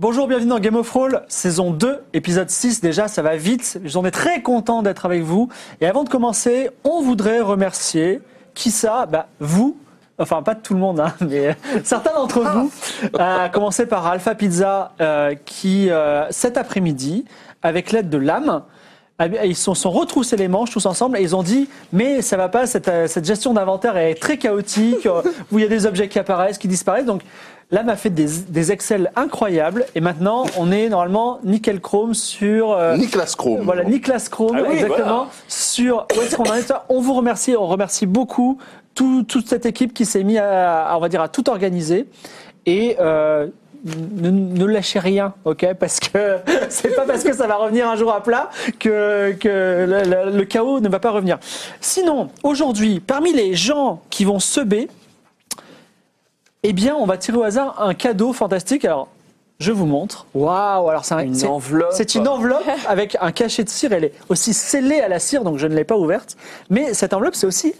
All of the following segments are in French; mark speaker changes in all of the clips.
Speaker 1: Bonjour, bienvenue dans Game of Roll, saison 2, épisode 6 déjà, ça va vite. J'en ai très content d'être avec vous. Et avant de commencer, on voudrait remercier, qui ça bah, Vous, enfin pas tout le monde, hein, mais euh, certains d'entre vous, euh, à commencer par Alpha Pizza, euh, qui euh, cet après-midi, avec l'aide de l'âme, a- Ah, ils se sont, sont retroussés les manches tous ensemble et ils ont dit mais ça va pas cette, euh, cette gestion d'inventaire est très chaotique euh, où il y a des objets qui apparaissent qui disparaissent donc l'âme a fait des, des excels incroyables et maintenant on est normalement nickel chrome sur euh,
Speaker 2: Nicolas Chrome.
Speaker 1: voilà, Nicolas Chrome,
Speaker 2: Ah oui,
Speaker 1: exactement. Sur où est-ce qu'on en est toi On vous remercie, on remercie beaucoup tout- toute cette équipe qui s'est mise à, à, on va dire, à tout organiser. Et euh, ne, ne lâchez rien, ok Parce que c'est pas parce que ça va revenir un jour à plat que, que le, le- le chaos ne va pas revenir. Sinon, aujourd'hui, parmi les gens qui vont seber, eh bien, on va tirer au hasard un cadeau fantastique. Alors, je vous montre. Waouh Alors, c'est un-
Speaker 2: Une
Speaker 1: c'est-
Speaker 2: enveloppe.
Speaker 1: C'est une enveloppe avec un cachet de cire. Elle est aussi scellée à la cire, donc je ne l'ai pas ouverte. Mais cette enveloppe, c'est aussi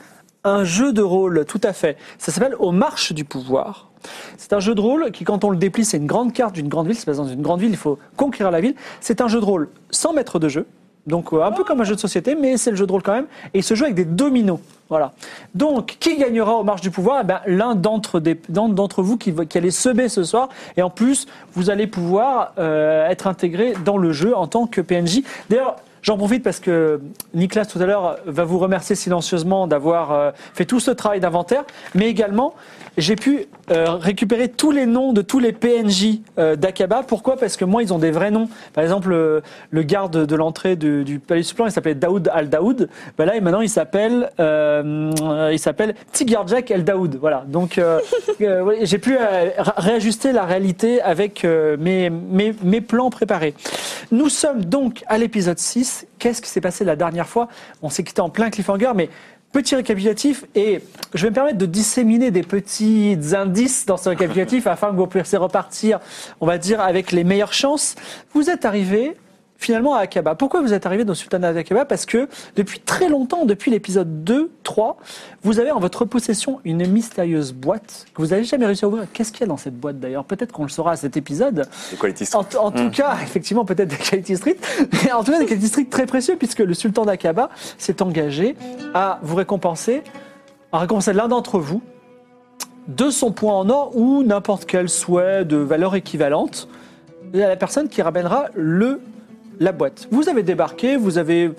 Speaker 1: un jeu de rôle, tout à fait. Ça s'appelle Aux marches du pouvoir. C'est un jeu de rôle qui, quand on le déplie, c'est une grande carte d'une grande ville. C'est parce que dans une grande ville, il faut conquérir la ville. C'est un jeu de rôle sans maître de jeu. Donc euh, un peu comme un jeu de société, mais c'est le jeu de rôle quand même. Et il se joue avec des dominos. Voilà. Donc, qui gagnera aux marches du pouvoir eh ben, L'un d'entre des- d'en- d'entre vous qui, va- qui allez semer ce soir. Et en plus, vous allez pouvoir euh, être intégré dans le jeu en tant que PNJ. D'ailleurs, j'en profite parce que Nicolas, tout à l'heure, va vous remercier silencieusement d'avoir euh, fait tout ce travail d'inventaire. Mais également, j'ai pu euh, récupérer tous les noms de tous les PNJ euh, d'Akaba. Pourquoi Parce que moi, ils ont des vrais noms. Par exemple, euh, le garde de l'entrée du, du palais supplant, il s'appelait Daoud Al Daoud. Ben là, et maintenant, il s'appelle euh, euh, il s'appelle Tiger Jack Al Daoud. Voilà. Donc, euh, euh, ouais, j'ai pu euh, ra- réajuster la réalité avec euh, mes, mes, mes plans préparés. Nous sommes donc à l'épisode 6. Qu'est-ce qui s'est passé la dernière fois On s'est quitté en plein cliffhanger, mais Petit récapitulatif, et je vais me permettre de disséminer des petits indices dans ce récapitulatif afin que vous puissiez repartir, on va dire, avec les meilleures chances. Vous êtes arrivé finalement à Akaba. Pourquoi vous êtes arrivé dans le Sultanat d'Akaba Parce que depuis très longtemps, depuis l'épisode 2, 3, vous avez en votre possession une mystérieuse boîte que vous n'avez jamais réussi à ouvrir. Qu'est-ce qu'il y a dans cette boîte d'ailleurs Peut-être qu'on le saura à cet épisode.
Speaker 2: De Quality
Speaker 1: En,
Speaker 2: Street. Mmh.
Speaker 1: t- en tout cas, effectivement, peut-être des Quality Street, mais en tout cas des Quality Street très précieux, puisque le sultan d'Aqaba s'est engagé à vous récompenser, à récompenser l'un d'entre vous de son point en or ou n'importe quel souhait de valeur équivalente à la personne qui ramènera le, la boîte. Vous avez débarqué, vous avez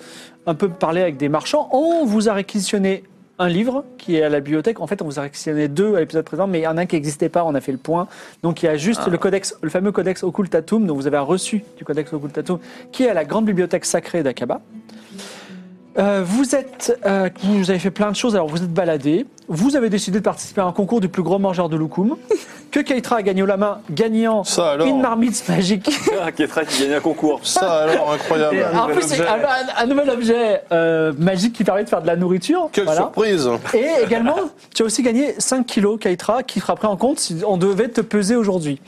Speaker 1: un peu parlé avec des marchands, on vous a réquisitionné un livre qui est à la bibliothèque. En fait, on vous a réquisitionné deux à l'épisode présent, mais il y en a un qui n'existait pas, on a fait le point. Donc il y a juste
Speaker 3: Ah.
Speaker 1: le codex, le fameux codex occultatum dont vous avez reçu du codex occultatum, qui est à la grande bibliothèque sacrée d'Akaba. Euh, vous êtes, euh, vous avez fait plein de choses. Alors vous êtes baladé. Vous avez décidé de participer à un concours du plus gros mangeur de loukoum que Keitra a gagné au la main, gagnant
Speaker 3: Ça alors.
Speaker 1: une marmite magique.
Speaker 2: Ah, Ketra qui gagne un concours.
Speaker 3: Ça alors,
Speaker 1: Et euh,
Speaker 3: incroyable.
Speaker 1: Ah, en plus, c'est un, un- un nouvel objet euh, magique qui permet de faire de la nourriture.
Speaker 3: Quelle
Speaker 1: Voilà.
Speaker 3: surprise
Speaker 1: Et également, tu as aussi gagné 5 kilos, Kaitra, qui fera pris en compte si on devait te peser aujourd'hui.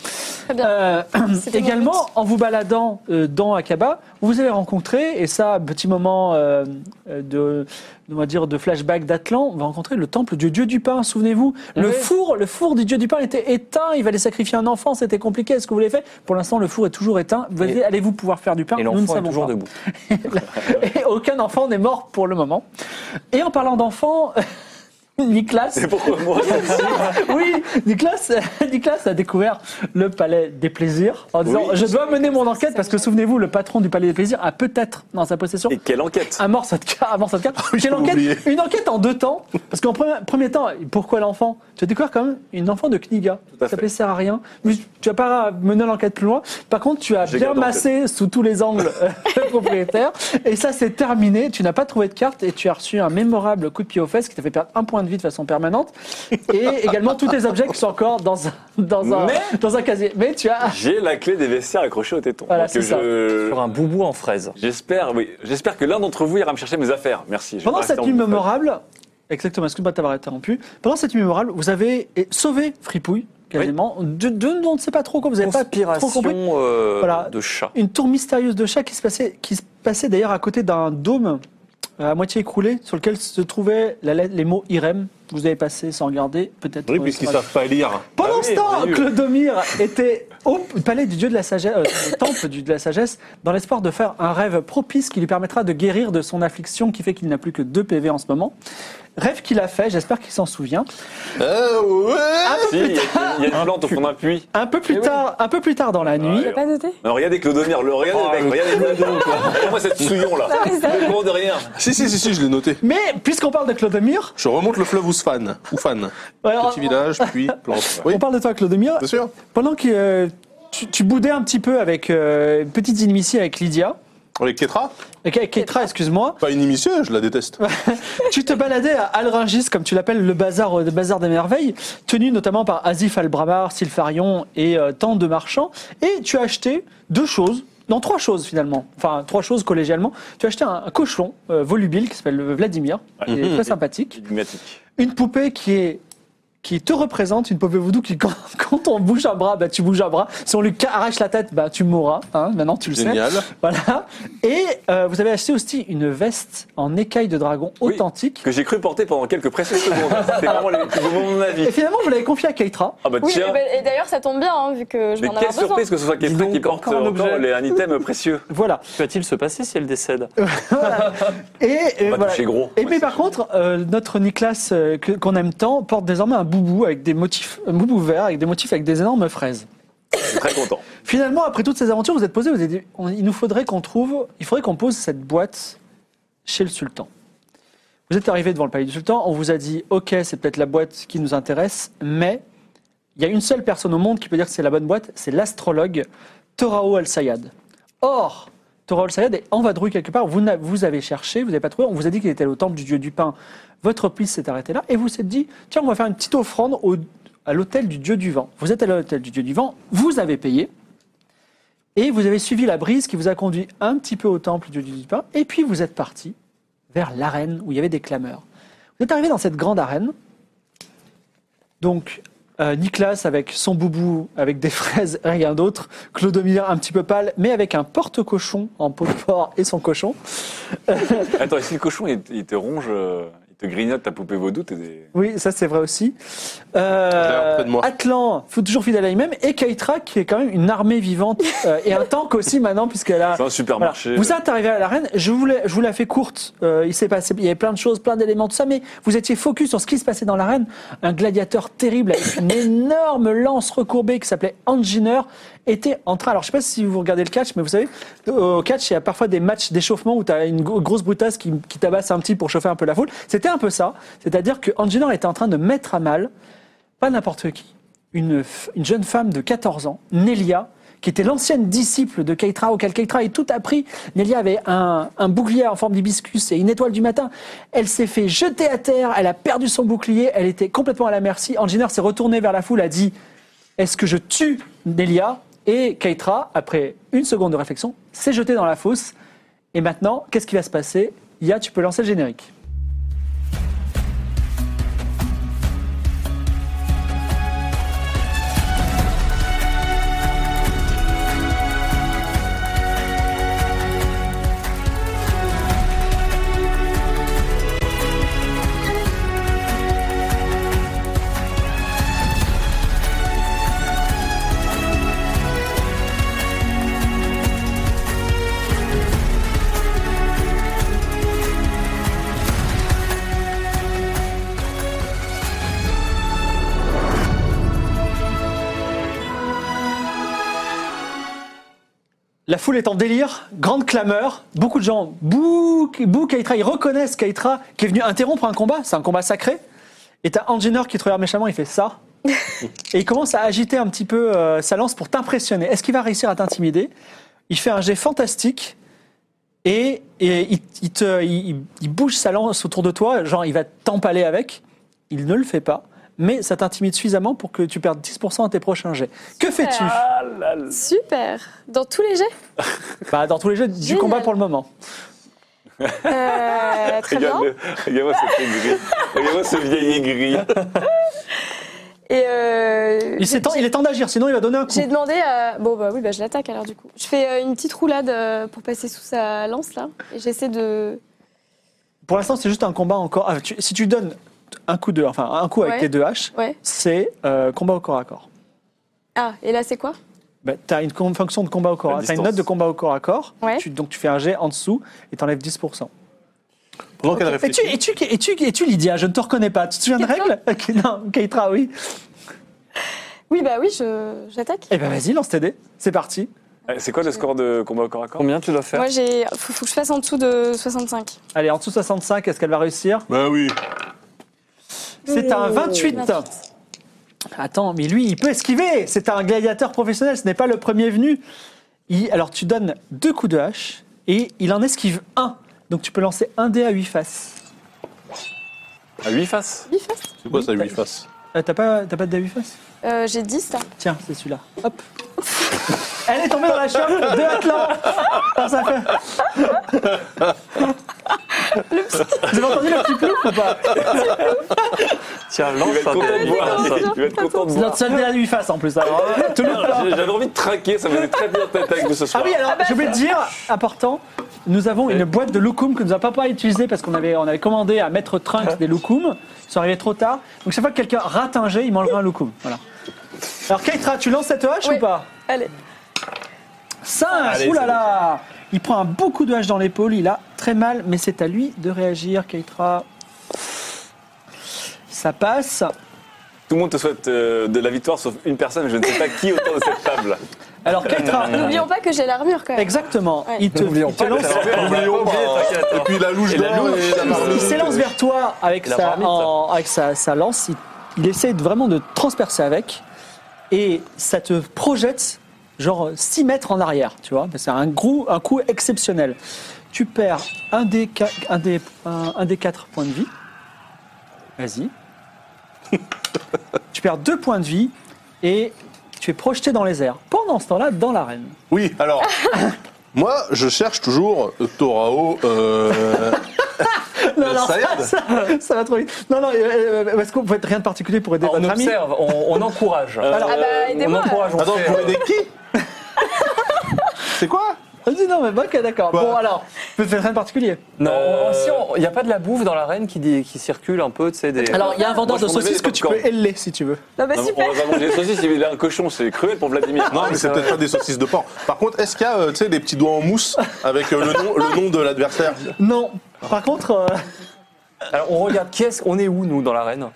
Speaker 4: bien.
Speaker 1: Euh,
Speaker 4: C'était mon
Speaker 1: également, en vous baladant euh, dans Akaba, vous avez rencontré, et ça, petit moment euh, euh, de, on va dire, de flashback d'Atlan, on va rencontrer le temple du dieu du pain, souvenez-vous. Le four, le four du dieu du pain était éteint, il fallait sacrifier un enfant, c'était compliqué, est-ce que vous l'avez fait Pour l'instant, le four est toujours éteint. Vous-
Speaker 2: Et-
Speaker 1: Allez-vous pouvoir faire du pain
Speaker 2: Et
Speaker 1: Nous ne
Speaker 2: l'enfant est
Speaker 1: savons
Speaker 2: toujours
Speaker 1: pas.
Speaker 2: debout.
Speaker 1: Et aucun enfant n'est mort pour le moment. Et en parlant d'enfants, Nicolas,
Speaker 2: C'est pourquoi moi
Speaker 1: oui, Nicolas, Nicolas a découvert le palais des plaisirs en disant
Speaker 2: Oui.
Speaker 1: Je dois mener mon enquête parce que souvenez-vous, le patron du palais des plaisirs a peut-être dans sa possession
Speaker 2: Et quelle enquête Ah
Speaker 1: un morceau de carte. Un morceau de carte. J'ai l'enquête-
Speaker 3: oublié.
Speaker 1: une enquête en deux temps. Parce qu'en premier, premier temps, pourquoi l'enfant Tu as découvert quand même une enfant de Kniga.
Speaker 2: à
Speaker 1: Ça
Speaker 2: fait.
Speaker 1: s'appelait sert à rien. Mais tu n'as pas mené l'enquête plus loin. Par contre, tu as
Speaker 2: J'ai
Speaker 1: bien
Speaker 2: gardé en
Speaker 1: massé sous tous les angles euh, le propriétaire. Et ça, c'est terminé. Tu n'as pas trouvé de carte et tu as reçu un mémorable coup de pied aux fesses qui t'a fait perdre un point de de vie de façon permanente. Et également tous tes objets qui sont encore dans un, dans un,
Speaker 2: Mais-
Speaker 1: dans un casier. Mais tu as.
Speaker 2: J'ai la clé des vestiaires accrochée au téton.
Speaker 1: bah. Voilà,
Speaker 2: Donc,
Speaker 1: c'est ça.
Speaker 2: je-
Speaker 3: Sur un boubou en fraise.
Speaker 2: J'espère, oui. J'espère que l'un d'entre vous ira me chercher mes affaires. Merci. je vais
Speaker 1: Pendant
Speaker 2: pas rester
Speaker 1: cette
Speaker 2: en
Speaker 1: nuit
Speaker 2: bouffe.
Speaker 1: mémorable, exactement, excuse-moi de t'avoir interrompu. Pendant cette nuit mémorable, vous avez eh, sauvé Fripouille, quasiment. De, de- on ne sait pas trop quoi, vous n'avez pas trop
Speaker 3: Conspiration
Speaker 1: compris.
Speaker 3: euh,
Speaker 1: Voilà.
Speaker 3: de chat.
Speaker 1: Une tour mystérieuse de chat qui se passait, qui se passait d'ailleurs à côté d'un dôme euh, à moitié écroulé sur lequel se trouvaient la lettre- les mots IREM. Vous avez passé sans regarder, peut-être.
Speaker 4: Oui,
Speaker 1: euh,
Speaker 4: puisqu'ils
Speaker 1: ça-
Speaker 4: savent pas lire.
Speaker 1: Pendant
Speaker 2: Ah
Speaker 1: ce
Speaker 2: oui,
Speaker 1: temps,
Speaker 2: oui, oui.
Speaker 1: Clodomir était au palais du dieu de la sagesse, euh, au temple du dieu de la sagesse, dans l'espoir de faire un rêve propice qui lui permettra de guérir de son affliction qui fait qu'il n'a plus que 2 PV en ce moment. Rêve qu'il a fait, j'espère qu'il s'en souvient.
Speaker 4: Euh, ouais.
Speaker 2: Si, il y a- il y a
Speaker 4: Ah,
Speaker 2: une plante au fond d'un puits.
Speaker 1: Un peu plus
Speaker 2: Eh oui.
Speaker 1: tard, un peu plus tard dans la nuit,
Speaker 2: ouais.
Speaker 5: Pas noté
Speaker 2: Non, regardez Clodomir, le regardez,
Speaker 4: Ah,
Speaker 3: Oh,
Speaker 2: mec,
Speaker 3: le
Speaker 2: regardez Clodomir. Regarde-moi cette souillon là.
Speaker 5: mais c'est
Speaker 2: Je
Speaker 5: vrai.
Speaker 2: ne comprends de rien.
Speaker 4: Si, si, si, si, je l'ai noté.
Speaker 1: mais puisqu'on parle de Clodomir,
Speaker 4: Je remonte le fleuve Ousfan. Oufan.
Speaker 1: ouais, on,
Speaker 4: Petit village, puis plante. Oui,
Speaker 1: on parle de toi Clodomir,
Speaker 4: bien sûr.
Speaker 1: pendant que euh, tu, tu boudais un petit peu avec euh, une petite inimitié avec Lydia, euh,
Speaker 4: Avec Ketra,
Speaker 1: avec avec Ketra, excuse-moi,
Speaker 4: pas une émission, je la déteste.
Speaker 1: Tu te baladais à Alringis, comme tu l'appelles, le bazar, euh, le bazar des merveilles, tenu notamment par Azif Al-Bramar, Sylpharion et euh, tant de marchands, et tu as acheté deux choses. Non, trois choses finalement. Enfin, trois choses collégialement. Tu as acheté un, un cochon euh, volubile qui s'appelle euh, Vladimir, qui est très sympathique.
Speaker 2: Énigmatique.
Speaker 1: Une poupée qui est qui te représente, une poupée voodoo qui, quand, quand on bouge un bras, bah, tu bouges un bras. Si on lui ca- arrache la tête, bah, tu mourras. hein, maintenant, tu le sais.
Speaker 4: Génial.
Speaker 1: Voilà. Et euh, vous avez acheté aussi une veste en écaille de dragon
Speaker 2: Oui.
Speaker 1: authentique.
Speaker 2: Que j'ai cru porter pendant quelques précieuses secondes. C'était vraiment le plus beau moment de ma vie.
Speaker 1: Et finalement, vous l'avez confié à Keitra.
Speaker 2: Ah bah
Speaker 5: Oui,
Speaker 2: tiens.
Speaker 5: et, ben- et d'ailleurs, ça tombe bien, hein, vu que je
Speaker 2: Mais
Speaker 5: vais en
Speaker 2: quelle
Speaker 5: avoir besoin.
Speaker 2: surprise que ce soit Kefra
Speaker 3: donc,
Speaker 2: qui porte
Speaker 3: encore un
Speaker 2: encore,
Speaker 3: objet.
Speaker 2: les- un item précieux.
Speaker 1: Voilà.
Speaker 3: Que va-t-il se passer si elle décède
Speaker 1: Et, euh,
Speaker 2: On va
Speaker 1: voilà.
Speaker 2: toucher gros.
Speaker 1: Et mais par contre, euh, notre Nicolas euh, que- qu'on aime tant porte désormais un boubou avec des motifs, un boubou vert avec des motifs avec des énormes fraises.
Speaker 2: Je suis très content.
Speaker 1: Finalement, après toutes ces aventures, vous êtes posé, vous êtes dit, on- il nous faudrait qu'on trouve, il faudrait qu'on pose cette boîte chez le sultan. Vous êtes arrivé devant le palais du sultan, on vous a dit, ok, c'est peut-être la boîte qui nous intéresse, mais il y a une seule personne au monde qui peut dire que c'est la bonne boîte, c'est l'astrologue Torao Al-Sayad. Or, Torao Al-Sayad est en vadrouille quelque part, vous, n'a- vous avez cherché, vous n'avez pas trouvé, on vous a dit qu'il était allé au temple du dieu du pain, votre piste s'est arrêtée là, et vous vous êtes dit, tiens, on va faire une petite offrande au- à l'hôtel du dieu du vent. Vous êtes allé à l'hôtel du dieu du vent, vous avez payé, et vous avez suivi la brise qui vous a conduit un petit peu au temple du dieu du pain, et puis vous êtes parti vers l'arène où il y avait des clameurs. Vous êtes arrivé dans cette grande arène, donc, euh, Nicolas avec son boubou, avec des fraises, rien d'autre. Clodomir un petit peu pâle, mais avec un porte-cochon en peau de porc et son cochon.
Speaker 2: Attends, et si le cochon il, il te ronge, euh, il te grignote ta poupée vaudou, t'es des.
Speaker 1: Oui, ça c'est vrai aussi. Euh,
Speaker 4: D'ailleurs, près de moi.
Speaker 1: Atlan, faut toujours fidèle à lui-même. Et Keitra, qui est quand même une armée vivante euh, et un tank aussi maintenant, puisqu'elle a.
Speaker 2: C'est un
Speaker 1: Voilà.
Speaker 2: supermarché.
Speaker 1: Vous êtes arrivé à l'arène, je, vous l'ai- je vous la fais courte, euh, il s'est passé, il y avait plein de choses, plein d'éléments, tout ça, mais vous étiez focus sur ce qui se passait dans l'arène. Un gladiateur terrible avec une énorme lance recourbée qui s'appelait Anginer était en train, alors je sais pas si vous regardez le catch, mais vous savez, au catch, il y a parfois des matchs d'échauffement où tu as une gro- grosse brutasse qui, qui tabasse un petit pour chauffer un peu la foule. C'était un peu ça, c'est-à-dire que Anginer était en train de mettre à mal pas n'importe qui, une, f- une jeune femme de 14 ans, Nelia, qui était l'ancienne disciple de Keitra, auquel Keitra est tout appris. Nelia avait un, un bouclier en forme d'hibiscus et une étoile du matin. Elle s'est fait jeter à terre, elle a perdu son bouclier, elle était complètement à la merci. Anginer s'est retourné vers la foule, a dit Est-ce que je tue Nelia Et Keitra, après une seconde de réflexion, s'est jetée dans la fosse. Et maintenant, qu'est-ce qui va se passer Ya, tu peux lancer le générique. La foule est en délire, grande clameur, beaucoup de gens bouh, bouh Keitra, ils reconnaissent Keitra qui est venu interrompre un combat, c'est un combat sacré. Et t'as Engineer qui te regarde méchamment, il fait ça. et il commence à agiter un petit peu euh, sa lance pour t'impressionner. Est-ce qu'il va réussir à t'intimider Il fait un jet fantastique et, et il, il te, il, il bouge sa lance autour de toi, genre il va t'empaler avec. Il ne le fait pas, mais ça t'intimide suffisamment pour que tu perdes 10% à tes prochains jets. Que fais-tu
Speaker 3: Ah là là.
Speaker 5: Super. Dans tous les jets
Speaker 1: bah, Dans tous les jeux du
Speaker 5: Génial.
Speaker 1: combat pour le moment.
Speaker 5: Euh, Très bien.
Speaker 2: Regarde-le. Regarde-moi cette aigri. Regarde-moi ce vieil aigri.
Speaker 5: Et euh,
Speaker 1: Il, s'est temps- il est temps d'agir, sinon il va donner un coup.
Speaker 5: j'ai demandé à... Bon, bah oui, bah, je l'attaque alors du coup. Je fais euh, une petite roulade euh, pour passer sous sa lance là. Et j'essaie de...
Speaker 1: Pour l'instant, c'est juste un combat encore. ah, tu- si tu donnes un coup de, enfin un coup avec
Speaker 5: Ouais.
Speaker 1: tes deux haches,
Speaker 5: Ouais.
Speaker 1: c'est euh, combat au corps à corps.
Speaker 5: Ah, et là c'est quoi
Speaker 1: Bah, t'as une com- fonction de combat au corps,
Speaker 2: La
Speaker 1: à- t'as une
Speaker 2: distance.
Speaker 1: note de combat au corps à corps.
Speaker 5: Ouais.
Speaker 1: Tu- donc tu fais un jet en dessous et t'enlèves 10%.
Speaker 4: Pendant qu'elle
Speaker 1: Et tu,
Speaker 4: réfléchit.
Speaker 1: et tu, et tu, et tu, Lydia, je ne te reconnais pas. Tu te souviens de
Speaker 5: Keitra
Speaker 1: règles Ok, Non, Keitra, oui.
Speaker 5: Oui, bah oui, je- j'attaque.
Speaker 1: Eh ben vas-y, lance tes dés. C'est parti.
Speaker 2: Eh, C'est quoi le score de combat au corps à corps
Speaker 3: Combien tu dois faire
Speaker 5: Moi, j'ai. Faut, faut que je fasse en dessous de 65.
Speaker 1: Allez, en dessous de 65, est-ce qu'elle va réussir
Speaker 4: Bah oui.
Speaker 1: C'est un 28.
Speaker 5: 28.
Speaker 1: Attends, mais lui, il peut esquiver. C'est un gladiateur professionnel, ce n'est pas le premier venu. Il- alors tu donnes deux coups de hache et il en esquive un. Donc tu peux lancer un dé à 8 faces.
Speaker 2: À 8 faces
Speaker 5: Oui, fast.
Speaker 4: C'est quoi ça, lui, face
Speaker 1: Euh, t'as pas, t'as pas de dé à 8 faces
Speaker 5: Euh, j'ai 10 là.
Speaker 1: Tiens, c'est celui-là. Hop. Elle est tombée dans la chope de Atlan. Par sa feuille. Vous avez entendu le petit plouf ou pas
Speaker 3: Tiens,
Speaker 2: Il
Speaker 3: lance
Speaker 2: va être
Speaker 3: un
Speaker 2: content
Speaker 3: dé.
Speaker 2: de boire.
Speaker 3: Lance un dé.
Speaker 2: Il va être content de
Speaker 1: C'est
Speaker 2: boire.
Speaker 1: notre seul dé à 8 faces en plus. alors. hein. Te loupe pas.
Speaker 2: J'ai- J'avais envie de traquer, ça faisait très bien ta attaque de ce
Speaker 1: Ah
Speaker 2: soir.
Speaker 1: oui, alors
Speaker 5: bah,
Speaker 1: je voulais te dire, important, nous avons une boîte de loukoum que nous n'avons pas pas utilisée parce qu'on avait, on avait commandé à Maître Trunk des loukoum. Ils sont arrivés trop tard. Donc chaque fois que quelqu'un rate un jet, il mangera un loukoum. Voilà. Alors Keitra, tu lances cette hache
Speaker 5: Oui.
Speaker 1: ou pas
Speaker 5: Allez.
Speaker 1: 5
Speaker 4: Allez,
Speaker 1: Ouh là
Speaker 4: c'est
Speaker 1: là Il prend un beau coup de hache dans l'épaule, il a très mal, mais c'est à lui de réagir, Keitra. Ça passe.
Speaker 2: Tout le monde te souhaite euh, de la victoire sauf une personne, mais je ne sais pas qui autour de cette table.
Speaker 1: Alors Keitra,
Speaker 5: N'oublions pas que j'ai l'armure quand même.
Speaker 1: exactement,
Speaker 5: Ouais.
Speaker 1: il te, il te lance.
Speaker 4: Oublions pas.
Speaker 1: hein.
Speaker 4: Et puis la louche
Speaker 3: Et la
Speaker 4: d'or et la
Speaker 1: Il- Il
Speaker 4: marmite.
Speaker 1: s'élance vers toi avec,
Speaker 3: La
Speaker 1: sa,
Speaker 3: marmite.
Speaker 1: en- avec sa, sa lance. Il, il essaie de- vraiment de te transpercer avec. Et ça te projette, genre 6 mètres en arrière, tu vois. C'est un, gros, un coup exceptionnel. Tu perds un des, qua- un des, un, un des 4 points de vie. Vas-y. tu perds 2 points de vie et tu es projeté dans les airs. Pendant ce temps-là, dans l'arène.
Speaker 4: Oui, alors. Moi, je cherche toujours Torao. Euh...
Speaker 1: Non, non,
Speaker 4: Sayad.
Speaker 1: ça, ça- ça va trop vite. Non, non, euh, euh, est-ce qu'on peut être rien de particulier pour aider
Speaker 3: Ah, On
Speaker 1: votre ami
Speaker 3: observe, on, on encourage.
Speaker 2: Euh,
Speaker 5: Ah bah
Speaker 3: on
Speaker 5: aidez-moi.
Speaker 3: encourage, on
Speaker 4: Attends,
Speaker 3: fait,
Speaker 4: vous
Speaker 3: euh,
Speaker 4: voulez des qui C'est quoi
Speaker 1: Vas-y, non, mais bon, ok, d'accord.
Speaker 4: Quoi
Speaker 1: Bon, alors, vous faites rien de particulier.
Speaker 3: Non, on- si on- il n'y a pas de la bouffe dans l'arène qui, dit- qui circule un peu, tu sais, des...
Speaker 1: Alors, il y a un vendeur
Speaker 2: Moi, je
Speaker 1: de
Speaker 2: prends
Speaker 1: saucisses
Speaker 2: des
Speaker 1: que tu peux
Speaker 2: popcorn.
Speaker 1: héler si tu veux.
Speaker 5: Non, bah
Speaker 2: Non, mais
Speaker 5: super.
Speaker 2: on va pas manger les saucisses, il est un cochon, c'est cruel pour Vladimir.
Speaker 4: Non, mais c'est peut-être pas des saucisses de porc. Par contre, est-ce qu'il y a euh, tu sais, des petits doigts en mousse avec euh, le, nom, le nom de l'adversaire
Speaker 1: Non. Par contre, euh,
Speaker 3: Alors, on regarde qui est-ce, on est où nous dans l'arène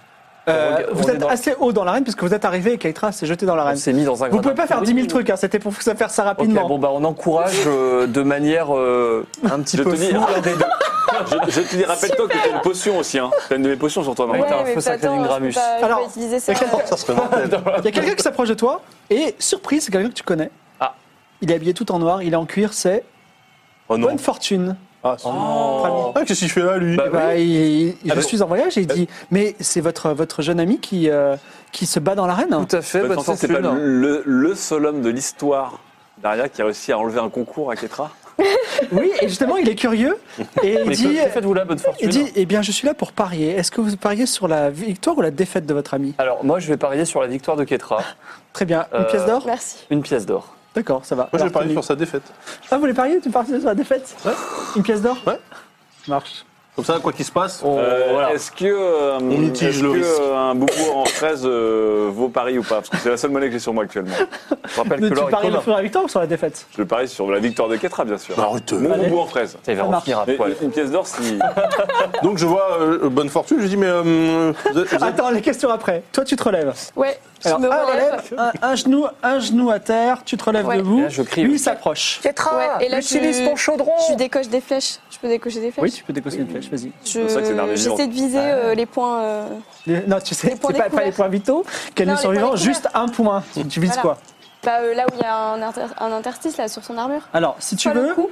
Speaker 1: euh,
Speaker 3: regarde-
Speaker 1: vous
Speaker 3: on est
Speaker 1: êtes
Speaker 3: dans-
Speaker 1: assez haut dans l'arène puisque vous êtes arrivé et Keitra s'est jeté dans
Speaker 3: On
Speaker 1: l'arène.
Speaker 3: s'est mis dans un.
Speaker 1: Vous
Speaker 3: gradin.
Speaker 1: pouvez pas faire 10 000 trucs, hein, c'était pour ça- faire ça
Speaker 3: Ok,
Speaker 1: rapidement.
Speaker 3: bon bah on encourage euh, de manière euh, un petit
Speaker 2: Je
Speaker 3: peu
Speaker 2: te dis-
Speaker 3: floue l'un des deux.
Speaker 2: Je, je te dis, rappelle-toi que t'as une potion aussi, hein. T'as une de mes potions sur toi,
Speaker 3: Ouais,
Speaker 2: maman.
Speaker 3: t'as un
Speaker 5: mais
Speaker 3: feu sacré
Speaker 5: attends, je
Speaker 3: d'Ingramus.
Speaker 5: peux pas- je peux
Speaker 1: Alors,
Speaker 5: pas utiliser ça.
Speaker 1: il y a quelqu'un-
Speaker 4: Ça serait mortel.
Speaker 1: il y a quelqu'un qui s'approche de toi et, surprise, c'est quelqu'un que tu connais.
Speaker 3: Ah.
Speaker 1: Il est habillé tout en noir, il est en cuir, c'est
Speaker 4: Oh non.
Speaker 1: Bonne Fortune.
Speaker 4: Ah, c'est- Ah, qu'est-ce qu'il fait là, lui
Speaker 3: Bah,
Speaker 1: Bah, il- il- je
Speaker 3: Ah,
Speaker 1: suis en voyage et il dit Mais c'est votre, votre jeune ami qui, euh, qui se bat dans l'arène hein.
Speaker 3: Tout à fait, bonne
Speaker 2: Attention, c'est pas
Speaker 3: fortune.
Speaker 2: le, le seul homme de l'histoire d'Aria qui a réussi à enlever un concours à Ketra
Speaker 1: Oui, et justement, il est curieux et il
Speaker 3: Mais
Speaker 1: dit
Speaker 3: que- que faites-vous là, bonne
Speaker 1: Il
Speaker 3: fortune
Speaker 1: dit, eh bien, je suis là pour parier. Est-ce que vous pariez sur la victoire ou la défaite de votre ami
Speaker 3: Alors moi je vais parier sur la victoire de Ketra,
Speaker 1: Très bien. Une
Speaker 3: Euh,
Speaker 1: pièce d'or
Speaker 5: Merci.
Speaker 3: une pièce d'or.
Speaker 1: D'accord, ça va.
Speaker 4: Moi, je vais
Speaker 1: Alors,
Speaker 4: parler
Speaker 1: Tony-
Speaker 4: sur sa défaite.
Speaker 1: Ah, vous voulez parier Tu paries sur la défaite
Speaker 4: Ouais.
Speaker 1: Une pièce d'or
Speaker 4: Ouais.
Speaker 1: Marche.
Speaker 4: Comme ça, quoi qu'il se passe,
Speaker 3: On-
Speaker 2: Euh,
Speaker 3: Oh, voilà.
Speaker 2: Est-ce que, euh,
Speaker 4: mitige
Speaker 2: est-ce
Speaker 4: le
Speaker 2: que,
Speaker 4: risque.
Speaker 2: euh, un boubou en fraise euh, vaut Paris ou pas Parce que c'est la seule monnaie que j'ai sur moi actuellement.
Speaker 3: Je rappelle
Speaker 1: Tu
Speaker 3: que l'or est
Speaker 1: paries
Speaker 3: commun.
Speaker 1: sur la victoire ou sur la défaite
Speaker 2: Je parie sur la victoire de Ketra, bien sûr.
Speaker 4: Naruteux.
Speaker 2: Mon
Speaker 1: Allez.
Speaker 2: boubou en fraise.
Speaker 3: Ça, Il va
Speaker 1: Ça marche.
Speaker 3: revenir à
Speaker 2: Mais
Speaker 3: poil.
Speaker 2: une pièce d'or, si.
Speaker 4: Donc je vois euh, Bonne Fortune, je dis mais euh, vous êtes- vous êtes-
Speaker 1: Attends, les questions après. Toi, tu te relèves.
Speaker 5: Ouais, je
Speaker 1: Alors,
Speaker 5: me
Speaker 1: un
Speaker 5: relève.
Speaker 1: relève, un, un genou, un genou à terre, tu te relèves
Speaker 5: Ouais.
Speaker 1: debout.
Speaker 3: Et là, je crie,
Speaker 1: Lui,
Speaker 3: oui.
Speaker 1: il s'approche.
Speaker 5: Ketra, Ouais, et là, utilise tu- ton
Speaker 3: chaudron
Speaker 5: Je décoche des flèches. Je peux décocher des flèches
Speaker 1: Oui, tu peux décocher une flèche, vas-y.
Speaker 5: Je-
Speaker 2: C'est vrai que c'est une armée
Speaker 5: J'essaie
Speaker 2: vivante.
Speaker 5: de viser euh, les points. euh,
Speaker 1: Les- Non, tu sais,
Speaker 5: Les
Speaker 1: c'est
Speaker 5: points
Speaker 1: pas, pas les
Speaker 5: découverts.
Speaker 1: points vitaux, qu'elle
Speaker 5: Non,
Speaker 1: est
Speaker 5: les
Speaker 1: survivante,
Speaker 5: points découverts.
Speaker 1: juste un point. Tu tu vises
Speaker 5: Voilà.
Speaker 1: quoi
Speaker 5: bah, euh, là où il y a un, inter- un interstice là sur son armure.
Speaker 1: Alors, si tu
Speaker 5: Soit le
Speaker 1: veux,
Speaker 5: coup.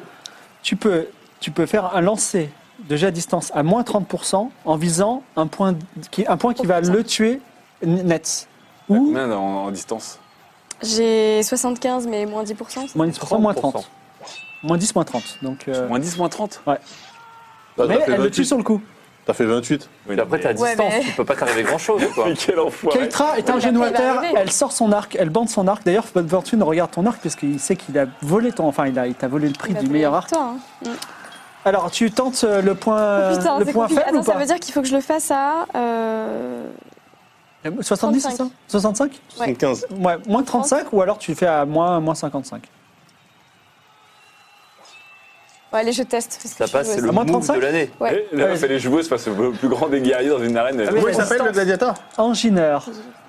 Speaker 1: tu peux, tu peux faire un lancer de jet à distance à moins 30% en visant un point qui, un point qui va le tuer n- net. Ou
Speaker 2: Combien en, en distance
Speaker 5: J'ai 75, mais moins 10%. c'est-
Speaker 1: moins 10%, moins 30. Moins 10, moins 30. Donc, euh,
Speaker 2: Moins 10, moins 30
Speaker 4: Bah, T'as
Speaker 1: mais
Speaker 4: t'as fait,
Speaker 1: elle le tue
Speaker 4: 28.
Speaker 1: sur le coup.
Speaker 4: T'as fait 28.
Speaker 2: Oui,
Speaker 3: Puis
Speaker 2: non,
Speaker 3: après, t'es à
Speaker 2: mais-
Speaker 3: distance,
Speaker 5: mais-
Speaker 3: tu peux pas t'arriver grand-chose, quoi.
Speaker 2: Mais quel enfoiré
Speaker 1: Keitra est un
Speaker 5: Oui,
Speaker 1: genou à
Speaker 5: après, il va
Speaker 1: terre,
Speaker 5: arriver.
Speaker 1: elle sort son arc, elle bande son arc. D'ailleurs, Bonne Fortune regarde ton arc puisqu'il sait qu'il a volé ton. Enfin, il a- il t'a volé le prix
Speaker 5: Bah,
Speaker 1: du
Speaker 5: t'es
Speaker 1: meilleur
Speaker 5: avec
Speaker 1: arc.
Speaker 5: toi, hein.
Speaker 1: Alors, tu tentes euh, le point,
Speaker 5: Oh putain,
Speaker 1: le
Speaker 5: c'est
Speaker 1: point
Speaker 5: compliqué.
Speaker 1: faible
Speaker 5: Attends,
Speaker 1: ou
Speaker 5: ça
Speaker 1: pas
Speaker 5: veut dire qu'il faut que je le fasse à. euh,
Speaker 1: 70, Euh, c'est ça
Speaker 5: 35.
Speaker 1: 65
Speaker 4: 75.
Speaker 1: Ouais, moins 35 ou alors tu fais à moins, moins 55.
Speaker 5: Ouais, allez, je teste. parce que
Speaker 3: Ça
Speaker 5: je suis
Speaker 3: passe, c'est
Speaker 5: joueuse.
Speaker 3: le
Speaker 1: À moins
Speaker 3: move
Speaker 1: 35?
Speaker 3: de l'année.
Speaker 5: Ouais.
Speaker 2: Eh, Là, il fallait jouer, c'est parce que le plus grand des guerriers dans une arène.
Speaker 1: oui,
Speaker 4: Comment il
Speaker 1: on se
Speaker 4: s'appelle
Speaker 1: tente.
Speaker 4: le gladiateur
Speaker 1: Engineur.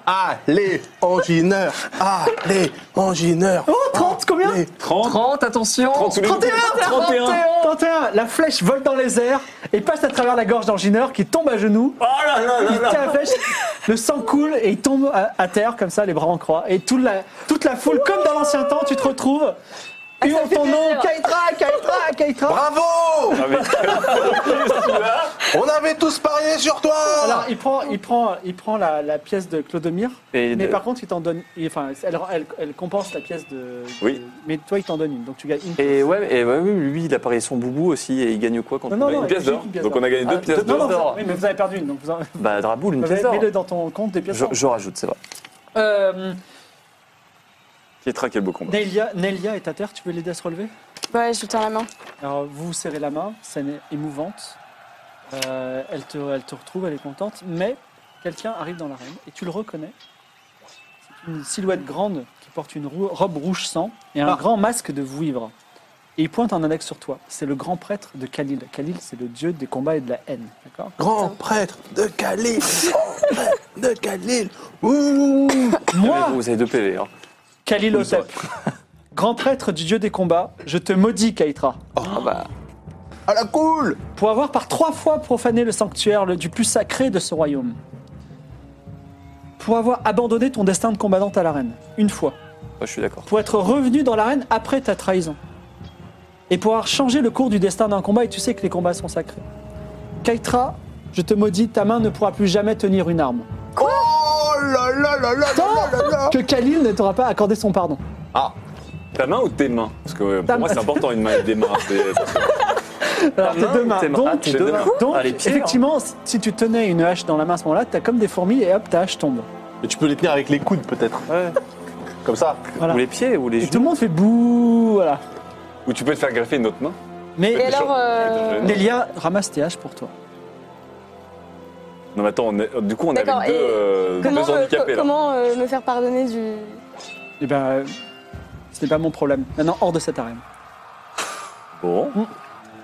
Speaker 4: Ah. Allez, engineur Allez, engineur
Speaker 1: Oh, 30, combien
Speaker 4: Allez.
Speaker 2: 30
Speaker 3: 30, attention
Speaker 2: 30 tous les
Speaker 1: 31
Speaker 2: 31.
Speaker 1: 31 La flèche vole dans les airs et passe à travers la gorge d'Engineur qui tombe à genoux.
Speaker 2: Oh là là
Speaker 1: Il
Speaker 2: là là
Speaker 1: tient la flèche, le sang coule et il tombe à, à terre comme ça, les bras en croix. Et toute la, toute la foule, comme dans l'ancien temps, tu te retrouves. Hurle ton nom, Kaitra, Kaitra, Kaitra.
Speaker 4: Bravo
Speaker 2: Ah, mais
Speaker 4: On avait tous parié sur toi
Speaker 1: Alors il prend, il prend, il prend la, la pièce de Clodomir,
Speaker 3: Et
Speaker 1: mais
Speaker 3: de-
Speaker 1: par contre il t'en donne, il- enfin elle, elle- elle compense la pièce de.
Speaker 2: Oui.
Speaker 1: de- mais toi il t'en donne une, donc tu gagnes une.
Speaker 3: Et ouais, et ouais, oui, lui, il a parié son boubou aussi, et il gagne quoi quand
Speaker 1: Non,
Speaker 3: il
Speaker 1: non, non,
Speaker 3: gagne
Speaker 2: Une pièce
Speaker 1: j'ai
Speaker 2: d'or.
Speaker 1: une pièce
Speaker 2: Donc on a gagné deux
Speaker 3: Ah,
Speaker 2: pièces
Speaker 3: deux
Speaker 1: Non,
Speaker 2: d'or.
Speaker 1: non, vous-
Speaker 3: d'or.
Speaker 1: oui, mais vous avez perdu une, donc vous en-
Speaker 3: Bah, Draboul, une pièce d'or.
Speaker 1: mets-le dans ton compte des pièces
Speaker 3: Je,
Speaker 1: d'or.
Speaker 3: je rajoute, c'est vrai.
Speaker 1: Euh,
Speaker 2: Keitra, quel beau combat.
Speaker 1: Nelia, Nelia est à terre, tu veux l'aider à se relever
Speaker 5: Ouais, je lui tiens la main.
Speaker 1: Alors vous vous serrez la main, scène émouvante. Euh, elle, te, elle te retrouve, elle est contente, mais quelqu'un arrive dans l'arène et tu le reconnais. C'est une silhouette grande qui porte une rou- robe rouge sang et un grand masque de vouivre. Et il pointe un index sur toi. C'est le grand prêtre de Khalil. Khalil, c'est le dieu des combats et de la haine. D'accord
Speaker 4: Grand prêtre de Khalil Grand prêtre de Khalil Ouh
Speaker 3: Mais
Speaker 2: Ah.
Speaker 1: Moi,
Speaker 3: vous, vous avez deux PV. Hein.
Speaker 1: Khalil Hotep, grand prêtre du dieu des combats, je te maudis, Kaitra.
Speaker 3: Ah bah,
Speaker 4: À la cool
Speaker 1: pour avoir par trois fois profané le sanctuaire le- du plus sacré de ce royaume, pour avoir abandonné ton destin de combattante à l'arène, une fois,
Speaker 3: ouais, je suis d'accord.
Speaker 1: pour être revenu dans l'arène après ta trahison, et pour avoir changé le cours du destin d'un combat, et tu sais que les combats sont sacrés. Kaitra, je te maudis, ta main ne pourra plus jamais tenir une arme.
Speaker 4: Oh là là là là là là là là
Speaker 1: Que Khalil ne t'aura pas accordé son pardon.
Speaker 2: Ta main ou tes mains Parce que ouais,
Speaker 1: Ta
Speaker 2: pour moi,
Speaker 1: main.
Speaker 2: c'est important une main et des mains. C'est- parce que-
Speaker 1: Alors, tes
Speaker 3: main
Speaker 1: deux
Speaker 3: ou
Speaker 1: mains.
Speaker 3: tes mains Ah,
Speaker 1: Donc,
Speaker 3: tes deux mains.
Speaker 1: donc,
Speaker 3: Ah, les pieds,
Speaker 1: effectivement, si tu tenais une hache dans la main à ce moment-là, t'as comme des fourmis et hop, ta hache tombe.
Speaker 4: Mais tu peux les tenir avec les coudes peut-être,
Speaker 3: Ouais.
Speaker 4: comme ça.
Speaker 1: Voilà.
Speaker 3: Ou les pieds, ou les
Speaker 1: Et tout
Speaker 3: genoux.
Speaker 1: le monde fait bouh, voilà.
Speaker 2: Ou tu peux te faire greffer une autre main.
Speaker 1: Mais
Speaker 5: Et alors. euh,
Speaker 2: Des
Speaker 1: Nelia, ramasse tes haches pour toi.
Speaker 2: Non, mais attends, on est- du coup, on
Speaker 5: D'accord,
Speaker 2: avait deux,
Speaker 5: et
Speaker 2: euh,
Speaker 5: Comment,
Speaker 2: deux
Speaker 5: euh,
Speaker 2: handicapés
Speaker 5: co-
Speaker 2: là.
Speaker 5: comment euh, me faire pardonner du.
Speaker 1: Eh ben, euh, ce n'est pas mon problème. Maintenant, hors de cette arène.
Speaker 2: Bon.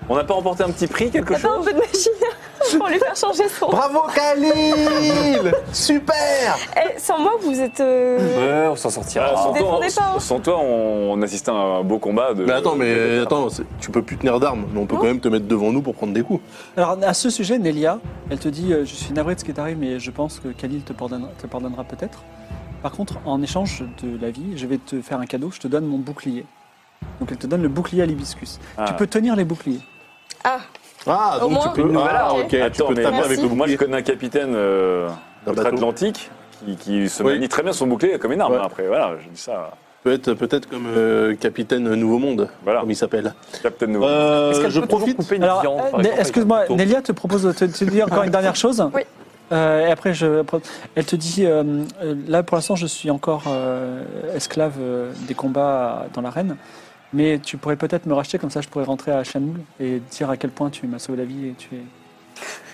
Speaker 2: On n'a pas remporté un petit prix, quelque
Speaker 5: T'as pas un
Speaker 2: chose
Speaker 5: peu de magie pour lui faire changer son.
Speaker 4: Bravo Khalil Super
Speaker 5: Eh, sans moi, vous êtes. euh,
Speaker 3: Ouais, on s'en
Speaker 2: Ah,
Speaker 3: sortira.
Speaker 2: sans, toi,
Speaker 5: Vous défendez pas, hein.
Speaker 2: sans toi, on, on assistait à un beau combat. De,
Speaker 4: Mais attends, mais
Speaker 2: de-
Speaker 4: euh, attends, c'est- tu peux plus tenir d'armes, mais on peut quand même te mettre devant nous pour prendre des coups.
Speaker 1: Alors, à ce sujet, Nelia, elle te dit euh, Je suis navré de ce qui t'arrive, mais je pense que Khalil te pardonnera, te pardonnera peut-être. Par contre, en échange de la vie, je vais te faire un cadeau je te donne mon bouclier. Donc, elle te donne le bouclier à l'hibiscus.
Speaker 2: Ah.
Speaker 1: Tu peux tenir les boucliers.
Speaker 5: Ah,
Speaker 4: Ah,
Speaker 5: Au
Speaker 4: donc tu
Speaker 5: moins,
Speaker 4: peux.
Speaker 5: une nouvelle
Speaker 4: ah,
Speaker 5: arme.
Speaker 4: ok, tu
Speaker 2: Attends,
Speaker 4: peux
Speaker 2: mais
Speaker 4: taper
Speaker 2: moi,
Speaker 4: avec le
Speaker 2: moi, je
Speaker 4: bouclier.
Speaker 2: connais un capitaine euh,
Speaker 4: D'un bateau.
Speaker 2: outre-Atlantique qui, qui se
Speaker 4: Oui.
Speaker 2: manie très bien son bouclier comme une arme.
Speaker 4: Ouais.
Speaker 2: hein, Après, voilà, je dis ça.
Speaker 4: Peut être peut-être comme euh, capitaine Nouveau Monde,
Speaker 2: Voilà.
Speaker 4: comme il s'appelle.
Speaker 2: Captain Nouveau.
Speaker 3: Est-ce
Speaker 4: Euh,
Speaker 3: qu'elle
Speaker 4: je
Speaker 3: peut toujours
Speaker 4: profite.
Speaker 3: couper une
Speaker 1: Alors,
Speaker 3: viande,
Speaker 1: euh, Ne-
Speaker 3: par exemple, avec un
Speaker 1: excuse-moi,
Speaker 3: couteau
Speaker 1: Nelia te propose de te, te dire encore une dernière chose.
Speaker 5: Oui.
Speaker 1: Euh, et après, je, elle te dit euh, euh, là, pour l'instant, je suis encore euh, esclave euh, des combats dans l'arène, mais tu pourrais peut-être me racheter, comme ça, je pourrais rentrer à Chanmoul et dire à quel point tu m'as sauvé la vie et tu es.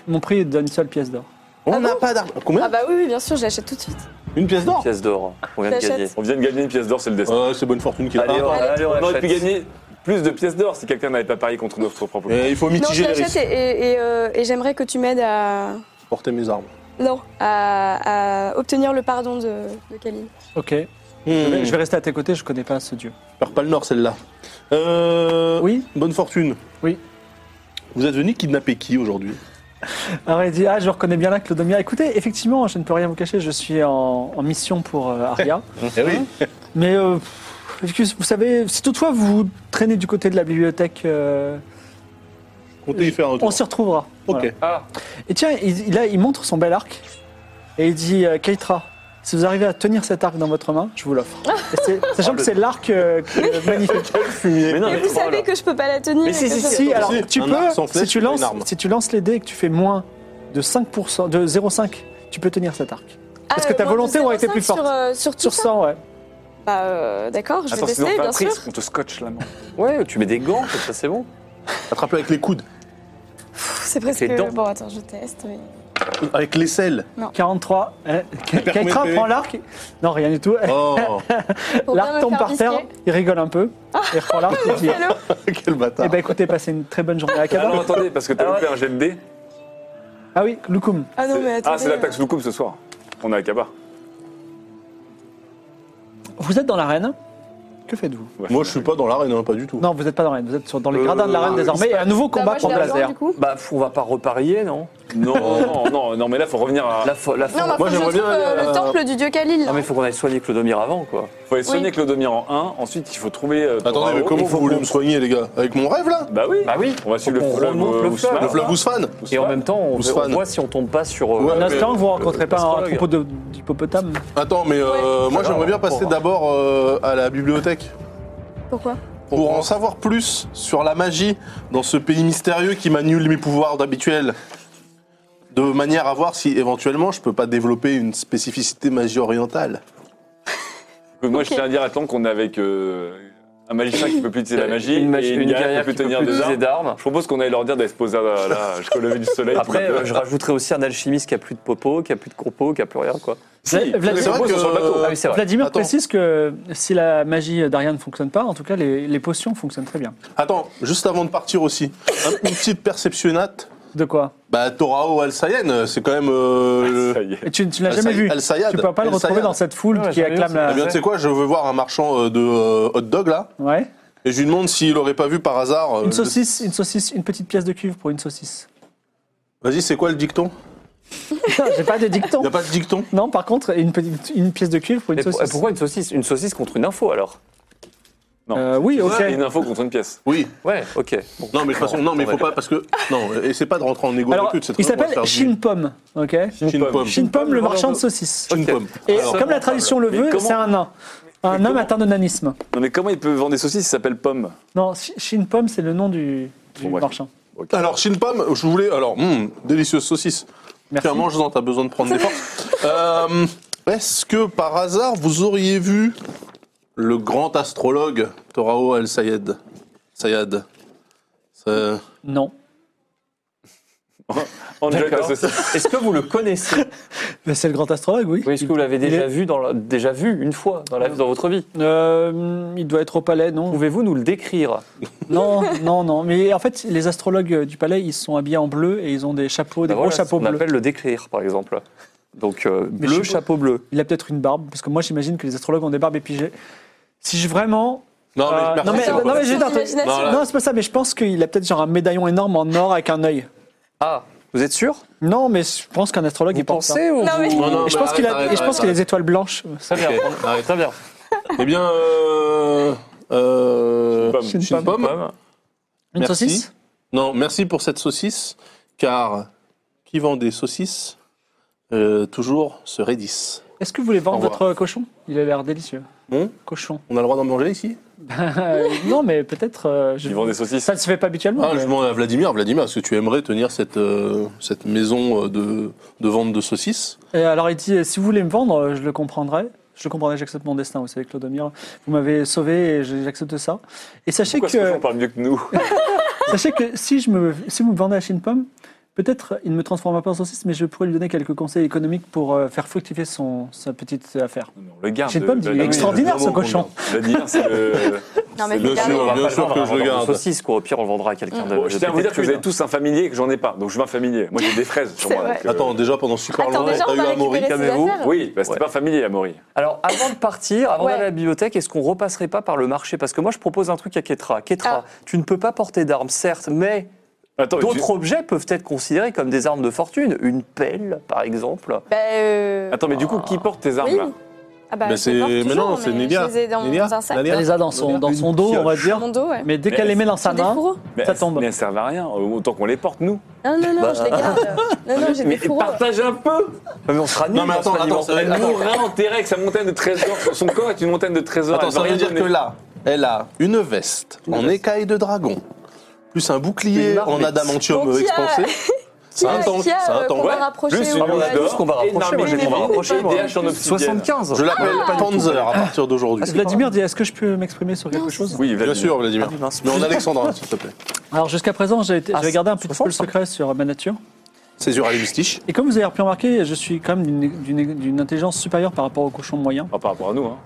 Speaker 1: Mon prix est d'une seule pièce d'or.
Speaker 4: On n'a pas d'armes.
Speaker 5: ah
Speaker 4: Combien
Speaker 5: bah oui, oui, bien sûr, je l'achète tout de suite.
Speaker 4: Une pièce
Speaker 3: Une
Speaker 4: d'or
Speaker 3: pièce d'or qu'on vient de
Speaker 5: J'achète.
Speaker 3: gagner.
Speaker 2: On vient de gagner une pièce d'or, c'est le destin.
Speaker 4: Euh, C'est bonne fortune qu'il a.
Speaker 3: Allez, on,
Speaker 4: Ah,
Speaker 3: allez, on
Speaker 2: on aurait
Speaker 3: achète.
Speaker 2: pu gagner plus de pièces d'or si quelqu'un n'avait pas parié contre notre propre
Speaker 4: Et Eh, il faut
Speaker 5: Non, je
Speaker 4: mitiger les
Speaker 5: l'achète
Speaker 4: risques.
Speaker 5: et, et- et, euh, et j'aimerais que tu m'aides à.
Speaker 4: Porter mes armes.
Speaker 5: Non, à, à obtenir le pardon de, de Khalil.
Speaker 1: Ok.
Speaker 4: Hmm.
Speaker 1: Je, vais, je vais rester à tes côtés. Je connais pas ce dieu.
Speaker 4: Perds pas le nord celle-là. Euh,
Speaker 1: Oui.
Speaker 4: Bonne fortune.
Speaker 1: Oui.
Speaker 4: Vous êtes venu kidnapper qui aujourd'hui
Speaker 1: Alors elle dit ah je reconnais bien là Clodomir. Écoutez, effectivement, je ne peux rien vous cacher. Je suis en, en mission pour euh, Aria.
Speaker 4: Eh oui.
Speaker 1: Mais euh, pff, excuse, vous savez, si toutefois vous traînez du côté de la bibliothèque, euh,
Speaker 4: Comptez y faire un tour.
Speaker 1: On s'y retrouvera.
Speaker 4: Ok.
Speaker 1: Voilà.
Speaker 3: Ah,
Speaker 1: Et tiens, il, là, il montre son bel arc et il dit euh, Keitra, si vous arrivez à tenir cet arc dans votre main, je vous l'offre.
Speaker 4: Ah.
Speaker 1: Et c'est- Sachant que c'est l'arc euh, que- magnifique.
Speaker 3: mais
Speaker 1: Ah,
Speaker 3: non,
Speaker 5: Mais
Speaker 3: mais
Speaker 5: vous
Speaker 3: trop,
Speaker 5: savez
Speaker 3: là.
Speaker 5: que je peux pas la tenir.
Speaker 3: Mais si,
Speaker 5: et que
Speaker 3: si,
Speaker 5: je-
Speaker 1: Si, alors
Speaker 4: Si,
Speaker 1: tu
Speaker 4: un
Speaker 1: peux,
Speaker 4: arc sans
Speaker 1: si,
Speaker 4: flèche,
Speaker 1: tu
Speaker 4: c'est une
Speaker 1: lances,
Speaker 4: arme.
Speaker 1: si tu lances les dés et que tu fais moins de 5%, de 0,5, tu peux tenir cet arc.
Speaker 5: Ah,
Speaker 1: Parce que ta
Speaker 5: moins de
Speaker 1: volonté aurait été
Speaker 5: 0,5
Speaker 1: plus forte.
Speaker 5: Sur, euh, sur tout
Speaker 1: Sur
Speaker 5: ça.
Speaker 1: 100, ouais.
Speaker 5: Bah, euh, d'accord, je vais
Speaker 2: Attends, sinon
Speaker 5: tester,
Speaker 2: on fait
Speaker 5: bien
Speaker 2: un
Speaker 5: sûr.
Speaker 2: prise, on te scotche la main.
Speaker 3: Ouais, tu mets des gants, comme ça c'est bon.
Speaker 4: Attrapez avec les coudes,
Speaker 5: Pff, C'est presque.
Speaker 3: les dents.
Speaker 5: Bon, attends, je teste. mais-
Speaker 4: avec les selles.
Speaker 1: 43. hein. Ke-
Speaker 4: perd combien de
Speaker 1: Keitra
Speaker 4: PV?
Speaker 1: prend l'arc. Non, rien du tout.
Speaker 4: Oh,
Speaker 5: Pour bien
Speaker 1: L'arc
Speaker 5: me
Speaker 1: tombe
Speaker 5: faire Ah.
Speaker 1: par terre,
Speaker 5: bisquer.
Speaker 1: il rigole un peu. Il reprend l'arc et il dit
Speaker 5: Allô
Speaker 4: quel bâtard.
Speaker 1: Eh ben écoutez, passez une très bonne journée à
Speaker 2: Ah non,
Speaker 1: Cabane.
Speaker 2: attendez, parce que
Speaker 3: Ah
Speaker 2: t'as
Speaker 3: ouais.
Speaker 2: loupé un jet de dés.
Speaker 1: Ah oui, Lukum.
Speaker 5: Ah non, mais
Speaker 2: C'est-
Speaker 5: attendez.
Speaker 2: Ah, c'est la taxe Loukoum ce soir. On est à Kaba.
Speaker 1: Vous êtes dans l'arène. Que faites-vous
Speaker 4: Moi, je suis pas dans l'arène, hein, pas du tout.
Speaker 1: Non, vous n'êtes pas dans l'arène. Vous êtes sur- dans les
Speaker 3: Euh,
Speaker 1: gradins de l'arène
Speaker 3: euh,
Speaker 1: désormais. Et un nouveau
Speaker 5: Bah,
Speaker 1: combat
Speaker 5: moi, je
Speaker 1: contre
Speaker 5: la rejoins,
Speaker 1: laser.
Speaker 5: du coup.
Speaker 3: Bah, on va pas reparier, non
Speaker 2: Non, non, non, non, mais là, faut revenir à.
Speaker 3: La fo- la fo-
Speaker 5: Non,
Speaker 4: Moi,
Speaker 5: mais enfin, je
Speaker 4: j'aimerais
Speaker 5: trouve
Speaker 4: bien aller
Speaker 5: euh,
Speaker 4: à-
Speaker 5: le temple du dieu Khalil.
Speaker 3: Non, mais il faut qu'on aille soigner Clodomir avant, quoi.
Speaker 2: Faut aller soigner
Speaker 5: Oui.
Speaker 2: Clodomir en 1, ensuite il faut trouver. euh, ton
Speaker 4: Attendez, mais
Speaker 2: Raoul.
Speaker 4: comment
Speaker 2: Il faut
Speaker 4: vous voulez
Speaker 2: qu'on-
Speaker 4: me soigner, les gars Avec mon rêve,
Speaker 1: Ah,
Speaker 4: là
Speaker 2: Bah oui
Speaker 3: Bah oui,
Speaker 2: On va suivre
Speaker 3: Faut
Speaker 2: le
Speaker 3: qu'on
Speaker 2: fleuve.
Speaker 3: remonte
Speaker 2: euh,
Speaker 3: le
Speaker 2: Ousmane.
Speaker 3: fleuve.
Speaker 4: Le Flavous fan
Speaker 3: Et en même temps, on,
Speaker 4: Ousmane.
Speaker 3: on voit si on tombe pas sur. euh,
Speaker 4: Ouais,
Speaker 1: En
Speaker 4: mais-
Speaker 1: instant, vous rencontrez pas un
Speaker 3: l'astrologue.
Speaker 1: troupeau de- d'hippopotames.
Speaker 4: Attends, mais euh, moi,
Speaker 3: Ça va,
Speaker 4: j'aimerais bien
Speaker 3: on pourra.
Speaker 4: passer d'abord euh, à la bibliothèque.
Speaker 5: Pourquoi
Speaker 4: Pour en savoir plus sur la magie dans ce pays mystérieux qui m'annule mes pouvoirs d'habituel. De manière à voir si éventuellement je peux pas développer une spécificité magie orientale.
Speaker 2: Que Moi, je
Speaker 5: Ok.
Speaker 2: tiens à dire à Tonk qu'on est avec euh, un magicien qui peut plus utiliser la magie,
Speaker 3: Euh, Une, magi-
Speaker 2: et
Speaker 3: une guerrière
Speaker 2: qui peut
Speaker 3: qui
Speaker 2: tenir
Speaker 3: peut
Speaker 2: des
Speaker 3: utiliser
Speaker 2: armes.
Speaker 3: d'armes.
Speaker 2: Je propose qu'on aille leur dire d'aller se poser là, là, jusqu'au lever du soleil.
Speaker 3: Après, euh, je
Speaker 2: rajoute.
Speaker 3: rajouterai aussi un alchimiste qui a plus de popo, qui a plus de corpo, qui a plus rien, quoi.
Speaker 2: Si,
Speaker 1: Vladimir-
Speaker 2: c'est vrai que... sur le bateau.
Speaker 3: Ah oui, c'est vrai.
Speaker 1: Vladimir
Speaker 4: Attends.
Speaker 1: précise que si la magie d'Ariane ne fonctionne pas, en tout cas, les, les potions fonctionnent très bien.
Speaker 4: Attends, juste avant de partir aussi, un- une petite perceptionnate.
Speaker 1: De quoi
Speaker 4: Bah, Torao Al-Sayen, c'est quand même. euh,
Speaker 2: Ça y est.
Speaker 1: Et Tu, tu ne l'as
Speaker 4: Al-Sayad-
Speaker 1: jamais vu.
Speaker 4: Al-Sayad.
Speaker 1: Tu ne peux pas le retrouver
Speaker 4: Al-Sayad.
Speaker 1: dans cette foule
Speaker 3: Ouais,
Speaker 1: qui
Speaker 3: j'avais
Speaker 1: acclame
Speaker 3: vu ça.
Speaker 4: Eh
Speaker 1: la.
Speaker 4: bien, tu sais quoi, je veux voir un marchand euh, de euh, hot dog là,
Speaker 1: Ouais.
Speaker 4: et je lui demande s'il aurait pas vu par hasard. euh,
Speaker 1: Une
Speaker 4: le-
Speaker 1: saucisse, une saucisse, une petite pièce de cuivre pour une saucisse.
Speaker 4: Vas-y, c'est quoi le dicton
Speaker 1: J'ai pas de dicton.
Speaker 4: Y a pas de dicton
Speaker 1: Non, par contre, une, petite, une pièce de cuivre pour une
Speaker 3: Mais pour-
Speaker 1: saucisse.
Speaker 3: pourquoi une saucisse Une saucisse contre une info, alors
Speaker 2: non.
Speaker 1: Euh, oui, ok.
Speaker 2: Une info contre une pièce.
Speaker 4: Oui.
Speaker 3: Ouais, ok. Bon.
Speaker 4: Non, mais de toute façon, non, mais il faut
Speaker 3: attendez.
Speaker 4: pas parce que non, essaie pas de rentrer en négo
Speaker 1: Alors,
Speaker 4: avec eux. de cette
Speaker 1: il
Speaker 4: façon, on va
Speaker 1: s'appelle
Speaker 4: se faire
Speaker 1: Shin Pomme, ok
Speaker 4: du- Shin Pomme.
Speaker 1: Shin Pomme, le
Speaker 3: le
Speaker 1: marchand
Speaker 3: vendeur
Speaker 1: de
Speaker 3: de-
Speaker 1: saucisses.
Speaker 4: Shin
Speaker 3: Ok.
Speaker 4: Pomme.
Speaker 1: Et
Speaker 4: Alors,
Speaker 1: comme la tradition le
Speaker 2: Mais
Speaker 1: veut,
Speaker 2: comment-
Speaker 1: c'est un nain. Un homme atteint de nanisme.
Speaker 2: Non, mais comment il peut vendre des saucisses Il s'appelle Pomme.
Speaker 1: Non, Shi- Shin Pomme, c'est le nom du, du
Speaker 2: Bon, bref.
Speaker 1: marchand.
Speaker 4: alors Shin Pomme, je voulais alors hum, délicieuse saucisse.
Speaker 1: Merci.
Speaker 4: Tiens, mange-en, t'as besoin de prendre des forces. Euh, Est-ce que par hasard vous auriez vu le grand astrologue Torao Al Sayed Sayad Ça-
Speaker 1: Non.
Speaker 2: En jette la
Speaker 3: D'accord.
Speaker 2: saucisse.
Speaker 3: Est-ce que vous le connaissez
Speaker 1: Mais c'est le grand astrologue, oui.
Speaker 3: Oui, est-ce que vous l'avez
Speaker 1: Il
Speaker 3: déjà
Speaker 1: est-
Speaker 3: vu dans la- déjà vu une fois dans la dans votre vie
Speaker 1: Euh, il doit être au palais, non
Speaker 3: Pouvez-vous nous le décrire
Speaker 1: Non, non, non. Mais en fait, les astrologues euh, du palais, ils sont habillés en bleu et ils ont des chapeaux, des
Speaker 3: Bah
Speaker 1: gros
Speaker 3: voilà, c'est ce
Speaker 1: chapeaux
Speaker 3: qu'on
Speaker 1: bleus.
Speaker 3: appelle le décrire, par exemple. Donc euh,
Speaker 1: Mais
Speaker 3: bleu,
Speaker 1: je-
Speaker 3: chapeau bleu.
Speaker 1: Il a peut-être une barbe, parce que moi, j'imagine que les astrologues ont des barbes épigées. Si je vraiment.
Speaker 4: Non, mais,
Speaker 1: euh,
Speaker 4: merci,
Speaker 1: non, mais,
Speaker 4: Bah, c'est
Speaker 1: non,
Speaker 4: pas
Speaker 1: mais
Speaker 4: mal.
Speaker 1: j'ai
Speaker 5: Sur
Speaker 1: dit un truc.
Speaker 5: l'imagination.
Speaker 4: Non, là-
Speaker 1: Non, c'est pas ça, mais je pense qu'il a peut-être genre un médaillon énorme en or avec un œil.
Speaker 3: Ah, vous êtes sûr
Speaker 1: Non, mais je pense qu'un astrologue,
Speaker 3: Vous
Speaker 1: il pense ça.
Speaker 3: pensez ou
Speaker 5: Non, mais- bah,
Speaker 3: vous-
Speaker 4: Non, non,
Speaker 1: Et je
Speaker 4: mais
Speaker 1: pense qu'il a,
Speaker 4: arrête,
Speaker 1: et je pense
Speaker 4: arrête,
Speaker 1: qu'il a des étoiles blanches.
Speaker 3: Très bien, très bien.
Speaker 4: Eh bien, euh, euh,
Speaker 2: Pomme.
Speaker 4: Shin
Speaker 1: Shin
Speaker 4: Pomme.
Speaker 1: Une
Speaker 4: Merci.
Speaker 1: saucisse
Speaker 4: Non, merci pour cette saucisse, car qui vend des saucisses euh, toujours se raidissent.
Speaker 1: Est-ce que vous voulez vendre
Speaker 4: Au revoir.
Speaker 1: votre cochon Il a l'air délicieux.
Speaker 4: Bon,
Speaker 1: Cochon.
Speaker 4: on a le droit d'en manger ici
Speaker 1: Euh, non, mais peut-être. euh, je-
Speaker 2: Ils vendent des saucisses.
Speaker 1: Ça ne se fait pas habituellement.
Speaker 4: ah,
Speaker 1: mais-
Speaker 4: Je demande à Vladimir, Vladimir, est-ce que tu aimerais tenir cette, euh, cette maison euh, de, de vente de saucisses
Speaker 1: Et alors il dit, si vous voulez me vendre, euh, je le comprendrai. Je le comprendrai, j'accepte mon destin. Vous savez, Clodomir, vous m'avez sauvé et je- j'accepte ça. Et sachez
Speaker 2: Pourquoi ce cochon
Speaker 1: que,
Speaker 2: parle mieux que nous
Speaker 1: sachez que si, je me, si vous me vendez à Shin Pomme, peut-être il ne me transformera pas en saucisse, mais je pourrais lui donner quelques conseils économiques pour euh, faire fructifier son, sa petite affaire.
Speaker 2: Non, on Le garde.
Speaker 1: Shin Pomme dit, il est
Speaker 2: Vladimir.
Speaker 1: extraordinaire ce
Speaker 4: Vladimir,
Speaker 1: cochon.
Speaker 2: Vladimir, c'est le.
Speaker 5: Non, mais
Speaker 2: c'est le-
Speaker 5: bien
Speaker 4: sûr,
Speaker 3: On va
Speaker 4: bien
Speaker 3: pas le
Speaker 4: sûr
Speaker 3: vendre,
Speaker 4: que
Speaker 3: on
Speaker 4: je
Speaker 3: va
Speaker 4: le
Speaker 3: vendre
Speaker 4: garde.
Speaker 3: aux saucisses, quoi. Au pire, on le vendra à quelqu'un de.
Speaker 2: Bon, je tiens à vous dire que vous avez
Speaker 3: avez
Speaker 2: tous un familier et que j'en ai pas. Donc je veux un familier. Moi j'ai des fraises sur
Speaker 5: C'est
Speaker 2: moi.
Speaker 5: vrai.
Speaker 2: donc, euh,
Speaker 4: Attends, déjà pendant super
Speaker 5: Attends,
Speaker 4: longtemps,
Speaker 5: déjà,
Speaker 4: t'as
Speaker 5: on
Speaker 4: eu
Speaker 5: va
Speaker 4: un Maury.
Speaker 5: récupérer ses
Speaker 3: calmez-vous.
Speaker 5: affaires.
Speaker 2: Oui, bah, c'était
Speaker 3: Ouais.
Speaker 2: pas un familier, Amaury.
Speaker 3: Alors, avant de partir, avant
Speaker 5: Ouais.
Speaker 3: d'aller à la bibliothèque, est-ce qu'on repasserait pas par le marché Parce que moi, je propose un truc à Ketra. Ketra,
Speaker 5: Ah.
Speaker 3: tu ne peux pas porter d'armes, certes, mais
Speaker 2: Attends, mais tu-
Speaker 3: d'autres objets peuvent être considérés comme des armes de fortune. Une pelle, par exemple. Ah,
Speaker 5: Bah, euh,
Speaker 2: Attends, mais du coup, qui porte tes armes
Speaker 5: Oui.
Speaker 2: là
Speaker 5: Ah bah,
Speaker 4: Mais
Speaker 5: je les
Speaker 4: c'est-
Speaker 5: porte
Speaker 4: mais
Speaker 5: toujours,
Speaker 4: non, c'est
Speaker 5: mais
Speaker 4: Nelia.
Speaker 5: Je les ai dans
Speaker 4: Nelia,
Speaker 5: un sac.
Speaker 4: Nelia.
Speaker 1: Elle les a dans son, dans son dos, on va dire.
Speaker 5: Mon dos, ouais.
Speaker 1: Mais dès qu'elle les met dans sa
Speaker 5: C'est des
Speaker 1: main,
Speaker 5: fourreaux.
Speaker 2: Mais
Speaker 1: Ça
Speaker 2: elles-
Speaker 1: tombe.
Speaker 2: Mais elles servent à rien, autant qu'on les porte, nous.
Speaker 5: Non, non, non, je les garde. Non, non, j'ai des
Speaker 2: Mais
Speaker 5: fourreaux.
Speaker 2: partage un peu
Speaker 3: mais on sera nuls.
Speaker 4: Non, mais
Speaker 3: dans ce
Speaker 4: attends, attends,
Speaker 3: maniement.
Speaker 4: ça va être-
Speaker 2: Elle
Speaker 4: attends,
Speaker 2: mourra enterrée avec sa montagne de trésors. Son corps est une montagne de trésors.
Speaker 4: Attends,
Speaker 2: elle
Speaker 4: ça
Speaker 2: va
Speaker 4: veut
Speaker 2: rien
Speaker 4: dire que
Speaker 2: donner.
Speaker 4: là, elle a une veste en écaille de dragon, plus un bouclier
Speaker 3: Une
Speaker 4: en
Speaker 3: marmite.
Speaker 4: adamantium
Speaker 5: Donc, il y a-
Speaker 4: expansé. C'est un
Speaker 5: Qui a-
Speaker 4: tank,
Speaker 5: qui a,
Speaker 4: c'est un
Speaker 5: euh,
Speaker 4: tank.
Speaker 5: qu'on va
Speaker 2: Ouais,
Speaker 5: rapprocher
Speaker 2: plus
Speaker 5: ou
Speaker 2: une
Speaker 5: pas
Speaker 3: Ah,
Speaker 2: On
Speaker 3: bon,
Speaker 2: adore.
Speaker 3: tout ce qu'on va
Speaker 2: Et
Speaker 3: rapprocher, moi,
Speaker 2: l'armée
Speaker 3: j'ai
Speaker 2: des
Speaker 3: qu'on va
Speaker 2: villes,
Speaker 3: rapprocher,
Speaker 2: et
Speaker 3: moi.
Speaker 2: DH en obsidienne.
Speaker 3: 75
Speaker 4: Je l'appelle
Speaker 5: Ah.
Speaker 4: Panzer à partir d'aujourd'hui.
Speaker 1: Vladimir dit Est-ce que je peux m'exprimer sur quelque chose
Speaker 2: Oui,
Speaker 4: Bien
Speaker 2: Vladimir.
Speaker 4: sûr, Vladimir.
Speaker 3: Ah oui, mince.
Speaker 4: Mais en Alexandrin, s'il te plaît.
Speaker 1: Alors jusqu'à présent, j'ai été-
Speaker 3: Ah,
Speaker 1: j'avais gardé un petit peu le
Speaker 3: 60.
Speaker 1: secret sur ma nature.
Speaker 4: Césure à Lustich.
Speaker 1: Et comme vous avez pu remarquer, je suis quand même d'une- d'une d'une intelligence supérieure par rapport au cochon moyen.
Speaker 2: Pas par rapport à nous, hein.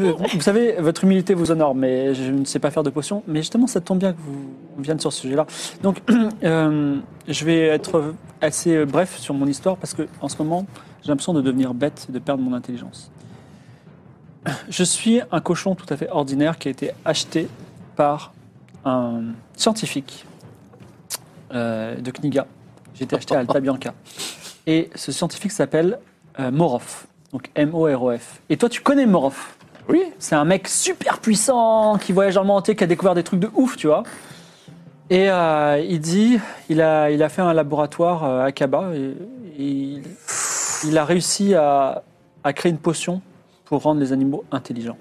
Speaker 1: Euh, Vous vous savez, votre humilité vous honore, mais je ne sais pas faire de potions. Mais justement, ça tombe bien que vous on vienne sur ce sujet-là. Donc, euh, je vais être assez euh, bref sur mon histoire parce que en ce moment, j'ai l'impression de devenir bête, et de perdre mon intelligence. Je suis un cochon tout à fait ordinaire qui a été acheté par un scientifique euh, de Kniga. J'ai été acheté à Alta Bianca. Et ce scientifique s'appelle euh, Morov. Donc M-O-R-O-F. Et toi, tu connais Morov
Speaker 3: Oui.
Speaker 1: c'est un mec super puissant qui voyage dans le monde entier, qui a découvert des trucs de ouf, tu vois. Et euh, il dit, il a, il a fait un laboratoire euh, à Kaba et, et il, il a réussi à, à créer une potion pour rendre les animaux intelligents.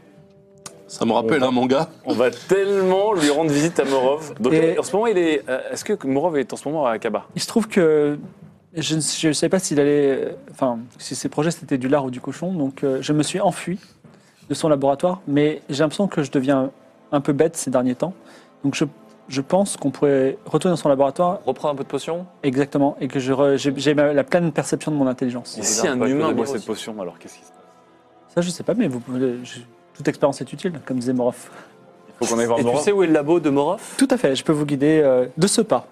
Speaker 4: Ça me rappelle un manga.
Speaker 2: On va tellement lui rendre visite à Morov. Donc
Speaker 1: Et-
Speaker 2: en ce moment, il est. euh, Est-ce que Morov est en ce moment à Kaba
Speaker 1: Il se trouve que je ne je ne savais pas s'il allait, enfin, si ses projets c'était du lard ou du cochon, donc euh, je me suis enfui de son laboratoire, mais j'ai l'impression que je deviens un peu bête ces derniers temps, donc je, je pense qu'on pourrait retourner dans son laboratoire
Speaker 3: Reprends un peu de potion.
Speaker 1: Exactement, et que je re- j'ai j'ai ma- la pleine perception de mon intelligence.
Speaker 2: Et
Speaker 3: Oui.
Speaker 2: si
Speaker 3: on
Speaker 2: un
Speaker 3: va
Speaker 2: humain
Speaker 3: le
Speaker 2: boit
Speaker 3: dire
Speaker 2: cette
Speaker 3: aussi.
Speaker 2: potion, alors qu'est-ce qui se passe
Speaker 1: Ça, je sais pas, mais vous pouvez- je- toute expérience est utile, comme disait Morov.
Speaker 2: Il faut qu'on aille voir
Speaker 3: Et tu
Speaker 2: Morov.
Speaker 3: sais où est le labo de Morov
Speaker 1: Tout à fait, je peux vous guider euh, de ce pas.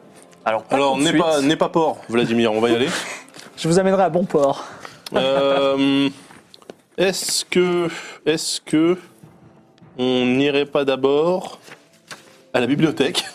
Speaker 3: Alors, pas
Speaker 4: Alors,
Speaker 3: tout de
Speaker 4: n'aie
Speaker 3: suite.
Speaker 4: pas, n'aie pas peur, Vladimir, on va y aller.
Speaker 1: Je vous amènerai à bon port.
Speaker 4: Euh, est-ce que. Est-ce que. On n'irait pas d'abord à la bibliothèque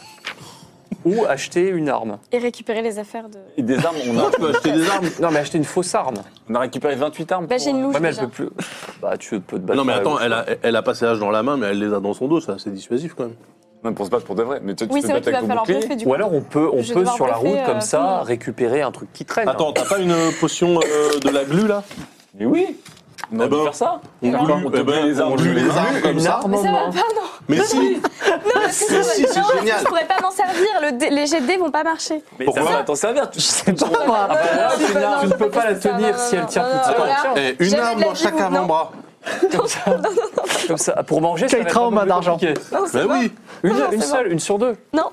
Speaker 3: Ou acheter une arme.
Speaker 5: Et récupérer les affaires de.
Speaker 2: Et des armes, on a,
Speaker 4: Tu peux acheter des armes
Speaker 3: Non, mais acheter une fausse arme.
Speaker 2: on a récupéré 28 armes.
Speaker 5: Bah, j'ai une louche.
Speaker 3: Ouais, mais elle
Speaker 5: déjà.
Speaker 3: peut plus. Bah, tu peux te battre.
Speaker 4: Non, mais
Speaker 3: par la
Speaker 4: attends,
Speaker 3: louche.
Speaker 4: elle a, elle a pas ses haches dans la main, mais elle les a dans son dos, ça, c'est dissuasif quand même.
Speaker 2: Non, pour se battre pour de vrai. Mais toi, tu
Speaker 5: Oui,
Speaker 2: peux
Speaker 5: c'est vrai
Speaker 2: te
Speaker 5: qu'il
Speaker 2: battre
Speaker 5: va
Speaker 2: avec ton
Speaker 5: falloir
Speaker 2: bouclier.
Speaker 5: bluffer
Speaker 4: eh,
Speaker 5: du coup.
Speaker 3: Ou alors, on peut, on
Speaker 5: Je vais
Speaker 3: peut
Speaker 5: devoir
Speaker 3: sur la
Speaker 5: bluffer,
Speaker 3: route, comme
Speaker 5: euh, tout le
Speaker 3: ça,
Speaker 5: monde.
Speaker 3: récupérer un truc qui traîne.
Speaker 4: Attends, t'as pas une euh, potion euh, de la glu là
Speaker 2: Mais oui On
Speaker 4: Eh ben,
Speaker 2: va faire ça
Speaker 4: On
Speaker 2: D'accord, on te
Speaker 4: eh ben,
Speaker 2: met les armes,
Speaker 4: on
Speaker 2: je
Speaker 4: glue
Speaker 2: les
Speaker 4: les armes comme ça.
Speaker 5: Ah, Mais ça va pas, non
Speaker 4: Mais si
Speaker 5: Non, parce que ça va-
Speaker 4: si, c'est
Speaker 5: non, parce que
Speaker 4: génial.
Speaker 5: je pourrais pas m'en servir. Le dé- Les jets de dés vont pas marcher.
Speaker 2: Mais
Speaker 4: Pourquoi
Speaker 2: ça va t'en servir. Tu...
Speaker 1: Je sais pas,
Speaker 5: Ah, bah,
Speaker 3: bah,
Speaker 5: non,
Speaker 3: tu
Speaker 5: c'est
Speaker 3: n'as-
Speaker 5: non,
Speaker 3: tu ne
Speaker 5: c'est
Speaker 3: peux pas la
Speaker 5: c'est ça.
Speaker 3: tenir
Speaker 5: Non,
Speaker 3: si elle
Speaker 5: non,
Speaker 3: tient
Speaker 5: non,
Speaker 3: toute
Speaker 5: non,
Speaker 3: seule.
Speaker 5: Euh, voilà.
Speaker 4: Eh, Une
Speaker 5: Jamais
Speaker 4: arme
Speaker 5: de la
Speaker 4: dans
Speaker 5: vie,
Speaker 4: chaque
Speaker 5: vous, non.
Speaker 4: avant-bras.
Speaker 3: Comme ça, pour manger, ça
Speaker 1: Quel
Speaker 3: va être
Speaker 1: trauma
Speaker 3: un peu
Speaker 1: d'argent.
Speaker 3: compliqué.
Speaker 5: Non,
Speaker 4: Bah
Speaker 5: c'est non.
Speaker 4: oui
Speaker 3: Une,
Speaker 5: Non,
Speaker 3: une
Speaker 5: c'est
Speaker 3: seule, une sur deux.
Speaker 5: Non,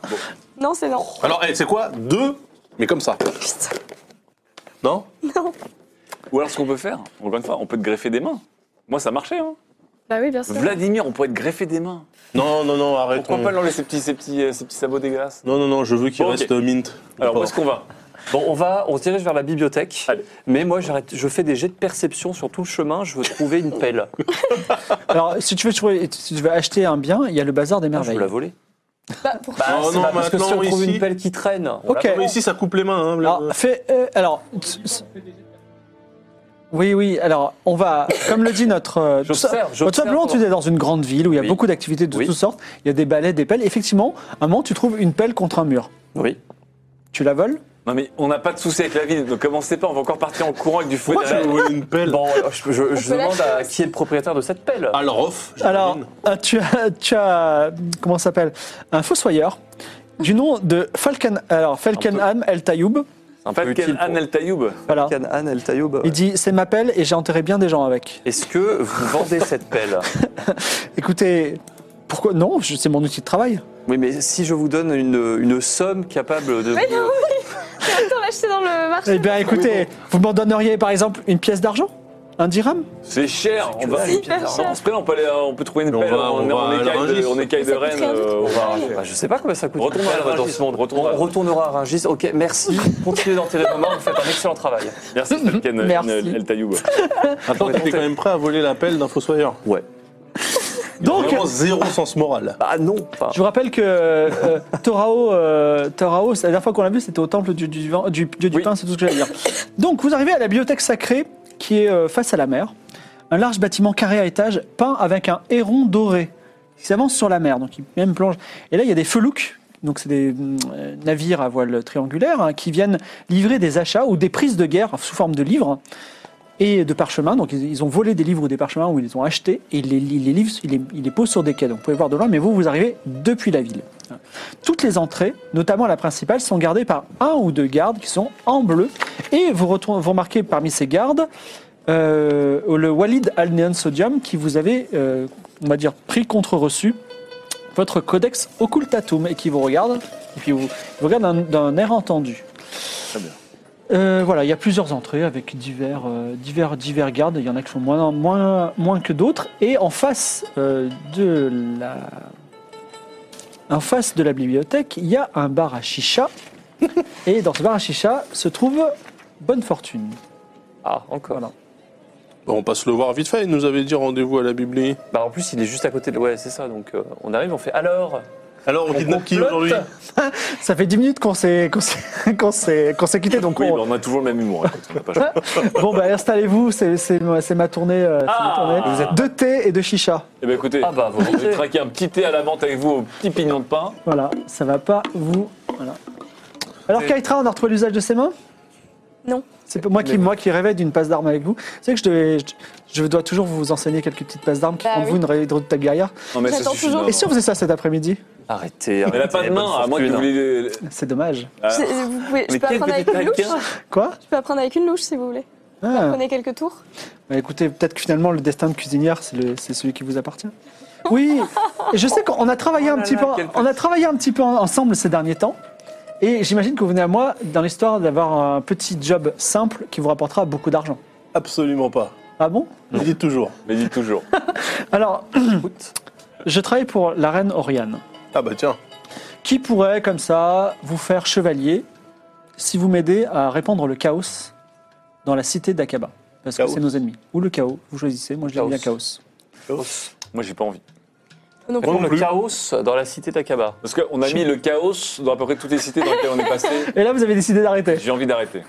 Speaker 5: non, c'est non.
Speaker 4: Alors, eh, c'est quoi Deux, mais comme ça. Non
Speaker 2: Ou alors, ce qu'on peut faire, encore une fois, on peut te greffer des mains. Moi, ça marchait. Hein.
Speaker 5: Bah oui, bien sûr.
Speaker 2: Vladimir, on pourrait te greffer des mains.
Speaker 4: Non, non, non, arrête.
Speaker 2: Pourquoi
Speaker 4: on-
Speaker 2: pas l'enlever ces petits, ces petits, euh, ces petits sabots dégueulasses
Speaker 4: Non, non, non, je veux qu'il
Speaker 2: Bon,
Speaker 4: reste
Speaker 2: ok.
Speaker 4: euh, mint.
Speaker 2: Alors,
Speaker 4: Bon.
Speaker 2: où est-ce qu'on va
Speaker 3: Bon, on va, on se dirige vers la bibliothèque.
Speaker 2: Allez.
Speaker 3: Mais moi, j'arrête, je fais des jets de perception sur tout le chemin. Je veux trouver une pelle.
Speaker 1: Alors, si tu, veux, trouver- si tu veux acheter un bien, il y a le bazar des
Speaker 3: Ah, je
Speaker 1: merveilles.
Speaker 3: veux la voler.
Speaker 5: Bah, pour-
Speaker 2: Ah
Speaker 3: Bah,
Speaker 4: Oh
Speaker 3: c'est
Speaker 4: non,
Speaker 3: pas parce que si on
Speaker 4: maintenant,
Speaker 3: trouve
Speaker 4: ici-
Speaker 3: une pelle qui traîne. on
Speaker 1: Ok.
Speaker 3: la-
Speaker 4: Mais ici, ça coupe les mains. Hein, le-
Speaker 1: Alors, fais, euh, alors t- t- oui, oui, alors, on va, comme le dit notre... euh, tout ça-
Speaker 3: J'observe,
Speaker 1: Tout
Speaker 3: j'observe.
Speaker 1: simplement, tu es dans une grande ville où il y a
Speaker 3: Oui.
Speaker 1: beaucoup d'activités de
Speaker 3: Oui.
Speaker 1: toutes sortes. Il y a des balais, des pelles. Effectivement, à un moment, tu trouves une pelle contre un mur.
Speaker 3: Oui.
Speaker 1: Tu la voles
Speaker 2: Non, mais on n'a pas de soucis avec la ville, donc commencez pas, on va encore partir en courant avec du feu
Speaker 4: Pourquoi tu veux
Speaker 2: derrière.
Speaker 4: voler une pelle Ah,
Speaker 3: Bon, alors, je, je- je
Speaker 5: peut la
Speaker 3: demande à
Speaker 5: faire.
Speaker 3: qui est le propriétaire de cette pelle.
Speaker 4: Alrof,
Speaker 1: Alors, euh, tu as, tu as comment ça s'appelle un fossoyeur du nom de Falken, alors Falkenham El Tayoub.
Speaker 3: C'est un peu
Speaker 2: Falken
Speaker 3: utile pour-
Speaker 2: Anne El Tayoub.
Speaker 1: Voilà.
Speaker 3: Canaan El Tayoub.
Speaker 1: Il dit c'est ma pelle et j'ai enterré bien des gens avec.
Speaker 3: Est-ce que vous vendez cette pelle
Speaker 1: Écoutez, pourquoi non je- C'est mon outil de travail.
Speaker 3: Oui, mais si je vous donne une, une somme capable de.
Speaker 5: Mais non, Attends, l'acheter dans le marché.
Speaker 1: Eh bien, écoutez, vous m'en donneriez par exemple une pièce d'argent, un dirham.
Speaker 2: C'est cher, on va.
Speaker 5: C'est hyper
Speaker 2: Non,
Speaker 5: cher.
Speaker 2: en ce cas-là, on peut, aller, euh, on peut trouver une
Speaker 4: Mais on
Speaker 2: pelle
Speaker 4: va-
Speaker 2: en-
Speaker 4: on va
Speaker 2: en
Speaker 4: à
Speaker 2: écaille de-
Speaker 4: Rungis.
Speaker 2: en écaille de
Speaker 5: Ça coûte
Speaker 2: reine.
Speaker 5: rien du tout.
Speaker 2: euh, on va
Speaker 5: Ouais.
Speaker 2: arranger.
Speaker 3: Bah, je sais pas combien ça coûte.
Speaker 2: Retourne à Rungis,
Speaker 3: Rungis.
Speaker 2: on retourne à
Speaker 3: On
Speaker 2: Rungis.
Speaker 3: retournera à Rungis. Ok, merci. Continuez d'enterrer vos mains, vous faites un excellent travail.
Speaker 2: Merci, Falken
Speaker 1: Merci.
Speaker 2: Anne El Tayoub.
Speaker 4: Attends, t'étais
Speaker 3: monter.
Speaker 4: quand même prêt à voler la pelle d'un fossoyeur
Speaker 3: Ouais.
Speaker 1: Donc,
Speaker 4: Vraiment zéro sens moral.
Speaker 3: Bah non, enfin,
Speaker 1: je vous rappelle que euh, Torao, euh, Torao, c'est la dernière fois qu'on l'a vu, c'était au temple du, du vin- du dieu du
Speaker 2: Oui.
Speaker 1: pain, c'est tout ce que j'allais dire. Donc, vous arrivez à la bibliothèque sacrée qui est euh, face à la mer. un large bâtiment carré à étages peint avec un héron doré qui s'avance sur la mer. Donc il même plonge. Et là, il y a des felouks, donc c'est des mm, euh, navires à voile triangulaire, hein, qui viennent livrer des achats ou des prises de guerre sous forme de livres et de parchemins. Donc ils, ils ont volé des livres ou des parchemins ou ils les ont achetés et ils les, ils les livrent- ils les, ils les posent sur des quais. Donc vous pouvez voir de loin, mais vous, vous arrivez depuis la ville. Toutes les entrées, notamment la principale, sont gardées par un ou deux gardes qui sont en bleu. Et vous, retrouvez- vous remarquez parmi ces gardes euh, le Walid Al-Neon Sodium qui vous avait, euh, on va dire, pris contre reçu votre codex occultatum et qui vous regarde, et puis vous, vous regarde d'un- d'un air entendu.
Speaker 2: Très bien.
Speaker 1: Euh, voilà, il y a plusieurs entrées avec divers, euh, divers, divers gardes. Il y en a qui sont moins, moins, moins que d'autres. Et en face euh, de la, en face de la bibliothèque, il y a un bar à chicha. et dans ce bar à chicha se trouve Bonne Fortune.
Speaker 3: Ah, encore.
Speaker 1: Voilà.
Speaker 4: Bon, on passe le voir vite fait, il nous avait dit rendez-vous à la Bibli.
Speaker 3: Bah, en plus, il est juste à côté de. Ouais, c'est ça. Donc, euh, on arrive, on fait alors.
Speaker 4: Alors, on
Speaker 3: On
Speaker 4: kidnappe qui
Speaker 3: complote
Speaker 4: aujourd'hui
Speaker 1: Ça fait 10 minutes qu'on s'est, qu'on s'est, qu'on s'est- qu'on s'est quitté, donc
Speaker 2: Oui,
Speaker 1: on-
Speaker 2: mais on a toujours le même humour. écoute, on n'a pas changé.
Speaker 1: bon bah installez-vous, c'est, c'est ma- c'est ma tournée, euh, c'est ma tournée. de thé et de chicha.
Speaker 2: Eh bien, écoutez,
Speaker 3: Ah bah, vous
Speaker 2: je vais
Speaker 3: rentrez.
Speaker 2: traquer un petit thé à la menthe avec vous au petit pignon de pain.
Speaker 1: Voilà, ça va pas vous. Voilà. Alors Kaitra, on a retrouvé l'usage de ses mains
Speaker 5: Non.
Speaker 1: C'est pas- moi qui, moi qui rêvais d'une passe d'armes avec vous. C'est que je, devais- je, je dois toujours vous enseguer quelques petites passes d'armes qui
Speaker 5: Bah
Speaker 1: font de
Speaker 5: oui.
Speaker 1: vous une raidro de guerrière.
Speaker 2: Non, mais
Speaker 5: J'attends
Speaker 2: suffit,
Speaker 5: toujours.
Speaker 2: non,
Speaker 1: Et si on
Speaker 2: non.
Speaker 1: faisait ça cet après-midi
Speaker 3: Arrêtez.
Speaker 2: Elle a pas de main, à moins que vous vouliez.
Speaker 1: C'est dommage.
Speaker 2: Ah.
Speaker 5: Je sais- vous pouvez- je
Speaker 2: Mais
Speaker 5: peux
Speaker 2: quel
Speaker 5: apprendre avec une
Speaker 2: petit taquin.
Speaker 5: louche
Speaker 1: Quoi
Speaker 5: Je peux apprendre avec une louche si vous voulez.
Speaker 1: Ah.
Speaker 5: Prenez quelques tours.
Speaker 1: Bah, écoutez, peut-être que finalement le destin de cuisinière, c'est le- c'est celui qui vous appartient. Oui, et je sais qu'on a travaillé un petit peu, on a travaillé un petit peu en- ensemble ces derniers temps, et j'imagine que vous venez à moi dans l'histoire d'avoir un petit job simple qui vous rapportera beaucoup d'argent.
Speaker 4: Absolument pas.
Speaker 1: Ah bon
Speaker 4: Il dit toujours.
Speaker 2: Mais dites toujours.
Speaker 1: Alors, je travaille pour la reine Oriane,
Speaker 4: Ah bah tiens,
Speaker 1: qui pourrait comme ça vous faire chevalier si vous m'aidez à répandre le chaos dans la cité d'Akaba, parce que
Speaker 4: Chaos.
Speaker 1: c'est nos ennemis. Ou le chaos, vous choisissez. Moi, je dis bien chaos.
Speaker 2: Moi, j'ai pas envie.
Speaker 5: Non, plus.
Speaker 3: Prendre le chaos euh, dans la cité d'Akaba.
Speaker 2: Parce qu'on a mis le chaos dans à peu près toutes les cités dans lesquelles on est passé.
Speaker 1: Et là, vous avez décidé d'arrêter.
Speaker 2: J'ai envie d'arrêter.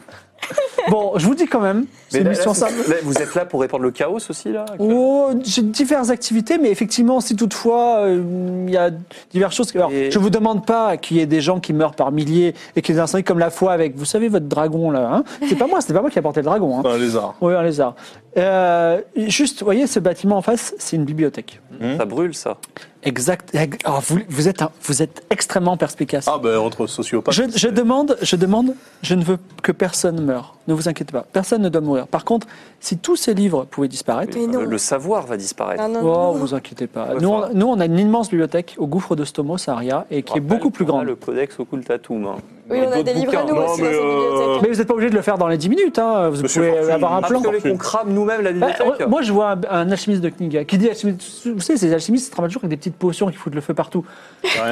Speaker 1: Bon, je vous dis quand même, c'est une
Speaker 3: là,
Speaker 1: mission
Speaker 3: là,
Speaker 1: simple.
Speaker 3: là, vous êtes là pour répandre le chaos aussi, là
Speaker 1: Oh, j'ai diverses activités, mais effectivement, si toutefois euh, il y a diverses choses. Alors,
Speaker 3: Et-
Speaker 1: je vous demande pas qu'il y ait des gens qui meurent par milliers et qu'il y ait des incendies comme la fois avec, vous savez, votre dragon là. Hein c'est pas moi, c'était pas moi qui a porté le dragon. Hein.
Speaker 4: c'est un lézard.
Speaker 1: Oui, un lézard. Euh, juste, vous voyez, ce bâtiment en face, c'est une bibliothèque.
Speaker 3: Ça brûle, ça.
Speaker 1: Exact. ex- ah, vous, vous êtes un- vous êtes extrêmement perspicace.
Speaker 4: Ah bah entre sociopathes.
Speaker 1: Je, je demande, je demande, je ne veux que personne meure. Ne vous inquiétez pas, personne ne doit mourir. Par contre, si tous ces livres pouvaient disparaître,
Speaker 5: Mais non.
Speaker 3: Le, le savoir va disparaître.
Speaker 5: Ah, non,
Speaker 1: Oh,
Speaker 5: non.
Speaker 1: vous inquiétez pas.
Speaker 3: Ouais,
Speaker 1: Nous on,
Speaker 3: enfin-
Speaker 1: nous, on a une immense bibliothèque au gouffre de Stomos, à Aria, et qui est
Speaker 3: Rappelle
Speaker 1: beaucoup plus
Speaker 3: qu'on a
Speaker 1: grande.
Speaker 3: Le codex occultatum. hein.
Speaker 5: Oui, on a des livres à nous
Speaker 4: Non,
Speaker 5: aussi dans
Speaker 4: mais,
Speaker 5: cette bibliothèque.
Speaker 1: Mais vous n'êtes pas obligé de le faire dans les 10 minutes, hein. vous
Speaker 4: Monsieur
Speaker 1: pouvez
Speaker 4: Fortune,
Speaker 1: avoir un
Speaker 3: Ah,
Speaker 1: plan.
Speaker 3: vous voulez qu'on crame nous-mêmes la
Speaker 1: Bah,
Speaker 3: bibliothèque
Speaker 1: moi, je vois un, un alchimiste de Kniga qui dit alchimiste. Vous savez, ces alchimistes, c'est toujours avec des petites potions qui foutent le feu partout.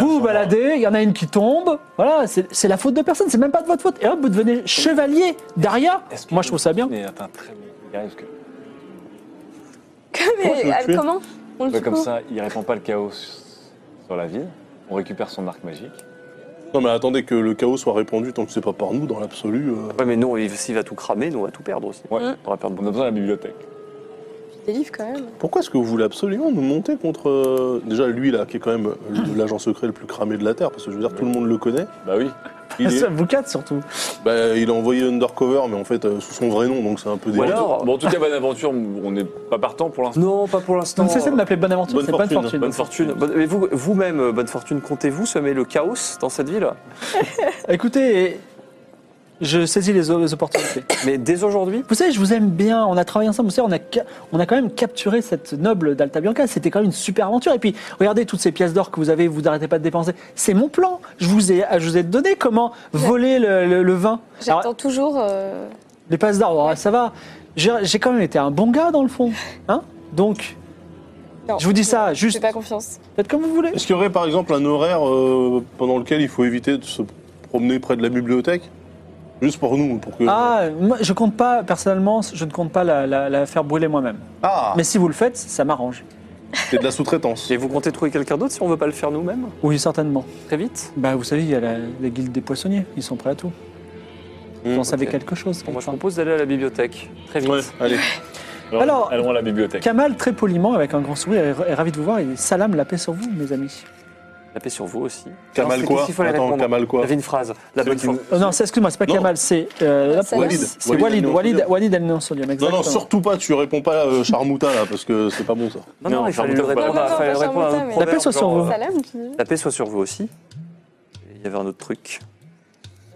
Speaker 1: Vous vous baladez, il y en a une qui tombe. Voilà, c'est c'est la faute de personne, c'est même pas de votre faute. Et hop, vous devenez chevalier d'Aria.
Speaker 2: Est-ce que
Speaker 1: Moi, je trouve ça bien.
Speaker 2: Mais attends, très bien. Il arrive que-
Speaker 5: Mais
Speaker 4: tu veux
Speaker 5: ah,
Speaker 4: tuer
Speaker 5: comment On le
Speaker 2: Ouais,
Speaker 5: fait
Speaker 2: comme
Speaker 5: comment
Speaker 2: ça, il répand pas le chaos sur la ville. On récupère son arc magique.
Speaker 4: Non mais attendez que le chaos soit répandu tant que c'est pas par nous dans l'absolu. euh.
Speaker 3: Ouais, mais non, il- s'il va tout cramer, nous, on va tout perdre aussi.
Speaker 2: Ouais.
Speaker 5: Hein.
Speaker 3: On va perdre
Speaker 2: On
Speaker 3: beaucoup.
Speaker 2: a besoin de la bibliothèque.
Speaker 5: Des livres quand même.
Speaker 4: Pourquoi est-ce que vous voulez absolument nous monter contre euh, déjà lui là qui est quand même euh, le- l'agent secret le plus cramé de la terre parce que je veux dire tout le monde le connaît.
Speaker 2: Bah oui.
Speaker 4: Il, est-
Speaker 1: Vous quatre surtout.
Speaker 4: bah, il a envoyé undercover mais en fait euh, sous son vrai nom donc c'est un peu
Speaker 3: Ou
Speaker 4: délirant.
Speaker 3: alors-
Speaker 2: Bon, en tout cas, bonne aventure. On n'est pas partant pour l'instant.
Speaker 3: Non, pas pour l'instant.
Speaker 1: Donc, cessez de m'appeler Bonne Aventure,
Speaker 4: Bonne
Speaker 1: c'est Bonne
Speaker 4: Fortune,
Speaker 1: Fortune.
Speaker 3: Bonne fortune. Bonne- Mais vous- vous-même, euh, bonne fortune, comptez-vous semer le chaos dans cette ville
Speaker 1: Écoutez, je saisis les o- les opportunités.
Speaker 3: Mais dès aujourd'hui
Speaker 1: Vous savez, je vous aime bien, on a travaillé ensemble, vous savez, on a, ca- on a quand même capturé cette noble d'Alta Bianca, c'était quand même une super aventure. Et puis, regardez toutes ces pièces d'or que vous avez, vous n'arrêtez pas de dépenser. C'est mon plan, je vous ai, je vous ai donné comment voler le, le- le vin. Alors,
Speaker 5: J'attends toujours. euh,
Speaker 1: les passes d'or, ouais, ça va. J'ai j'ai quand même été un bon gars dans le fond. Hein Donc,
Speaker 5: non,
Speaker 1: je vous dis ça,
Speaker 5: J'ai
Speaker 1: juste,
Speaker 5: pas confiance.
Speaker 1: faites comme vous voulez.
Speaker 4: Est-ce qu'il y aurait par exemple un horaire euh, pendant lequel il faut éviter de se promener près de la bibliothèque juste pour nous pour que
Speaker 1: Ah, moi, je compte pas, personnellement, je ne compte pas la, la- la faire brûler moi-même.
Speaker 4: Ah,
Speaker 1: Mais si vous le faites, ça m'arrange.
Speaker 4: c'est de la sous-traitance.
Speaker 3: Et vous comptez trouver quelqu'un d'autre si on veut pas le faire nous-mêmes
Speaker 1: Oui, certainement.
Speaker 3: Très vite
Speaker 1: Bah, vous savez, il y a la, la guilde des poissonniers, ils sont prêts à tout. Vous en savez
Speaker 3: ok.
Speaker 1: quelque chose.
Speaker 3: Bon, Moi,
Speaker 1: quelque
Speaker 3: je
Speaker 1: part.
Speaker 3: propose d'aller à la bibliothèque. Très vite.
Speaker 4: Ouais, allez.
Speaker 2: Alors,
Speaker 1: Alors,
Speaker 2: allons à la bibliothèque.
Speaker 1: Kamal, très poliment, avec un grand sourire, est, est ravi de vous voir. Il salame la paix sur vous, mes amis.
Speaker 3: La paix sur vous aussi. Non,
Speaker 4: Kamal
Speaker 3: c'est
Speaker 4: quoi
Speaker 3: qu'il fallait
Speaker 4: Attends,
Speaker 3: répondre.
Speaker 4: Kamal quoi
Speaker 3: Il y avait une phrase. La bonne foi.
Speaker 1: Oh, non, c'est- excuse-moi, c'est pas
Speaker 4: Non.
Speaker 1: Kamal, c'est euh, la-
Speaker 5: Ça va.
Speaker 4: Walid.
Speaker 1: c'est Walid,
Speaker 4: Al-Nassr.
Speaker 1: Walid, Walid El Nansolium,
Speaker 4: Non,
Speaker 1: exactement.
Speaker 4: non, surtout pas, tu réponds pas euh, Charmouta là, parce que c'est pas bon ça.
Speaker 3: Non, non,
Speaker 2: Non,
Speaker 3: il fallait
Speaker 2: Charmouta,
Speaker 3: le
Speaker 2: c'est pas
Speaker 3: répondre
Speaker 5: la
Speaker 3: à-
Speaker 5: bonne
Speaker 3: fallait
Speaker 5: foi.
Speaker 3: répondre à un
Speaker 5: Charmouta,
Speaker 3: autre
Speaker 5: mais-
Speaker 3: proverbe,
Speaker 1: La paix soit sur
Speaker 3: genre,
Speaker 1: vous.
Speaker 3: euh,
Speaker 5: Salam, tu dis
Speaker 3: La paix soit sur vous aussi. Et Il y avait un autre truc.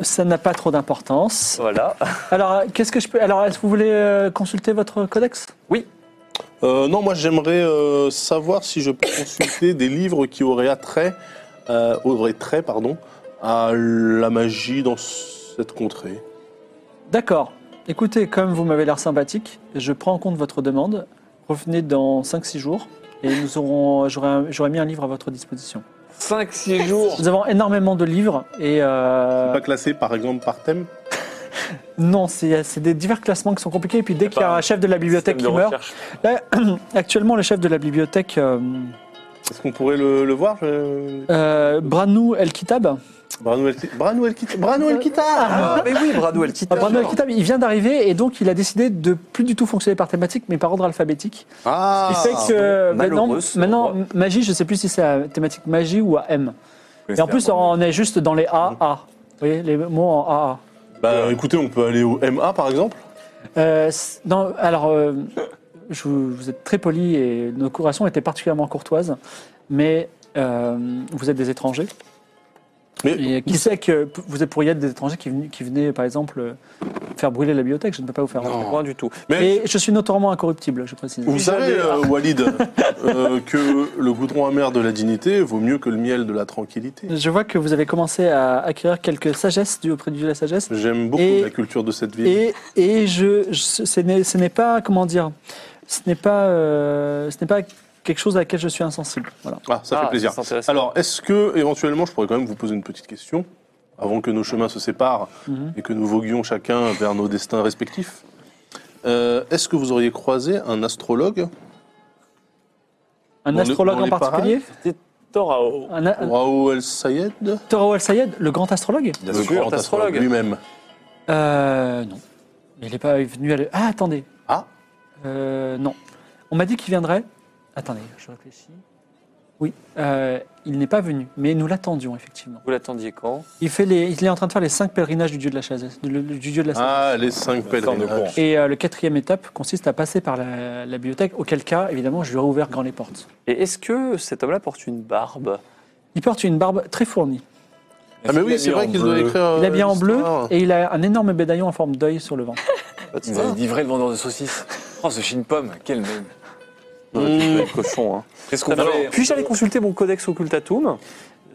Speaker 1: Ça n'a pas trop d'importance.
Speaker 3: Voilà.
Speaker 1: Alors, euh, qu'est-ce que je peux. Alors, est-ce que vous voulez euh, consulter votre codex
Speaker 4: Euh, non, moi j'aimerais euh, savoir si je peux consulter des livres qui auraient attrait, euh, auraient trait, pardon, à la magie dans cette contrée.
Speaker 1: D'accord. Écoutez, comme vous m'avez l'air sympathique, je prends en compte votre demande. Revenez dans 5-6 jours et nous aurons, j'aurai, j'aurai mis un livre à votre disposition.
Speaker 2: 5-6 jours
Speaker 1: Nous avons énormément de livres et euh,
Speaker 4: Pas classé par exemple par thème
Speaker 1: non, c'est, c'est des divers classements qui sont compliqués. Et puis dès qu'il y a
Speaker 2: pas
Speaker 1: un chef de la bibliothèque qui
Speaker 2: Système de
Speaker 1: meurt,
Speaker 2: recherche.
Speaker 1: là, actuellement le chef de la bibliothèque euh,
Speaker 4: Est-ce qu'on pourrait le, le voir je-
Speaker 1: euh, Branou El Kitab,
Speaker 4: Brano El Brano El Kita- Brano El Kita
Speaker 3: Ah, mais oui, Brado, elle quitte.
Speaker 1: Ah, Branou El Kitab, il vient d'arriver et donc il a décidé de plus du tout fonctionner par thématique, mais par ordre alphabétique.
Speaker 4: Ah
Speaker 1: Il fait
Speaker 2: Ah,
Speaker 1: que maintenant,
Speaker 3: malheureux, ce
Speaker 1: maintenant,
Speaker 3: endroit.
Speaker 1: magie, je sais plus si c'est la thématique magie ou à M. Et en plus, on est juste dans les A, A. Vous voyez, les mots en A,
Speaker 4: Bah écoutez, on peut aller au MA par exemple
Speaker 1: A. Euh, c- non, alors, euh, je vous, vous êtes très poli et nos courations étaient particulièrement courtoises, mais euh, vous êtes des étrangers.
Speaker 4: Mais
Speaker 1: Et qui sait que p- vous êtes- pourriez être des étrangers qui, ven- qui venaient, par exemple, euh, faire brûler la bibliothèque Je ne peux pas vous faire rentrer.
Speaker 3: Point du tout.
Speaker 4: mais
Speaker 1: Et je suis notoirement incorruptible, je précise.
Speaker 4: Vous savez,
Speaker 3: j'avais-
Speaker 4: euh, Walid, euh, que le goudron amer de la dignité vaut mieux que le miel de la tranquillité.
Speaker 1: Je vois que vous avez commencé à acquérir quelques sagesses du auprès du de la sagesse.
Speaker 4: J'aime beaucoup
Speaker 1: Et-
Speaker 4: la culture de cette ville.
Speaker 1: Et, et je, je- ce n'est ce n'est pas, comment dire, ce n'est pas, euh, ce n'est pas quelque chose à laquelle je suis insensible. Voilà.
Speaker 4: Ah, ça
Speaker 3: Ah,
Speaker 4: fait plaisir.
Speaker 3: c'est intéressant.
Speaker 4: Alors, est-ce que, éventuellement, je pourrais quand même vous poser une petite question avant que nos chemins se séparent
Speaker 1: Mhm.
Speaker 4: et que nous voguions chacun vers nos destins respectifs Euh, Est-ce que vous auriez croisé un astrologue
Speaker 1: Un
Speaker 4: Dans le-
Speaker 1: astrologue
Speaker 4: dans les
Speaker 1: en particulier
Speaker 2: Torao.
Speaker 1: un, a- un-
Speaker 4: Raoul El Sayed
Speaker 1: Toro Al-Sayed, le grand astrologue
Speaker 2: Bien
Speaker 4: Le
Speaker 2: sûr.
Speaker 4: grand astrologue lui-même.
Speaker 1: euh, Non. Il n'est pas venu à... le- Ah, attendez.
Speaker 4: Ah.
Speaker 1: Euh, Non. On m'a dit qu'il viendrait. Attendez, je réfléchis. Oui, euh, il n'est pas venu, mais nous l'attendions, effectivement.
Speaker 3: Vous l'attendiez quand
Speaker 1: Il, fait les, il est en train de faire les cinq pèlerinages du dieu de la sagesse. du- du dieu de la sagesse.
Speaker 4: Ah, les cinq
Speaker 2: Ça, on est au courant.
Speaker 4: pèlerinages.
Speaker 1: Et euh, le quatrième étape consiste à passer par la, la bibliothèque, auquel cas, évidemment, je lui aurais ouvert grand les portes.
Speaker 3: Et est-ce que cet homme-là porte une barbe
Speaker 1: Il porte une barbe très fournie. euh,
Speaker 4: Ah, mais oui, c'est vrai qu'il doit écrire. euh,
Speaker 1: Il est habillé en bleu
Speaker 4: l'histoire.
Speaker 1: et il a un énorme médaillon en forme d'œil sur le ventre.
Speaker 3: Bah,
Speaker 2: Vous avez livré le vendeur de saucisses. Oh, ce chine pomme, quel nom.
Speaker 3: Non, mais tu dois être cochon. hein.
Speaker 2: Qu'est-ce Hmm. qu'on
Speaker 3: Alors,
Speaker 2: fait
Speaker 3: Puis-je aller consulter mon codex occultatum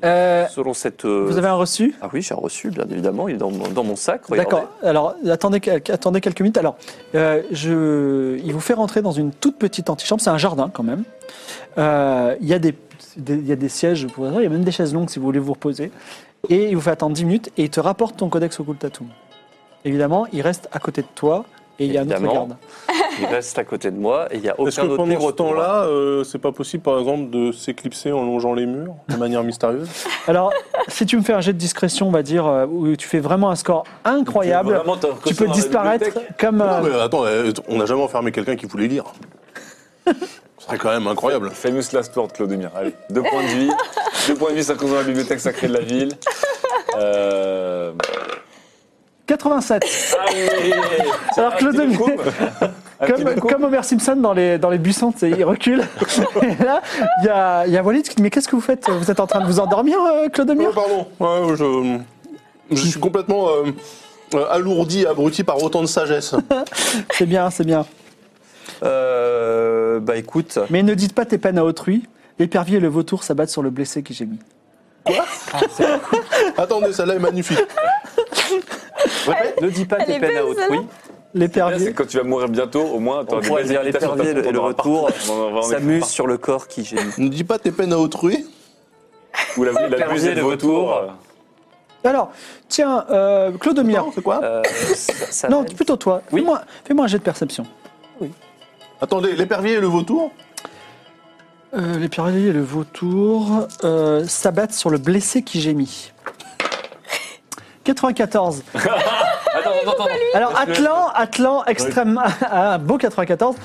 Speaker 1: Euh,
Speaker 3: Selon cette. euh,
Speaker 1: vous avez un reçu
Speaker 3: Ah oui, j'ai reçu, bien évidemment. Il est dans, mon- dans mon sac. regardez.
Speaker 1: D'accord. Alors, attendez, quel- attendez quelques minutes. Alors, euh, je, il vous fait rentrer dans une toute petite antichambre. C'est un jardin quand même. Euh, Il y, a des- des- il y a des sièges pour il y a même des chaises longues si vous voulez vous reposer. Et il vous fait attendre 10 minutes et il te rapporte ton codex occultatum. Évidemment, il reste à côté de toi et il y a un autre
Speaker 3: Évidemment.
Speaker 1: garde.
Speaker 3: Il reste à côté de moi et il n'y a
Speaker 4: Est-ce
Speaker 3: aucun
Speaker 4: que
Speaker 3: autre
Speaker 4: pendant
Speaker 3: livre
Speaker 4: ce
Speaker 3: autour.
Speaker 4: temps-là, euh, c'est pas possible, par exemple, de s'éclipser en longeant les murs de manière mystérieuse
Speaker 1: Alors, si tu me fais un jet de discrétion, on va dire, euh, où tu fais vraiment un score incroyable,
Speaker 2: Vraiment, t'as
Speaker 1: tu peux
Speaker 2: dans la
Speaker 1: disparaître
Speaker 2: bibliothèque
Speaker 1: comme.
Speaker 4: Non,
Speaker 1: euh,
Speaker 4: mais attends, euh, on n'a jamais enfermé quelqu'un qui voulait lire. Ce serait quand même incroyable.
Speaker 2: Famous last word, Claudemir. Allez, deux points de vie. deux points de vie, ça cause dans la bibliothèque sacrée de la ville. Euh...
Speaker 1: 87
Speaker 2: Allez
Speaker 1: Alors, Claude
Speaker 2: Un petit
Speaker 1: Demir-
Speaker 2: coup. Un petit
Speaker 1: comme,
Speaker 2: Ah, coup.
Speaker 1: comme Homer Simpson dans les, dans les buissons, tu sais, il recule. Et là, il y a, il y a Walid qui dit Mais qu'est-ce que vous faites Vous êtes en train de vous endormir, euh, Claude
Speaker 4: Oh,
Speaker 1: Demir
Speaker 4: pardon, Ouais, je, je suis complètement euh, euh, alourdi, abruti par autant de sagesse.
Speaker 1: C'est bien, c'est bien.
Speaker 3: Euh, bah écoute,
Speaker 1: Mais ne dites pas tes peines à autrui. L'épervier et le vautour s'abattent sur le blessé qui gémit.
Speaker 4: Attendez, celle-là est magnifique.
Speaker 3: ne dis pas
Speaker 5: Elle
Speaker 3: tes
Speaker 5: est
Speaker 3: peines à
Speaker 5: belle,
Speaker 3: autrui.
Speaker 2: Là, C'est
Speaker 1: L'épervier.
Speaker 2: quand tu vas mourir bientôt, au moins,
Speaker 3: On
Speaker 2: t'auras des
Speaker 3: pourrait
Speaker 2: belles
Speaker 3: dire les
Speaker 2: invitations,
Speaker 3: perviers
Speaker 2: t'as-
Speaker 3: et le
Speaker 2: t'entendras
Speaker 3: retour
Speaker 2: partout. On en- on en-
Speaker 3: s'amuse sur le corps qui gémit.
Speaker 4: Ne dis pas tes peines à autrui.
Speaker 2: Ou la, la
Speaker 3: Pervier,
Speaker 2: musée de
Speaker 3: le
Speaker 2: retour.
Speaker 3: retour.
Speaker 1: Alors, tiens, euh, Claude Demir.
Speaker 4: Non, c'est quoi
Speaker 3: Euh, ça- ça
Speaker 1: Non,
Speaker 3: va être-
Speaker 1: plutôt toi.
Speaker 3: Oui.
Speaker 1: Fais-moi fais-moi un jet de perception.
Speaker 4: Attendez, l'épervier et le vautour
Speaker 1: Euh, L'épervier et le vautour euh, s'abattent sur le blessé qui gémit. 94.
Speaker 3: Attends, attends, attends.
Speaker 1: Alors Atlan, Atlan extrême, un beau 94.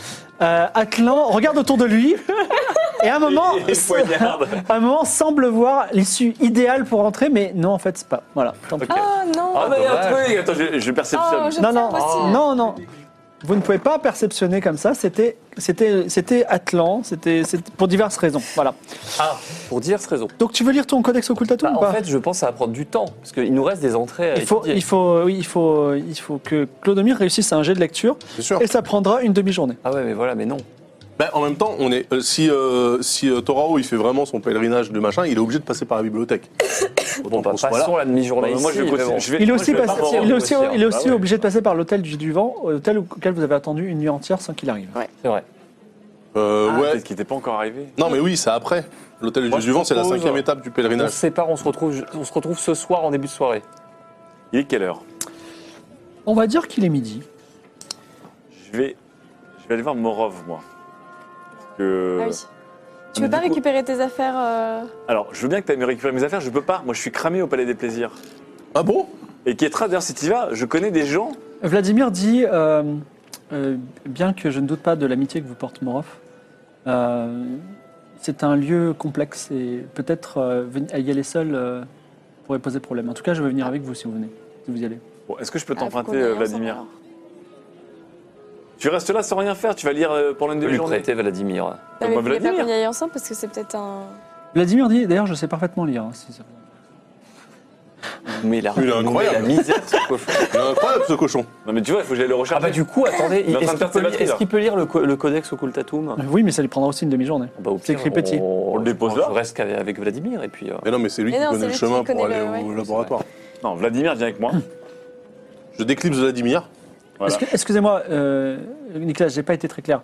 Speaker 1: Euh, Atlan regarde autour de lui et à un moment,
Speaker 3: Et il poignarde.
Speaker 1: à un moment semble voir l'issue idéale pour entrer, mais non en fait c'est pas. Voilà. tant pis.
Speaker 5: Oh non
Speaker 3: Ah, mais il y a un
Speaker 4: dommage.
Speaker 3: truc. Attends, je, je perceptionne.
Speaker 5: Oh, je
Speaker 1: Non
Speaker 5: me
Speaker 1: non
Speaker 5: sens impossible.
Speaker 1: non non. Vous ne pouvez pas perceptionner comme ça. C'était c'était c'était Atlan. C'était c'était pour diverses raisons. Voilà.
Speaker 3: Ah, pour dire cette raison.
Speaker 1: Donc tu veux lire ton codex occultatum
Speaker 3: Bah,
Speaker 1: ou pas
Speaker 3: en fait, je pense que ça va prendre du temps, parce qu'il nous reste des entrées à
Speaker 1: Il faut,
Speaker 3: étudier.
Speaker 1: il, faut, oui, il, faut, il faut que Clodomir réussisse un jet de lecture
Speaker 4: C'est sûr.
Speaker 1: et ça prendra une demi-journée.
Speaker 3: Ah ouais, mais voilà, mais non.
Speaker 4: Ben, en même temps, on est, euh, si, euh, si euh, Torao il fait vraiment son pèlerinage de machin, il est obligé de passer par la bibliothèque.
Speaker 3: Bon,
Speaker 4: Autant
Speaker 3: bah,
Speaker 4: qu'on soit
Speaker 3: passons
Speaker 4: là.
Speaker 3: la demi-journée
Speaker 2: Bon,
Speaker 3: ici.
Speaker 2: moi, je vais
Speaker 3: mais
Speaker 2: continuer.
Speaker 3: bon.
Speaker 2: Je vais-
Speaker 1: Il est
Speaker 2: moi,
Speaker 1: aussi,
Speaker 2: je vais
Speaker 1: passé-
Speaker 2: pas
Speaker 3: voir
Speaker 1: il est
Speaker 3: le
Speaker 1: aussi,
Speaker 3: concert.
Speaker 1: il est aussi
Speaker 2: Bah ouais.
Speaker 1: obligé de passer par l'hôtel du, du vent, hôtel auquel vous avez attendu une nuit entière sans qu'il arrive.
Speaker 3: C'est vrai.
Speaker 4: Euh,
Speaker 2: Ah,
Speaker 4: ouais.
Speaker 2: Peut-être qu'il n'était pas encore arrivé.
Speaker 4: Non, mais oui, c'est après. L'hôtel
Speaker 3: Moi,
Speaker 4: du
Speaker 3: je
Speaker 4: Vivant, c'est la
Speaker 3: propose-
Speaker 4: cinquième étape du
Speaker 3: On se
Speaker 4: pèlerinage.
Speaker 3: sépare, on se retrouve, on se retrouve ce soir en début de soirée.
Speaker 2: Il est quelle heure
Speaker 1: On va dire qu'il est midi.
Speaker 2: Je vais, je vais aller voir Morov, moi. Parce que-
Speaker 5: Ah oui. Tu
Speaker 2: mais
Speaker 5: peux pas
Speaker 2: du coup-
Speaker 5: récupérer tes affaires euh,
Speaker 2: Alors, je veux bien que tu ailles me récupérer mes affaires, je peux pas. Moi, je suis cramé au Palais des Plaisirs.
Speaker 4: Ah bon
Speaker 2: Et Kétra, d'ailleurs, si tu vas, je connais des gens.
Speaker 1: Vladimir dit, euh, euh, bien que je ne doute pas de l'amitié que vous porte Morov, euh, c'est un lieu complexe et peut-être euh, ven- y aller seul euh, pourrait poser problème. En tout cas, je vais venir avec vous si vous venez, si vous y allez.
Speaker 2: Bon, Est-ce que je peux
Speaker 5: ah, faut qu'on
Speaker 2: t'emprunter,
Speaker 5: aille
Speaker 2: euh,
Speaker 5: ensemble,
Speaker 2: Vladimir
Speaker 5: alors.
Speaker 2: Tu restes là sans rien faire, tu vas lire euh, pendant une
Speaker 3: Je lui
Speaker 2: demi-journée.
Speaker 3: prêter Vladimir.
Speaker 5: Non, mais
Speaker 2: Bah,
Speaker 5: vous voulez pas
Speaker 2: Vladimir.
Speaker 5: qu'on y aille ensemble parce que c'est peut-être un.
Speaker 1: Vladimir dit, d'ailleurs, je sais parfaitement lire. hein, si ça-
Speaker 3: Mais la,
Speaker 4: Il est
Speaker 3: mais la
Speaker 4: incroyable.
Speaker 3: misère, ce cochon.
Speaker 4: Il est incroyable ce cochon.
Speaker 2: Non, mais tu vois, il faut que j'aille le
Speaker 3: Ah
Speaker 2: recharger.
Speaker 3: bah du coup, attendez,
Speaker 2: Il est en train
Speaker 3: est-ce
Speaker 2: de faire
Speaker 3: qu'il
Speaker 2: ses
Speaker 3: peut, lire-
Speaker 2: batteries,
Speaker 3: est-ce
Speaker 2: là.
Speaker 3: qu'il peut lire le, co- le codex occultatum
Speaker 1: Oui, mais ça lui prendra aussi une demi-journée.
Speaker 3: Bah, au
Speaker 1: C'est
Speaker 3: pire,
Speaker 1: écrit petit.
Speaker 2: On le dépose
Speaker 3: je
Speaker 2: là.
Speaker 3: reste qu'avec- avec Vladimir et puis. euh,
Speaker 4: Mais non, mais c'est lui
Speaker 5: Mais
Speaker 4: qui
Speaker 5: non, c'est
Speaker 4: connaît le
Speaker 5: lui qui
Speaker 4: chemin pour
Speaker 5: connaît
Speaker 4: aller
Speaker 5: le-
Speaker 4: au
Speaker 5: ouais.
Speaker 4: laboratoire.
Speaker 2: Non, Vladimir, viens avec moi.
Speaker 4: Je déclipse Vladimir.
Speaker 2: Voilà.
Speaker 1: Est-ce que- Excusez-moi, euh, Nicolas, j'ai pas été très clair.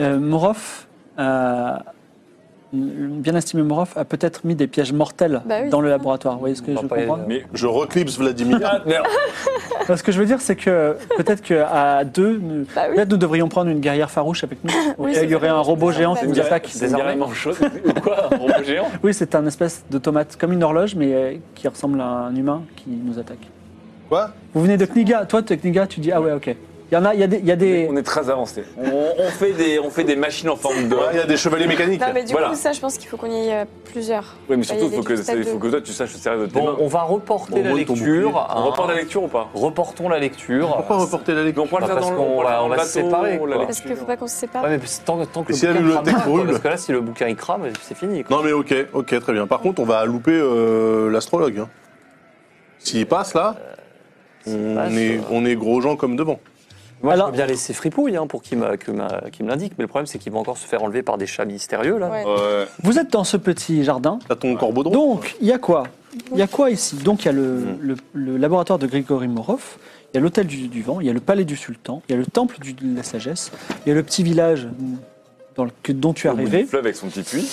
Speaker 1: Euh, Morov, a- bien estimé Morov, a peut-être mis des pièges mortels
Speaker 5: Bah oui,
Speaker 1: dans le
Speaker 5: c'est ça.
Speaker 1: laboratoire. Vous voyez ce que
Speaker 3: On
Speaker 1: je
Speaker 3: va pas y-
Speaker 1: comprends
Speaker 2: Mais.
Speaker 4: Je reclipse Vladimir.
Speaker 2: Ah, merde
Speaker 1: Non, Ce que je veux dire, c'est que peut-être qu'à deux, nous-
Speaker 5: Bah oui.
Speaker 1: peut-être nous devrions prendre une guerrière farouche avec nous.
Speaker 5: Oui,
Speaker 1: Et il y
Speaker 5: c'est
Speaker 1: aurait un
Speaker 5: vrai.
Speaker 1: robot géant
Speaker 5: C'est
Speaker 1: qui
Speaker 5: une
Speaker 1: nous
Speaker 5: guerrière-
Speaker 1: attaque.
Speaker 2: C'est carrément chaud. Ou quoi Un robot géant
Speaker 1: Oui, c'est un espèce de tomate, comme une horloge, mais euh, qui ressemble à un humain qui nous attaque.
Speaker 4: Quoi
Speaker 1: Vous venez de Kniga. Toi, tu es Kniga, tu dis, ah ouais, ok. Il y en a, il y a des... il y a des-
Speaker 2: On est très avancé. On, on fait des, on fait des machines en forme de.
Speaker 4: Ouais, Il y a des chevaliers mécaniques.
Speaker 5: Non, mais du
Speaker 2: Voilà.
Speaker 5: coup, ça, je pense qu'il faut qu'on y aille euh, plusieurs.
Speaker 2: Oui, mais
Speaker 5: Bah,
Speaker 2: surtout,
Speaker 5: il y a
Speaker 2: il faut
Speaker 5: des
Speaker 2: que,
Speaker 5: trucs
Speaker 2: il
Speaker 5: à
Speaker 2: faut que toi, tu saches te servir de tes
Speaker 3: Bon,
Speaker 2: mains.
Speaker 3: on va reporter
Speaker 4: Bon, moi,
Speaker 3: la
Speaker 4: ton
Speaker 3: lecture.
Speaker 4: bouclier.
Speaker 3: hein.
Speaker 2: On repart la lecture ou pas
Speaker 3: Reportons la lecture.
Speaker 4: Pourquoi reporter la lecture
Speaker 2: Donc, on va le
Speaker 3: Bah,
Speaker 2: faire
Speaker 3: parce
Speaker 2: dans le-
Speaker 3: qu'on
Speaker 2: on va le
Speaker 3: va-
Speaker 2: faire
Speaker 3: on
Speaker 2: dans
Speaker 3: va
Speaker 2: le
Speaker 3: se
Speaker 2: bateau,
Speaker 3: séparer,
Speaker 2: la
Speaker 3: quoi.
Speaker 2: lecture.
Speaker 5: Parce qu'il faut pas qu'on se sépare.
Speaker 3: Ouais, Ah, mais c'est tant, tant que
Speaker 4: Et si la
Speaker 3: le bouquin
Speaker 4: bibliothèque
Speaker 3: crame pas, quoi,
Speaker 4: brûle
Speaker 3: Parce que là, si le bouquin il crame, c'est fini. quoi.
Speaker 4: Non, mais ok, ok, très bien. Par contre, on va louper euh, l'astrologue. hein. S'il passe là, on,
Speaker 3: passe,
Speaker 4: est,
Speaker 3: euh,
Speaker 4: on est gros gens comme devant.
Speaker 3: Moi,
Speaker 1: Alors-
Speaker 3: je veux bien laisser Fripouille hein, pour qu'il me, que ma- qu'il me l'indique, mais le problème, c'est qu'il va encore se faire enlever par des chats mystérieux, là.
Speaker 5: Ouais.
Speaker 2: Ouais.
Speaker 1: Vous êtes dans ce petit jardin.
Speaker 4: T'as ton corbeau de roue
Speaker 1: Donc, il y a quoi Il y a quoi ici Donc, il y a le, le- le laboratoire de Grigory Morov, il y a l'hôtel du, du vent, il y a le palais du sultan, il y a le temple du- de la sagesse, il y a le petit village dans le- que- dont tu es
Speaker 2: Au bout du
Speaker 1: arrivé,
Speaker 2: fleuve avec son petit puits.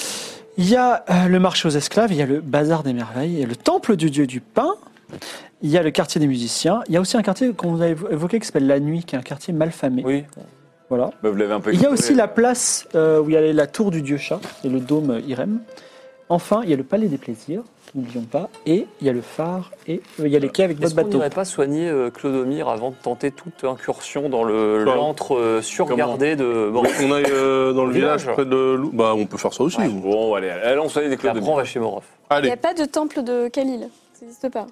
Speaker 1: il y a euh, le marché aux esclaves, il y a le bazar des merveilles, il y a le temple du dieu du pain, il y a le quartier des musiciens, il y a aussi un quartier qu'on a évo- évoqué qui s'appelle La Nuit, qui est un quartier malfamé.
Speaker 3: Oui.
Speaker 1: Voilà.
Speaker 2: Bah, vous l'avez un peu
Speaker 1: Il y a
Speaker 2: exploré,
Speaker 1: aussi
Speaker 2: euh,
Speaker 1: la place euh, où il y a la tour du dieu chat et le dôme euh, Irem. Enfin, il y a le palais des plaisirs, n'oublions pas, et il y a le phare et euh, il y a les quais avec votre
Speaker 3: Est-ce qu'on
Speaker 1: bateau.
Speaker 3: n'aurait pas soigné euh, Clodomir avant de tenter toute incursion dans le-
Speaker 4: Comment
Speaker 3: l'antre euh, surgardé de
Speaker 4: Bon,
Speaker 3: Morov
Speaker 4: on aille euh, dans le
Speaker 3: Au
Speaker 4: village,
Speaker 3: village.
Speaker 4: près de Lou. Bah, on peut faire ça aussi. ou-
Speaker 2: Bon, allez, allez, allons soigner des
Speaker 3: Et
Speaker 2: clous de
Speaker 3: Après, on va chez Morov.
Speaker 5: Il n'y
Speaker 4: Allez,
Speaker 5: a pas de temple de Khalil. Ça n'existe pas.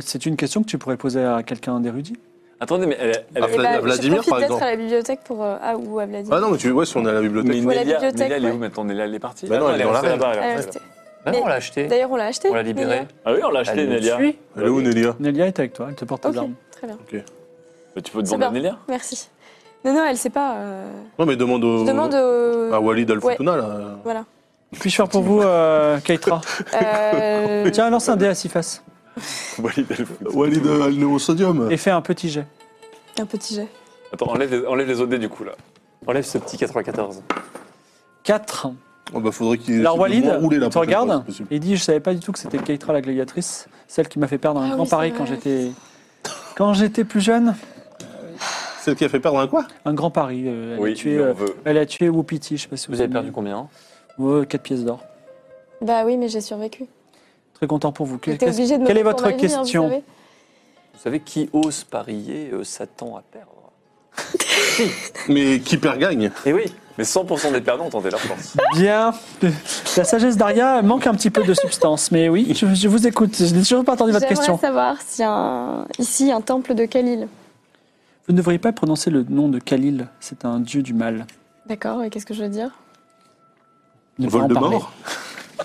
Speaker 1: C'est une question que tu pourrais poser à quelqu'un d'érudit.
Speaker 2: Attendez, mais elle, elle,
Speaker 4: Ah,
Speaker 2: elle-
Speaker 4: Vla-
Speaker 5: je
Speaker 4: Vladimir,
Speaker 5: profite
Speaker 4: par
Speaker 5: d'être
Speaker 4: exemple.
Speaker 5: à la bibliothèque pour. euh, Ah, ou à Vladimir.
Speaker 4: Ah non, mais tu vois, si on est à la
Speaker 2: mais
Speaker 4: bibliothèque.
Speaker 5: Ou à la
Speaker 2: Nélia,
Speaker 5: bibliothèque,
Speaker 2: Nélia, elle est
Speaker 5: ouais.
Speaker 2: où maintenant Nélia, elle est partie
Speaker 4: Bah non,
Speaker 2: Ah,
Speaker 4: elle est dans la
Speaker 2: restée
Speaker 4: halle.
Speaker 2: là-bas, elle est
Speaker 5: Ah,
Speaker 2: restée
Speaker 5: c'était-
Speaker 3: Ah non,
Speaker 5: Mais-
Speaker 3: on l'a acheté.
Speaker 5: D'ailleurs, on l'a acheté.
Speaker 3: On l'a libéré.
Speaker 5: Nélia.
Speaker 2: là. Ah oui, on l'a acheté,
Speaker 3: Elle nous
Speaker 2: Nélia.
Speaker 3: suit.
Speaker 4: Elle est où, Nélia
Speaker 1: Nelia est avec toi, elle te porte tes
Speaker 5: Ok,
Speaker 1: armes.
Speaker 5: très bien.
Speaker 2: Bah, tu peux
Speaker 5: C'est
Speaker 2: demander à
Speaker 5: bien.
Speaker 2: Nélia
Speaker 5: Merci. Non, non, elle sait pas. euh,
Speaker 4: Non, mais demande
Speaker 5: Je
Speaker 4: au.
Speaker 5: demande
Speaker 1: euh,
Speaker 5: au.
Speaker 1: ah
Speaker 4: À Walid al
Speaker 5: Ouais.
Speaker 4: là.
Speaker 5: Voilà.
Speaker 1: Puis-je faire pour vous, euh, Keitra
Speaker 5: Euh,
Speaker 1: Tiens, lance un dé à six faces
Speaker 2: Walid El Fout.
Speaker 4: Walid al-Néosodium.
Speaker 1: et fais un petit jet.
Speaker 5: Un petit jet.
Speaker 2: Attends, enlève les, enlève les OD du coup là.
Speaker 3: Enlève ce petit 94.
Speaker 1: 4.
Speaker 4: Oh, bah, faudrait qu'il.
Speaker 1: Alors Walid,
Speaker 4: il
Speaker 1: il te regarde et il dit, je savais pas du tout que c'était Keitra la gladiatrice, celle qui m'a fait perdre un
Speaker 5: Ah
Speaker 1: grand
Speaker 5: oui,
Speaker 1: pari
Speaker 5: c'est
Speaker 1: quand
Speaker 5: vrai.
Speaker 1: j'étais quand j'étais plus jeune.
Speaker 4: Celle qui a fait perdre un quoi
Speaker 1: Un grand pari. euh, elle a
Speaker 2: Oui,
Speaker 1: tué,
Speaker 2: mais on
Speaker 1: euh,
Speaker 2: veut.
Speaker 1: Elle a tué Wupiti, je sais pas si vous,
Speaker 3: Vous avez perdu combien
Speaker 1: 4 pièces d'or.
Speaker 5: Bah oui, mais j'ai survécu.
Speaker 1: Très content pour vous. Que-
Speaker 5: J'étais
Speaker 1: qu'est-ce-
Speaker 5: obligée de me
Speaker 1: quelle est
Speaker 5: battre pour
Speaker 1: votre
Speaker 5: ma vie, hein, vous
Speaker 1: question
Speaker 5: savez.
Speaker 3: Vous savez, qui ose parier euh, s'attend à perdre.
Speaker 4: Mais qui perd gagne.
Speaker 2: Eh
Speaker 3: Et oui, mais 100% des perdants ont tenté leur chance.
Speaker 1: Bien. La sagesse d'Aria manque un petit peu de substance, mais oui, je, je vous écoute. Je n'ai toujours pas entendu votre question.
Speaker 5: J'aimerais savoir s'il y a un- ici un temple de quelle île
Speaker 1: Vous ne devriez pas prononcer le nom de Khalil. C'est un dieu du mal.
Speaker 5: D'accord, et qu'est-ce que je veux dire
Speaker 1: Ne pas en parler.
Speaker 4: Voldemort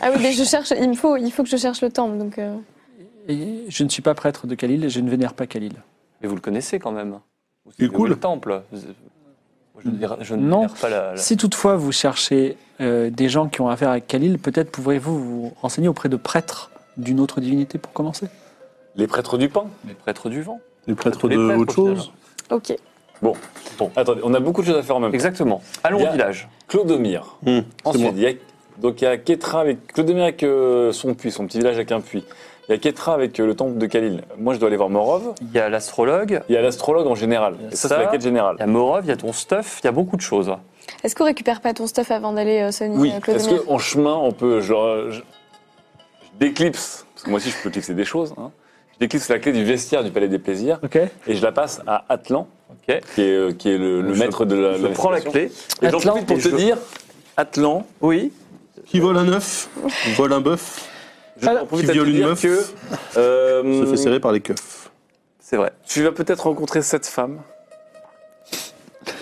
Speaker 5: Ah oui, mais je cherche, il me faut, il faut que je cherche le temple, donc... euh,
Speaker 1: Et je ne suis pas prêtre de Khalil et je ne vénère pas Khalil.
Speaker 3: Mais vous le connaissez quand même. Vous
Speaker 4: Il est
Speaker 3: savez où
Speaker 4: cool.
Speaker 3: est Le temple. Vous- Moi, Je ne dirais- je ne
Speaker 1: Non.
Speaker 3: dirais pas la. la-
Speaker 1: Si toutefois vous cherchez euh, des gens qui ont affaire avec Khalil, peut-être pourrez-vous vous renseigner auprès de prêtres d'une autre divinité pour commencer.
Speaker 2: Les prêtres du pain.
Speaker 3: Les prêtres du vent.
Speaker 4: Les prêtres
Speaker 3: Les
Speaker 4: de
Speaker 3: prêtres,
Speaker 4: autre
Speaker 3: au final.
Speaker 4: chose
Speaker 5: Ok.
Speaker 2: Bon, attendez, on a beaucoup de choses à faire en même temps.
Speaker 3: Exactement. Allons
Speaker 2: Il y a-
Speaker 3: au village.
Speaker 2: Clodomir.
Speaker 4: Hum, c'est
Speaker 2: Ensuite,
Speaker 4: moi.
Speaker 2: il y a, donc il y a Ketra avec Clodomir avec euh, son puits, son petit village avec un puits. Il y a Ketra avec euh, le temple de Khalil. Moi, je dois aller voir Morov.
Speaker 3: Il y a l'astrologue,
Speaker 2: Il y a l'astrologue en général.
Speaker 3: Il y a
Speaker 2: Et ça,
Speaker 3: ça.
Speaker 2: c'est la quête générale.
Speaker 3: il y a Morov, il y a ton stuff, il y a beaucoup de choses.
Speaker 5: Est-ce qu'on récupère pas ton stuff avant d'aller euh, Sony
Speaker 2: Oui,
Speaker 5: euh, Claude
Speaker 2: est-ce
Speaker 5: Demir
Speaker 2: qu'en chemin, on peut. Genre, je, je déclipse, parce que moi aussi, je peux clipser des choses. hein. Je déclipse la clé du vestiaire du Palais des Plaisirs
Speaker 1: Ok.
Speaker 2: et je la passe à Atlan,
Speaker 3: Ok.
Speaker 2: qui est, euh, qui est le, le
Speaker 3: Je-
Speaker 2: maître de la.
Speaker 3: Je prends la
Speaker 2: l'investigation.
Speaker 3: clé.
Speaker 2: Et j'en
Speaker 1: Atlan,
Speaker 2: profite pour
Speaker 3: et
Speaker 2: te
Speaker 3: je-
Speaker 2: dire Atlan,
Speaker 3: Oui.
Speaker 4: Qui vole un œuf Vole un bœuf
Speaker 2: je
Speaker 3: Ah,
Speaker 1: Alors,
Speaker 2: en profite
Speaker 4: qui
Speaker 2: à te
Speaker 4: viole une
Speaker 2: dire
Speaker 4: meuf
Speaker 2: que. euh,
Speaker 4: Se fait serrer par les keufs.
Speaker 3: C'est vrai.
Speaker 2: Tu vas peut-être rencontrer cette femme.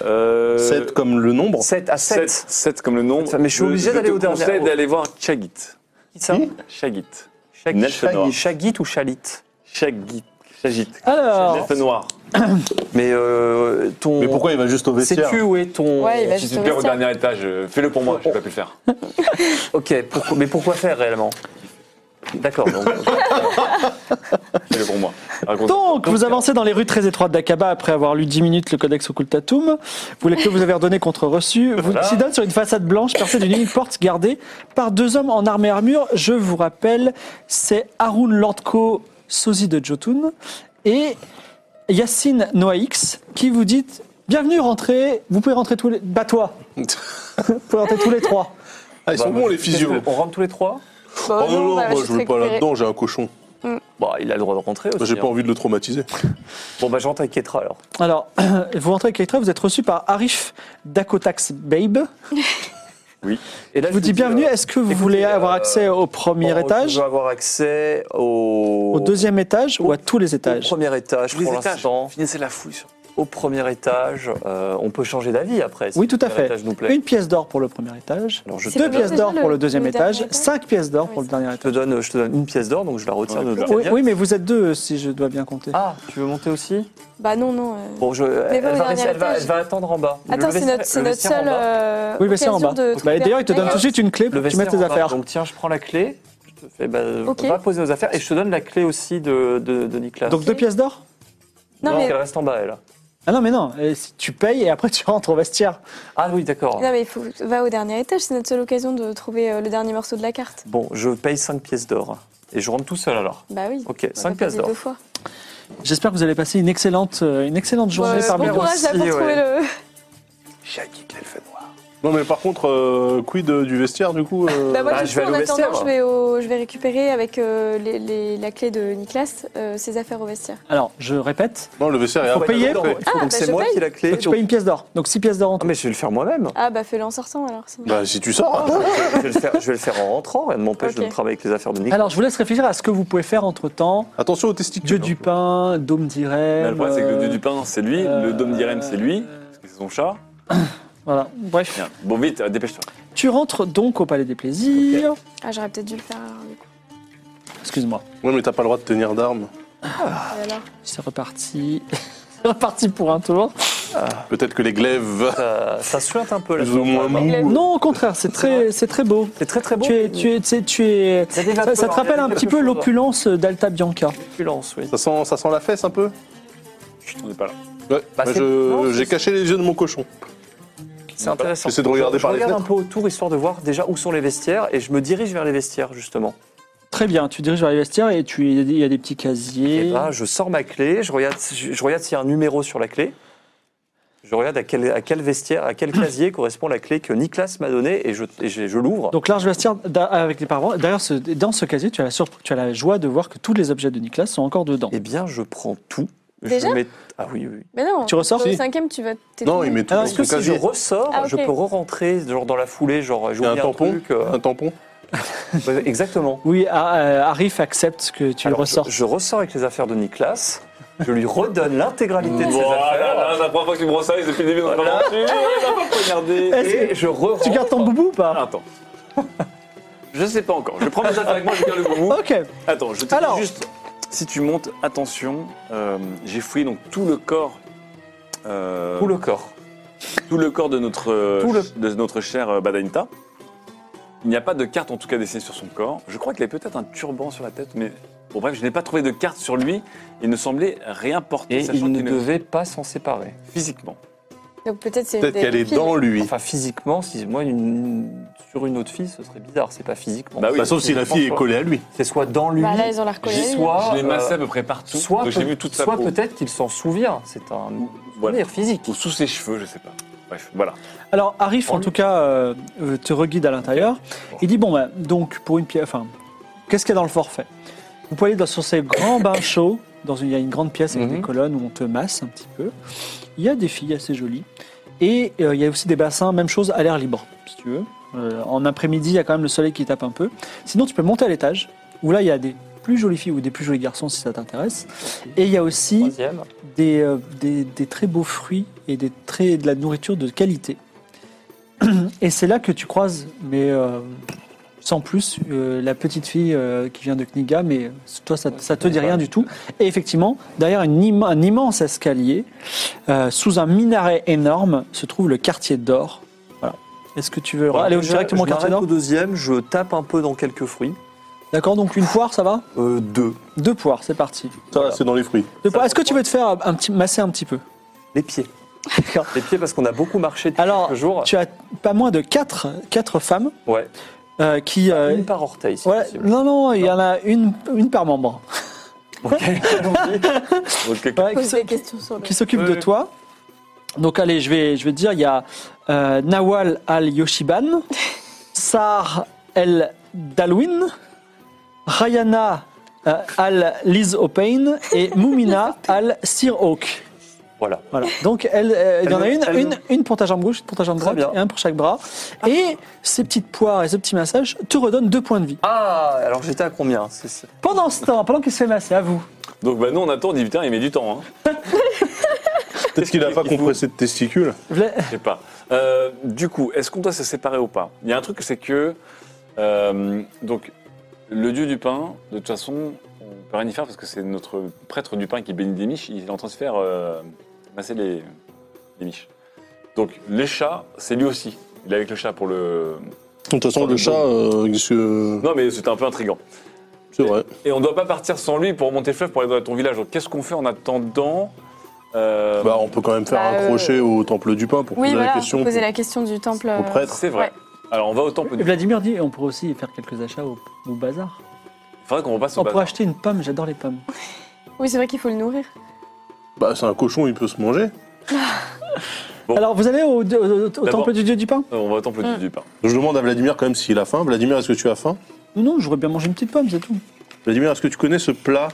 Speaker 2: Euh,
Speaker 4: 7 comme le nombre
Speaker 3: 7 à 7.
Speaker 2: sept- sept comme le nombre.
Speaker 3: Mais je suis obligé d'aller
Speaker 2: te
Speaker 3: au dernier-
Speaker 2: conseille
Speaker 3: au-
Speaker 2: d'aller voir Chagit.
Speaker 3: Qui ça
Speaker 4: Qui
Speaker 2: Chagit.
Speaker 3: Chagit.
Speaker 2: Nelfe noir.
Speaker 3: Chagit ou Chalit
Speaker 2: Chagit. Chagit.
Speaker 1: Alors,
Speaker 2: Nelfe noir.
Speaker 3: Mais euh, ton.
Speaker 4: Mais pourquoi il va juste au vestiaire
Speaker 3: Sais-tu où est ton.
Speaker 5: Ouais, il va
Speaker 2: Si
Speaker 5: juste
Speaker 2: tu te perds au
Speaker 5: vestiaire.
Speaker 2: dernier étage, euh, fais-le pour moi, je pas pu le faire.
Speaker 3: Ok, pourquoi- mais pourquoi faire réellement D'accord, donc.
Speaker 2: Fais-le pour moi. Raconte.
Speaker 1: donc vous avancez dans les rues très étroites d'Akaba après avoir lu 10 minutes le Codex Occultatum, vous, que vous avez redonné contre reçu, vous
Speaker 3: Voilà.
Speaker 1: s'y donne sur une façade blanche percée d'une unique porte gardée par deux hommes en armée armure. Je vous rappelle, c'est Harun Landko, sosie de Jotun, et Yacine Noaix qui vous dit Bienvenue, rentrez, vous pouvez rentrer tous les. Bat-toi Vous pouvez rentrer tous les trois.
Speaker 4: Ah,
Speaker 3: Bah,
Speaker 4: ils sont bons les physios
Speaker 3: On rentre tous les trois
Speaker 5: Bah,
Speaker 4: Oh
Speaker 5: non,
Speaker 4: non, non,
Speaker 5: on va
Speaker 4: moi
Speaker 5: juste
Speaker 4: je veux pas
Speaker 5: récupérer.
Speaker 4: là-dedans, j'ai un cochon.
Speaker 3: Bah, il a le droit de rentrer aussi.
Speaker 4: J'ai pas
Speaker 3: hein.
Speaker 4: envie de le traumatiser.
Speaker 3: Bon, bah, j'entre avec Ketra alors.
Speaker 1: Alors, vous rentrez avec Electra, vous êtes reçu par Arif Dakotax Babe.
Speaker 3: Et là,
Speaker 1: Je vous dis bienvenue,
Speaker 3: euh,
Speaker 1: est-ce que vous
Speaker 3: écoutez,
Speaker 1: voulez
Speaker 3: euh,
Speaker 1: avoir accès au premier
Speaker 3: bon, Je
Speaker 1: étage,
Speaker 3: veux avoir accès au.
Speaker 1: au deuxième étage ou à tous les
Speaker 3: Au
Speaker 1: étages
Speaker 3: premier étage,
Speaker 2: Les
Speaker 3: pour
Speaker 2: étages.
Speaker 3: l'instant.
Speaker 2: Finissez la fouille. sur-
Speaker 3: Au premier étage, euh, on peut changer d'avis après. si
Speaker 1: Oui,
Speaker 3: le
Speaker 1: tout à
Speaker 3: premier
Speaker 1: fait.
Speaker 3: étage nous plaît.
Speaker 1: Une pièce d'or pour le premier étage,
Speaker 3: Alors, je,
Speaker 5: C'est
Speaker 1: deux
Speaker 5: combien
Speaker 1: pièces
Speaker 5: déjà
Speaker 1: d'or
Speaker 5: le-
Speaker 1: pour le deuxième
Speaker 5: le dernier
Speaker 1: étage,
Speaker 5: étage
Speaker 1: cinq pièces d'or
Speaker 5: Oui,
Speaker 1: pour le
Speaker 5: c'est
Speaker 1: dernier
Speaker 3: je
Speaker 1: étage.
Speaker 3: te donne, je te donne une pièce d'or, donc je la retire de
Speaker 2: Oui,
Speaker 3: ta
Speaker 1: Oui,
Speaker 3: poignette.
Speaker 1: oui, mais vous êtes deux, si je dois bien compter.
Speaker 3: Ah, tu veux monter aussi
Speaker 5: Bah non, non. euh.
Speaker 3: Bon, je,
Speaker 5: Mais
Speaker 3: elle,
Speaker 5: va au
Speaker 3: va
Speaker 5: dernier
Speaker 3: rester- elle va-
Speaker 5: étage.
Speaker 3: elle va attendre en bas. Le
Speaker 5: Attends, c'est
Speaker 3: vestiaire-
Speaker 5: notre, c'est
Speaker 3: le
Speaker 5: notre
Speaker 3: vestiaire en
Speaker 5: seule
Speaker 3: bas.
Speaker 5: euh,
Speaker 1: oui, vestiaire en
Speaker 5: occasion
Speaker 1: bas.
Speaker 5: de
Speaker 1: Bah,
Speaker 5: trouver
Speaker 1: D'ailleurs, il te donne
Speaker 5: un
Speaker 1: tout de suite une clé pour que tu mettes tes
Speaker 3: en bas.
Speaker 1: affaires.
Speaker 3: Donc tiens, je prends la clé. Je te fais, bah,
Speaker 5: Ok.
Speaker 3: Va poser nos affaires et je te donne la clé aussi de, de, de
Speaker 5: euh,
Speaker 3: Nicolas.
Speaker 1: Donc deux pièces d'or
Speaker 5: Non,
Speaker 3: non,
Speaker 5: mais-
Speaker 3: elle reste en bas, elle.
Speaker 1: Ah non, mais non, euh, si tu payes et après tu rentres au vestiaire.
Speaker 3: Ah oui, d'accord.
Speaker 5: Non, mais il faut va au dernier étage, c'est notre seule occasion de trouver euh, le dernier morceau de la carte.
Speaker 3: Bon, je paye 5 pièces d'or. Et je rentre tout seul alors.
Speaker 5: Bah oui.
Speaker 3: Ok,
Speaker 5: on va
Speaker 3: 5
Speaker 5: pas
Speaker 3: pièces
Speaker 5: dire
Speaker 3: d'or.
Speaker 5: deux fois.
Speaker 1: J'espère que vous allez passer une excellente, euh, une excellente journée
Speaker 5: Ouais,
Speaker 1: parmi
Speaker 5: bon
Speaker 1: nous.
Speaker 5: courage là, pour
Speaker 3: aussi,
Speaker 5: trouver le.
Speaker 4: Non, mais par contre, euh, quid euh, du vestiaire du coup euh,
Speaker 5: Bah moi,
Speaker 3: bah,
Speaker 5: du
Speaker 3: je
Speaker 5: coup,
Speaker 3: vais
Speaker 5: en
Speaker 3: aller au
Speaker 5: attendant,
Speaker 3: vestiaire.
Speaker 5: je vais, au- je vais récupérer avec euh, les- les- la clé de Nicolas euh, ses affaires au vestiaire.
Speaker 1: Alors, je répète,
Speaker 4: Non, le vestiaire est
Speaker 3: Faut
Speaker 4: après.
Speaker 1: payer
Speaker 4: après.
Speaker 3: Donc
Speaker 5: Ah, bah,
Speaker 3: c'est
Speaker 5: je
Speaker 3: moi
Speaker 5: paye.
Speaker 3: qui ai la clé.
Speaker 1: faut que tu payes une pièce d'or. Donc six pièces d'or en
Speaker 3: Ah,
Speaker 1: tout.
Speaker 3: mais je vais le faire moi-même.
Speaker 5: Ah bah fais-le en sortant alors. sinon.
Speaker 4: Bah, si tu sors, hein.
Speaker 3: je, vais le faire, je vais le faire en rentrant. Rien ne m'empêche de
Speaker 5: Ok.
Speaker 3: me travailler avec les affaires de Nicolas.
Speaker 1: Alors, je vous laisse réfléchir à ce que vous pouvez faire entre temps.
Speaker 4: attention aux testicules. hein.
Speaker 1: Dieu du pain, Dôme
Speaker 2: Mais
Speaker 1: d'Irem.
Speaker 2: le problème, c'est que le
Speaker 1: euh,
Speaker 2: dieu du pain, c'est lui, le dôme d'Irem, c'est lui, parce que c'est son chat.
Speaker 1: euh, Voilà, bref.
Speaker 2: Tiens, Bon, vite, euh, dépêche-toi.
Speaker 1: Tu rentres donc au Palais des Plaisirs.
Speaker 5: Ah j'aurais peut-être dû le faire alors du coup.
Speaker 1: Excuse-moi,
Speaker 4: Ouais, mais t'as pas le droit de tenir d'armes.
Speaker 5: Et alors
Speaker 1: c'est reparti. c'est reparti pour un tour.
Speaker 4: Peut-être que les glaives.
Speaker 1: Ah.
Speaker 3: Ça, Euh, ça suinte un peu là.
Speaker 4: Plus ou moins mou.
Speaker 5: Ouais.
Speaker 1: Non, au contraire, c'est très, c'est très beau.
Speaker 3: hein. C'est très très beau.
Speaker 1: Tu es, tu es, tu sais, tu es-
Speaker 3: Ça, déjà
Speaker 1: ça, ça
Speaker 3: peut
Speaker 1: te rappelle un
Speaker 3: enlever
Speaker 1: petit
Speaker 3: quelque
Speaker 1: peu
Speaker 3: chose.
Speaker 1: l'opulence d'Alta Bianca.
Speaker 3: Opulence, oui.
Speaker 1: Bah,
Speaker 4: Ça sent, ça sent la fesse un peu
Speaker 2: Chut, on n'est pas là.
Speaker 4: Ouais.
Speaker 3: Bah,
Speaker 4: Bah,
Speaker 3: c'est- non,
Speaker 4: je-
Speaker 3: c'est-
Speaker 4: J'ai caché les yeux de mon cochon.
Speaker 3: C'est intéressant.
Speaker 4: J'essaie de regarder
Speaker 3: je
Speaker 4: par les
Speaker 3: regarde un
Speaker 4: fenêtres.
Speaker 3: peu autour histoire de voir déjà où sont les vestiaires et je me dirige vers les vestiaires justement.
Speaker 1: Très bien, tu diriges vers les vestiaires et tu, il y a des petits
Speaker 3: Et
Speaker 1: casiers.
Speaker 3: ben, je sors ma clé, je regarde, je, je regarde s'il y a un numéro sur la clé. Je regarde à quel, à quel vestiaire, à quel casier correspond la clé que Nicolas m'a donnée et je, et je, je l'ouvre.
Speaker 1: Donc large vestiaire d'a- avec les parents. D'ailleurs, ce- dans ce casier, tu as, la surp- tu as la joie de voir que tous les objets de Nicolas sont encore dedans.
Speaker 3: Eh bien, je prends tout.
Speaker 5: Déjà
Speaker 3: je mets... Ah oui, oui. oui.
Speaker 5: Mais non,
Speaker 1: Tu ressors
Speaker 5: au
Speaker 4: Si.
Speaker 5: cinquième, tu vas t'étonner.
Speaker 4: Non, il met tout
Speaker 1: Alors,
Speaker 4: dans
Speaker 3: Est-ce que
Speaker 4: son
Speaker 3: si je
Speaker 4: casier.
Speaker 3: ressors,
Speaker 5: Ah, ok.
Speaker 3: je peux re-rentrer genre, dans la foulée, genre
Speaker 4: Il y
Speaker 3: j'ai
Speaker 4: a un
Speaker 3: oublié
Speaker 4: tampon
Speaker 3: truc, euh,
Speaker 4: Un tampon
Speaker 3: ouais, Exactement.
Speaker 1: Oui, ah, euh, Arif accepte que tu
Speaker 3: Alors,
Speaker 1: ressortes.
Speaker 3: Je, je ressors avec les affaires de Nicolas, je lui redonne l'intégralité de ses
Speaker 2: Voilà,
Speaker 3: affaires.
Speaker 2: là, la première fois que tu me brossailles depuis le début de notre aventure, on va pas poignarder.
Speaker 3: Et je re
Speaker 1: Tu gardes ton boubou ou pas
Speaker 2: Attends. Je sais pas encore. Je prends mes affaires avec moi, je garde le gourmand.
Speaker 1: Ok.
Speaker 2: Attends, je te
Speaker 1: Alors.
Speaker 2: dis juste, si tu montes, attention, euh, j'ai fouillé donc tout le corps. euh,
Speaker 3: tout le corps.
Speaker 2: tout le corps de notre, euh,
Speaker 3: Tout le-
Speaker 2: ch- de notre cher euh, Badainta. Il n'y a pas de carte, en tout cas, dessinée sur son corps. Je crois qu'il avait peut-être un turban sur la tête, mais bon, bref, je n'ai pas trouvé de carte sur lui. Il ne semblait rien porter,
Speaker 3: Et
Speaker 2: sachant
Speaker 3: il ne
Speaker 2: qu'il ne...
Speaker 3: devait pas s'en séparer.
Speaker 2: physiquement.
Speaker 5: Donc peut-être c'est
Speaker 4: Peut-être
Speaker 5: des
Speaker 4: qu'elle est
Speaker 5: filles.
Speaker 4: dans lui.
Speaker 3: Enfin, physiquement, si moi, une- sur une autre fille, ce serait bizarre. C'est pas physiquement.
Speaker 2: Bah oui.
Speaker 4: Bah, sauf si la fille est
Speaker 3: Soit-
Speaker 4: collée à lui.
Speaker 3: C'est soit dans lui,
Speaker 5: Bah là, ils ont l'air
Speaker 3: J'y
Speaker 5: collés.
Speaker 3: sois. Ah,
Speaker 2: je l'ai massé
Speaker 3: euh,
Speaker 2: à peu près partout.
Speaker 3: soit,
Speaker 2: donc j'ai
Speaker 3: peut-
Speaker 2: vu toute sa
Speaker 3: soit
Speaker 2: peau.
Speaker 3: peut-être qu'il s'en souvient. C'est un
Speaker 2: Voilà.
Speaker 3: souvenir physique.
Speaker 2: Ou sous ses cheveux, je sais pas. Bref, voilà.
Speaker 1: Alors Arif, en
Speaker 3: Prends-le.
Speaker 1: tout cas, euh, euh, te reguide à l'intérieur. Il dit bon, bah, donc pour une pièce, enfin, qu'est-ce qu'il y a dans le forfait Vous pouvez aller dans, sur ces grands bains chauds. Dans une, il y a une grande pièce avec
Speaker 3: Mhm.
Speaker 1: des colonnes où on te masse un petit peu. Il y a des filles assez jolies. Et euh, il y a aussi des bassins, même chose, à l'air libre, si tu veux. Euh, en après-midi, il y a quand même le soleil qui tape un peu. Sinon, tu peux monter à l'étage, où là, il y a des plus jolies filles ou des plus jolis garçons, si ça t'intéresse. Et il y a aussi
Speaker 3: Troisième.
Speaker 1: des, euh, des, des très beaux fruits et des très, de la nourriture de qualité. Et c'est là que tu croises, mais euh, sans plus, euh, la petite fille euh, qui vient de Kniga, mais toi, ça, ça te dit rien du tout. Et effectivement, derrière une im- un immense escalier, euh, sous un minaret énorme, se trouve le quartier d'or. Voilà. Est-ce que tu veux
Speaker 3: Voilà,
Speaker 1: aller
Speaker 3: je-
Speaker 1: directement au
Speaker 3: je
Speaker 1: quartier
Speaker 3: m'arrête
Speaker 1: d'or
Speaker 3: au deuxième, je tape un peu dans quelques fruits.
Speaker 1: D'accord, donc une poire, ça va
Speaker 3: Euh, deux.
Speaker 1: Deux poires, c'est parti.
Speaker 4: Ça, c'est dans les fruits.
Speaker 1: Deux poires. Est-ce que tu veux te faire un petit, masser un petit peu
Speaker 3: Les pieds. Les pieds parce qu'on a beaucoup marché depuis
Speaker 1: Alors,
Speaker 3: quelques jours.
Speaker 1: Tu as pas moins de quatre, quatre femmes
Speaker 3: Ouais.
Speaker 1: euh, qui.
Speaker 2: Ah,
Speaker 1: euh,
Speaker 3: Une par orteil, si
Speaker 1: ouais,
Speaker 3: possible.
Speaker 1: non, non, il y en a une, une par membre
Speaker 2: Ok.
Speaker 1: Ouais, qui
Speaker 5: Pose des
Speaker 1: s'oc-
Speaker 5: questions sur le.
Speaker 1: qui s'occupe de
Speaker 3: Ouais.
Speaker 1: toi. Donc, allez, je vais, je vais te dire il y a euh, Nawal al-Yoshiban, Sar el-Dalwin, Rayana euh, al-Liz O'Pain et Moumina al-Sir Oak.
Speaker 3: Voilà.
Speaker 1: Voilà. Donc elle, euh, il y en a
Speaker 3: Elle-
Speaker 1: une,
Speaker 3: elle-
Speaker 1: une, une pour ta jambe gauche, une pour ta jambe
Speaker 3: Très
Speaker 1: droite,
Speaker 3: bien.
Speaker 1: et un pour chaque bras. Et ces petites poires et ce petit massage te redonnent deux points de vie.
Speaker 3: Ah, alors j'étais à combien C'est- c'est-
Speaker 1: Pendant ce temps, pendant qu'il se fait masser, à vous.
Speaker 2: Donc bah, nous, on attend, on dit putain, il met du temps. Hein.
Speaker 4: Peut-être qu'il a pas compressé de testicules.
Speaker 1: Vla-
Speaker 2: Je sais pas. Euh, du coup, est-ce qu'on doit se séparer ou pas Il y a un truc, c'est que. euh, donc, le dieu du pain, de toute façon, on peut rien y faire parce que c'est notre prêtre du pain qui bénit des miches. Il est en train de se faire euh, masser les, les miches. Donc, les chats, c'est lui aussi. Il est avec le chat pour le.
Speaker 4: De toute façon,
Speaker 2: Sur le
Speaker 4: le chat, euh, qu'est-ce que-
Speaker 2: Non, mais c'était un peu intriguant.
Speaker 4: c'est vrai.
Speaker 2: Et on ne doit pas partir sans lui pour remonter le fleuve pour aller dans ton village. Donc, qu'est-ce qu'on fait en attendant Euh,
Speaker 4: Bah, on peut quand même faire
Speaker 5: Bah,
Speaker 4: un
Speaker 5: euh,
Speaker 4: crochet au temple du pain pour
Speaker 5: Oui,
Speaker 4: poser la
Speaker 5: voilà,
Speaker 4: question.
Speaker 5: on posait la question du temple.
Speaker 4: au prêtre.
Speaker 2: C'est vrai.
Speaker 5: Ouais.
Speaker 2: Alors, on va au temple du.
Speaker 1: Vladimir dit on pourrait aussi faire quelques achats au, au bazar.
Speaker 2: Il faudrait qu'on repasse au
Speaker 1: On pourrait
Speaker 2: bazar.
Speaker 1: acheter une pomme, j'adore les pommes.
Speaker 5: euh, Oui, c'est vrai qu'il faut le nourrir.
Speaker 4: Bah, c'est un cochon, il peut se manger.
Speaker 2: Bon.
Speaker 1: Alors vous allez au, au- au- au temple du dieu du pain
Speaker 2: Euh, On va au temple du- du pain.
Speaker 4: Je demande à Vladimir quand même s'il a faim. Vladimir, est-ce que tu as faim
Speaker 1: Non, non, j'aurais bien mangé une petite pomme, c'est tout.
Speaker 4: Vladimir, est-ce que tu connais ce plat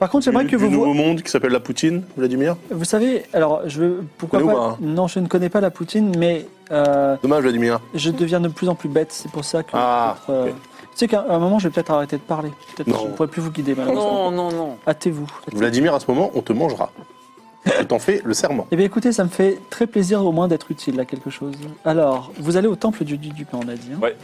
Speaker 1: Par contre,
Speaker 4: du,
Speaker 1: j'aimerais que
Speaker 4: du
Speaker 1: vous
Speaker 4: nouveau
Speaker 1: vo-
Speaker 4: monde qui s'appelle la poutine, Vladimir
Speaker 1: vous savez, alors je veux pourquoi
Speaker 4: Connais ou
Speaker 1: pas
Speaker 4: pas, hein
Speaker 1: Non, je ne connais pas la poutine, mais euh,
Speaker 4: Dommage, Vladimir.
Speaker 1: je deviens de plus en plus bête. C'est pour ça que.
Speaker 4: Ah,
Speaker 1: peut-être, euh,
Speaker 4: ok.
Speaker 1: Tu sais qu'à à un moment, je vais peut-être arrêter de parler. Peut-être que
Speaker 4: Non. Mm.
Speaker 1: je ne pourrai plus vous guider, malheureusement.
Speaker 2: non, non.
Speaker 1: Hâtez-vous.
Speaker 4: Vladimir, à ce moment, on te mangera. Je t'en fais le serment.
Speaker 1: Eh bien, écoutez, ça me fait très plaisir au moins d'être utile à quelque chose. Alors, vous allez au temple du dieu du pain, on a dit. hein.
Speaker 2: Ouais.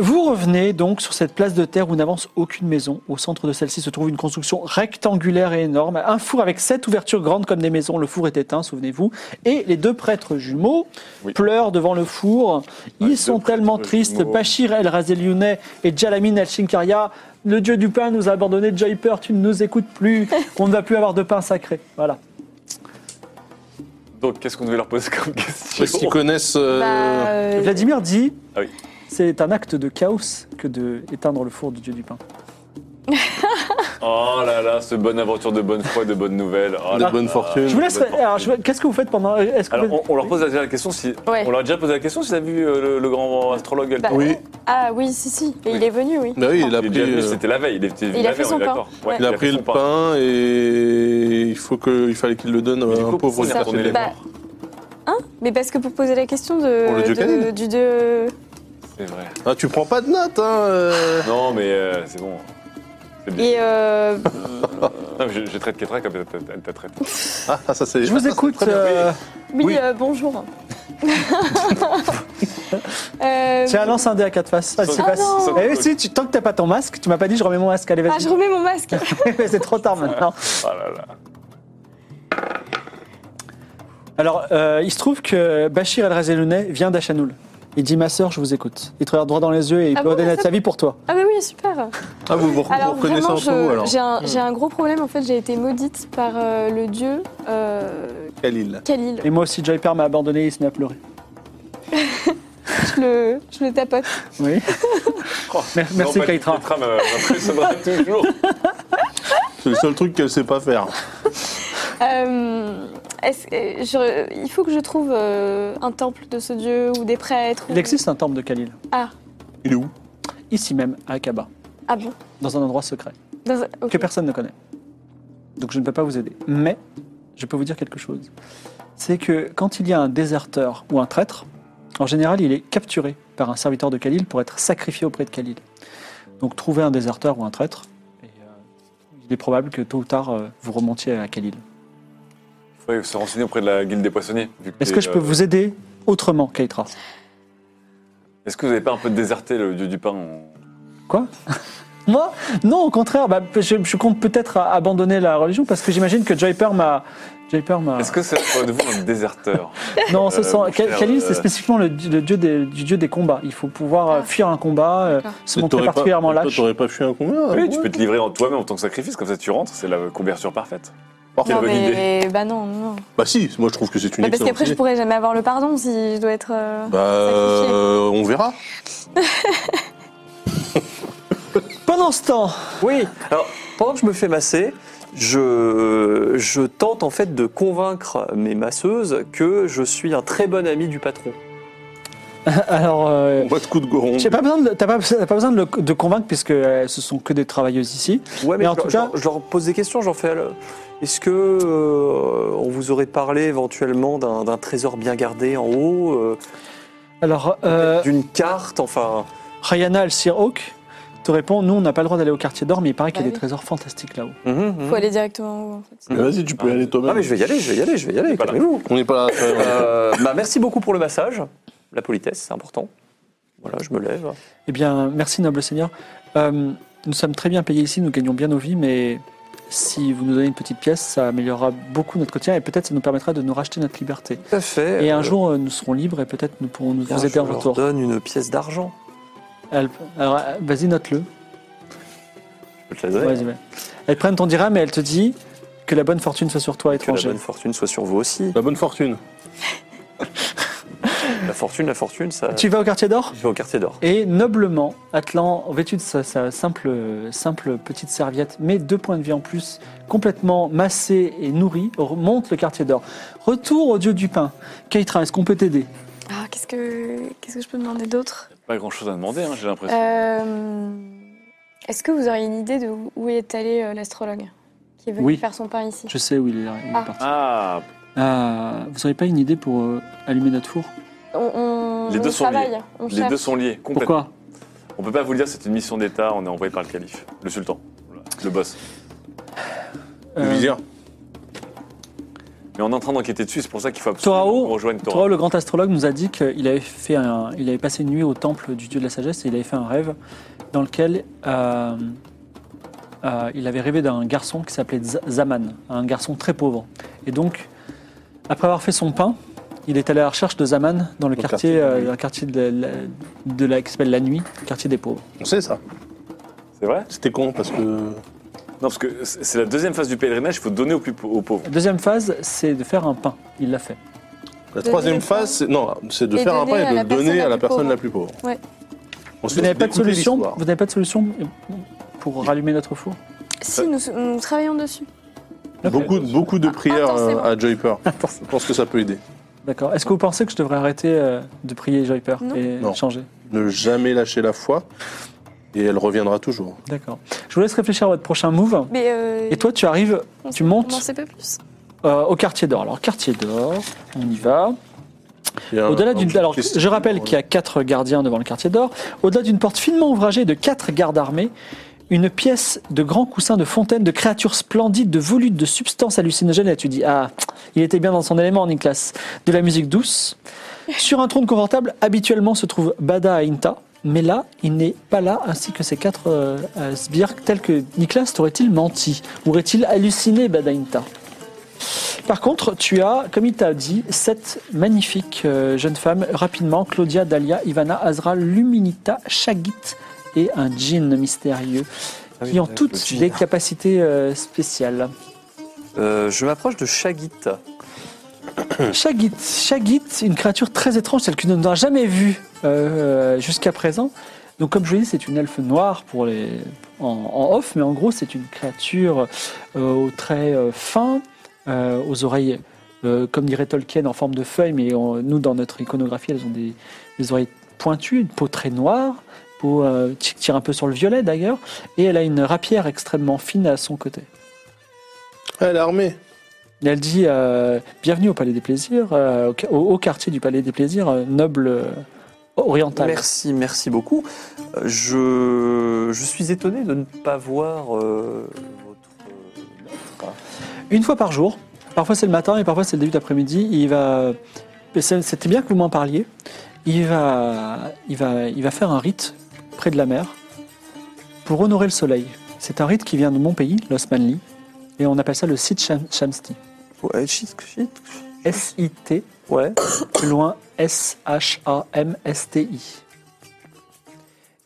Speaker 1: Vous revenez donc sur cette place de terre où n'avance aucune maison. Au centre de celle-ci se trouve une construction rectangulaire et énorme, un four avec sept ouvertures grandes comme des maisons. Le four est éteint, souvenez-vous. Et les deux prêtres jumeaux
Speaker 2: Oui. Ah,
Speaker 1: pleurent devant le four. Ils
Speaker 2: les
Speaker 1: sont
Speaker 2: deux prêtres
Speaker 1: tellement tristes.
Speaker 2: jumeaux.
Speaker 1: Bachir El Razeliounais et Jalamin El Shinkaria, le dieu du pain nous a abandonnés. Joyper, tu ne nous écoutes plus. On ne va plus avoir de pain sacré. Voilà.
Speaker 2: Donc, qu'est-ce qu'on devait leur poser comme
Speaker 4: Est-ce qu'ils
Speaker 2: question
Speaker 4: connaissent. euh,
Speaker 5: Bah, euh,
Speaker 1: Vladimir dit
Speaker 2: Ah oui.
Speaker 1: c'est un acte de chaos que de éteindre le four du dieu du pain.
Speaker 2: Oh là là, ce bonne aventure de bonne foi, de bonnes nouvelles. Oh
Speaker 4: de
Speaker 2: là
Speaker 4: bonne
Speaker 2: là.
Speaker 4: fortune.
Speaker 1: Je vous laisse.
Speaker 2: bonne fortune.
Speaker 1: alors, je vous- qu'est-ce que vous faites pendant est-ce que
Speaker 2: Alors,
Speaker 1: vous-
Speaker 2: on, on leur pose déjà la question si.
Speaker 5: Ouais.
Speaker 2: On leur a déjà posé la question si t'as vu euh, le, le grand astrologue Alto.
Speaker 5: Bah,
Speaker 4: Oui.
Speaker 5: Ah oui, si, si. Et
Speaker 2: Oui.
Speaker 5: il est venu, oui.
Speaker 4: Bah oui, il a
Speaker 2: Il est
Speaker 4: pris,
Speaker 2: déjà venu,
Speaker 4: euh,
Speaker 2: C'était la veille, il était venu
Speaker 5: il
Speaker 2: la
Speaker 5: a fait
Speaker 2: veille,
Speaker 5: son
Speaker 2: on est
Speaker 5: pain.
Speaker 2: d'accord.
Speaker 5: Ouais.
Speaker 4: il a pris
Speaker 2: son
Speaker 4: le pain et il faut que, il fallait qu'il le donne
Speaker 2: Mais du
Speaker 4: à un
Speaker 2: coup,
Speaker 4: pauvre.
Speaker 2: pourquoi
Speaker 4: qui
Speaker 2: il a
Speaker 4: a
Speaker 2: retourné
Speaker 4: perdu
Speaker 2: les
Speaker 4: les
Speaker 5: Bah, hein Mais parce que pour poser la question
Speaker 4: Pour le
Speaker 5: de,
Speaker 4: dieu
Speaker 5: de-
Speaker 4: canine.
Speaker 5: du dieu.
Speaker 2: C'est vrai.
Speaker 4: Ah, tu prends pas de notes, hein euh.
Speaker 2: Non, mais euh, c'est bon. C'est bien.
Speaker 5: Et euh,
Speaker 2: Non, mais je, je traite Ketra comme elle t'a- elle t'a traité.
Speaker 4: Ah, ça c'est.
Speaker 1: Je vous écoute. euh,
Speaker 5: oui,
Speaker 4: Oui.
Speaker 5: euh, bonjour. Euh,
Speaker 1: Tiens, lance un dé à quatre faces. Ah, c'est
Speaker 2: Ah
Speaker 1: facile.
Speaker 2: non.
Speaker 1: Eh oui, si, tu- tant que t'as pas ton masque, tu m'as pas dit je remets mon masque. Allez,
Speaker 5: Ah, je
Speaker 1: vas-y.
Speaker 5: remets mon masque.
Speaker 1: c'est trop tard maintenant.
Speaker 2: Oh là là.
Speaker 1: Alors, euh, il se trouve que Bachir El Razelouneh vient d'Achanoul. Il dit Ma sœur, je vous écoute. Il te regarde droit dans les yeux et il
Speaker 5: Ah
Speaker 1: peut
Speaker 5: bon,
Speaker 1: donner
Speaker 5: ma sœur
Speaker 1: sa vie pour toi.
Speaker 5: Ah bah oui, super.
Speaker 4: Ah, vous vous, vous
Speaker 5: Alors
Speaker 4: reconnaissez
Speaker 5: vraiment,
Speaker 4: entre vous
Speaker 5: je-
Speaker 4: alors
Speaker 5: j'ai
Speaker 1: Hmm.
Speaker 5: un, j'ai un gros problème. En fait, j'ai été maudite par euh, le dieu euh,
Speaker 4: Khalil.
Speaker 5: Khalil.
Speaker 1: Et moi aussi, Joyper m'a abandonné il se met à pleurer.
Speaker 5: Je le, je le tapote.
Speaker 1: Oui.
Speaker 2: Oh,
Speaker 1: Merci,
Speaker 2: non, bah,
Speaker 1: Keitra.
Speaker 2: Keitra me- m'impressionnera toujours.
Speaker 4: C'est le seul truc qu'elle sait pas faire.
Speaker 5: Euh, est-ce- euh, je- il faut que je trouve euh, un temple de ce dieu ou des prêtres. ou-
Speaker 1: Il existe un temple de Khalil,
Speaker 5: Ah,
Speaker 4: Il est où
Speaker 1: ici même, à Akaba,
Speaker 5: ah bon.
Speaker 1: dans un endroit secret,
Speaker 5: Dans un- ok.
Speaker 1: que personne ne connaît. Donc je ne peux pas vous aider. Mais je peux vous dire quelque chose. C'est que quand il y a un déserteur ou un traître, en général, il est capturé par un serviteur de Khalil pour être sacrifié auprès de Khalil. Donc trouvez un déserteur ou un traître, et euh, il est probable que tôt ou tard, euh, vous remontiez à Khalil.
Speaker 2: Il faudrait se renseigner auprès de la guilde des poissonniers. vu
Speaker 1: Est-ce
Speaker 2: t'es,
Speaker 1: que je peux
Speaker 2: euh,
Speaker 1: vous aider autrement, Keitra
Speaker 2: Est-ce que vous n'avez pas un peu déserté le dieu du pain en-
Speaker 1: Quoi Moi Non, au contraire, bah, je, je compte peut-être à- abandonner la religion parce que j'imagine que Joyper m'a. Joyper
Speaker 4: Ah.
Speaker 1: m'a.
Speaker 2: Est-ce que c'est de vous un déserteur
Speaker 1: Non, ce
Speaker 2: euh,
Speaker 1: sont-
Speaker 2: mon
Speaker 1: Kha-
Speaker 2: cher,
Speaker 1: Khalil, c'est
Speaker 2: euh,
Speaker 1: spécifiquement le, di- le dieu des, du dieu des combats. Il faut pouvoir euh,
Speaker 5: Ah.
Speaker 1: fuir un combat, euh,
Speaker 5: D'accord.
Speaker 1: se montrer particulièrement
Speaker 4: pas, toi,
Speaker 1: lâche.
Speaker 4: T'aurais pas fui un Ah, combat
Speaker 2: Oui, tu peux te livrer en toi-même en tant que sacrifice, comme ça tu rentres, c'est la couverture parfaite. Quelle
Speaker 5: Non,
Speaker 2: bonne idée.
Speaker 5: mais bah non, non.
Speaker 4: Bah si, moi je trouve que c'est une
Speaker 5: Bah, parce
Speaker 4: excellente
Speaker 5: qu'après, je
Speaker 4: idée.
Speaker 5: pourrais jamais avoir le pardon si je dois être. euh,
Speaker 4: Bah euh, on verra.
Speaker 1: Pendant ce temps,
Speaker 3: Oui, alors pendant que je me fais masser, je, je tente en fait de convaincre mes masseuses que je suis un très bon ami du patron.
Speaker 1: alors. euh,
Speaker 4: On voit de coup de goron.
Speaker 1: j'ai pas besoin de- T'as pas, t'as pas besoin de, le- de convaincre puisque euh, ce sont que des travailleuses ici.
Speaker 3: Ouais, mais,
Speaker 1: Mais en
Speaker 3: je, leur-
Speaker 1: tout
Speaker 3: je
Speaker 1: cas-
Speaker 3: leur- je leur pose des questions, j'en fais. alors, Est-ce que euh, on vous aurait parlé éventuellement d'un d'un trésor bien gardé en haut, euh,
Speaker 1: Alors, euh,
Speaker 3: d'une carte, enfin
Speaker 1: Rayana Al-Sirhawk te répond Nous, on n'a pas le droit d'aller au quartier d'or, mais il paraît qu'il y a
Speaker 5: Bah
Speaker 1: des
Speaker 5: oui.
Speaker 1: trésors fantastiques là-haut.
Speaker 3: mhm,
Speaker 5: Faut
Speaker 2: mm.
Speaker 3: mhm.
Speaker 5: aller directement en haut, en fait.
Speaker 4: Mais Vas-y, tu peux y aller toi-même.
Speaker 3: Ah mais je vais y aller, je vais y aller, je vais y aller.
Speaker 2: Voilà.
Speaker 3: calmez-vous.
Speaker 4: On n'est pas là. ça va.
Speaker 3: Euh, bah, merci beaucoup pour le massage, la politesse, c'est important. Voilà, je me lève.
Speaker 1: Eh bien, merci, noble seigneur. Euh, nous sommes très bien payés ici, nous gagnons bien nos vies, mais si vous nous donnez une petite pièce, ça améliorera beaucoup notre quotidien et peut-être ça nous permettra de nous racheter notre liberté.
Speaker 3: Tout à fait.
Speaker 1: Et un
Speaker 3: Euh,
Speaker 1: jour, euh, nous serons libres et peut-être nous pourrons nous
Speaker 3: bien,
Speaker 1: vous aider en
Speaker 3: je leur
Speaker 1: retour.
Speaker 3: donne une pièce d'argent.
Speaker 1: Elle- alors, euh, vas-y, note-le.
Speaker 3: Je te la donne.
Speaker 1: Vas-y, ouais. Elle prenne ton dirham et elle te dit que la bonne fortune soit sur toi,
Speaker 3: Que la
Speaker 1: étranger.
Speaker 3: bonne fortune soit sur vous aussi.
Speaker 4: La bonne fortune.
Speaker 3: La fortune, la fortune, ça.
Speaker 1: Tu vas au quartier d'or
Speaker 3: Je vais au quartier d'or.
Speaker 1: Et noblement, Atlan, vêtu de sa, sa simple, simple petite serviette, mais deux points de vie en plus, complètement massé et nourri, remonte le quartier d'or. Retour au dieu du pain. Keitra, est-ce qu'on peut t'aider
Speaker 5: Ah, qu'est-ce que qu'est-ce que je peux demander d'autre
Speaker 2: Pas grand chose à demander, hein, j'ai l'impression.
Speaker 5: Euh, Est-ce que vous auriez une idée de où est allé euh, l'astrologue qui est venu
Speaker 1: Oui.
Speaker 5: faire son pain ici
Speaker 1: Je sais où il est, il est
Speaker 5: Ah.
Speaker 1: parti.
Speaker 2: Ah,
Speaker 1: Euh, vous n'auriez pas une idée pour euh, allumer notre four
Speaker 5: On, on-
Speaker 2: Les deux
Speaker 5: on
Speaker 2: sont
Speaker 5: travaille,
Speaker 2: liés.
Speaker 5: on
Speaker 2: les
Speaker 5: cherche.
Speaker 2: deux sont liés, complètement.
Speaker 1: Pourquoi
Speaker 2: On peut pas vous le dire, c'est une mission d'État, on est envoyé par le calife, le sultan, le boss.
Speaker 4: Le
Speaker 3: Bah,
Speaker 1: Euh,
Speaker 4: vizir.
Speaker 2: Mais on est en train d'enquêter dessus, c'est pour ça qu'il faut absolument
Speaker 1: Torao,
Speaker 2: qu'on rejoigne Torao.
Speaker 1: Thorol, le grand astrologue, nous a dit qu'il avait, fait un- il avait passé une nuit au temple du dieu de la sagesse et il avait fait un rêve dans lequel euh, euh, il avait rêvé d'un garçon qui s'appelait Z- Zaman, un garçon très pauvre. Et donc, après avoir fait son pain, il est allé à la recherche de Zaman dans le
Speaker 4: Au
Speaker 1: quartier,
Speaker 4: quartier de la
Speaker 1: euh,
Speaker 4: Nuit.
Speaker 1: dans le quartier de, la, de la- qui s'appelle La Nuit, le quartier des pauvres.
Speaker 4: On sait ça.
Speaker 2: C'est vrai
Speaker 4: C'était con parce que.
Speaker 2: Non, parce que c'est c'est la deuxième phase du pèlerinage, il faut donner aux, plus pau- aux pauvres.
Speaker 1: La deuxième phase, c'est de faire un pain. Il l'a fait.
Speaker 4: La troisième
Speaker 5: le pain.
Speaker 4: phase, c'est- non, c'est de
Speaker 5: Et
Speaker 4: faire un pain
Speaker 5: donner à
Speaker 4: et de
Speaker 5: la
Speaker 4: le donner
Speaker 5: personne
Speaker 4: à
Speaker 5: la
Speaker 4: la
Speaker 5: plus
Speaker 4: personne
Speaker 5: pauvre.
Speaker 4: la plus pauvre.
Speaker 5: Ouais.
Speaker 4: Ensuite,
Speaker 1: Vous n'avez pas de
Speaker 4: d'écouter
Speaker 1: solution.
Speaker 4: l'histoire.
Speaker 1: Vous n'avez pas de solution pour rallumer notre four
Speaker 5: Si, nous, nous travaillons dessus.
Speaker 4: Beaucoup, beaucoup de prières
Speaker 5: Attends,
Speaker 4: euh,
Speaker 5: c'est bon.
Speaker 4: à Joyper.
Speaker 1: Ah, Attends,
Speaker 4: Je pense que ça peut aider.
Speaker 1: D'accord. Est-ce que vous pensez que je devrais arrêter euh, de prier Joyper
Speaker 5: Non.
Speaker 1: et
Speaker 4: Non.
Speaker 1: changer
Speaker 4: Ne jamais lâcher la foi et elle reviendra toujours.
Speaker 1: D'accord. Je vous laisse réfléchir à votre prochain move.
Speaker 5: Mais euh,
Speaker 1: Et toi, tu arrives
Speaker 5: on
Speaker 1: tu
Speaker 5: sait-
Speaker 1: montes
Speaker 5: On en sait pas plus.
Speaker 1: euh, au quartier d'or. Alors, quartier d'or, on y va.
Speaker 4: Il y a
Speaker 1: Au-delà
Speaker 4: un-
Speaker 1: d'une.
Speaker 4: un-
Speaker 1: Alors, je rappelle qu'il y a quatre gardiens devant le quartier d'or. Au-delà d'une porte finement ouvragée de quatre gardes armés, une pièce de grands coussins de fontaines, de créatures splendides, de volutes, de substances hallucinogènes. Et tu dis Ah, il était bien dans son élément, Nicolas. De la musique douce. Sur un trône confortable, habituellement se trouve Bada Ainta. Mais là, il n'est pas là, ainsi que ces quatre euh, euh, sbires, tels que Nicolas, t'aurait-il menti Aurait-il halluciné Bada Ainta par contre, tu as, comme il t'a dit, sept magnifiques euh, jeunes femmes, rapidement, Claudia, Dalia, Ivana, Azra, Luminita, Shagit et un djinn mystérieux, qui ont toutes des capacités euh, spéciales.
Speaker 3: Euh, je m'approche de Shagit.
Speaker 1: Shagit, Shagit, une créature très étrange, celle que nous n'avons jamais vue euh, jusqu'à présent. Donc, comme je vous l'ai dit, c'est une elfe noire pour les, en, en off, mais en gros, c'est une créature euh, aux traits euh, fins, euh, aux oreilles, euh, comme dirait Tolkien, en forme de feuille, mais on- nous, dans notre iconographie, elles ont des, des oreilles pointues, une peau très noire, peau euh, qui tire un peu sur le violet d'ailleurs, et elle a une rapière extrêmement fine à son côté.
Speaker 4: Elle est armée.
Speaker 1: Et elle dit euh, Bienvenue au Palais des Plaisirs, euh, au, au quartier du Palais des Plaisirs, euh, noble euh, oriental.
Speaker 3: Merci, merci beaucoup. Euh, Je, je suis étonné de ne pas voir euh, votre. euh,
Speaker 1: Une fois par jour, parfois c'est le matin et parfois c'est le début d'après-midi, il va. c'est- C'était bien que vous m'en parliez. Il va, il, va, il va faire un rite près de la mer pour honorer le soleil. C'est un rite qui vient de mon pays, l'Osmanli, et on appelle ça le Sit Sham- Shamsti.
Speaker 3: Ouais, shit, shit.
Speaker 1: S-I-T,
Speaker 3: Ouais.
Speaker 1: plus loin S-H-A-M-S-T-I.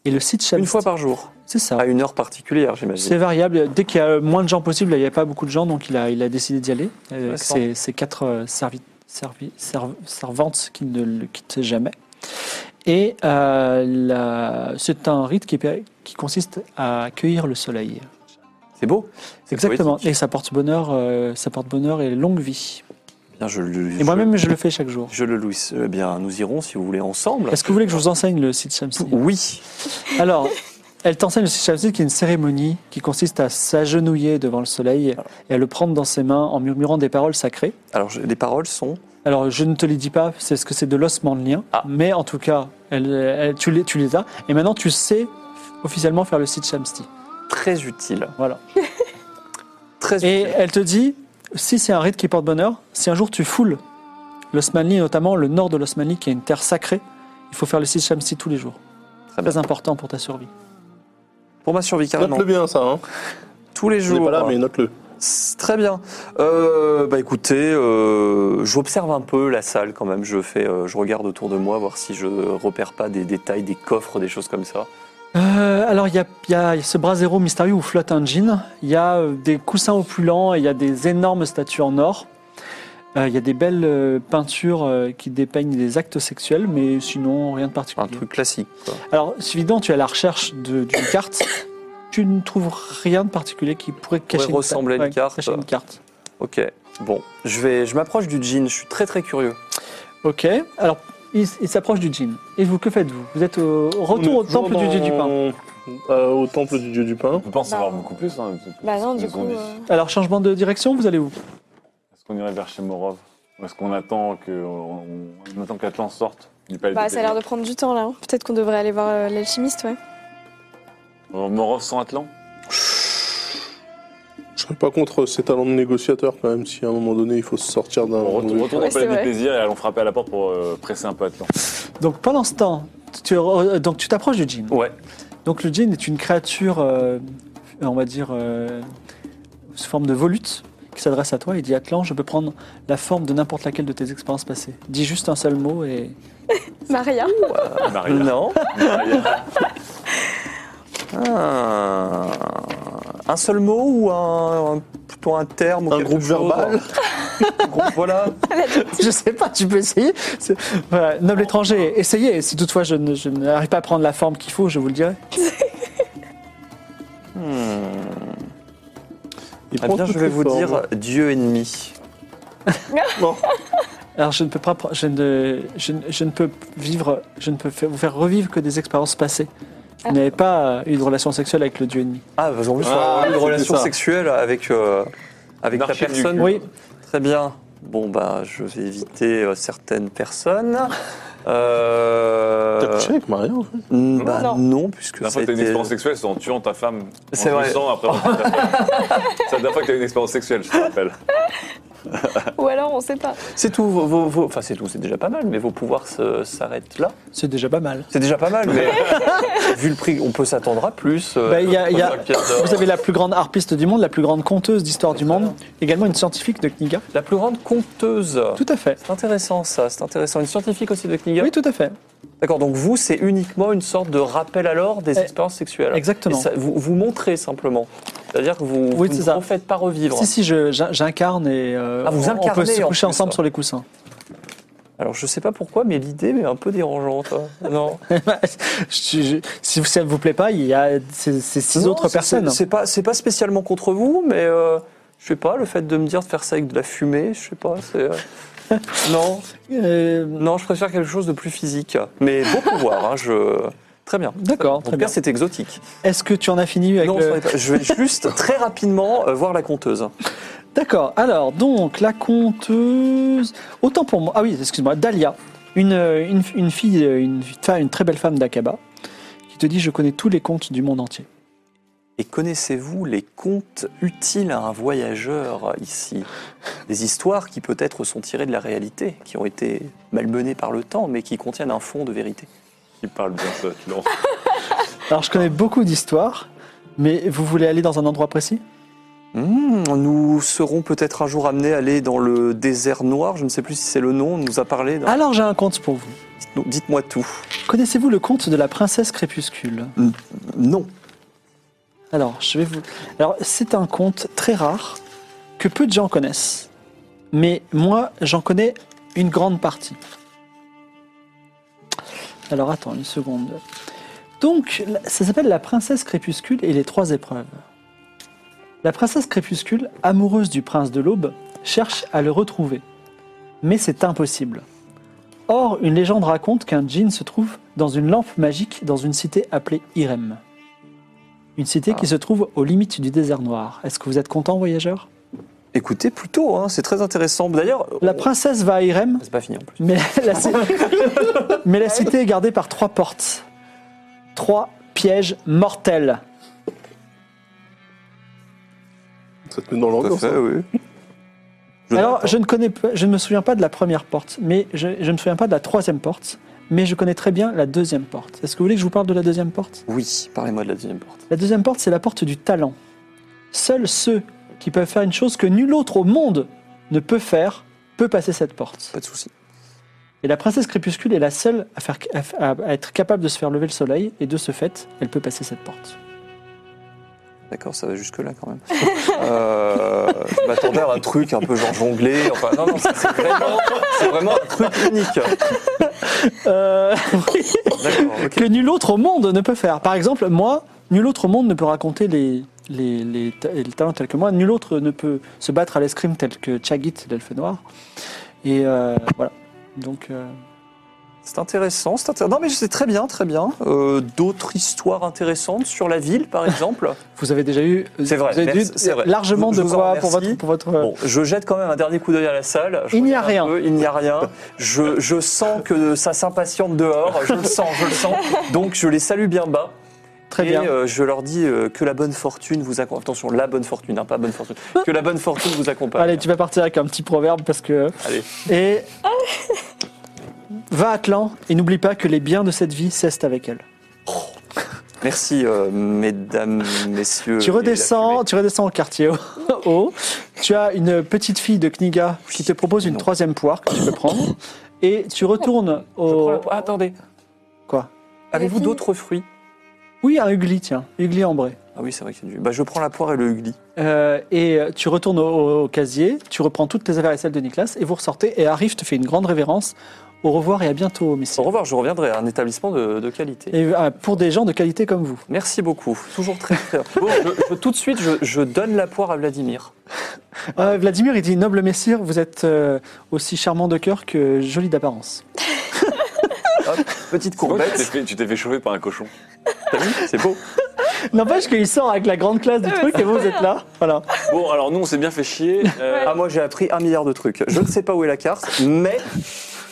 Speaker 1: Et le Sit Shamsti.
Speaker 3: Une fois par Ah, jour.
Speaker 1: C'est ça.
Speaker 3: À une heure particulière, j'imagine.
Speaker 1: C'est variable. Dès qu'il y a moins de gens possible, là, il n'y a pas beaucoup de gens, donc il a, il a décidé d'y aller avec
Speaker 3: Ouais,
Speaker 1: ses, ses quatre euh, servi- servi- serv- servantes qui ne le quittent jamais. Et euh, la- c'est un rite qui, est- qui consiste à accueillir le soleil.
Speaker 3: C'est beau. C'est
Speaker 1: Exactement.
Speaker 3: poétique.
Speaker 1: Et ça porte bonheur, euh, ça porte bonheur et longue vie.
Speaker 3: Bien, je, le-
Speaker 1: Et moi-même, je le fais chaque jour.
Speaker 3: Je, je le loue. Eh bien, nous irons si vous voulez ensemble.
Speaker 1: Est-ce que vous voulez que je vous enseigne le site Shamsi
Speaker 3: Oui.
Speaker 1: Alors, elle t'enseigne le Shamsid, qui est une cérémonie qui consiste à s'agenouiller devant le soleil et à le prendre dans ses mains en murmurant des paroles sacrées.
Speaker 3: Alors, je- les paroles sont.
Speaker 1: Alors, je ne te les dis pas, c'est ce que c'est de l'ossement de lien,
Speaker 3: Ah.
Speaker 1: mais en tout cas, elle- elle- tu, les, tu les as. Et maintenant, tu sais officiellement faire le site Shamsti.
Speaker 3: très utile.
Speaker 1: Voilà.
Speaker 3: Très
Speaker 1: Et
Speaker 3: utile.
Speaker 1: elle te dit, si c'est un rite qui porte bonheur, si un jour tu foules l'Osmanli, notamment le nord de l'Osmanli, qui est une terre sacrée, il faut faire le site Shamsi tous les jours.
Speaker 3: Très
Speaker 1: Très important pour ta survie.
Speaker 3: Pour ma survie, carrément.
Speaker 4: Note-le bien, ça. Hein.
Speaker 3: Tous les
Speaker 4: Je n'ai
Speaker 3: jours.
Speaker 4: pas là, mais note-le.
Speaker 1: hein.
Speaker 3: C'est Très bien. Euh, bah écoutez, euh, j'observe un peu la salle quand même. Je fais, euh, je regarde autour de moi voir si je repère pas des détails, des coffres, des choses comme ça.
Speaker 1: Euh, alors, il y a, il y a ce brasero mystérieux où flotte un djinn. Il y a euh, des coussins opulents et il y a des énormes statues en or. Euh, Il y a des belles euh, peintures euh, qui dépeignent des actes sexuels, mais sinon, rien de
Speaker 3: Un
Speaker 1: particulier.
Speaker 3: truc classique. quoi.
Speaker 1: Alors, si évidemment, tu es à la recherche de- d'une carte. Tu ne trouves rien de particulier qui pourrait cacher une-
Speaker 3: ressembler à une
Speaker 1: ouais,
Speaker 3: carte.
Speaker 1: cacher une carte.
Speaker 3: Ok. Bon, je vais, je m'approche du jean. Je suis très très curieux.
Speaker 1: Ok. Alors, il, s- il s'approche du djinn. Et vous, que faites-vous Vous êtes au retour au temple du dieu du pain.
Speaker 4: au temple du dieu du pain.
Speaker 2: On peut pas en savoir
Speaker 5: Bah,
Speaker 2: beaucoup plus. Hein,
Speaker 5: Bah non,
Speaker 2: ce
Speaker 5: du
Speaker 2: qu'on
Speaker 5: coup.
Speaker 2: dit.
Speaker 5: euh,
Speaker 1: Alors, changement de direction, vous allez où
Speaker 2: Est-ce qu'on irait vers chez Morov Ou est-ce qu'on attend que on, on attend qu'Atlan sorte du palais
Speaker 5: Bah,
Speaker 2: des
Speaker 5: ça a l'air
Speaker 2: Plaisirs
Speaker 5: de prendre du temps là. hein. Peut-être qu'on devrait aller voir euh, l'alchimiste, ouais.
Speaker 2: Euh, Morov sans Atlan
Speaker 4: Je serais pas contre ses talents de négociateur quand même, si à un moment donné il faut se sortir d'un.
Speaker 2: On retourne,
Speaker 4: mauvais-
Speaker 2: retourne
Speaker 5: Ouais,
Speaker 2: au palais
Speaker 5: c'est
Speaker 2: des
Speaker 5: vrai.
Speaker 2: plaisirs et allons frapper à la porte pour euh, presser un peu Atlan.
Speaker 1: Donc pendant ce temps, tu, euh, donc tu t'approches du djinn.
Speaker 3: Ouais.
Speaker 1: Donc le djinn est une créature, euh, on va dire, euh, sous forme de volute, qui s'adresse à toi et dit Atlan, je peux prendre la forme de n'importe laquelle de tes expériences passées. Dis juste un seul mot et.
Speaker 5: Maria
Speaker 3: Ah,
Speaker 2: Maria.
Speaker 3: Non.
Speaker 2: Maria.
Speaker 3: Ah. un seul mot ou un, un- plutôt un terme ou
Speaker 4: Un
Speaker 3: quelque
Speaker 4: groupe
Speaker 3: chose
Speaker 4: verbal
Speaker 3: Un groupe- Voilà.
Speaker 1: je sais pas, tu peux essayer. C'est- Voilà, noble étranger, essayez. Si toutefois je ne- je n'arrive pas à prendre la forme qu'il faut, je vous le dirai.
Speaker 3: Hmm. Eh bien, je vais vous dire Dieu ennemi.
Speaker 1: Alors je ne peux pas, pr- je ne, je, ne- je ne peux vivre, je ne peux faire- vous faire revivre que des expériences passées. Vous n'avez pas euh, eu de relation sexuelle avec le dieu ennemi.
Speaker 3: Ah, parce qu'en plus,
Speaker 2: Ah,
Speaker 3: on a une
Speaker 2: c'était
Speaker 3: relation
Speaker 2: ça.
Speaker 3: sexuelle avec, euh, avec ta
Speaker 2: L'archive du
Speaker 3: personne.
Speaker 1: Oui,
Speaker 3: Très bien. Bon, bah, je vais éviter euh, certaines personnes. Euh,
Speaker 4: T'as couché avec Maria en fait
Speaker 3: n- bah,
Speaker 5: Non.
Speaker 3: non. puisque
Speaker 2: La
Speaker 3: ça
Speaker 2: fois
Speaker 3: a
Speaker 2: que t'as une
Speaker 3: été-
Speaker 2: expérience sexuelle, c'est en tuant ta femme. En
Speaker 3: C'est vrai.
Speaker 2: jouissant après avoir tué ta femme. C'est la dernière fois que t'as eu une expérience sexuelle, je te rappelle.
Speaker 5: Ou alors, on sait pas.
Speaker 3: C'est tout, vos, vos- vos- enfin c'est tout, c'est déjà pas mal, mais vos pouvoirs se- s'arrêtent là.
Speaker 1: c'est déjà pas mal.
Speaker 3: C'est déjà pas mal, mais vu le prix, on peut s'attendre à plus. euh,
Speaker 1: Bah, il y a- il y a-
Speaker 3: 35 pièces d'or.
Speaker 1: Vous avez la plus grande harpiste du monde, la plus grande conteuse d'histoire du monde, également une scientifique de Kniga.
Speaker 3: La plus grande conteuse.
Speaker 1: Tout à fait.
Speaker 3: C'est intéressant ça, c'est intéressant. Une scientifique aussi de Kniga.
Speaker 1: Oui, tout à fait.
Speaker 3: D'accord, donc vous, c'est uniquement une sorte de rappel à l'or des
Speaker 1: Eh,
Speaker 3: expériences sexuelles.
Speaker 1: exactement.
Speaker 3: Et ça, vous, vous montrez simplement. C'est-à-dire que vous,
Speaker 1: Oui,
Speaker 3: vous
Speaker 1: c'est
Speaker 3: ne
Speaker 1: ça.
Speaker 3: vous faites pas revivre.
Speaker 1: Si, si, je- j'in- j'incarne et euh,
Speaker 3: Ah, vous
Speaker 1: on- on peut
Speaker 3: incarnez
Speaker 1: se
Speaker 3: en
Speaker 1: coucher
Speaker 3: plus,
Speaker 1: ensemble
Speaker 3: ça.
Speaker 1: sur les coussins.
Speaker 3: Alors je sais pas pourquoi, mais l'idée est un peu dérangeante. hein. Non.
Speaker 1: Je- je- si vous- ça ne vous plaît pas, il y a ces, ces six
Speaker 3: Non,
Speaker 1: autres
Speaker 3: c'est-
Speaker 1: personnes.
Speaker 3: C'est c'est pas, c'est pas spécialement contre vous, mais euh, je sais pas, le fait de me dire de faire ça avec de la fumée, je sais pas, c'est. euh, non,
Speaker 1: Euh,
Speaker 3: non, je préfère quelque chose de plus physique. Mais beau pouvoir, hein, je. Très bien.
Speaker 1: D'accord,
Speaker 3: En
Speaker 1: très
Speaker 3: tout cas,
Speaker 1: bien.
Speaker 3: c'est exotique.
Speaker 1: Est-ce que tu en as fini avec
Speaker 3: Non,
Speaker 1: le-
Speaker 3: j'en ai pas- je vais juste très rapidement euh, voir la conteuse.
Speaker 1: D'accord. Alors, donc, la conteuse. Autant pour moi. Ah oui, excuse-moi. Dahlia, une, euh, une, une fille, euh, une, femme, une très belle femme d'Akaba, qui te dit Je connais tous les contes du monde entier.
Speaker 3: Et connaissez-vous les contes utiles à un voyageur euh, ici Des histoires qui peut-être sont tirées de la réalité, qui ont été malmenées par le temps, mais qui contiennent un fond de vérité.
Speaker 2: Il parle bien, ça, tu l'en-
Speaker 1: Alors, je connais beaucoup d'histoires, mais vous voulez aller dans un endroit précis
Speaker 3: Hmm, nous serons peut-être un jour amenés à aller dans le désert noir, je ne sais plus si c'est le nom, on nous a parlé. d'un-
Speaker 1: Alors, j'ai un conte pour vous.
Speaker 3: Dites-nous- Dites-moi tout.
Speaker 1: Connaissez-vous le conte de la princesse crépuscule
Speaker 3: Non.
Speaker 1: Alors, je vais vous. Alors, c'est un conte très rare que peu de gens connaissent. Mais moi, j'en connais une grande partie. Alors, attends une seconde. Donc, la- ça s'appelle La princesse crépuscule et les trois épreuves. La princesse crépuscule, amoureuse du prince de l'aube, cherche à le retrouver. Mais c'est impossible. Or, une légende raconte qu'un djinn se trouve dans une lampe magique dans une cité appelée Irem. Une cité qui se trouve aux limites du désert noir. Est-ce que vous êtes content, voyageur
Speaker 3: Écoutez, plutôt, hein, c'est très intéressant. D'ailleurs,
Speaker 1: La
Speaker 3: on- Ah,
Speaker 1: princesse va à Irem,
Speaker 3: C'est pas fini en plus.
Speaker 1: mais la, ci- mais la cité est gardée par trois portes. Trois pièges mortels.
Speaker 4: Ça te met dans hein. l'ordre ça
Speaker 3: Je-
Speaker 1: Alors, je ne, connais, pas- je ne me souviens pas de la première porte, mais je, je ne me souviens pas de la troisième porte, mais je connais très bien la deuxième porte. Est-ce que vous voulez que je vous parle de la deuxième porte
Speaker 3: Oui, parlez-moi de la deuxième porte.
Speaker 1: La deuxième porte, c'est la porte du talent. Seuls ceux qui peuvent faire une chose que nul autre au monde ne peut faire, peut passer cette porte.
Speaker 3: Pas de souci.
Speaker 1: Et la princesse crépuscule est la seule à, faire- à- à être capable de se faire lever le soleil, et de ce fait, elle peut passer cette porte.
Speaker 3: D'accord, ça va jusque-là quand même. euh, je m'attendais à un truc un peu genre jonglé. Enfin, non, non, ça, c'est vraiment, c'est vraiment un truc unique.
Speaker 1: Euh,
Speaker 3: D'accord, ok.
Speaker 1: que nul autre au monde ne peut faire. Par exemple, moi, nul autre au monde ne peut raconter les, les, les, ta- les talents tels que moi, nul autre ne peut se battre à l'escrime tel que Chagit, l'elfe noir. Et euh, voilà. Donc, euh,
Speaker 3: C'est intéressant, c'est intéressant. Non, mais c'est très bien, très bien. Euh, D'autres histoires intéressantes sur la ville, par exemple.
Speaker 1: vous avez déjà eu,
Speaker 3: C'est vrai,
Speaker 1: vous avez
Speaker 3: merci,
Speaker 1: dû-
Speaker 3: c'est vrai.
Speaker 1: largement
Speaker 3: Je
Speaker 1: de
Speaker 3: vous en
Speaker 1: quoi pour
Speaker 3: remercie.
Speaker 1: votre. Pour votre
Speaker 3: Bon, je jette quand même un dernier coup d'œil à la salle. Je
Speaker 1: Il n'y a
Speaker 3: regarde un
Speaker 1: rien.
Speaker 3: peu, il n'y a rien. Je, je sens que ça s'impatiente dehors. Je le sens, je le sens. Donc, je les salue bien bas.
Speaker 1: très
Speaker 3: et
Speaker 1: bien.
Speaker 3: euh, je leur dis euh, que la bonne fortune vous accompagne. Attention, la bonne fortune, hein, pas bonne fortune. Que la bonne fortune vous accompagne.
Speaker 1: Allez, tu vas partir avec un petit proverbe parce que.
Speaker 3: Allez.
Speaker 1: Et. Va à Atlan et n'oublie pas que les biens de cette vie cessent avec elle.
Speaker 3: Euh, Merci, euh, mesdames, messieurs.
Speaker 1: Tu
Speaker 3: et la
Speaker 1: redescends,
Speaker 3: fumée.
Speaker 1: tu redescends au quartier haut. Tu as une petite fille de Kniga qui te propose une
Speaker 3: Non.
Speaker 1: troisième poire que tu peux prendre. Et tu retournes
Speaker 3: Je prends la
Speaker 1: au.
Speaker 3: po- ah, attendez.
Speaker 1: Quoi
Speaker 3: Avez-vous
Speaker 5: fini.
Speaker 3: d'autres fruits
Speaker 1: Oui, un hugli, tiens, hugli ambré.
Speaker 3: Ah oui, c'est vrai qu'il y a du. Bah, je prends la poire et le hugli.
Speaker 1: Euh, et tu retournes au, au casier, tu reprends toutes tes affaires et celles de Nicolas, et vous ressortez. Et Arif te fait une grande révérence Au revoir et à bientôt, messieurs.
Speaker 3: Au revoir, je reviendrai à un établissement de, de qualité.
Speaker 1: Et ah, pour des gens de qualité comme vous.
Speaker 3: Merci beaucoup. Toujours très clair. Bon, je- je- tout de suite, je, je donne la poire à Vladimir.
Speaker 1: Euh, Vladimir, il dit Noble messire, vous êtes euh, aussi charmant de cœur que joli d'apparence.
Speaker 3: Hop, petite
Speaker 2: Pourquoi tu t'es
Speaker 3: courbette.
Speaker 2: fait- tu t'es fait chauffer par un cochon
Speaker 3: T'as vu C'est beau.
Speaker 1: N'empêche qu'il sort avec la grande classe du
Speaker 5: Ouais,
Speaker 1: truc
Speaker 5: c'est
Speaker 1: et vous, vous êtes là. Voilà.
Speaker 2: Bon, alors nous, on s'est bien fait chier. euh,
Speaker 3: Ah, moi, j'ai appris un milliard de trucs. Je ne sais pas où est la carte, mais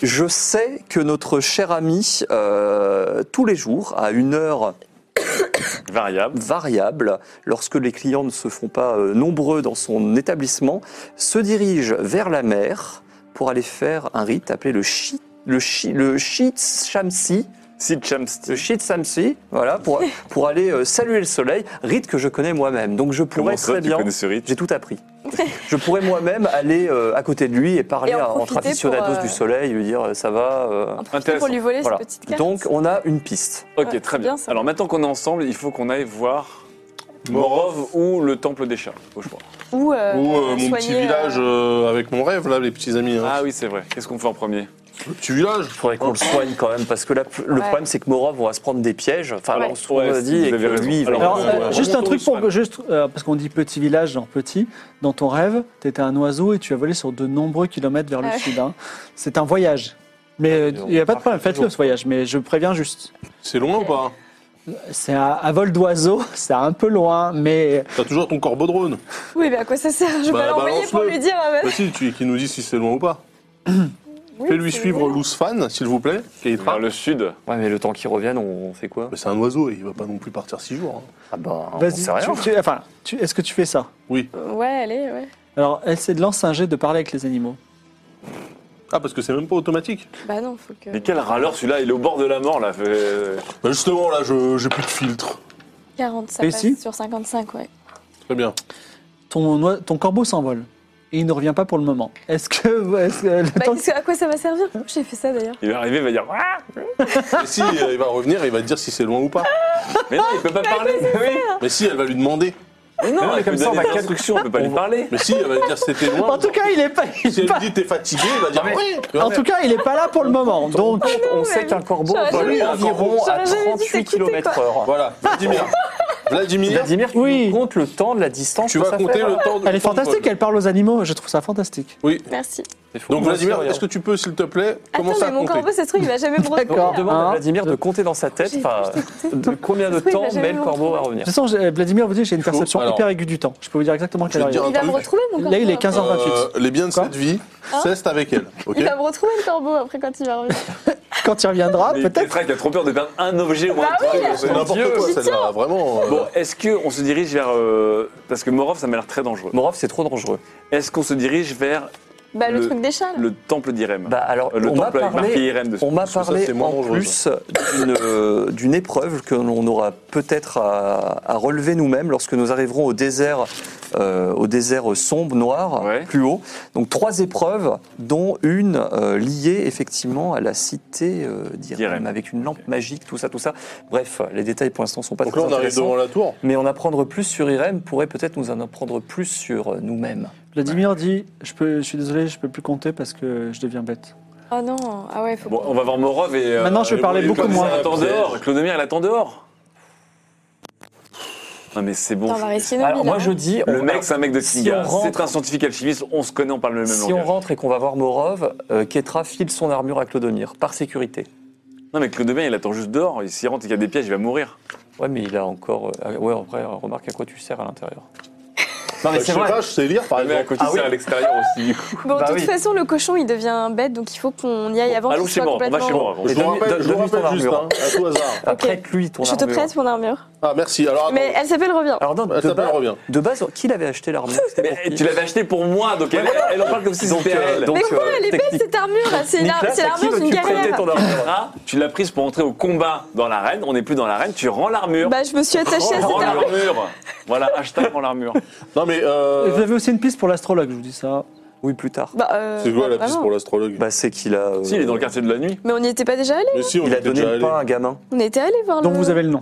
Speaker 3: je sais que notre cher ami, euh, tous les jours, à une heure
Speaker 2: Variable.
Speaker 3: variable, lorsque les clients ne se font pas euh, nombreux dans son établissement, se dirige vers la mer pour aller faire un rite appelé le shi, le shi, le shi shamsi,
Speaker 2: Sid Chamsti.
Speaker 3: le shi samsi, voilà, pour, pour aller euh, saluer le soleil, rite que je connais moi-même. Donc je pourrais
Speaker 2: Comment
Speaker 3: très
Speaker 2: ça, tu
Speaker 3: bien,
Speaker 2: connais ce rite
Speaker 3: j'ai tout appris. Je pourrais moi-même aller euh, à côté de lui et parler
Speaker 5: Et en
Speaker 3: à- en,
Speaker 5: profiter pour,
Speaker 3: traditionnados
Speaker 5: euh,
Speaker 3: du soleil, lui dire euh, ça va. euh,
Speaker 5: En profiter pour lui voler
Speaker 3: voilà.
Speaker 5: cette petite carte.
Speaker 3: Donc on a une piste.
Speaker 2: Ok,
Speaker 5: Ouais,
Speaker 2: très
Speaker 5: c'est
Speaker 2: bien.
Speaker 5: bien, ça.
Speaker 2: Alors maintenant qu'on est ensemble, il faut qu'on aille voir Morov ou le temple des chats, au choix.
Speaker 5: ou euh,
Speaker 4: Ou euh, mon petit
Speaker 5: soigner, euh,
Speaker 4: village euh, avec mon rêve, là, les petits amis. hein.
Speaker 2: Ah oui, c'est vrai. Qu'est-ce qu'on fait en premier
Speaker 4: Le petit village.
Speaker 3: Il faudrait qu'on le soigne quand même, parce que là, le
Speaker 5: Ouais.
Speaker 3: problème c'est que Morov va se prendre des pièges. Enfin,
Speaker 2: Ouais.
Speaker 3: on se trouve, on a dit
Speaker 2: vous
Speaker 3: et que
Speaker 2: avez raison.
Speaker 3: lui, il va
Speaker 2: Alors,
Speaker 1: Alors,
Speaker 2: Ouais,
Speaker 1: euh,
Speaker 2: ouais, ouais.
Speaker 1: juste un
Speaker 2: Revenons
Speaker 1: truc
Speaker 2: au
Speaker 1: pour
Speaker 2: cheval.
Speaker 1: juste euh, parce qu'on dit petit village, genre petit. Dans ton rêve, t'étais un oiseau et tu as volé sur de nombreux kilomètres vers le
Speaker 5: Ouais.
Speaker 1: sud. hein. C'est un voyage. Mais euh, il n'y a pas de problème, faites-le ce voyage. Mais je préviens juste,
Speaker 4: C'est loin ou pas
Speaker 1: c'est à, à vol d'oiseau, c'est un peu loin, mais
Speaker 4: T'as toujours ton corbeau drone.
Speaker 5: Oui, mais à quoi ça sert Je
Speaker 4: Bah,
Speaker 5: vais l'envoyer
Speaker 4: balance-le.
Speaker 5: pour lui dire. ah, bah,
Speaker 4: Bah si, tu, qui nous dit si c'est loin ou pas.
Speaker 5: oui,
Speaker 4: Fais-lui
Speaker 5: c'est
Speaker 4: suivre
Speaker 5: vrai.
Speaker 4: Lousfan, s'il vous plaît. qui est
Speaker 2: Vers
Speaker 4: tra-
Speaker 2: le sud.
Speaker 3: Ouais, mais le temps qu'il revienne, on fait quoi
Speaker 4: Mais c'est un oiseau, il va pas non plus partir six jours. hein.
Speaker 3: Ah bah, on
Speaker 1: vas-y.
Speaker 3: sait rien.
Speaker 1: tu- tu- Enfin, tu- est-ce que tu fais ça
Speaker 4: Oui.
Speaker 5: Ouais, allez, ouais.
Speaker 1: Alors, essaie de lancer un jet de parler avec les animaux.
Speaker 4: Ah, parce que c'est même pas automatique.
Speaker 5: Bah non, faut que.
Speaker 2: Mais quel râleur celui-là, il est au bord de la mort là. Euh,
Speaker 4: Bah justement, là, je- j'ai plus de filtre.
Speaker 5: 40, ça
Speaker 1: Et
Speaker 5: passe
Speaker 1: si
Speaker 5: sur 55, ouais.
Speaker 4: Très bien.
Speaker 1: Ton, oi- ton corbeau s'envole et il ne revient pas pour le moment. Est-ce que, est-ce que le
Speaker 5: Bah,
Speaker 1: temps-
Speaker 5: qu'est-ce que- à quoi ça va servir Pourquoi J'ai fait ça d'ailleurs.
Speaker 2: Il va arriver, il va dire. Ah
Speaker 4: Mais si, euh, il va revenir, il va te dire si c'est loin ou pas.
Speaker 2: Mais non, il peut pas parler. Ah Oui.
Speaker 4: Mais si, elle va lui demander.
Speaker 2: Mais non, mais comme ça, on va instructions, on peut pas lui parler.
Speaker 4: Mais si, elle va lui dire c'était loin.
Speaker 1: En tout cas, il est pas. il est
Speaker 4: Si elle
Speaker 1: pas-
Speaker 4: lui dit t'es fatigué, il va dire oui. Tu vois
Speaker 1: en tout cas, il est pas là pour le moment. Donc,
Speaker 4: Ah
Speaker 3: on sait qu'un corbeau
Speaker 5: j'aurais
Speaker 3: vole
Speaker 4: jamais dit.
Speaker 3: environ à
Speaker 5: J'aurais jamais dit
Speaker 3: 38
Speaker 5: t'écouter,
Speaker 3: km h
Speaker 4: Voilà, Vladimir. Vladimir,
Speaker 3: Vladimir, tu
Speaker 1: Oui.
Speaker 3: nous comptes le temps de la distance
Speaker 4: tu
Speaker 3: que
Speaker 4: vas
Speaker 3: ça fait
Speaker 4: compter le temps de.
Speaker 1: elle est
Speaker 4: le temps de
Speaker 1: fantastique.
Speaker 4: vol.
Speaker 1: Elle parle aux animaux. Je trouve ça fantastique.
Speaker 4: Oui.
Speaker 5: Merci.
Speaker 4: Donc Vladimir, est-ce que tu peux, s'il te plaît,
Speaker 5: Attends,
Speaker 4: commencer
Speaker 5: mais
Speaker 4: à
Speaker 5: mon
Speaker 4: compter
Speaker 5: corbeau, ça se trouve, il va jamais me retrouver.
Speaker 1: D'accord.
Speaker 3: On demande
Speaker 1: Hein
Speaker 3: à Vladimir de compter dans sa tête
Speaker 5: J'ai-
Speaker 3: enfin, de combien de
Speaker 5: Oui, il va
Speaker 3: temps
Speaker 5: jamais
Speaker 3: met le
Speaker 5: me
Speaker 3: corbeau à
Speaker 1: De
Speaker 3: revenir.
Speaker 1: toute façon, j'ai- Vladimir, vous dites, j'ai une
Speaker 4: Chaud.
Speaker 1: perception
Speaker 4: Alors.
Speaker 1: hyper aiguë du temps. Je peux vous dire exactement
Speaker 4: Je
Speaker 1: quelle
Speaker 4: vais
Speaker 1: heure
Speaker 4: te
Speaker 1: il est.
Speaker 4: dire
Speaker 5: Il va me
Speaker 4: truc.
Speaker 5: retrouver, mon corbeau.
Speaker 1: Là, il est
Speaker 5: après.
Speaker 1: 15h28.
Speaker 4: Euh, les biens de
Speaker 1: Quoi
Speaker 4: cette vie,
Speaker 5: Hein
Speaker 4: ceste avec elle. Ok.
Speaker 5: Il va me retrouver le corbeau après quand il va revenir.
Speaker 1: Quand il reviendra,
Speaker 2: Il
Speaker 1: peut-être.
Speaker 2: Petra qui a trop peur de perdre un objet ou un
Speaker 5: Bah oui,
Speaker 2: truc.
Speaker 4: C'est n'importe quoi, celle-là, vraiment. euh,
Speaker 2: Bon, est-ce qu'on se dirige vers. euh, parce que Morov, ça m'a l'air très dangereux.
Speaker 3: Morov, c'est trop dangereux.
Speaker 2: Est-ce qu'on se dirige vers
Speaker 5: Bah, le,
Speaker 2: Le-
Speaker 5: truc des chats, là.
Speaker 2: le temple d'Irem
Speaker 3: Bah alors,
Speaker 2: Euh, Le
Speaker 3: on m'a
Speaker 2: temple avec
Speaker 3: parlé-
Speaker 2: marqué Irem dessus.
Speaker 3: On m'a
Speaker 4: Parce que ça,
Speaker 3: parlé
Speaker 4: c'est moins
Speaker 3: en
Speaker 4: dangereux,
Speaker 3: plus d'une euh, d'une épreuve que l'on aura peut-être à, à relever nous-mêmes lorsque nous arriverons au désert, euh, au désert sombre, noir,
Speaker 2: Ouais.
Speaker 3: plus haut. Donc trois épreuves, dont une euh, liée effectivement à la cité euh, d'Irem,
Speaker 2: D'Irem.
Speaker 3: avec une lampe magique, tout ça, tout ça. Bref, les détails pour l'instant sont pas
Speaker 4: Donc là,
Speaker 3: très
Speaker 4: on arrive
Speaker 3: intéressants.
Speaker 4: devant la tour.
Speaker 3: Mais en apprendre plus sur Irem pourrait peut-être nous en apprendre plus sur euh, nous-mêmes.
Speaker 1: Vladimir dit, je, peux, je suis désolé, je peux plus compter parce que je deviens bête.
Speaker 5: Oh non, ah ouais, faut
Speaker 2: Bon, on va voir Morov et. euh,
Speaker 1: Maintenant, je vais
Speaker 2: et-
Speaker 1: parler
Speaker 2: et-
Speaker 1: beaucoup
Speaker 2: et-
Speaker 1: moins.
Speaker 2: Elle attend dehors. Clodomir, elle attend dehors. Non, mais c'est bon.
Speaker 5: on va
Speaker 2: je-
Speaker 5: risquer nos
Speaker 3: Alors
Speaker 5: vies,
Speaker 3: moi
Speaker 5: là,
Speaker 3: je
Speaker 5: hein.
Speaker 3: dis,
Speaker 2: Le
Speaker 3: on-
Speaker 2: mec, c'est un mec de
Speaker 3: Si
Speaker 2: Kinga.
Speaker 3: on rentre-
Speaker 2: c'est un scientifique alchimiste. On se connaît, on parle le même
Speaker 3: Si on
Speaker 2: langage.
Speaker 3: rentre et qu'on va voir Morov, euh, Ketra file son armure à Clodomir, par sécurité.
Speaker 2: Non, mais Clodomir, il attend juste dehors. Il s'y rentre, il y a des pièges, il va mourir.
Speaker 3: Ouais, mais il a encore. euh, ah, ouais, après, euh, remarque à quoi tu sers à l'intérieur. Bah,
Speaker 4: Non, mais c'est vrai. Bah, Je sais lire, par
Speaker 2: Ah, mais à
Speaker 4: exemple.
Speaker 2: côté,
Speaker 3: Ah
Speaker 2: c'est
Speaker 3: oui.
Speaker 2: à l'extérieur aussi.
Speaker 5: Bon, de
Speaker 3: Bah
Speaker 5: toute
Speaker 3: oui.
Speaker 5: façon, le cochon, il devient bête, donc il faut qu'on y aille avant
Speaker 2: Allons
Speaker 5: qu'il
Speaker 2: chez
Speaker 5: soit
Speaker 2: moi, on
Speaker 5: complètement...
Speaker 2: va chez moi avant.
Speaker 3: Et
Speaker 4: Je vous
Speaker 3: donne-
Speaker 4: rappelle, je vous
Speaker 3: donne-lui ton
Speaker 4: rappelle juste,
Speaker 3: armure.
Speaker 4: hein, à tout hasard.
Speaker 3: Ah,
Speaker 5: Ok.
Speaker 3: Prête-lui ton
Speaker 5: Je te
Speaker 3: armure.
Speaker 5: prête mon armure.
Speaker 4: Ah, merci. Alors, attends.
Speaker 5: Mais elle s'appelle Revient.
Speaker 3: Alors, non,
Speaker 4: Elle
Speaker 3: de,
Speaker 4: s'appelle
Speaker 3: base,
Speaker 4: Revient.
Speaker 3: de base, qui l'avait acheté l'armure C'était pour
Speaker 2: Et
Speaker 3: qui
Speaker 2: tu l'avais acheté pour moi, donc elle, elle en parle comme si
Speaker 3: Donc,
Speaker 2: c'était à
Speaker 3: euh,
Speaker 2: elle.
Speaker 3: donc,
Speaker 5: Mais quoi,
Speaker 3: euh,
Speaker 5: elle est belle
Speaker 3: technique-
Speaker 5: cette armure là, c'est
Speaker 3: Nicolas,
Speaker 5: la- c'est
Speaker 3: à qui
Speaker 5: l'armure d'une
Speaker 3: veux-tu prêter
Speaker 5: galère.
Speaker 3: ton armure
Speaker 2: Ah, tu l'as prise pour entrer au combat dans l'arène, on n'est plus dans l'arène, tu rends l'armure.
Speaker 5: Bah, je me suis attachée à cette
Speaker 2: Rends
Speaker 5: armure.
Speaker 2: l'armure. Voilà, hashtag rends l'armure.
Speaker 4: Non, mais.
Speaker 1: Et Vous
Speaker 4: euh,
Speaker 1: avez aussi une piste pour l'astrologue, je vous dis ça.
Speaker 3: Oui, plus tard.
Speaker 5: Bah, euh,
Speaker 4: C'est quoi la
Speaker 5: bah,
Speaker 4: piste
Speaker 5: vraiment.
Speaker 4: pour l'astrologue
Speaker 3: Bah, c'est qu'il a. euh,
Speaker 2: Si, il est dans le quartier de la nuit.
Speaker 5: Mais on n'y était pas déjà allé
Speaker 4: Mais si, on
Speaker 3: Il a
Speaker 4: était
Speaker 3: donné
Speaker 4: déjà
Speaker 3: le
Speaker 4: allé.
Speaker 3: pain à un gamin.
Speaker 5: On était allé voir
Speaker 1: Donc
Speaker 5: le-
Speaker 1: vous avez le nom.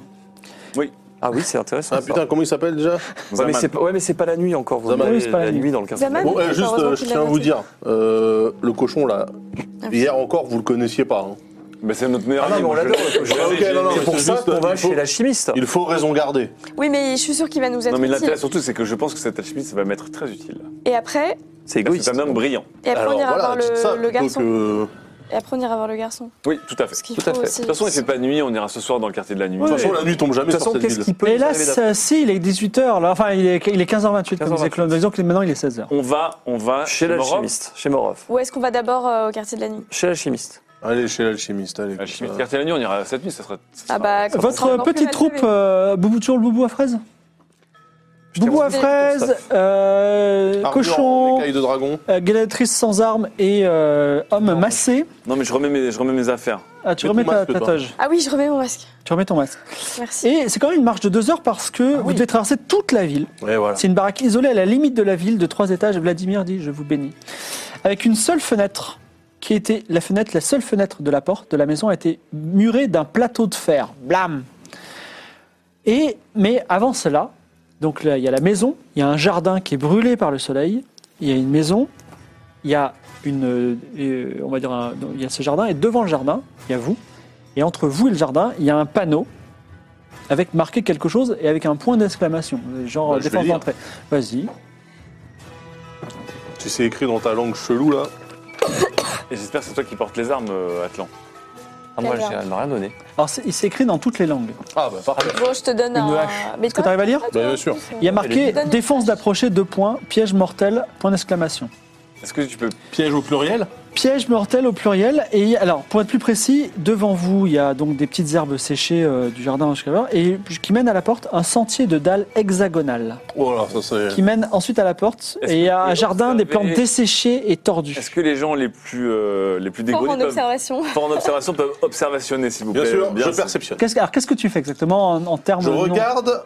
Speaker 3: Ah oui, c'est intéressant.
Speaker 4: Ah
Speaker 3: ça.
Speaker 4: putain, comment il s'appelle déjà
Speaker 3: Ouais, mais
Speaker 2: Zaman.
Speaker 3: c'est pas, ouais, mais c'est pas la nuit encore. Vous
Speaker 4: Zaman.
Speaker 3: voyez,
Speaker 1: Oui, c'est pas la
Speaker 3: la
Speaker 1: nuit.
Speaker 3: nuit dans le quartier.
Speaker 5: Zaman.
Speaker 4: Bon,
Speaker 5: Ah,
Speaker 4: eh,
Speaker 5: mais
Speaker 4: juste,
Speaker 5: heureusement
Speaker 4: euh,
Speaker 5: qu'il
Speaker 4: je
Speaker 5: l'a Ah,
Speaker 4: tiens à vous
Speaker 5: noté.
Speaker 4: dire, euh, le cochon là, hier encore, vous le connaissiez pas. hein.
Speaker 2: Bah, c'est notre meilleur
Speaker 3: Ah non,
Speaker 2: ami.
Speaker 3: mais on
Speaker 2: moi, je-
Speaker 3: l'adore, le
Speaker 2: je-
Speaker 3: cochon.
Speaker 2: je-
Speaker 4: Ok, non, non,
Speaker 3: C'est
Speaker 4: mais
Speaker 3: pour
Speaker 4: c'est
Speaker 3: ça
Speaker 4: juste,
Speaker 3: qu'on va
Speaker 4: il faut-
Speaker 3: chez la chimiste.
Speaker 4: Il faut raison garder.
Speaker 5: Oui, mais je suis sûre qu'il va nous être
Speaker 2: Non, mais
Speaker 5: utile.
Speaker 2: l'intérêt surtout, c'est que je pense que cet alchimiste va m'être très utile.
Speaker 5: Et après,
Speaker 3: C'est
Speaker 2: Là, C'est
Speaker 3: égoïste.
Speaker 2: un homme brillant.
Speaker 5: et après on ira voir
Speaker 4: dites ça
Speaker 5: le, le
Speaker 4: plutôt
Speaker 5: garçon.
Speaker 4: que-
Speaker 5: Et après on ira voir le garçon.
Speaker 2: Oui, tout à fait.
Speaker 5: Parce qu'il
Speaker 3: Tout
Speaker 5: faut
Speaker 3: à fait.
Speaker 5: aussi.
Speaker 2: De toute façon, il fait pas nuit, on ira ce soir dans le quartier de la nuit.
Speaker 4: De toute façon, la nuit tombe
Speaker 3: De
Speaker 4: jamais
Speaker 3: toute
Speaker 4: sur
Speaker 3: façon,
Speaker 4: cette
Speaker 3: qu'est-ce
Speaker 4: ville.
Speaker 3: qui peut
Speaker 1: Mais
Speaker 3: nous
Speaker 1: là,
Speaker 3: arriver
Speaker 1: ça- si, il est 18h, là. Enfin, il est, il est 15h28, comme
Speaker 3: 15h28.
Speaker 1: disait Claude. Disons que maintenant, il est 16h.
Speaker 2: On va, on va
Speaker 3: Chez la
Speaker 2: Morov.
Speaker 3: chimiste, chez Morov.
Speaker 5: Où est-ce qu'on va d'abord euh, au quartier de la nuit
Speaker 3: Chez la chimiste.
Speaker 4: Allez, chez l'alchimiste, allez. Euh,
Speaker 2: À la
Speaker 4: comme
Speaker 2: chimie du
Speaker 4: ça.
Speaker 2: quartier de la nuit, on ira cette nuit, ça sera. ça sera-
Speaker 5: Ah bah, comme ça, on
Speaker 1: Votre
Speaker 5: va encore plus
Speaker 1: petite
Speaker 5: mal
Speaker 1: troupe,
Speaker 5: lever.
Speaker 1: euh, Boubou toujours le Boubou à fraise Boubou à
Speaker 5: reçu.
Speaker 1: fraise, euh,
Speaker 4: Armure,
Speaker 1: cochon,
Speaker 4: écailles de dragon.
Speaker 1: euh, gladiatrice sans armes et euh, homme massé.
Speaker 2: Non, mais je remets mes, je remets mes affaires.
Speaker 1: Ah, tu
Speaker 4: Mets
Speaker 1: remets
Speaker 4: ton
Speaker 1: ta,
Speaker 4: masque,
Speaker 1: ta
Speaker 4: toi.
Speaker 1: toge.
Speaker 5: Ah oui, je remets mon masque.
Speaker 1: Tu remets ton masque.
Speaker 5: Merci.
Speaker 1: Et c'est quand même une marche de deux heures parce que vous devez traverser toute la ville.
Speaker 4: Et voilà.
Speaker 1: C'est une baraque isolée à la limite de la ville de trois étages. Vladimir dit Je vous bénis. Avec une seule fenêtre, qui était la fenêtre, la seule fenêtre de la porte de la maison, a été murée d'un plateau de fer. Blam Et, mais avant cela, donc là, il y a la maison, il y a un jardin qui est brûlé par le soleil, il y a une maison, il y a une. euh, euh, on va dire, un- donc, il y a ce jardin, et devant le jardin, il y a vous, et entre vous et le jardin, il y a un panneau avec marqué quelque chose et avec un point d'exclamation, genre
Speaker 4: Bah,
Speaker 1: euh,
Speaker 4: je vais
Speaker 1: défense
Speaker 4: lire.
Speaker 1: d'entrée. Vas-y.
Speaker 4: Si c'est écrit dans ta langue chelou là.
Speaker 2: Et j'espère que c'est toi qui portes les armes, euh, Atlan.
Speaker 3: Ah, moi,
Speaker 5: Alors.
Speaker 3: j'ai- elle m'a rien donné.
Speaker 1: Alors, c'est- il s'écrit dans toutes les langues.
Speaker 4: Ah bah parfait.
Speaker 5: Bon, je te donne
Speaker 1: Une
Speaker 5: un. Ah,
Speaker 1: hache.
Speaker 5: Mais
Speaker 1: Est-ce que tu
Speaker 5: toi,
Speaker 1: arrives à lire
Speaker 4: Bah, bien sûr.
Speaker 1: Il y a
Speaker 5: elle est
Speaker 1: marqué
Speaker 5: bien.
Speaker 1: défense d'approcher, deux points, piège mortel, point d'exclamation.
Speaker 2: Est-ce que tu peux.
Speaker 4: Piège au pluriel
Speaker 1: Piège mortel au pluriel. Et alors, pour être plus précis, devant vous, il y a donc des petites herbes séchées euh, du jardin jusqu'à l'heure et qui mène à la porte un sentier de dalles hexagonales
Speaker 4: Oh là, ça c'est.
Speaker 1: qui mène ensuite à la porte
Speaker 2: Est-ce
Speaker 1: et il y a un
Speaker 2: que vous
Speaker 1: jardin des
Speaker 2: observez-
Speaker 1: plantes desséchées et tordues.
Speaker 2: Est-ce que les gens les plus, euh, les plus
Speaker 5: Fort
Speaker 2: dégourdis
Speaker 5: en
Speaker 2: peuvent.
Speaker 5: observation.
Speaker 2: Fort en observation peuvent observationner, s'il vous plaît.
Speaker 4: Bien sûr, je
Speaker 2: sûr.
Speaker 4: perceptionne.
Speaker 1: Qu'est-ce que- alors, qu'est-ce que tu fais exactement en, en termes
Speaker 4: Je
Speaker 1: de nom
Speaker 4: regarde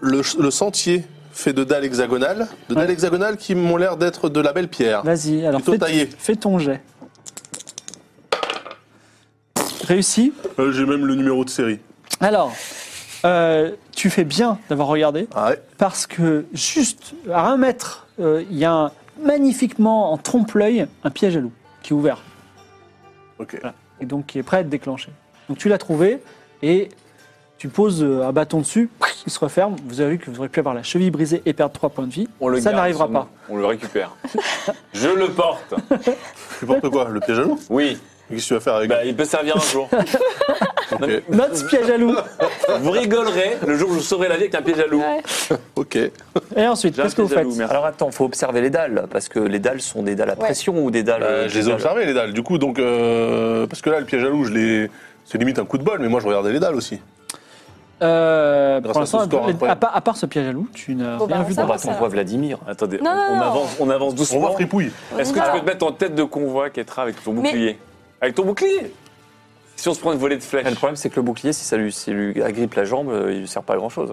Speaker 4: le, le sentier fait de dalles hexagonales, de dalles hexagonales qui m'ont l'air d'être de la belle pierre.
Speaker 1: Vas-y, alors
Speaker 4: Plutôt
Speaker 1: fais,
Speaker 4: taillé.
Speaker 1: fais ton jet. Réussi.
Speaker 4: Euh, J'ai même le numéro de série.
Speaker 1: Alors, euh, tu fais bien d'avoir regardé
Speaker 4: Ah ouais.
Speaker 1: parce que juste à un mètre, euh, il y a un- magnifiquement en trompe-l'œil un piège à loup qui est ouvert
Speaker 4: Ok.
Speaker 1: et donc qui est prêt à être déclenché. Donc tu l'as trouvé et tu poses euh, un bâton dessus, il se referme. Vous avez vu que vous auriez pu avoir la cheville brisée et perdre 3 points de vie.
Speaker 2: On le
Speaker 1: Ça
Speaker 2: garde,
Speaker 1: n'arrivera
Speaker 2: son-
Speaker 1: pas.
Speaker 2: On le récupère. je le porte.
Speaker 4: Tu portes quoi Le piège à loup
Speaker 2: Oui.
Speaker 4: Qu'est-ce que tu vas faire avec
Speaker 2: Bah, il peut servir un jour.
Speaker 4: Ok.
Speaker 1: Notre piège à loup.
Speaker 2: vous rigolerez le jour où je vous sauverai la vie avec un piège à loup.
Speaker 5: Ouais.
Speaker 4: Ok.
Speaker 3: Euh,
Speaker 1: Et ensuite,
Speaker 2: J'ai un
Speaker 1: qu'est-ce que vous
Speaker 2: piège à
Speaker 1: faites
Speaker 2: loup, merci.
Speaker 3: Alors attends, faut observer les dalles, parce que les dalles sont des dalles à
Speaker 5: Ouais.
Speaker 3: pression ou des dalles.
Speaker 4: Bah,
Speaker 3: euh,
Speaker 4: je les ai
Speaker 3: dalles-
Speaker 4: observés les dalles. Du coup, donc euh, parce que là, le piège à loup, je les. C'est limite un coup de bol, mais moi je regardais les dalles aussi.
Speaker 1: Euh,
Speaker 4: Grâce
Speaker 1: Pour
Speaker 4: à ce
Speaker 1: l'instant,
Speaker 4: score
Speaker 1: à,
Speaker 4: incroyable.
Speaker 1: part- à part ce piège à loup, tu n'as
Speaker 5: Bon, bah,
Speaker 1: rien vu
Speaker 5: ça
Speaker 3: On
Speaker 1: d'autre.
Speaker 5: va,
Speaker 3: va
Speaker 5: ça
Speaker 3: on voit Vladimir.
Speaker 2: Attendez,
Speaker 5: Non,
Speaker 2: on,
Speaker 5: non,
Speaker 2: on
Speaker 5: non.
Speaker 2: avance, on avance
Speaker 4: On
Speaker 2: doucement.
Speaker 4: va fripouille.
Speaker 5: On
Speaker 2: Est-ce
Speaker 5: y
Speaker 2: que
Speaker 5: va.
Speaker 2: tu peux te mettre en tête de convoi, Ketra, avec ton
Speaker 5: Mais-
Speaker 2: bouclier Avec ton bouclier Si on se prend une volée de flèches.
Speaker 3: Mais le problème, c'est que le bouclier, si ça lui, si lui agrippe la jambe, euh, il ne sert pas à grand chose.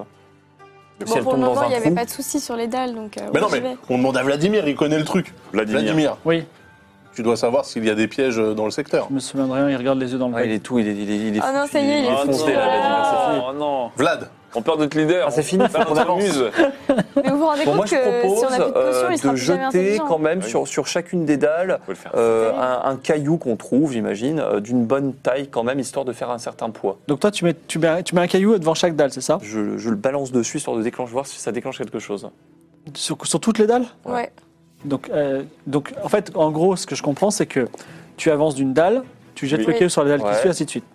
Speaker 5: Bon, pour le moment, il n'y avait pas de soucis sur les dalles, donc. euh,
Speaker 4: Mais non, mais on demande à Vladimir, il connaît le truc.
Speaker 2: Vladimir.
Speaker 4: Vladimir,
Speaker 1: Oui,
Speaker 4: tu dois savoir s'il y a des pièges euh, dans le secteur.
Speaker 1: je me souviens de rien, il regarde les yeux dans le
Speaker 2: Ah,
Speaker 3: Ouais,
Speaker 1: bec.
Speaker 3: il est tout, il est. Il est, il est
Speaker 5: Ah non, ça y est, il est
Speaker 2: Oh non,
Speaker 3: foncé, là, Vladimir, c'est fini.
Speaker 2: oh non.
Speaker 4: Vlad,
Speaker 2: On perd notre leader.
Speaker 3: Ah, c'est fini, faut
Speaker 2: on
Speaker 3: qu'on avance.
Speaker 2: s'amuse.
Speaker 5: Mais vous vous rendez
Speaker 3: Bon, moi,
Speaker 5: compte
Speaker 3: je
Speaker 5: que Bah, si on
Speaker 3: propose
Speaker 5: a plus de potion,
Speaker 3: euh,
Speaker 5: il sera
Speaker 3: de
Speaker 5: plus jamais
Speaker 3: jeter
Speaker 5: intelligent.
Speaker 3: quand même
Speaker 2: Oui.
Speaker 3: sur, sur chacune des dalles
Speaker 2: Faut le faire.
Speaker 3: euh,
Speaker 5: C'est
Speaker 3: un, un caillou qu'on trouve, j'imagine, euh, d'une bonne taille quand même, histoire de faire un certain poids.
Speaker 1: Donc toi, tu mets, tu, mets, tu mets un caillou devant chaque dalle, c'est ça
Speaker 3: Je, je le balance dessus, histoire de déclencher, voir si ça déclenche quelque chose.
Speaker 1: sur, sur toutes les dalles
Speaker 5: Ouais.
Speaker 1: donc, euh, donc, en fait, en gros, ce que je comprends, c'est que tu avances d'une dalle, tu jettes
Speaker 2: Oui.
Speaker 1: le caillou sur la dalle
Speaker 3: Ouais.
Speaker 1: qui suit, ainsi de suite.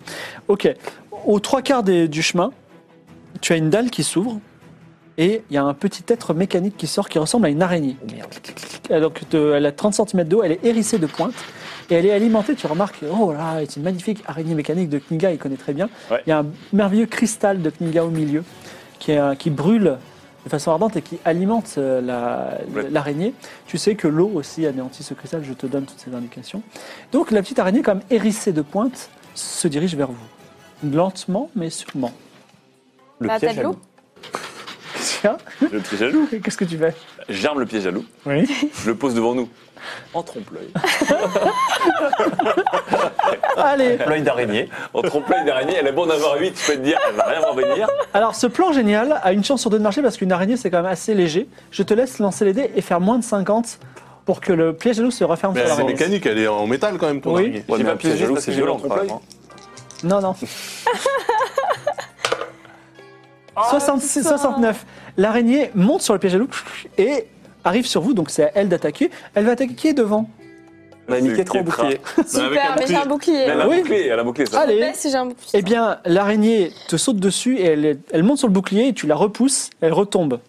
Speaker 1: Ok. Aux trois quarts des- du chemin, tu as une dalle qui s'ouvre et il y a un petit être mécanique qui sort qui ressemble à une araignée.
Speaker 3: Merde.
Speaker 1: Elle, donc, de- elle a 30 cm d'eau, elle est hérissée de pointes et elle est alimentée. Tu remarques, oh là, c'est une magnifique araignée mécanique de Kniga, il connaît très bien.
Speaker 2: Ouais.
Speaker 1: Il y a un merveilleux cristal de Kniga au milieu qui, est un- qui brûle de façon ardente et qui alimente euh, la-
Speaker 2: Complètement.
Speaker 1: l'araignée. Tu sais que l'eau aussi anéantit ce cristal, je te donne toutes ces indications. Donc la petite araignée, quand même hérissée de pointes, se dirige vers vous. Lentement, mais sûrement.
Speaker 3: Le
Speaker 5: Bah, t'as
Speaker 3: piège
Speaker 5: de
Speaker 3: à
Speaker 5: l'eau
Speaker 3: loup.
Speaker 1: Tiens,
Speaker 2: Le piège à loup.
Speaker 1: Qu'est-ce que tu fais
Speaker 2: J'arme le piège à loup.
Speaker 1: Oui.
Speaker 2: Je le pose devant nous.
Speaker 3: en trompe-l'œil.
Speaker 1: Allez,
Speaker 3: L'œil d'araignée.
Speaker 2: En trompe-l'œil d'araignée, elle est bonne d'avoir 8, je peux te dire, elle va rien voir venir.
Speaker 1: alors ce plan génial a une chance sur deux de marcher parce qu'une araignée c'est quand même assez léger. Je te laisse lancer les dés et faire moins de 50 pour que le piège à loup se referme
Speaker 4: Mais
Speaker 1: sur
Speaker 4: c'est
Speaker 1: l'araignée.
Speaker 4: mécanique, elle est en métal quand même, ton
Speaker 1: Oui.
Speaker 4: araignée.
Speaker 2: J'ai
Speaker 3: mais
Speaker 2: pas
Speaker 3: un
Speaker 2: piégé
Speaker 3: piège à loup,
Speaker 2: parce que j'ai eu un trompe-l'œil.
Speaker 3: quand même, hein.
Speaker 1: Non, non. 66, 69. L'araignée monte sur le piège à loup et arrive sur vous, donc c'est à elle d'attaquer. Elle va attaquer devant.
Speaker 3: On a mis
Speaker 2: C'est
Speaker 3: quatre en
Speaker 2: Kétra.
Speaker 3: bouclier.
Speaker 2: avec un
Speaker 5: Super, mais j'ai un
Speaker 2: Mais
Speaker 5: bouclier.
Speaker 2: Elle a
Speaker 1: Oui.
Speaker 2: bouclé, elle a bouclé ça.
Speaker 1: Allez.
Speaker 5: Mais si j'ai un bouclier.
Speaker 1: Eh bien, l'araignée te saute dessus et elle, elle monte sur le bouclier et tu la repousses, elle retombe.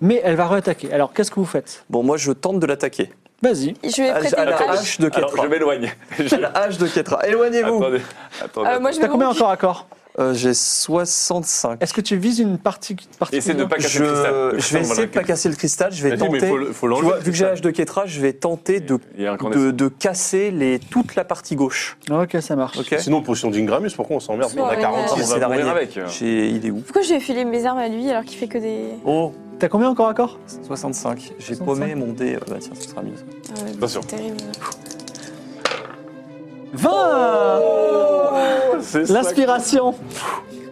Speaker 1: Mais elle va réattaquer. Alors, qu'est-ce que vous faites
Speaker 3: Bon, moi, je tente de l'attaquer.
Speaker 1: Vas-y.
Speaker 5: Je vais
Speaker 3: À,
Speaker 5: prêter
Speaker 3: à
Speaker 5: une
Speaker 3: la
Speaker 2: Attends,
Speaker 5: hache.
Speaker 3: hache de
Speaker 2: Alors,
Speaker 3: Ketra.
Speaker 2: je m'éloigne.
Speaker 3: À la hache de Ketra. Éloignez-vous.
Speaker 2: Attendez, attendez.
Speaker 5: Euh, Moi, je
Speaker 1: T'as
Speaker 5: vais
Speaker 1: combien
Speaker 5: bouclier.
Speaker 1: encore à corps
Speaker 3: Euh, J'ai 65.
Speaker 1: Est-ce que tu vises une partie particulière
Speaker 2: Essaie de pas casser
Speaker 3: Je,
Speaker 2: le cristal. Le
Speaker 3: je
Speaker 2: cristal,
Speaker 3: vais
Speaker 2: on va
Speaker 3: essayer de
Speaker 2: le
Speaker 3: pas
Speaker 2: casser.
Speaker 3: casser le cristal. Je vais
Speaker 4: Vas-y, mais
Speaker 3: tenter.
Speaker 4: faut le- faut
Speaker 3: Tu
Speaker 4: l'enlever.
Speaker 3: vois,
Speaker 4: le
Speaker 3: vu que j'ai
Speaker 4: cristal.
Speaker 3: l'âge de Ketra, je vais tenter de,
Speaker 2: Il y a un
Speaker 3: de,
Speaker 2: condensé.
Speaker 3: de casser les, toute la partie gauche.
Speaker 1: Ok, ça marche.
Speaker 3: Ok
Speaker 4: Sinon, potion d'Ingramus, pourquoi on s'emmerde
Speaker 5: Soit
Speaker 4: On a
Speaker 5: araignée.
Speaker 2: On
Speaker 4: 46.
Speaker 3: c'est
Speaker 2: va mourir
Speaker 3: l'araignée.
Speaker 2: avec. euh.
Speaker 3: J'ai- Il est où
Speaker 5: Pourquoi j'ai filé mes armes à lui alors qu'il fait que des.
Speaker 3: Oh,
Speaker 1: T'as combien encore à corps
Speaker 3: 65. J'ai
Speaker 1: 65.
Speaker 3: paumé mon dé. euh, Bah tiens, ce sera mieux. ça.
Speaker 5: Ouais,
Speaker 2: Attention.
Speaker 5: C'est terrible.
Speaker 1: 20
Speaker 2: C'est ça.
Speaker 1: L'inspiration.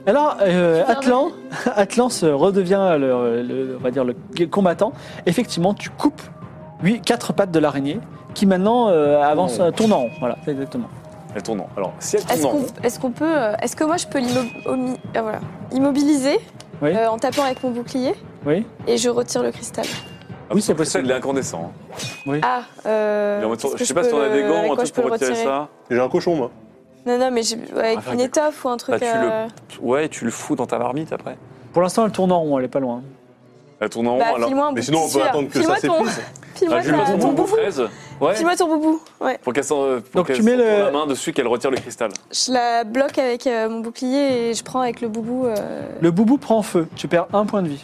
Speaker 1: Alors, euh,
Speaker 5: Super
Speaker 1: Atlan, Atlan se redevient le, le- on va dire le combattant. Effectivement, tu coupes huit, quatre pattes de l'araignée qui maintenant euh, avance,
Speaker 2: Oh.
Speaker 1: tourne en rond. Voilà, c'est exactement.
Speaker 2: Elle tourne en. Alors, si elle
Speaker 5: Est-ce
Speaker 2: tourne en
Speaker 5: qu'on
Speaker 2: rond,
Speaker 5: est-ce qu'on peut. euh, Est-ce que moi je peux l'immo- omi- euh, voilà, immobiliser
Speaker 1: Oui.
Speaker 5: euh, en tapant avec mon bouclier
Speaker 2: Ah
Speaker 1: Oui.
Speaker 5: et je retire le cristal
Speaker 1: Oui, c'est
Speaker 2: le cristal,
Speaker 1: possible.
Speaker 2: il est incandescent. hein.
Speaker 5: Ah, euh,
Speaker 2: Il est en mode-
Speaker 5: qu'est-ce que
Speaker 2: Je sais pas si
Speaker 5: peux
Speaker 2: on a des
Speaker 5: le-
Speaker 2: gants
Speaker 5: avec
Speaker 2: ou un
Speaker 5: quoi
Speaker 2: truc
Speaker 5: je peux
Speaker 2: pour
Speaker 5: le
Speaker 2: retirer
Speaker 5: retirer
Speaker 2: ça.
Speaker 4: J'ai un cochon, moi.
Speaker 5: Non, non, mais j'ai- ouais,
Speaker 2: Ah,
Speaker 5: avec
Speaker 2: vague.
Speaker 5: une étoffe ou un truc.
Speaker 3: Bah, tu le-
Speaker 5: euh,
Speaker 3: Ouais, tu le fous dans ta marmite après.
Speaker 1: Pour l'instant, elle tourne en rond, elle est pas loin.
Speaker 2: Elle tourne en rond,
Speaker 5: Bah,
Speaker 2: alors.
Speaker 5: file-moi un bout
Speaker 4: Mais
Speaker 5: de
Speaker 4: sinon, on peut
Speaker 5: tissu, là.
Speaker 4: attendre que
Speaker 5: File-moi
Speaker 4: ça
Speaker 5: ton-
Speaker 4: s'épuise.
Speaker 2: Ah,
Speaker 5: File-moi
Speaker 2: je lui
Speaker 5: ta-
Speaker 2: lance
Speaker 5: ton
Speaker 2: mon bout
Speaker 5: boubou.
Speaker 2: fraise. Ouais.
Speaker 5: File-moi ton boubou. Ouais.
Speaker 2: Pour qu'elle s'en- pour
Speaker 1: Donc,
Speaker 2: qu'elle
Speaker 1: tu mets
Speaker 2: s'en-
Speaker 1: le-
Speaker 2: la main dessus, qu'elle retire le cristal.
Speaker 5: Je la bloque avec euh, mon bouclier et je prends avec le boubou. euh,
Speaker 1: Le boubou prend feu, tu perds un point de vie.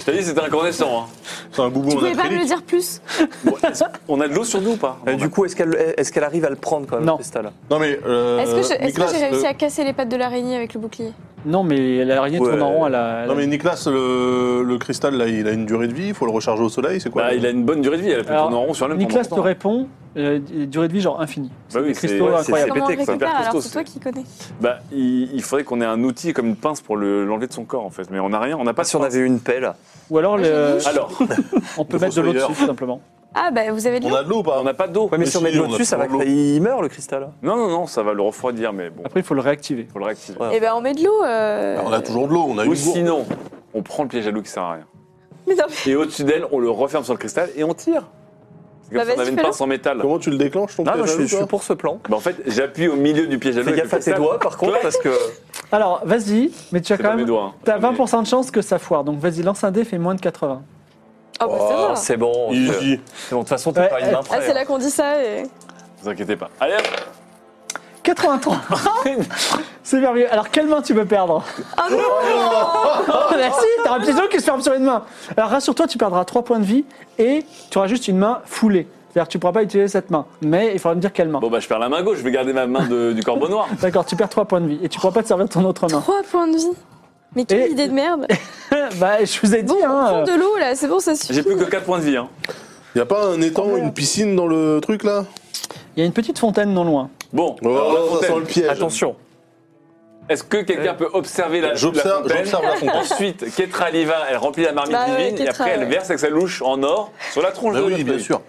Speaker 2: Je t'ai dit, c'était incandescent. hein.
Speaker 4: C'est un boubou
Speaker 5: Tu
Speaker 4: en
Speaker 5: pouvais pas me le
Speaker 4: acrylique.
Speaker 5: dire plus
Speaker 2: Bon, est-ce- On a de l'eau sur nous ou pas
Speaker 3: Euh, du coup, est-ce qu'elle est qu'elle arrive à le prendre quand même,
Speaker 1: Non.
Speaker 3: le cristal
Speaker 4: Non, mais. euh, Eh,
Speaker 5: Est-ce que je- est-ce que
Speaker 4: Nicolas,
Speaker 5: j'ai réussi
Speaker 4: euh,
Speaker 5: à casser les pattes de l'araignée avec le bouclier
Speaker 1: Non, mais l'araignée
Speaker 3: Ouais.
Speaker 1: tourne en rond, elle a. elle a-
Speaker 4: euh, Non mais Nicolas, le, le cristal là, il a une durée de vie, il faut le recharger au soleil, c'est quoi
Speaker 2: Bah,
Speaker 4: le-
Speaker 2: il a une bonne durée de vie, elle a pu
Speaker 1: Alors,
Speaker 2: tourner en rond sur elle-même
Speaker 1: Nicolas te
Speaker 2: pendant longtemps.
Speaker 1: répond, euh, durée de vie genre infinie.
Speaker 2: Bah oui,
Speaker 1: des
Speaker 2: c'est-
Speaker 1: cristaux
Speaker 2: ouais, c'est-
Speaker 1: incroyables.
Speaker 5: Comment on
Speaker 3: pété,
Speaker 5: le
Speaker 3: quoi.
Speaker 5: récupère
Speaker 2: Hyper costaud,
Speaker 5: Alors c'est toi qui connais.
Speaker 2: Bah, il, il faudrait qu'on ait un outil comme une pince pour le- l'enlever de son corps en fait, mais on n'a rien, on n'a pas
Speaker 3: Pas
Speaker 2: de
Speaker 3: si on
Speaker 2: pince.
Speaker 3: avait eu une pelle.
Speaker 1: Ou alors,
Speaker 5: Moi, Ah, j'ai
Speaker 1: le-
Speaker 5: une
Speaker 2: Alors,
Speaker 1: on peut
Speaker 4: Le
Speaker 1: mettre de l'eau
Speaker 4: fossoyeur.
Speaker 1: dessus, tout simplement.
Speaker 5: Ah bah vous avez de
Speaker 4: On
Speaker 5: l'eau
Speaker 4: a de l'eau ou pas
Speaker 2: on n'a pas d'eau.
Speaker 3: Ouais, mais
Speaker 4: Mais
Speaker 3: si on met de
Speaker 4: si,
Speaker 3: l'eau
Speaker 4: on a
Speaker 3: dessus, ça va.
Speaker 4: toujours de l'eau.
Speaker 3: Il meurt le cristal.
Speaker 2: Non, non, non, ça va le refroidir, mais bon,
Speaker 1: Après, il faut le réactiver.
Speaker 2: faut le réactiver.
Speaker 3: Ouais.
Speaker 5: Eh ben on met de l'eau. euh,
Speaker 4: Bah, On a toujours de l'eau, on a une
Speaker 2: Ou
Speaker 4: gourde.
Speaker 2: sinon, on prend le piège à loup qui sert à rien.
Speaker 5: Mais non,
Speaker 2: Et au-dessus d'elle, on le referme sur le cristal et on tire. C'est comme si on
Speaker 5: Bah, vas-y,
Speaker 2: avait une
Speaker 5: fais-le.
Speaker 2: pince en métal.
Speaker 4: Comment tu le déclenches ton
Speaker 3: Non, moi,
Speaker 4: piège
Speaker 3: je
Speaker 4: à
Speaker 3: suis,
Speaker 4: loup,
Speaker 3: je suis
Speaker 4: toi
Speaker 3: pour ce plan.
Speaker 2: Bah, en fait, j'appuie au milieu du piège à loup.
Speaker 3: Fais
Speaker 2: avec
Speaker 3: gaffe
Speaker 2: le
Speaker 3: à tes
Speaker 2: cristal.
Speaker 3: doigts, par contre,
Speaker 2: Ouais.
Speaker 3: parce que
Speaker 1: Alors, vas-y, mais tu as
Speaker 2: C'est
Speaker 1: quand
Speaker 2: pas mes
Speaker 1: même.
Speaker 2: doigts. hein.
Speaker 1: T'as
Speaker 2: Mais-
Speaker 1: 20% de chance que ça foire, donc vas-y, lance un dé, fais moins de 80.
Speaker 5: Oh bah ça va.
Speaker 3: Oh, c'est bon. je-
Speaker 4: Easy.
Speaker 3: c'est bon, de toute façon, t'es
Speaker 1: Ouais,
Speaker 3: pas une main
Speaker 5: Ah c'est
Speaker 3: près.
Speaker 5: là qu'on dit ça et...
Speaker 2: Vous inquiétez pas. Allez, hop.
Speaker 1: 83 C'est merveilleux. Alors, quelle main tu peux perdre
Speaker 5: Oh non
Speaker 1: Bah si, t'as un pigeon qui se ferme sur une main. Alors, rassure-toi, tu perdras 3 points de vie et tu auras juste une main foulée. C'est-à-dire que tu pourras pas utiliser cette main, mais il faudra me dire quelle main.
Speaker 2: bon bah je perds la main gauche, je vais garder ma main de- du corbeau noir.
Speaker 1: D'accord, tu perds 3 points de vie et tu pourras pas te servir de ton autre main.
Speaker 5: Trois points de vie. Mais quelle
Speaker 1: Et-
Speaker 5: idée de merde
Speaker 1: bah, je vous ai dit,
Speaker 5: Bon, on prend
Speaker 1: hein.
Speaker 5: de l'eau là, c'est bon, ça suffit.
Speaker 2: J'ai plus que 4 points de vie. Hein.
Speaker 4: Y a pas un étang, une piscine dans le truc là
Speaker 1: Il y a une petite fontaine non loin.
Speaker 2: Bon, alors, la
Speaker 4: Oh, ça
Speaker 2: fontaine.
Speaker 4: sent le piège.
Speaker 3: Attention.
Speaker 2: Est-ce que quelqu'un peut observer la, la
Speaker 4: J'observe
Speaker 2: fontaine
Speaker 4: j'observe la fontaine.
Speaker 2: Ensuite, Ketra elle y va, elle remplit la marmite
Speaker 5: Bah ouais,
Speaker 2: divine et
Speaker 5: Ketra,
Speaker 2: après elle
Speaker 5: ouais.
Speaker 2: verse avec sa louche en or sur la tronche
Speaker 4: Bah
Speaker 2: de
Speaker 4: oui,
Speaker 2: notre
Speaker 4: bien
Speaker 2: fille.
Speaker 4: sûr.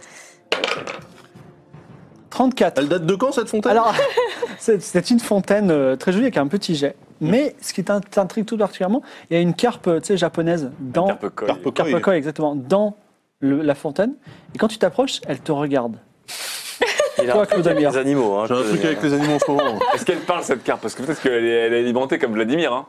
Speaker 1: 34.
Speaker 4: Elle date de quand cette fontaine
Speaker 1: Alors, c'est- c'est une fontaine euh, très jolie avec un petit jet. Mais ce qui t'in- t'intrigue tout particulièrement, il y a une carpe, euh, tu sais, japonaise dans
Speaker 2: Un peu colle.
Speaker 4: Carpe coille.
Speaker 1: carpe koi, exactement dans le- la fontaine. Et quand tu t'approches, elle te regarde.
Speaker 3: Il a
Speaker 1: Toi,
Speaker 3: un truc avec
Speaker 1: Claude Amir.
Speaker 3: les animaux. hein,
Speaker 4: J'ai un
Speaker 3: Claude
Speaker 4: truc
Speaker 3: Amir.
Speaker 4: avec les animaux en ce moment.
Speaker 2: Est-ce qu'elle parle cette carpe Parce que peut-être qu'elle est, elle est alimentée comme Vladimir. Hein.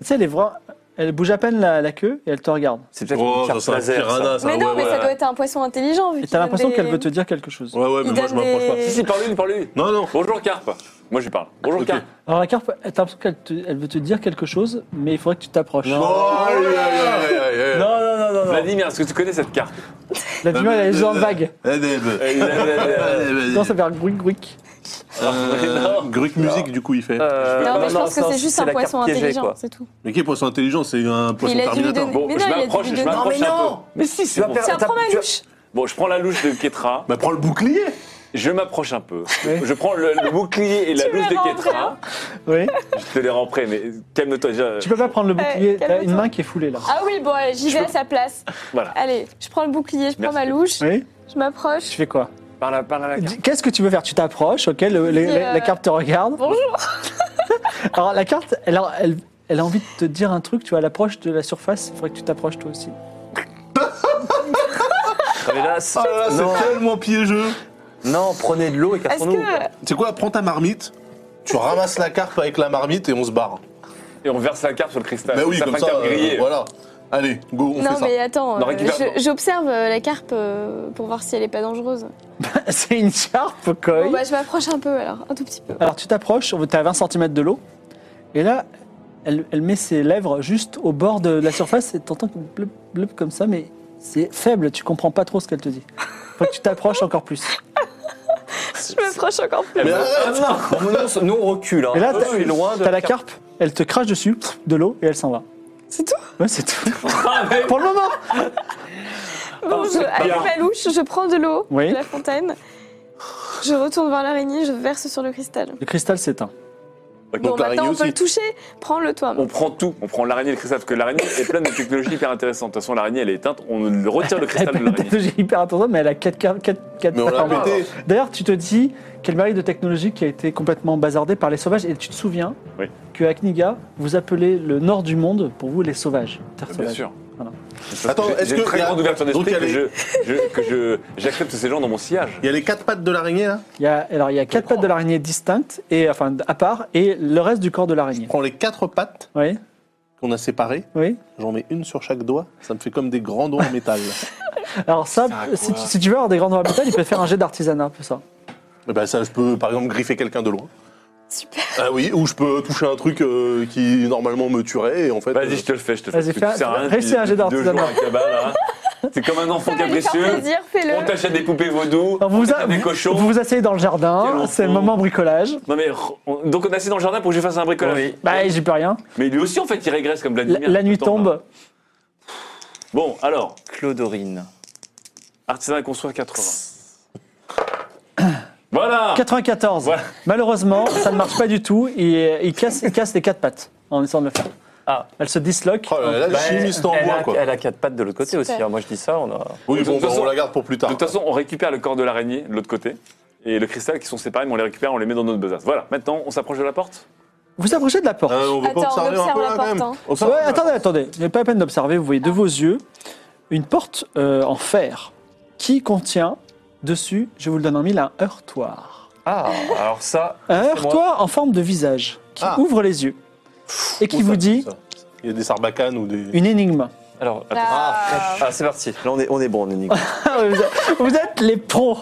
Speaker 1: Tu sais, elle est vra- Elle bouge à peine la, la queue et elle te regarde.
Speaker 3: C'est peut-être
Speaker 4: Oh,
Speaker 3: une
Speaker 4: ça
Speaker 3: carte
Speaker 4: c'est un
Speaker 3: laser. ça.
Speaker 4: piranha, ça.
Speaker 5: Mais non,
Speaker 4: ouais,
Speaker 5: mais
Speaker 4: ouais.
Speaker 5: ça doit être un poisson intelligent vu
Speaker 1: Et
Speaker 5: qu'il
Speaker 1: t'as
Speaker 5: donne
Speaker 1: l'impression
Speaker 5: des-
Speaker 1: qu'elle veut te dire quelque chose.
Speaker 4: Ouais, ouais, mais
Speaker 5: Il
Speaker 4: moi je
Speaker 5: donne
Speaker 4: m'approche pas.
Speaker 5: des-
Speaker 2: Si, si, parle-lui, parle-lui.
Speaker 4: Non, non.
Speaker 2: Bonjour carpe. Moi je lui parle. Bonjour
Speaker 4: Ok.
Speaker 2: carpe.
Speaker 1: Alors la carpe, t'as l'impression qu'elle te- elle veut te dire quelque chose, mais il faudrait que tu t'approches.
Speaker 4: Oh, aïe, aïe, aïe, aïe, aïe.
Speaker 3: Non, non, non, non, non.
Speaker 2: Vladimir, est-ce que tu connais cette carpe
Speaker 1: La du mal, elle a les jambes vagues.
Speaker 4: Eh, des-
Speaker 2: Elle- elle- elle-
Speaker 1: Non, ça fait un bruit, bruit.
Speaker 4: Euh, Gruc musique du coup il fait.
Speaker 3: Euh,
Speaker 5: Non, mais je pense
Speaker 3: ça,
Speaker 5: que c'est juste un
Speaker 3: la carte
Speaker 5: poisson
Speaker 3: piégée,
Speaker 5: intelligent,
Speaker 3: quoi.
Speaker 5: c'est tout.
Speaker 4: Mais qui est poisson intelligent C'est un poisson
Speaker 5: il a dû lui
Speaker 4: terminator.
Speaker 5: donner.
Speaker 2: Bon,
Speaker 5: mais
Speaker 2: je
Speaker 5: non, il a dû
Speaker 2: m'approche, je
Speaker 5: lui donner.
Speaker 2: m'approche.
Speaker 3: Non, mais
Speaker 2: un
Speaker 3: non
Speaker 2: Mais si,
Speaker 3: Tu
Speaker 2: c'est
Speaker 3: vas
Speaker 2: bon.
Speaker 3: perdre-
Speaker 2: ça.
Speaker 5: Tiens, prends ma
Speaker 3: Tu-
Speaker 5: louche.
Speaker 2: Bon, je prends la louche de Ketra,
Speaker 4: Bah prends le bouclier
Speaker 2: je m'approche un peu.
Speaker 1: Oui.
Speaker 2: Je prends le, le bouclier et la
Speaker 5: Tu me
Speaker 2: louche de
Speaker 5: rends
Speaker 2: Ketra.
Speaker 1: Oui.
Speaker 2: Je te les rends prêts, mais calme-toi déjà.
Speaker 1: Tu peux pas prendre le
Speaker 5: Ouais,
Speaker 1: bouclier. T'as une
Speaker 5: Euh, calme-toi.
Speaker 1: main qui est foulée là.
Speaker 5: Ah oui, bon, allez, j'y
Speaker 2: Je
Speaker 5: vais
Speaker 2: peux-
Speaker 5: à sa place.
Speaker 2: Voilà.
Speaker 5: Allez, je prends le bouclier, je prends
Speaker 2: Merci.
Speaker 5: ma louche,
Speaker 1: Oui.
Speaker 5: je m'approche.
Speaker 1: Tu fais quoi
Speaker 2: Par la, par la
Speaker 1: Dis- Qu'est-ce que tu veux faire Tu t'approches, ok le- le-
Speaker 5: Dis,
Speaker 1: la, la
Speaker 5: euh,
Speaker 1: carte te regarde.
Speaker 5: Bonjour.
Speaker 1: Alors la carte, elle, a- elle, elle a envie de te dire un truc. Tu vois, à l'approche de la surface, il faudrait que tu t'approches toi aussi.
Speaker 3: Mais là, c'est-
Speaker 4: Ah là là,
Speaker 3: non,
Speaker 4: c'est tellement piégeux
Speaker 3: non, prenez de l'eau et
Speaker 5: Est-ce
Speaker 3: cassons-nous.
Speaker 5: que.
Speaker 4: C'est quoi Prends ta marmite, tu ramasses la carpe avec la marmite et on se barre.
Speaker 2: Et on verse la carte sur le cristal.
Speaker 4: Bah oui,
Speaker 2: ça
Speaker 4: comme
Speaker 2: fait
Speaker 4: ça,
Speaker 2: un
Speaker 4: euh,
Speaker 2: grillé.
Speaker 4: voilà. Allez, go, on
Speaker 5: non,
Speaker 4: fait
Speaker 5: mais
Speaker 4: ça.
Speaker 5: attends,
Speaker 2: Non,
Speaker 5: euh,
Speaker 2: récupère-
Speaker 5: je- j'observe euh, la carpe euh, pour voir si elle est pas dangereuse.
Speaker 1: C'est une charpe,
Speaker 5: Bon,
Speaker 1: Koi.
Speaker 5: bah, je m'approche un peu alors, un tout petit peu.
Speaker 1: Alors tu t'approches, t'es à 20 cm de l'eau, et là, elle, elle met ses lèvres juste au bord de la surface et t'entends que blup, blup comme ça, mais c'est faible, tu comprends pas trop ce qu'elle te dit. Faut que tu t'approches encore plus.
Speaker 5: Je m'approche encore plus.
Speaker 4: Mais arrête
Speaker 3: Nous, on- nous, on recule. Hein.
Speaker 1: Et là,
Speaker 3: Eux, je suis loin de
Speaker 1: T'as la carpe, elle te crache dessus, pff, de l'eau, et elle s'en va.
Speaker 5: C'est tout
Speaker 1: Ouais, c'est tout. Pour le moment
Speaker 5: Bon, je, avec
Speaker 2: bien.
Speaker 5: ma louche, je prends de l'eau
Speaker 1: Oui.
Speaker 5: de la fontaine. Je retourne vers l'araignée, je verse sur le cristal.
Speaker 1: Le cristal s'éteint.
Speaker 5: Bon,
Speaker 4: Donc
Speaker 5: maintenant,
Speaker 4: l'araignée
Speaker 5: on peut
Speaker 4: aussi.
Speaker 5: le toucher. Prends-le toi.
Speaker 2: On prend tout, on prend l'araignée et le cristal, parce que l'araignée est pleine de technologies hyper intéressantes. De toute façon, l'araignée, elle est éteinte, on le retire le
Speaker 1: Elle
Speaker 2: cristal
Speaker 1: a
Speaker 2: de
Speaker 1: une
Speaker 2: l'araignée.
Speaker 1: technologie hyper intéressante, mais elle a 4 quatre, quatre, quatre
Speaker 4: Mais on l'a
Speaker 1: patins.
Speaker 4: pété
Speaker 1: D'ailleurs, tu te dis qu'elle mérite de technologie qui a été complètement bazardée par les sauvages, et tu te souviens
Speaker 2: Oui.
Speaker 1: que à Kniga, vous appelez le nord du monde, pour vous, les sauvages. Terre
Speaker 2: Bien
Speaker 1: sauvage.
Speaker 2: sûr.
Speaker 1: Voilà.
Speaker 4: Ah, Attends,
Speaker 2: J'ai-
Speaker 4: est-ce
Speaker 2: j'ai
Speaker 4: que
Speaker 2: une très
Speaker 4: y a-
Speaker 2: grande ouverture d'esprit
Speaker 4: donc, y a
Speaker 2: que
Speaker 4: les-
Speaker 2: je- je- que je- j'accepte ces gens dans mon sillage.
Speaker 4: Il y a les quatre pattes de l'araignée là
Speaker 1: Il y a, alors, il y a quatre pattes de l'araignée distinctes, et, enfin, à part, et le reste du corps de l'araignée.
Speaker 4: Prends les quatre pattes
Speaker 1: Oui,
Speaker 4: qu'on a séparées,
Speaker 1: oui.
Speaker 4: j'en mets une sur chaque doigt, ça me fait comme des grands doigts en métal.
Speaker 1: Alors, ça,
Speaker 2: Ça,
Speaker 1: si
Speaker 2: quoi
Speaker 1: tu, si tu veux avoir des grandes doigts à métal, il peut faire un jet d'artisanat pour ça.
Speaker 4: Et ben ça, je peux par exemple griffer quelqu'un de loin.
Speaker 5: Super.
Speaker 4: Ah oui, ou je peux toucher un truc euh, qui normalement me tuerait et en fait.
Speaker 2: Vas-y,
Speaker 4: euh,
Speaker 2: je te le fais, je te le fais.
Speaker 1: Vas-y,
Speaker 2: Tu
Speaker 1: fais un-
Speaker 2: sers à rien
Speaker 1: réussis
Speaker 2: depuis
Speaker 1: un jet
Speaker 2: deux
Speaker 1: d'artisanat.
Speaker 2: jours à cabane, là. C'est comme un enfant
Speaker 5: Ça va lui faire
Speaker 2: capricieux.
Speaker 5: plaisir, fais-le.
Speaker 2: On t'achète des poupées vaudou,
Speaker 1: Alors, vous, vous,
Speaker 2: t'achète des cochons.
Speaker 1: vous, vous asseyez dans le
Speaker 2: Quel
Speaker 1: jardin,
Speaker 2: enfant.
Speaker 1: c'est le moment bricolage.
Speaker 2: Non mais on- donc on est assis dans le jardin pour que je fasse un bricolage.
Speaker 3: Oui.
Speaker 1: Bah, j'y peux rien.
Speaker 2: Mais lui aussi en fait il régresse comme
Speaker 1: La,
Speaker 2: Vladimir.
Speaker 1: la nuit
Speaker 2: Tout le temps, là.
Speaker 1: tombe.
Speaker 2: Bon alors,
Speaker 3: Clodorine.
Speaker 2: artisanat à construire 80. voilà.
Speaker 1: 94.
Speaker 2: Voilà.
Speaker 1: Malheureusement, ça ne marche pas du tout. Il, il, casse, il casse les quatre pattes en essayant de le faire.
Speaker 3: Ah.
Speaker 1: Elle se disloque.
Speaker 4: Oh là là, le chimiste en
Speaker 3: elle,
Speaker 4: bois
Speaker 3: a,
Speaker 4: quoi.
Speaker 3: elle a quatre pattes de l'autre côté
Speaker 5: Super.
Speaker 3: aussi. hein. Moi, je dis ça, on a.
Speaker 4: Oui,
Speaker 2: De
Speaker 4: bon,
Speaker 2: toute
Speaker 4: bah,
Speaker 2: façon-
Speaker 4: on la garde pour plus
Speaker 2: De
Speaker 4: tard.
Speaker 2: toute façon on récupère le corps de l'araignée de l'autre côté et le cristal qui sont séparés mais on les récupère on les met dans notre besace. Voilà. Maintenant on s'approche de la porte.
Speaker 1: Vous approchez de la porte.
Speaker 4: Euh, on veut
Speaker 5: Attends,
Speaker 4: pas observer
Speaker 5: on
Speaker 4: un peu
Speaker 5: observe
Speaker 4: là
Speaker 5: la
Speaker 4: quand
Speaker 5: porte,
Speaker 4: même.
Speaker 5: hein.
Speaker 4: Observe-
Speaker 1: Ouais, attendez, attendez. Il n'est pas la peine d'observer. Vous voyez de vos yeux une porte euh, en fer qui contient dessus, je vous le donne en mille, un heurtoir.
Speaker 3: Ah, alors ça.
Speaker 1: Un
Speaker 3: c'est moi.
Speaker 1: heurtoir en forme de visage qui
Speaker 4: Ah.
Speaker 1: ouvre les yeux et qui
Speaker 4: Où
Speaker 1: vous
Speaker 4: ça,
Speaker 1: dit
Speaker 4: ça Il y a des sarbacanes ou des.
Speaker 1: une énigme.
Speaker 3: Alors, attends.
Speaker 5: Ah.
Speaker 3: Ah, ah, c'est parti. Là, on est, on est bon, on est nickel.
Speaker 1: Ah, vous êtes- vous êtes les pros.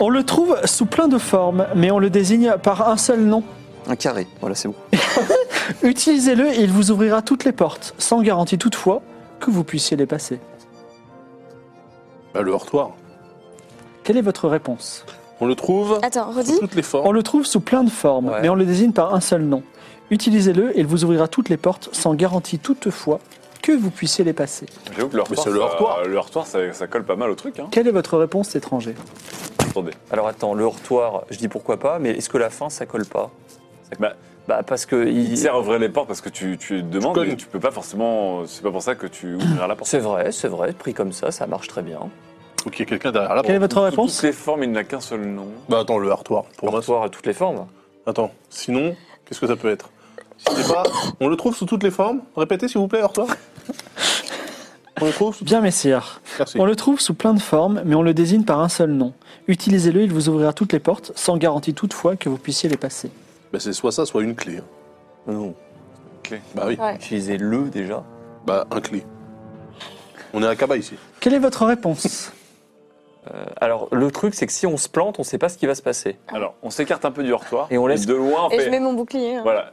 Speaker 1: On le trouve sous plein de formes, mais on le désigne par un seul nom.
Speaker 3: Un carré, voilà, c'est bon.
Speaker 1: Utilisez-le et il vous ouvrira toutes les portes, sans garantie toutefois que vous puissiez les passer.
Speaker 4: Bah, le heurtoir.
Speaker 1: Quelle est votre réponse
Speaker 4: On le trouve
Speaker 5: Attends,
Speaker 4: sous
Speaker 5: redis.
Speaker 4: toutes les
Speaker 1: On
Speaker 4: formes.
Speaker 1: le trouve sous plein de formes,
Speaker 3: Ouais.
Speaker 1: mais on le désigne par un seul nom. Utilisez-le et il vous ouvrira toutes les portes, sans garantie toutefois que vous puissiez les passer.
Speaker 2: J'avoue que le heurtoir,
Speaker 4: c'est le
Speaker 2: ça-
Speaker 4: heurtoir.
Speaker 2: Euh, le heurtoir, ça, ça colle pas mal au truc. Hein.
Speaker 1: Quelle est votre réponse, étranger
Speaker 2: Attendez.
Speaker 3: Alors, attends, le heurtoir, je dis pourquoi pas, mais est-ce que la fin, ça colle pas Ça-
Speaker 2: Bah-
Speaker 3: bah, parce que.
Speaker 2: Il
Speaker 3: il-
Speaker 2: sert à ouvrir les portes parce que tu, tu demandes,
Speaker 4: Tu
Speaker 2: mais tu peux pas forcément. C'est pas pour ça que tu ouvriras la porte.
Speaker 3: C'est vrai, c'est vrai, pris comme ça, ça marche très bien.
Speaker 4: Faut qu'il y ait quelqu'un derrière la
Speaker 3: Ah,
Speaker 1: Quelle est
Speaker 4: porte.
Speaker 1: votre
Speaker 2: Sous
Speaker 1: réponse
Speaker 2: Toutes les formes, il n'a qu'un seul nom.
Speaker 4: Bah, attends, le heurtoir. Pour moi,
Speaker 3: Heurtoir à toutes les formes.
Speaker 4: Attends, sinon, qu'est-ce que ça peut être Si c'est pas, on le trouve sous toutes les formes. Répétez s'il vous plaît, heurtoir. On le trouve sous
Speaker 1: Bien, messire.
Speaker 4: Merci.
Speaker 1: On le trouve sous plein de formes, mais on le désigne par un seul nom. Utilisez-le, il vous ouvrira toutes les portes, sans garantie toutefois que vous puissiez les passer.
Speaker 4: Bah, c'est soit ça, soit une clé. hein.
Speaker 3: Non,
Speaker 4: Bah oui,
Speaker 5: Ouais.
Speaker 3: utilisez le déjà.
Speaker 4: bah un clé. On est à Kaba ici.
Speaker 1: Quelle est votre réponse
Speaker 3: Euh, alors, le truc, c'est que si on se plante, on sait pas ce qui va se passer.
Speaker 2: Alors, on s'écarte un peu du heurtoir.
Speaker 3: Et on laisse-
Speaker 2: De loin, on
Speaker 5: Et
Speaker 2: fait.
Speaker 5: je mets mon bouclier. hein.
Speaker 2: Voilà.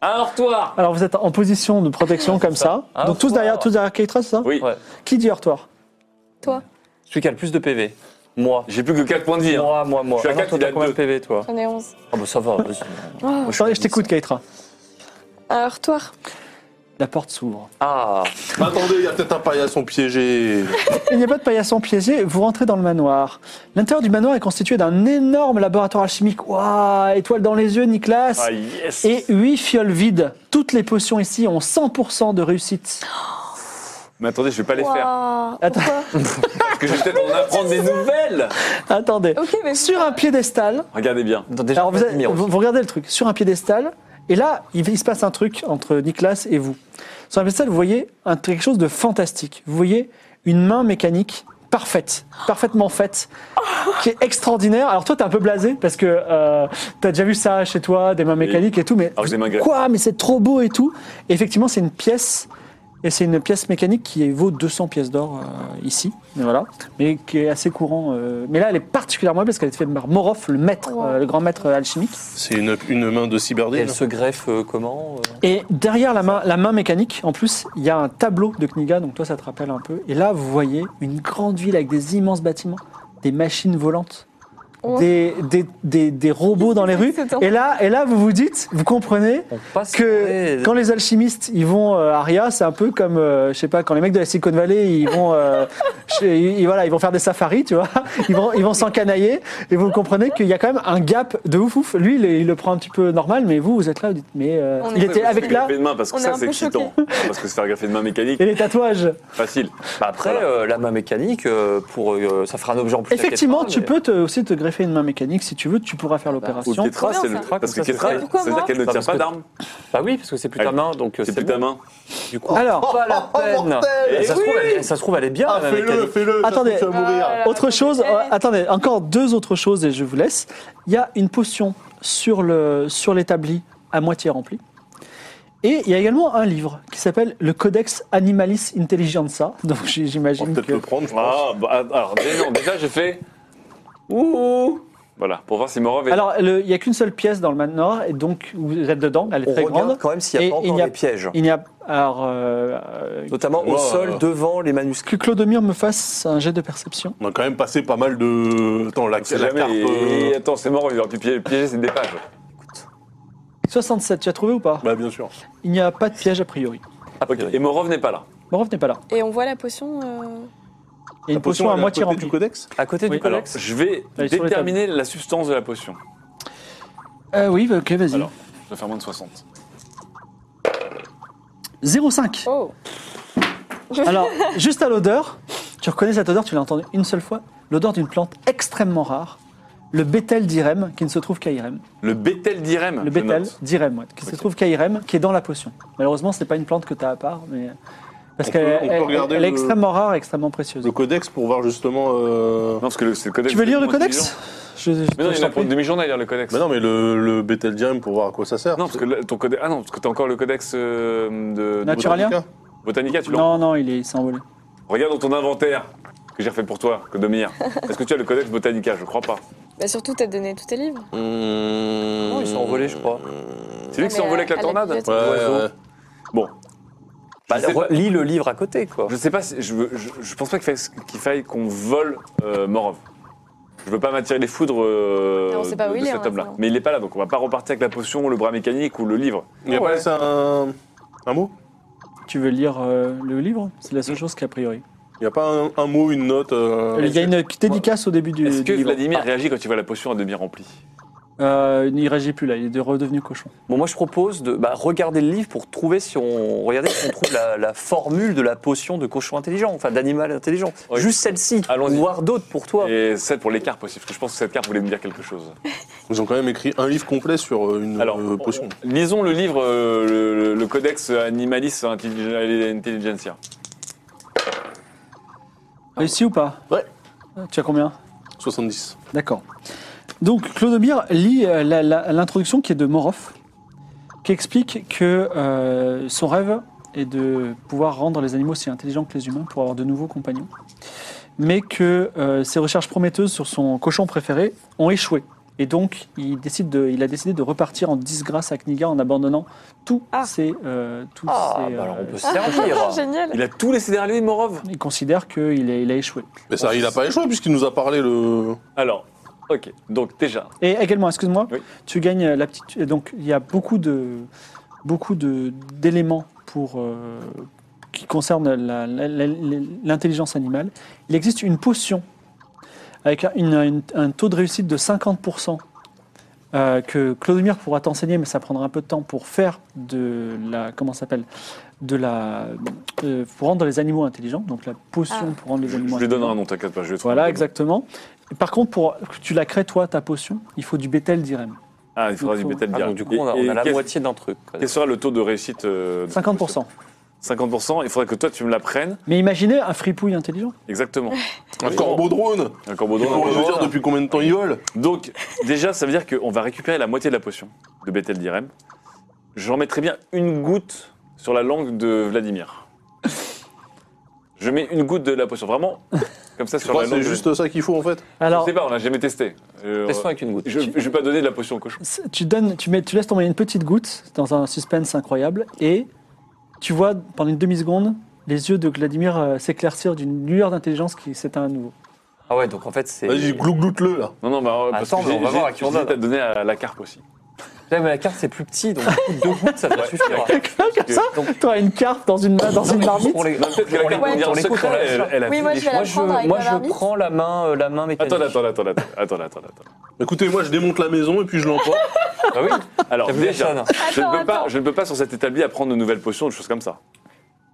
Speaker 2: Un heurtoir
Speaker 1: Alors vous êtes en position de protection comme ça.
Speaker 3: Ah,
Speaker 1: Donc tous
Speaker 3: wow.
Speaker 1: derrière, tous derrière hein Keitra, c'est ça
Speaker 2: Oui.
Speaker 3: Ouais.
Speaker 1: Qui dit heurtoir
Speaker 5: Toi,
Speaker 3: Celui qui a le plus de PV. Moi.
Speaker 2: J'ai plus que 4 points de vie. hein.
Speaker 3: Moi, moi, moi.
Speaker 2: Je suis à
Speaker 3: Ah non,
Speaker 2: quatre,
Speaker 3: toi,
Speaker 2: il
Speaker 3: t'as
Speaker 2: a
Speaker 3: combien de
Speaker 2: deux.
Speaker 3: PV, toi
Speaker 5: j'en ai 11.
Speaker 3: Ah bah ça va, vas-y.
Speaker 5: Oh.
Speaker 3: Moi,
Speaker 1: Attendez,
Speaker 3: suis
Speaker 5: Ah,
Speaker 1: je t'écoute Keitra.
Speaker 5: Alors, toi,
Speaker 1: La porte s'ouvre.
Speaker 3: Ah,
Speaker 4: Mais attendez, il y a peut-être un paillasson piégé.
Speaker 1: Il n'y a pas de paillasson piégé, vous rentrez dans le manoir. L'intérieur du manoir est constitué d'un énorme laboratoire alchimique. Waouh, étoile dans les yeux, Nicolas
Speaker 2: Ah yes
Speaker 1: Et 8 fioles vides. Toutes les potions ici ont 100% de réussite.
Speaker 2: Mais attendez, je vais pas les faire.
Speaker 5: Waouh,
Speaker 1: Attends.
Speaker 5: pourquoi
Speaker 2: Parce que je vais peut-être en apprendre des nouvelles
Speaker 1: Attendez.
Speaker 5: Ok, mais
Speaker 1: Sur un piédestal,
Speaker 2: Regardez bien.
Speaker 3: déjà,
Speaker 1: alors vous,
Speaker 3: pas
Speaker 1: avez-
Speaker 3: de numéro.
Speaker 1: vous- vous regardez le truc, sur un piédestal, et là, il, il se passe un truc entre Nicolas et vous. Sur un piédestal, vous voyez un- quelque chose de fantastique. Vous voyez une main mécanique parfaite, parfaitement faite, qui est extraordinaire. Alors toi, t'es un peu blasé, parce que euh, t'as déjà vu ça chez toi, des mains mécaniques et tout, mais
Speaker 2: Alors que j'ai des mains greffes.
Speaker 1: quoi, mais c'est trop beau et tout. Et effectivement, c'est une pièce... Et c'est une pièce mécanique qui vaut 200 pièces d'or euh, ici, et voilà, mais qui est assez courant. euh, mais là, elle est particulièrement belle parce qu'elle est faite par Morov, le maître,
Speaker 5: Wow.
Speaker 1: euh, le grand maître alchimique.
Speaker 4: C'est une, une main de
Speaker 3: Et
Speaker 4: cyberdine.
Speaker 3: elle se greffe euh, comment euh
Speaker 1: Et derrière la main, la main mécanique, en plus, il y a un tableau de Kniga, donc toi, ça te rappelle un peu. Et là, vous voyez une grande ville avec des immenses bâtiments, des machines volantes,
Speaker 5: Oh.
Speaker 1: des, des, des, des robots dans les rues.
Speaker 5: C'est temps.
Speaker 1: Et là, et là, vous vous dites, vous comprenez
Speaker 3: On passe
Speaker 1: que
Speaker 3: ouais,
Speaker 1: quand les alchimistes ils vont euh, à Aria, c'est un peu comme euh, je sais pas quand les mecs de la Silicon Valley ils vont euh, chez- ils- ils- voilà ils vont faire des safaris tu vois ils vont ils vont s'encanailler et vous comprenez qu'il y a quand même un gap de ouf ouf lui il, est- il le prend un petit peu normal mais vous vous êtes là vous dites mais euh,
Speaker 5: On est-
Speaker 1: il était avec là
Speaker 2: Greffer de main parce que
Speaker 5: On est
Speaker 2: ça
Speaker 5: un
Speaker 2: c'est
Speaker 5: peu choqués.
Speaker 2: excitant. Ah, Parce que se faire greffer de main mécanique,
Speaker 1: et les tatouages
Speaker 2: facile.
Speaker 3: Bah après,
Speaker 2: Voilà.
Speaker 3: euh, la main mécanique, euh, pour, euh, ça fera un objet en plus. à
Speaker 1: effectivement
Speaker 3: Ketra,
Speaker 1: tu
Speaker 3: mais- Bah,
Speaker 1: peux te- aussi te greffer une main mécanique si tu veux tu pourras faire
Speaker 2: Ou
Speaker 1: l'opération
Speaker 2: Ketra,
Speaker 5: Combien,
Speaker 2: c'est le.
Speaker 5: ça
Speaker 2: Parce que
Speaker 3: Comme ça,
Speaker 2: Ketra,
Speaker 3: c'est-
Speaker 5: Pourquoi
Speaker 2: c'est-à-dire
Speaker 5: moi
Speaker 2: qu'elle ne
Speaker 3: Bah,
Speaker 2: tire
Speaker 3: parce
Speaker 2: pas
Speaker 3: que-
Speaker 2: d'arme.
Speaker 3: Bah oui, parce que c'est plus ta
Speaker 2: Allez.
Speaker 3: main, donc euh,
Speaker 2: C'est plus
Speaker 3: c'est bon.
Speaker 2: ta main.
Speaker 3: Du coup,
Speaker 1: Alors.
Speaker 3: pas la peine.
Speaker 4: mortel
Speaker 3: Eh, ça se
Speaker 4: Oui.
Speaker 3: trouve, elle, ça se trouve, elle est bien,
Speaker 4: Ah,
Speaker 3: la main
Speaker 4: fais-le,
Speaker 3: mécanique.
Speaker 4: fais-le. ça se
Speaker 1: Attendez. Ah,
Speaker 4: trouve, tu vas mourir.
Speaker 5: Voilà,
Speaker 1: Autre chose,
Speaker 5: attendez.
Speaker 1: euh, attendez, encore deux autres choses et je vous laisse. Il y a une potion sur le sur l'établi à moitié remplie. Et il y a également un livre qui s'appelle le Codex Animalis Intelligentia. Donc j-
Speaker 4: On va
Speaker 1: j'imagine
Speaker 4: Oh, peut-être
Speaker 1: que
Speaker 4: le prendre, je pense.
Speaker 2: Ah, bah, alors déjà, non, déjà, j'ai fait. Ouh Voilà, pour voir si Morov est.
Speaker 1: alors le- il n'y a qu'une seule pièce dans le manoir et donc vous êtes dedans, elle est
Speaker 3: On
Speaker 1: très
Speaker 3: regarde
Speaker 1: grande.
Speaker 3: quand même s'il n'y
Speaker 1: Et
Speaker 3: a pas
Speaker 1: il
Speaker 3: encore
Speaker 1: y a-
Speaker 3: des pièges.
Speaker 1: Il n'y a alors euh, euh,
Speaker 3: Notamment au
Speaker 4: Wow.
Speaker 3: sol, devant les
Speaker 1: que
Speaker 3: manuscrits.
Speaker 1: Clodomir me fasse un jet de perception.
Speaker 4: On a quand même passé pas mal de. Attends, la,
Speaker 2: On sait
Speaker 4: la
Speaker 2: jamais,
Speaker 4: carpe.
Speaker 2: et- et
Speaker 4: euh,
Speaker 2: attends, c'est Morov, il aurait pu pié- piéger ses dépages.
Speaker 1: 67, tu as trouvé ou pas
Speaker 4: Bah, bien sûr.
Speaker 1: Il n'y a pas de piège a priori.
Speaker 2: Ok, Et Morov n'est pas là.
Speaker 1: Morov n'est pas là.
Speaker 5: Et on voit la potion. euh,
Speaker 1: Il y a une
Speaker 4: La
Speaker 1: potion,
Speaker 4: elle
Speaker 1: à
Speaker 4: est
Speaker 1: moitié
Speaker 4: côté
Speaker 1: remplie.
Speaker 4: du codex
Speaker 3: À côté
Speaker 1: Oui.
Speaker 3: du
Speaker 2: Alors,
Speaker 3: codex
Speaker 2: je vais
Speaker 1: Allez, Ah, sur les
Speaker 2: déterminer la substance de la potion.
Speaker 1: Euh, oui, bah, ok, vas-y.
Speaker 2: Alors. Je vais faire moins de 60.
Speaker 1: 0,5.
Speaker 5: Oh.
Speaker 1: Alors, juste à l'odeur, tu reconnais cette odeur, tu l'as entendue une seule fois, l'odeur d'une plante extrêmement rare, le bétel d'Irem, qui ne se trouve qu'à Irem.
Speaker 2: Le Bethel d'Irem.
Speaker 1: Le
Speaker 2: je
Speaker 1: bétel
Speaker 2: note.
Speaker 1: d'Irem, ouais, qui se trouve qu'à Irem, qui est dans la potion. Malheureusement, ce n'est pas une plante que tu as à part, mais. Parce
Speaker 4: On peut-
Speaker 1: qu'elle
Speaker 4: on peut
Speaker 1: elle-
Speaker 4: regarder
Speaker 1: elle est
Speaker 4: le-
Speaker 1: extrêmement rare, extrêmement précieuse.
Speaker 4: Le codex pour voir justement. euh,
Speaker 2: Non, parce que le- c'est le codex.
Speaker 1: Tu veux lire le
Speaker 2: Comment
Speaker 1: codex Je- je-
Speaker 2: Mais non,
Speaker 1: je
Speaker 2: il y en a
Speaker 1: t'en
Speaker 2: pour une
Speaker 1: prie.
Speaker 2: demi-journée à lire le codex.
Speaker 4: Bah non, mais le, le Bethel Diam pour voir à quoi ça sert.
Speaker 2: Non, parce que le- ton codex. Ah non, parce que t'as encore le codex euh, de, de
Speaker 1: Nature. Naturalia
Speaker 4: Botanica.
Speaker 2: Bot- Botanica, tu l'as.
Speaker 1: Non, non, il est- il s'est envolé.
Speaker 2: Regarde dans ton inventaire que j'ai refait pour toi, Codomir. Est-ce que tu as le codex Botanica Je crois pas.
Speaker 5: Bah surtout, t'as donné tous tes livres.
Speaker 4: Mmh.
Speaker 2: Mmh.
Speaker 3: Non, ils sont envolés, je crois.
Speaker 2: C'est lui qui
Speaker 5: mais euh,
Speaker 2: s'est envolé
Speaker 5: à-
Speaker 2: avec la
Speaker 5: à la
Speaker 2: tornade
Speaker 5: bibliothèque.
Speaker 4: Ouais,
Speaker 3: Oiseau.
Speaker 4: ouais.
Speaker 2: Bon,
Speaker 3: Bah,
Speaker 2: Je sais
Speaker 3: re-
Speaker 2: pas.
Speaker 3: lis le livre à côté, quoi.
Speaker 2: je sais pas si. Je, veux- je, je pense pas qu'il faille qu'il faille qu'on vole euh, Morov. Je veux pas m'attirer les foudres euh,
Speaker 5: Non, on sait pas où
Speaker 2: de,
Speaker 5: il
Speaker 2: de
Speaker 5: est,
Speaker 2: cet
Speaker 5: hein,
Speaker 2: homme-là.
Speaker 5: sinon.
Speaker 2: Mais il est pas là, donc on va pas repartir avec la potion, le bras mécanique ou le livre.
Speaker 4: Il y a
Speaker 3: Ouais.
Speaker 4: pas laissé un. Un mot
Speaker 1: Tu veux lire euh, le livre C'est la seule
Speaker 2: Mm.
Speaker 1: chose qu'a priori.
Speaker 4: Il n'y a pas un, un mot, une note euh,
Speaker 1: Il y a une dédicace au début du,
Speaker 2: Est-ce
Speaker 1: du
Speaker 2: que
Speaker 1: livre.
Speaker 2: Vladimir réagit quand tu vois la potion à demi remplie
Speaker 1: Euh, il réagit plus là, il est redevenu cochon.
Speaker 3: Bon, moi, je propose de bah, regarder le livre pour trouver si on, regarder si on trouve la, la formule de la potion de cochon intelligent, enfin d'animal intelligent.
Speaker 2: Oui.
Speaker 3: Juste celle-ci,
Speaker 2: Allons-y.
Speaker 3: voire d'autres pour toi.
Speaker 2: Et celle pour l'écart possible, parce que je pense que cette carte voulait me dire quelque chose.
Speaker 4: Ils ont quand même écrit un livre complet sur euh, une
Speaker 2: Alors,
Speaker 4: euh, potion.
Speaker 2: on- lisons le livre, euh, le, le codex Animalis Intellig- Intelligentsia.
Speaker 1: Réussi ou pas Ah,
Speaker 4: Ouais.
Speaker 1: Tu as combien
Speaker 4: 70.
Speaker 1: D'accord. Donc, Clodomir lit euh, la- la- l'introduction qui est de Morov, qui explique que euh, son rêve est de pouvoir rendre les animaux aussi intelligents que les humains pour avoir de nouveaux compagnons, mais que euh, ses recherches prometteuses sur son cochon préféré ont échoué. Et donc, il, décide de, il a décidé de repartir en disgrâce à Kniga en abandonnant tous
Speaker 5: Ah.
Speaker 1: ses... euh, tous
Speaker 3: Ah,
Speaker 1: ses,
Speaker 3: bah, alors
Speaker 1: euh,
Speaker 3: on peut se servir.
Speaker 5: Génial.
Speaker 2: Il a tout laissé derrière lui, Morov
Speaker 1: il considère qu'il a, il a échoué.
Speaker 4: Mais ça, il n'a pas échoué puisqu'il nous a parlé le.
Speaker 2: Alors, ok, donc déjà,
Speaker 1: Et également, excuse-moi, euh,
Speaker 2: Oui.
Speaker 1: tu gagnes l'aptitude. Donc, il y a beaucoup de beaucoup de d'éléments pour, euh, qui concerne la- la- la- l'intelligence animale, il existe une potion avec un, une- une- un taux de réussite de 50% euh, que Clodomir pourra t'enseigner, mais ça prendra un peu de temps pour faire de la... Comment ça s'appelle de la, euh, pour rendre les animaux intelligents, donc la potion pour rendre les
Speaker 2: Je,
Speaker 1: animaux
Speaker 2: lui donne
Speaker 1: intelligents.
Speaker 2: un nom, t'inquiète pas, je vais trouver.
Speaker 1: Voilà, exactement. Par contre, pour que tu la crées, toi, ta potion, il faut du bétel d'Irem.
Speaker 2: Ah, il faudra
Speaker 1: Il
Speaker 2: du
Speaker 1: faut-
Speaker 2: bétel
Speaker 3: Ah,
Speaker 2: direct.
Speaker 3: donc du coup, on a,
Speaker 2: Et-
Speaker 3: on a
Speaker 2: et
Speaker 3: la
Speaker 2: qu'est-ce-
Speaker 3: moitié d'un truc. quoi.
Speaker 2: Quel sera le taux de réussite euh, de-
Speaker 1: 50%.
Speaker 2: 50%, il faudrait que toi tu me la prennes.
Speaker 1: Mais imaginez un fripouille intelligent.
Speaker 2: Exactement.
Speaker 4: Un corbeau drone
Speaker 2: Un corbeau
Speaker 4: Ils
Speaker 2: drôle,
Speaker 4: vont
Speaker 2: un
Speaker 4: nous
Speaker 2: corbeau
Speaker 4: dire
Speaker 2: drôle.
Speaker 4: depuis combien de temps ils volent
Speaker 2: Donc, déjà, ça veut dire qu'on va récupérer la moitié de la potion de Bethel d'Irem. J'en mettrai bien une goutte sur la langue de Vladimir. Je mets une goutte de la potion, vraiment, comme ça
Speaker 4: Tu
Speaker 2: sur
Speaker 4: crois
Speaker 2: la
Speaker 4: que c'est
Speaker 2: langue.
Speaker 4: juste ça qu'il faut en fait
Speaker 2: Je
Speaker 1: Alors,
Speaker 2: sais pas, on l'a jamais testé. Euh,
Speaker 3: Laisse-moi avec une goutte.
Speaker 2: je, je vais pas donner de la potion au cochon.
Speaker 1: c'est- tu, donnes, tu, mets, tu laisses tomber une petite goutte dans un suspense incroyable et tu vois, pendant une demi-seconde, les yeux de Vladimir euh, s'éclaircir d'une lueur d'intelligence qui s'éteint à nouveau.
Speaker 3: Ah ouais, donc en fait, c'est.
Speaker 4: Vas-y, glougloute-le là.
Speaker 2: Non, non, bah, parce
Speaker 3: Attends,
Speaker 2: que
Speaker 3: mais
Speaker 2: j'ai-
Speaker 3: on va
Speaker 2: j'ai-
Speaker 3: voir à qui on
Speaker 2: j'ai
Speaker 3: donne.
Speaker 2: hésité à donner à la carpe aussi.
Speaker 3: Là, mais la carte, c'est plus petit, donc du coup, deux gouttes, ça va suffire.
Speaker 1: Comme ça,
Speaker 3: Donc-
Speaker 1: toi, une carte dans une, dans une marmite.
Speaker 3: Pour les-
Speaker 2: Non, peut-être que la
Speaker 3: pour les-
Speaker 2: carpe, on dirait
Speaker 3: pour les
Speaker 2: ce
Speaker 3: côtés,
Speaker 2: temps-là,
Speaker 3: bien sûr.
Speaker 2: elle, elle a
Speaker 5: Oui,
Speaker 2: fait
Speaker 5: moi,
Speaker 2: des
Speaker 5: je vais
Speaker 2: choix.
Speaker 3: Moi,
Speaker 5: la prendre
Speaker 3: je,
Speaker 5: avec
Speaker 3: moi,
Speaker 5: la
Speaker 3: je
Speaker 5: marmite.
Speaker 3: prends la main, euh, la main mécanique.
Speaker 2: Attends, attends, attends, attends, attends, attends, attends.
Speaker 4: Écoutez, moi je démonte la maison et puis je l'emporte.
Speaker 3: Ah oui
Speaker 2: Alors,
Speaker 3: T'as vu hein
Speaker 2: déjà,
Speaker 3: personne
Speaker 2: je, ne
Speaker 5: Attends,
Speaker 2: peux pas,
Speaker 5: attends.
Speaker 2: je ne peux pas sur cet établi apprendre de nouvelles potions ou des choses comme ça.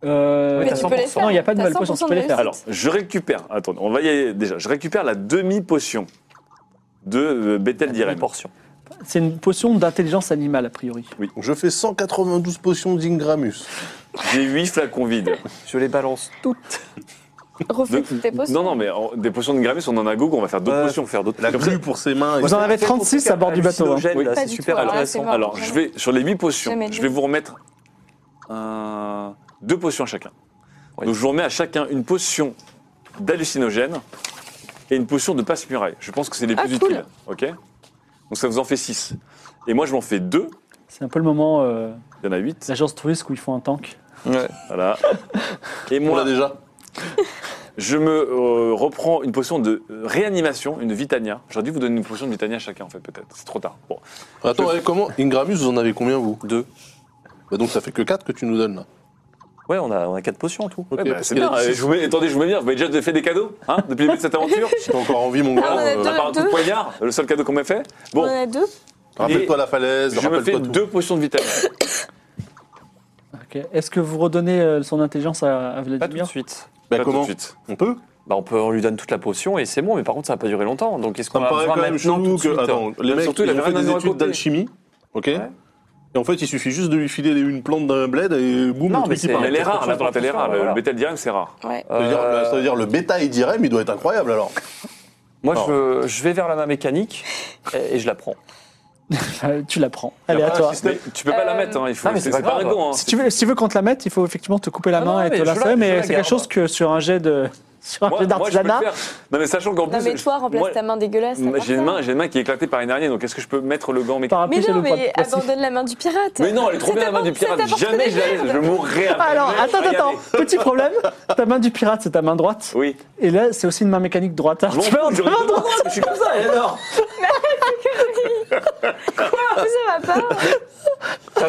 Speaker 1: Euh,
Speaker 3: Mais
Speaker 5: Mais
Speaker 3: t'as
Speaker 5: tu peux les
Speaker 3: 100%.
Speaker 5: faire.
Speaker 1: non, il n'y a pas de
Speaker 5: T'as
Speaker 1: nouvelle potion, tu
Speaker 5: 100%
Speaker 1: peux
Speaker 5: de
Speaker 1: les faire.
Speaker 2: Alors, je récupère, attendez, on va y aller déjà, je récupère la demi-potion de euh, Bethel d'Irem.
Speaker 3: portion.
Speaker 1: C'est une potion d'intelligence animale, a priori.
Speaker 4: Je fais 192 potions d'Ingramus.
Speaker 2: J'ai 8 flacons vides.
Speaker 3: Je les balance toutes.
Speaker 5: Refais
Speaker 2: De-
Speaker 5: toutes tes potions.
Speaker 2: Non, non, mais en- des potions de Gramus, on en a go, on va faire d'autres
Speaker 3: Ouais,
Speaker 2: potions. Faire d'autres
Speaker 4: La glu pour ses mains.
Speaker 1: Vous en avez 36 à bord du bateau. hein.
Speaker 2: Oui.
Speaker 3: Là,
Speaker 5: Pas
Speaker 3: c'est
Speaker 5: du
Speaker 3: super
Speaker 5: tout, alors là,
Speaker 3: intéressant.
Speaker 5: c'est mort.
Speaker 2: Alors, je vais, sur les 8 potions,
Speaker 5: Jamais
Speaker 2: je
Speaker 5: de
Speaker 2: vais
Speaker 5: vie.
Speaker 2: vous remettre euh, deux potions à chacun.
Speaker 3: Oui.
Speaker 2: Donc, je vous remets à chacun une potion d'hallucinogène et une potion de passe-muraille. Je pense que c'est les
Speaker 5: Ah,
Speaker 2: plus
Speaker 5: cool.
Speaker 2: utiles. Ok Donc, ça vous en fait 6. Et moi, je m'en fais 2.
Speaker 1: C'est un peu le moment, euh,
Speaker 2: Il y en a 8.
Speaker 1: l'agence touriste où ils font un tank.
Speaker 3: Ouais.
Speaker 2: Voilà. Et
Speaker 4: On l'a
Speaker 2: moi,
Speaker 4: déjà.
Speaker 2: je me euh, reprends une potion de euh, réanimation, une Vitania. J'aurais dû vous donner une potion de Vitania chacun, en fait, peut-être. C'est trop tard. Bon.
Speaker 4: Attends, ouais, comment Ingramus, vous en avez combien vous Deux. Bah donc ça fait que 4 que tu nous donnes là.
Speaker 3: Ouais, on a, on a quatre potions en tout. bah,
Speaker 4: Ok,
Speaker 2: Eh ben,
Speaker 4: parce
Speaker 2: c'est
Speaker 4: qu'il
Speaker 2: bien.
Speaker 4: a dit
Speaker 2: Euh,
Speaker 4: six.
Speaker 2: je vous mets- attendez, je vous mets bien. Vous m'avez déjà fait des cadeaux hein, depuis le début de cette aventure.
Speaker 4: Si t'as encore envie,
Speaker 2: Ah,
Speaker 4: mon gars.
Speaker 5: Ah, on a
Speaker 4: euh,
Speaker 5: deux.
Speaker 2: À part un coup de poignard, le seul cadeau qu'on m'a fait.
Speaker 5: On
Speaker 2: Bon,
Speaker 5: en a deux.
Speaker 4: Rappelle-toi la falaise,
Speaker 2: je me fais
Speaker 4: rappelle-toi tout.
Speaker 2: deux potions de vitamine.
Speaker 1: Ok. Est-ce que vous redonnez euh, son intelligence à, à
Speaker 3: Pas tout
Speaker 1: Vladimir
Speaker 3: de suite.
Speaker 4: Bah
Speaker 2: Pas tout de
Speaker 4: comment
Speaker 2: suite.
Speaker 4: On peut
Speaker 3: Bah, on, peut, on lui donne toute la potion et c'est bon, mais par contre, ça va pas durer longtemps. Donc, est-ce
Speaker 4: Ça
Speaker 3: qu'on
Speaker 2: Bah,
Speaker 4: me
Speaker 3: a
Speaker 4: paraît
Speaker 3: besoin
Speaker 4: quand même
Speaker 3: maintenant tout
Speaker 4: chelou
Speaker 3: de
Speaker 4: que.
Speaker 3: suite
Speaker 4: Attends, les mecs
Speaker 2: surtout, il
Speaker 4: ils
Speaker 2: avait
Speaker 4: ont fait
Speaker 2: rien à nous
Speaker 4: des études
Speaker 2: raconter.
Speaker 4: d'alchimie. Ok Et en fait, il suffit juste de lui filer une plante d'un bled et boum,
Speaker 3: Non,
Speaker 4: le
Speaker 3: mais
Speaker 4: truc
Speaker 3: c'est-
Speaker 4: il part.
Speaker 2: Mais elle est rare, la
Speaker 3: Pour
Speaker 2: plante, elle est
Speaker 3: ça,
Speaker 2: rare. Le-
Speaker 3: voilà.
Speaker 2: Le bétel direct, c'est rare.
Speaker 5: Ouais.
Speaker 4: Ça veut dire-
Speaker 3: Euh,
Speaker 4: Ça veut dire le bêta d'Irem, il doit être incroyable alors.
Speaker 3: Moi,
Speaker 4: Non.
Speaker 3: je, je vais vers la main mécanique et, et je la prends.
Speaker 1: Euh, Tu la prends.
Speaker 4: Y a
Speaker 1: Allez, à
Speaker 4: pas
Speaker 1: toi.
Speaker 4: d'assistant.
Speaker 2: Mais tu peux pas la
Speaker 5: Euh,
Speaker 2: mettre, hein, il faut.
Speaker 3: non, mais
Speaker 2: C'est
Speaker 3: c'est
Speaker 2: c'est
Speaker 3: pas
Speaker 2: pas un
Speaker 3: grave.
Speaker 2: gant. hein.
Speaker 1: Si tu, veux, si tu veux qu'on te la mette, il faut effectivement te couper la
Speaker 3: Non,
Speaker 1: main et
Speaker 3: non,
Speaker 1: te
Speaker 3: mais je
Speaker 1: la serrer,
Speaker 3: la- je
Speaker 1: mais
Speaker 3: la
Speaker 1: c'est quelque
Speaker 3: garde.
Speaker 1: chose que sur un jet de sur un
Speaker 2: Moi-
Speaker 1: jet
Speaker 2: moi, je peux le
Speaker 1: d'artisanat,
Speaker 2: faire. Non, mais sachant qu'en
Speaker 5: Non,
Speaker 2: plus.
Speaker 5: mais
Speaker 2: je-
Speaker 5: toi, remplace
Speaker 2: moi,
Speaker 5: ta main dégueulasse.
Speaker 2: moi,
Speaker 5: t'as
Speaker 2: J'ai
Speaker 5: pas
Speaker 2: une
Speaker 5: ça.
Speaker 2: main, j'ai une main qui est éclatée par une araignée, donc est-ce que je peux mettre le gant mécanique
Speaker 1: par
Speaker 5: Mais
Speaker 1: j'ai
Speaker 5: non,
Speaker 1: le point
Speaker 5: mais
Speaker 1: passif.
Speaker 5: abandonne la main du pirate.
Speaker 2: Mais non, elle est trop
Speaker 5: C'est
Speaker 2: bien la
Speaker 5: ta
Speaker 2: main
Speaker 5: porte-
Speaker 2: du pirate.
Speaker 5: c'est ta porte
Speaker 2: Jamais je la laisse,
Speaker 5: protégée.
Speaker 2: je mourrai. après.
Speaker 1: Ah, bah Alors,
Speaker 2: Jamais,
Speaker 1: attends,
Speaker 2: je vais y
Speaker 1: attends,
Speaker 2: aller.
Speaker 1: petit problème. Ta main du pirate, c'est ta main droite.
Speaker 2: Oui.
Speaker 1: Et là, c'est aussi une main mécanique droite. Alors,
Speaker 2: Je m'en
Speaker 1: tu vas
Speaker 2: fous, j'aurais
Speaker 1: main
Speaker 2: deux
Speaker 1: droite.
Speaker 2: mains, Je suis comme ça, et alors
Speaker 5: Ça va pas.
Speaker 3: Ta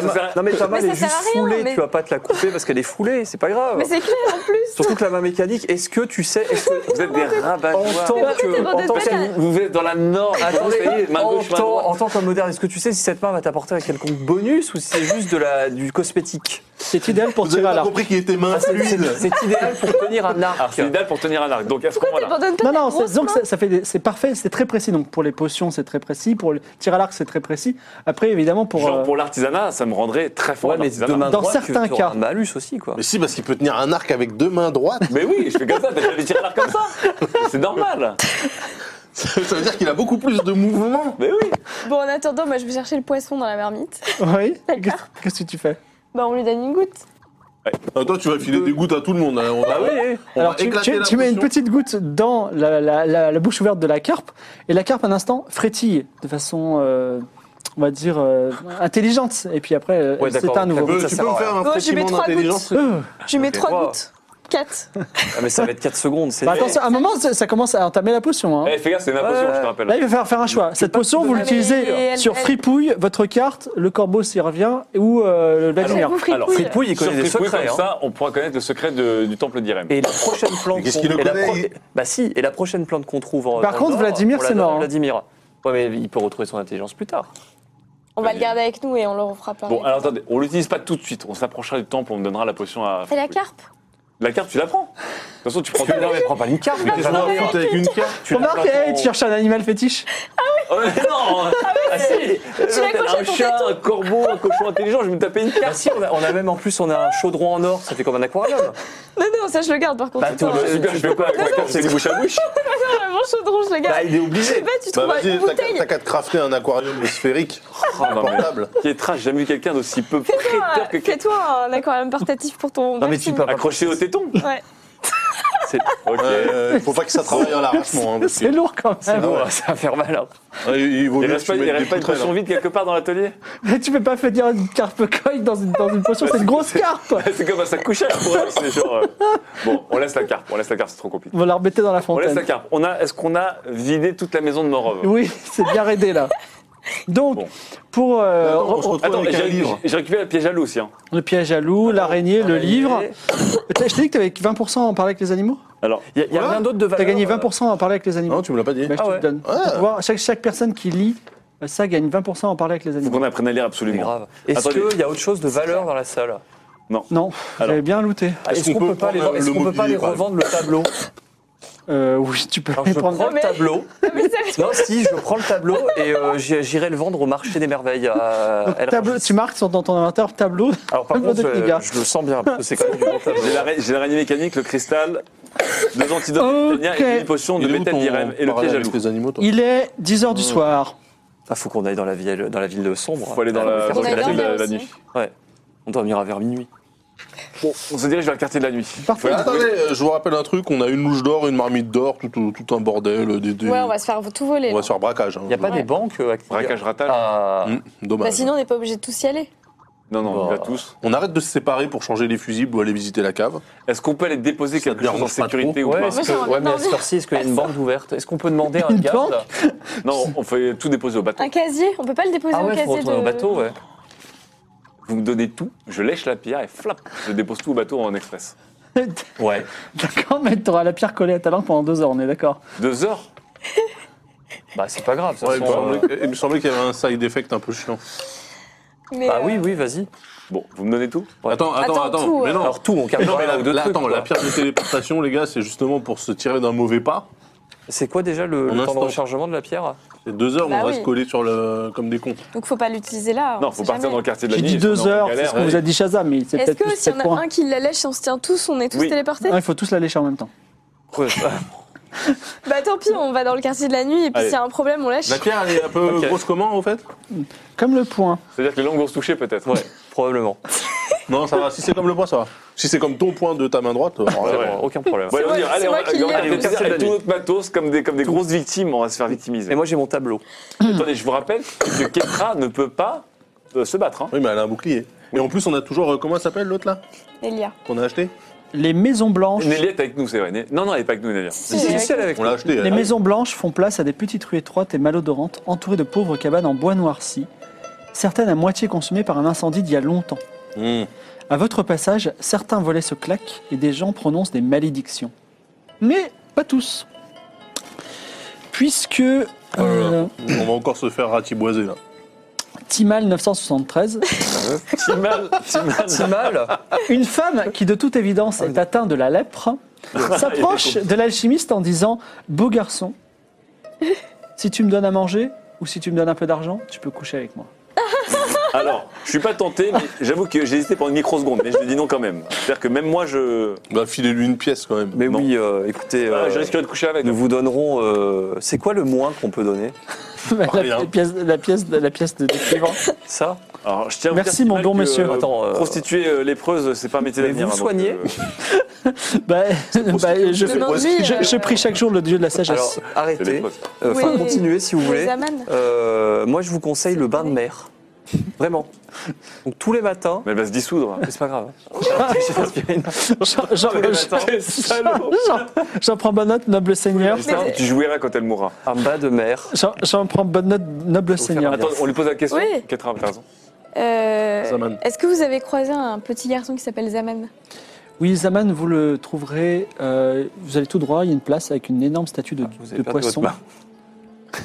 Speaker 2: ça
Speaker 3: main-
Speaker 2: sert à-
Speaker 3: non, mais ta
Speaker 5: Mais
Speaker 3: main, elle
Speaker 5: ça
Speaker 3: est
Speaker 5: sert à
Speaker 3: juste
Speaker 5: rien,
Speaker 3: foulée.
Speaker 5: mais-
Speaker 3: Tu vas pas te la couper parce qu'elle est foulée, c'est pas grave.
Speaker 5: Mais c'est clair en plus.
Speaker 3: Surtout que la main mécanique, est-ce que tu sais. Est-ce que...
Speaker 2: Vous êtes des rabat
Speaker 3: En tant
Speaker 5: Mais pourquoi t'es
Speaker 3: que.
Speaker 5: bordé
Speaker 3: En
Speaker 5: de
Speaker 3: tant que-
Speaker 5: bêta
Speaker 2: Vous êtes dans la norme.
Speaker 3: Attendez,
Speaker 2: Vous voyez, main
Speaker 3: en,
Speaker 2: gauche, main
Speaker 3: tant, en
Speaker 2: droite.
Speaker 3: tant que moderne, est-ce que tu sais si cette main va t'apporter un quelconque bonus ou si c'est juste de la, du cosmétique
Speaker 1: C'est idéal pour
Speaker 4: Vous avez
Speaker 1: tirer à
Speaker 4: pas
Speaker 1: l'arc.
Speaker 4: compris qu'il était mince l'huile
Speaker 3: C'est idéal pour tenir un
Speaker 2: Alors,
Speaker 3: arc.
Speaker 2: Ah, c'est idéal pour tenir un arc. Donc à ce
Speaker 5: Pourquoi
Speaker 2: moment-là,
Speaker 5: t'abandonnes pas
Speaker 1: Non,
Speaker 5: ta
Speaker 1: non, c'est,
Speaker 5: grosse
Speaker 1: disons que
Speaker 5: main
Speaker 1: ça, ça fait des- c'est parfait, c'est très précis. Donc pour les potions, c'est très précis. Pour le tir à l'arc, c'est très précis. Après, évidemment, pour.
Speaker 2: genre
Speaker 1: euh,
Speaker 2: pour l'artisanat, ça me rendrait très fort.
Speaker 3: Ouais, mais
Speaker 2: l'artisanat.
Speaker 3: de main
Speaker 1: Dans
Speaker 3: droite, tu-
Speaker 1: certains
Speaker 3: tu auras
Speaker 1: cas.
Speaker 3: un malus aussi, quoi.
Speaker 4: Mais si, parce qu'il peut tenir un arc avec deux mains droites.
Speaker 2: Mais oui, je fais comme ça, t'as jamais tiré à l'arc comme ça. C'est normal.
Speaker 4: Ça veut dire qu'il a beaucoup plus de mouvements.
Speaker 2: Mais oui.
Speaker 5: Bon, en attendant, moi je vais chercher le poisson dans la marmite.
Speaker 1: Oui.
Speaker 5: D'accord.
Speaker 1: Qu'est-ce que tu fais
Speaker 5: Bah, on lui donne une goutte.
Speaker 4: Attends, Ah, tu vas filer des gouttes à tout le monde. hein. On va,
Speaker 3: oui,
Speaker 4: on
Speaker 1: Alors
Speaker 4: va
Speaker 1: tu,
Speaker 4: éclater
Speaker 1: tu-
Speaker 4: la
Speaker 1: tu mets une
Speaker 4: potion.
Speaker 1: petite goutte dans la, la- la- la bouche ouverte de la carpe et la carpe un instant frétille de façon, euh, on va dire, euh, intelligente. Et puis après,
Speaker 3: Ouais,
Speaker 1: c'est
Speaker 3: d'accord,
Speaker 1: un nouveau.
Speaker 3: d'accord.
Speaker 4: Euh,
Speaker 3: Ça
Speaker 4: tu
Speaker 3: sert
Speaker 4: peux
Speaker 3: à
Speaker 4: me
Speaker 3: rien.
Speaker 4: faire un
Speaker 5: Oh, j'ai mis
Speaker 4: frétiment
Speaker 5: trois
Speaker 4: d'intelligence
Speaker 1: Euh,
Speaker 5: Je lui mets
Speaker 3: Ok.
Speaker 5: trois
Speaker 3: Wow.
Speaker 5: gouttes. 4.
Speaker 3: Ah, mais ça va être 4 secondes. C'est
Speaker 1: Bah, attention, à un moment, ça ça commence à entamer la potion. hein.
Speaker 2: Eh, fais gaffe, c'est ma potion, je te rappelle.
Speaker 1: Là, il va falloir faire un choix. Cette potion, vous
Speaker 5: Ah, mais
Speaker 1: l'utilisez
Speaker 5: elle-
Speaker 1: sur
Speaker 5: elle-
Speaker 1: Fripouille, votre carte, le corbeau s'y revient, ou euh, le Vladimir.
Speaker 5: J'avoue,
Speaker 2: alors,
Speaker 5: fripouille.
Speaker 3: Fripouille, il
Speaker 2: Sur
Speaker 3: connaît des
Speaker 2: Fripouille,
Speaker 3: secrets.
Speaker 2: comme
Speaker 3: hein.
Speaker 2: ça, on pourra connaître le secret de- du temple d'Irem.
Speaker 3: Et la prochaine plante.
Speaker 4: qu'est-ce qu'il
Speaker 3: qu'on-
Speaker 4: le
Speaker 3: et la
Speaker 4: connaît,
Speaker 3: pro-
Speaker 4: il-
Speaker 3: Bah si, et la prochaine plante qu'on trouve en.
Speaker 1: Par
Speaker 3: dans
Speaker 1: contre,
Speaker 3: le
Speaker 1: Vladimir,
Speaker 3: on la
Speaker 1: c'est
Speaker 3: donne à
Speaker 1: mort, hein.
Speaker 3: Vladimir. Ouais, mais il peut retrouver son intelligence plus tard.
Speaker 5: On va le garder avec nous et on le refera pas.
Speaker 2: Bon, alors attendez, on l'utilise pas tout de suite. On s'approchera du temple, on donnera la potion à.
Speaker 5: C'est la
Speaker 2: Fripouille.
Speaker 5: carpe.
Speaker 2: La carte, tu la prends. De toute façon, tu prends deux
Speaker 3: Non, mais prends pas une carte, mais
Speaker 4: Qu'est-ce qu'on va foutre avec une carte
Speaker 3: tu la
Speaker 1: Remarque,
Speaker 3: plantes
Speaker 1: hey,
Speaker 3: en-
Speaker 1: tu cherches un animal fétiche
Speaker 2: Oh, mais non Ah, si
Speaker 5: Tu l'as accroché
Speaker 2: Un
Speaker 5: à ton
Speaker 2: chat, un corbeau, un cochon intelligent, je vais me taper une
Speaker 3: Bah
Speaker 2: carte.
Speaker 3: si, on a, on a même en plus, on a un chaudron en or, ça fait comme un aquarium.
Speaker 5: Non, non, ça je le garde par contre.
Speaker 3: Bah,
Speaker 4: Ah,
Speaker 5: Attends,
Speaker 3: toi,
Speaker 5: euh,
Speaker 3: le-
Speaker 2: Super, je fais quoi avec ma carte C'est des bouches à bouche
Speaker 5: Vraiment chaudron, je le garde.
Speaker 3: Bah, il est
Speaker 5: Je sais
Speaker 3: obligé.
Speaker 5: pas, tu
Speaker 4: Bah
Speaker 5: trouves
Speaker 4: vas-y,
Speaker 5: une
Speaker 4: t'as qu'à-
Speaker 5: bouteille.
Speaker 4: t'as qu'à te crafter un aquarium sphérique
Speaker 2: Ah non, mais-
Speaker 4: portable.
Speaker 2: Qui est trash, j'ai jamais vu quelqu'un d'aussi peu
Speaker 5: Fais-toi
Speaker 2: préteur que
Speaker 5: euh,
Speaker 2: quelqu'un.
Speaker 5: fais-toi un aquarium portatif pour ton.
Speaker 3: Non, mais tu
Speaker 5: Maxime.
Speaker 3: peux pas.
Speaker 2: Accroché au téton
Speaker 5: Ouais.
Speaker 3: C'est
Speaker 2: Ok.
Speaker 4: Euh, Il faut pas que ça travaille à l'arrachement. hein, parce que-
Speaker 1: C'est lourd quand même.
Speaker 3: beau,
Speaker 2: Oh,
Speaker 3: hein, ça va faire mal. hein.
Speaker 4: Ouais, Ah, il il vaut
Speaker 2: Il
Speaker 4: mieux que
Speaker 2: reste
Speaker 4: tu
Speaker 2: pas, il
Speaker 4: mettes des
Speaker 2: reste pas une
Speaker 4: poutrelles,
Speaker 2: potion
Speaker 4: hein.
Speaker 2: vide quelque part dans l'atelier
Speaker 1: Mais tu peux pas faire dire une carpe coille dans une, dans une potion, c'est une grosse carpe
Speaker 2: C'est comme un sac couchage pour elle, c'est genre. euh, Bon, on laisse la carte, on laisse la carte, c'est trop compliqué.
Speaker 1: Vous la remettez dans la
Speaker 2: On laisse la
Speaker 1: fontaine.
Speaker 2: carte. On a, est-ce qu'on a vidé toute la maison de Morov
Speaker 1: Oui, c'est bien raidé là. Donc,
Speaker 2: Bon.
Speaker 1: pour euh,
Speaker 4: Attends, on se
Speaker 1: re-
Speaker 4: retrouve
Speaker 2: Attends,
Speaker 4: avec un
Speaker 2: j'ai
Speaker 4: livre.
Speaker 2: j'ai récupéré le piège à loup aussi. Hein.
Speaker 1: le piège à loup, l'araignée, le livre. T'as- Je t'ai dit que t'avais 20% en parler avec les animaux
Speaker 2: Alors,
Speaker 3: Il y a, il y a
Speaker 4: Ouais.
Speaker 3: rien d'autre de valeur. euh,
Speaker 1: T'as gagné 20% en parler avec les animaux
Speaker 4: Non, tu me l'as pas dit.
Speaker 1: Bah, je
Speaker 3: Ah
Speaker 1: te le
Speaker 3: ouais.
Speaker 1: donne.
Speaker 4: Ah.
Speaker 1: Pour voir, chaque, chaque personne qui lit euh, ça gagne 20% en parler avec les
Speaker 2: faut
Speaker 1: animaux.
Speaker 2: qu'on apprenne à lire
Speaker 3: C'est
Speaker 2: absolument.
Speaker 3: grave. Est-ce
Speaker 2: Attendez.
Speaker 3: qu'il y a autre chose de valeur dans la salle
Speaker 1: Non, j'avais bien looté.
Speaker 3: Est-ce qu'on peut, pas les,
Speaker 4: prendre
Speaker 3: est-ce
Speaker 4: le
Speaker 3: qu'on peut pas
Speaker 4: mobilier,
Speaker 3: les
Speaker 4: par
Speaker 3: revendre le tableau
Speaker 1: Euh, oui, tu peux
Speaker 3: Alors,
Speaker 1: les
Speaker 3: je
Speaker 1: prendre.
Speaker 3: prends le tableau.
Speaker 5: Mais sérieux,
Speaker 3: Non, si, je prends le tableau et euh, j'y- j'irai le vendre au marché des merveilles. à
Speaker 1: Donc,
Speaker 3: El
Speaker 1: tableau-
Speaker 3: Rajis.
Speaker 1: tu marques sur- dans ton inventaire tableau.
Speaker 3: Alors, par
Speaker 1: tableau
Speaker 3: contre, euh,
Speaker 1: de Kniga.
Speaker 3: je, je le sens bien, parce que c'est quand même du bon tableau.
Speaker 2: J'ai la- J'ai l'araignée mécanique, le cristal, deux antidotes,
Speaker 1: Ok.
Speaker 2: métaniens et une potion de
Speaker 4: Il est où
Speaker 2: métal
Speaker 4: ton
Speaker 2: d'Irem et le
Speaker 4: parallèle
Speaker 2: piège à
Speaker 4: avec
Speaker 2: loup.
Speaker 4: les animaux, toi
Speaker 1: Il est 10h du soir.
Speaker 3: Ah, faut qu'on aille dans la ville, dans la ville de sombre.
Speaker 2: Faut aller dans la,
Speaker 3: Faire
Speaker 2: dans le
Speaker 5: On a
Speaker 3: regarder
Speaker 2: quartier de
Speaker 3: la-
Speaker 2: la,
Speaker 5: dormi
Speaker 2: la
Speaker 5: aussi.
Speaker 2: nuit.
Speaker 3: Ouais. On dormira vers minuit.
Speaker 2: Bon, on se dirige vers le quartier de la nuit.
Speaker 1: Parfait.
Speaker 2: Faut aller
Speaker 4: Attendez,
Speaker 2: trouver-
Speaker 4: euh, je vous rappelle un truc, on a une louche d'or, une marmite d'or, tout, tout, tout un bordel, euh, des, des-
Speaker 5: Ouais, on va se faire tout voler.
Speaker 4: on va
Speaker 5: là.
Speaker 4: se faire braquage.
Speaker 3: Il n'y a pas des banques euh, actives
Speaker 2: Braquage ratage.
Speaker 3: Ah,
Speaker 4: Hum, dommage.
Speaker 5: Bah, sinon, on n'est pas obligé de tous y aller.
Speaker 2: Non, non, on y va
Speaker 3: Bah.
Speaker 2: tous.
Speaker 4: On arrête de se séparer pour changer les fusibles ou aller visiter la cave.
Speaker 2: Est-ce qu'on peut aller déposer
Speaker 4: Ça
Speaker 2: quelque
Speaker 4: te
Speaker 2: chose en
Speaker 4: dérange pas
Speaker 2: sécurité ou
Speaker 3: Ouais,
Speaker 2: pas
Speaker 3: est-ce
Speaker 5: j'aimerais
Speaker 3: que,
Speaker 5: bien
Speaker 3: ouais, mais à
Speaker 5: dormir.
Speaker 3: cette heure-ci, est-ce qu'il y a une banque ouverte Est-ce qu'on peut demander un
Speaker 1: Une
Speaker 3: garde
Speaker 1: banque
Speaker 2: Non, on fait tout déposer au bateau.
Speaker 5: Un casier On peut pas le déposer
Speaker 3: Ah
Speaker 5: au
Speaker 3: ouais,
Speaker 5: casier
Speaker 3: faut retourner
Speaker 5: de-
Speaker 3: au bateau, ouais.
Speaker 2: Vous me donnez tout, je lèche la pierre et flap, je dépose tout au bateau en express.
Speaker 3: Ouais.
Speaker 1: D'accord, mais t'auras la pierre collée à ta langue pendant deux heures, on est d'accord.
Speaker 2: Deux heures
Speaker 3: Bah, c'est pas grave. de toute
Speaker 4: Ouais, il, me
Speaker 3: façon,
Speaker 4: semblait,
Speaker 3: euh,
Speaker 4: il me semblait qu'il y avait un side effect un peu chiant.
Speaker 5: Mais,
Speaker 3: Bah
Speaker 5: euh,
Speaker 3: oui, oui, vas-y.
Speaker 2: Bon, vous me donnez tout
Speaker 4: Attends, attends,
Speaker 5: Attends,
Speaker 4: attends.
Speaker 5: tout,
Speaker 1: Ah
Speaker 4: mais
Speaker 5: euh.
Speaker 4: non,
Speaker 3: Alors, tout, on
Speaker 4: mais
Speaker 3: capte
Speaker 4: non, mais
Speaker 3: un
Speaker 4: la,
Speaker 3: ou deux
Speaker 4: la-
Speaker 3: trucs,
Speaker 4: attends,
Speaker 3: quoi.
Speaker 4: la pierre de téléportation, les gars, c'est justement pour se tirer d'un mauvais pas.
Speaker 3: C'est quoi déjà le,
Speaker 4: En
Speaker 3: le temps de
Speaker 4: instant.
Speaker 3: rechargement de la pierre
Speaker 4: C'est deux heures où
Speaker 5: Bah
Speaker 4: on
Speaker 5: oui.
Speaker 4: reste collé sur le, comme des cons.
Speaker 5: euh, Donc faut pas l'utiliser là. hein,
Speaker 2: Non,
Speaker 5: on
Speaker 2: faut
Speaker 5: sait
Speaker 2: partir
Speaker 5: jamais.
Speaker 2: dans le quartier de la
Speaker 1: J'ai
Speaker 2: nuit.
Speaker 1: dit deux
Speaker 2: sinon on
Speaker 1: heures, c'est
Speaker 2: galère,
Speaker 1: ce qu'on
Speaker 2: ouais.
Speaker 1: vous a dit Shazam, mais c'est
Speaker 5: Est-ce
Speaker 1: peut-être
Speaker 5: que
Speaker 1: plus
Speaker 5: si
Speaker 1: sept
Speaker 5: on a
Speaker 1: points.
Speaker 5: un qui la lèche, si on se tient tous, on est tous
Speaker 2: Oui.
Speaker 5: téléportés
Speaker 1: Ah, il faut tous la lécher en même temps.
Speaker 5: Bah tant pis, on va dans le quartier de la nuit et puis
Speaker 2: Allez.
Speaker 5: s'il y a un problème, on lèche.
Speaker 4: La pierre, elle est un peu
Speaker 3: Ok.
Speaker 4: grosse comment, au fait
Speaker 1: Comme le point.
Speaker 2: C'est-à-dire que les langues vont se toucher peut-être.
Speaker 3: Ouais, probablement.
Speaker 4: Non, ça va. Si c'est comme le poids, ça va. Si c'est comme ton point de ta main droite, euh, alors là,
Speaker 2: Ouais.
Speaker 3: Bon, Aucun problème.
Speaker 2: Bon, allez,
Speaker 5: moi-
Speaker 2: on y va.
Speaker 5: c'est
Speaker 2: Allez, on
Speaker 5: moi
Speaker 2: va-
Speaker 5: qui
Speaker 2: on va
Speaker 5: l'ai
Speaker 2: avec
Speaker 3: appelé.
Speaker 2: avec tout notre matos comme des, comme des grosses victimes, on va se faire victimiser.
Speaker 3: Et moi, j'ai mon tableau.
Speaker 2: Attendez, je vous rappelle que Ketra ne peut pas euh, se battre. hein.
Speaker 4: oui, mais elle a un bouclier. Et en plus, on a toujours. euh, Comment elle s'appelle l'autre là
Speaker 5: Elia.
Speaker 4: Qu'on a acheté
Speaker 1: Les maisons blanches.
Speaker 2: Nelly est avec nous, c'est vrai. Né- Non, non, elle est pas avec nous, Nelly.
Speaker 5: Si,
Speaker 3: Si,
Speaker 5: avec-
Speaker 3: si, elle est avec
Speaker 4: On l'a acheté.
Speaker 1: Les
Speaker 4: elle.
Speaker 1: maisons blanches font place à des petites rues étroites et malodorantes, entourées de pauvres cabanes en bois noirci, certaines à moitié consumées par un incendie d'il y a longtemps.
Speaker 4: Mmh.
Speaker 1: À votre passage, certains volets se claquent et des gens prononcent des malédictions. Mais pas tous. Puisque
Speaker 4: Oh là là.
Speaker 1: euh,
Speaker 4: On va encore se faire ratiboiser là.
Speaker 1: Timal 973,
Speaker 2: Timal, Timal.
Speaker 3: C'est mal.
Speaker 1: une femme qui de toute évidence est atteinte de la lèpre s'approche de l'alchimiste en disant Beau garçon, si tu me donnes à manger ou si tu me donnes un peu d'argent, tu peux coucher avec moi.
Speaker 2: Alors, je suis pas tenté, mais j'avoue que j'ai hésité pendant une microseconde, mais je le dis non quand même. C'est-à-dire que même moi, je,
Speaker 4: Bah, filez-lui une pièce quand même.
Speaker 3: Mais
Speaker 2: Non.
Speaker 3: oui, euh, écoutez,
Speaker 2: Ah,
Speaker 3: euh,
Speaker 2: je risquerais de coucher avec.
Speaker 3: nous vous donnerons. euh, c'est quoi le moins qu'on peut donner Oh,
Speaker 1: la,
Speaker 4: Rien.
Speaker 1: pièce, la pièce, la pièce de décrivant.
Speaker 3: Ça
Speaker 2: Alors, je tiens à vous
Speaker 1: Merci,
Speaker 2: dire,
Speaker 1: mon bon
Speaker 2: Timal, que,
Speaker 1: monsieur.
Speaker 2: euh,
Speaker 3: Attends, euh,
Speaker 2: Prostituée euh, lépreuse, c'est pas un métier
Speaker 3: Mais
Speaker 2: d'avenir.
Speaker 3: vous
Speaker 2: hein, donc,
Speaker 3: soignez
Speaker 2: euh,
Speaker 1: Bah, bah, je, fais-
Speaker 5: Demande-lui,
Speaker 1: je- je
Speaker 5: euh,
Speaker 1: prie chaque jour le dieu de la
Speaker 3: Alors,
Speaker 1: sagesse.
Speaker 2: Ah, c'est
Speaker 3: arrêtez.
Speaker 2: lépreuse.
Speaker 3: Euh, Enfin,
Speaker 5: Oui.
Speaker 3: continuez si vous
Speaker 5: Les
Speaker 3: voulez.
Speaker 5: Aman.
Speaker 3: Euh, moi, je vous conseille le bain de mer. Vraiment. Donc tous les matins,
Speaker 2: Mais elle va se dissoudre.
Speaker 3: mais c'est pas grave. J'ai l'aspirine.
Speaker 1: J'en- j'en-
Speaker 3: Tous les matins.
Speaker 1: j'en- j'en- J'en prends bonne note, noble seigneur.
Speaker 2: J'espère que tu jouiras quand elle mourra.
Speaker 3: Un bas de mer.
Speaker 1: J'en- J'en prends bonne note, noble
Speaker 3: faire
Speaker 1: seigneur.
Speaker 3: un
Speaker 2: Attends, on lui pose la question.
Speaker 5: Oui.
Speaker 2: Ketra, t'as raison.
Speaker 5: Euh,
Speaker 4: Zaman.
Speaker 5: Est-ce que vous avez croisé un petit garçon qui s'appelle Zaman
Speaker 1: Oui, Zaman, vous le trouverez. euh, vous allez tout droit, il y a une place avec une énorme statue de,
Speaker 3: Ah, Vous
Speaker 1: de
Speaker 3: avez perdu votre
Speaker 1: poisson.
Speaker 3: main.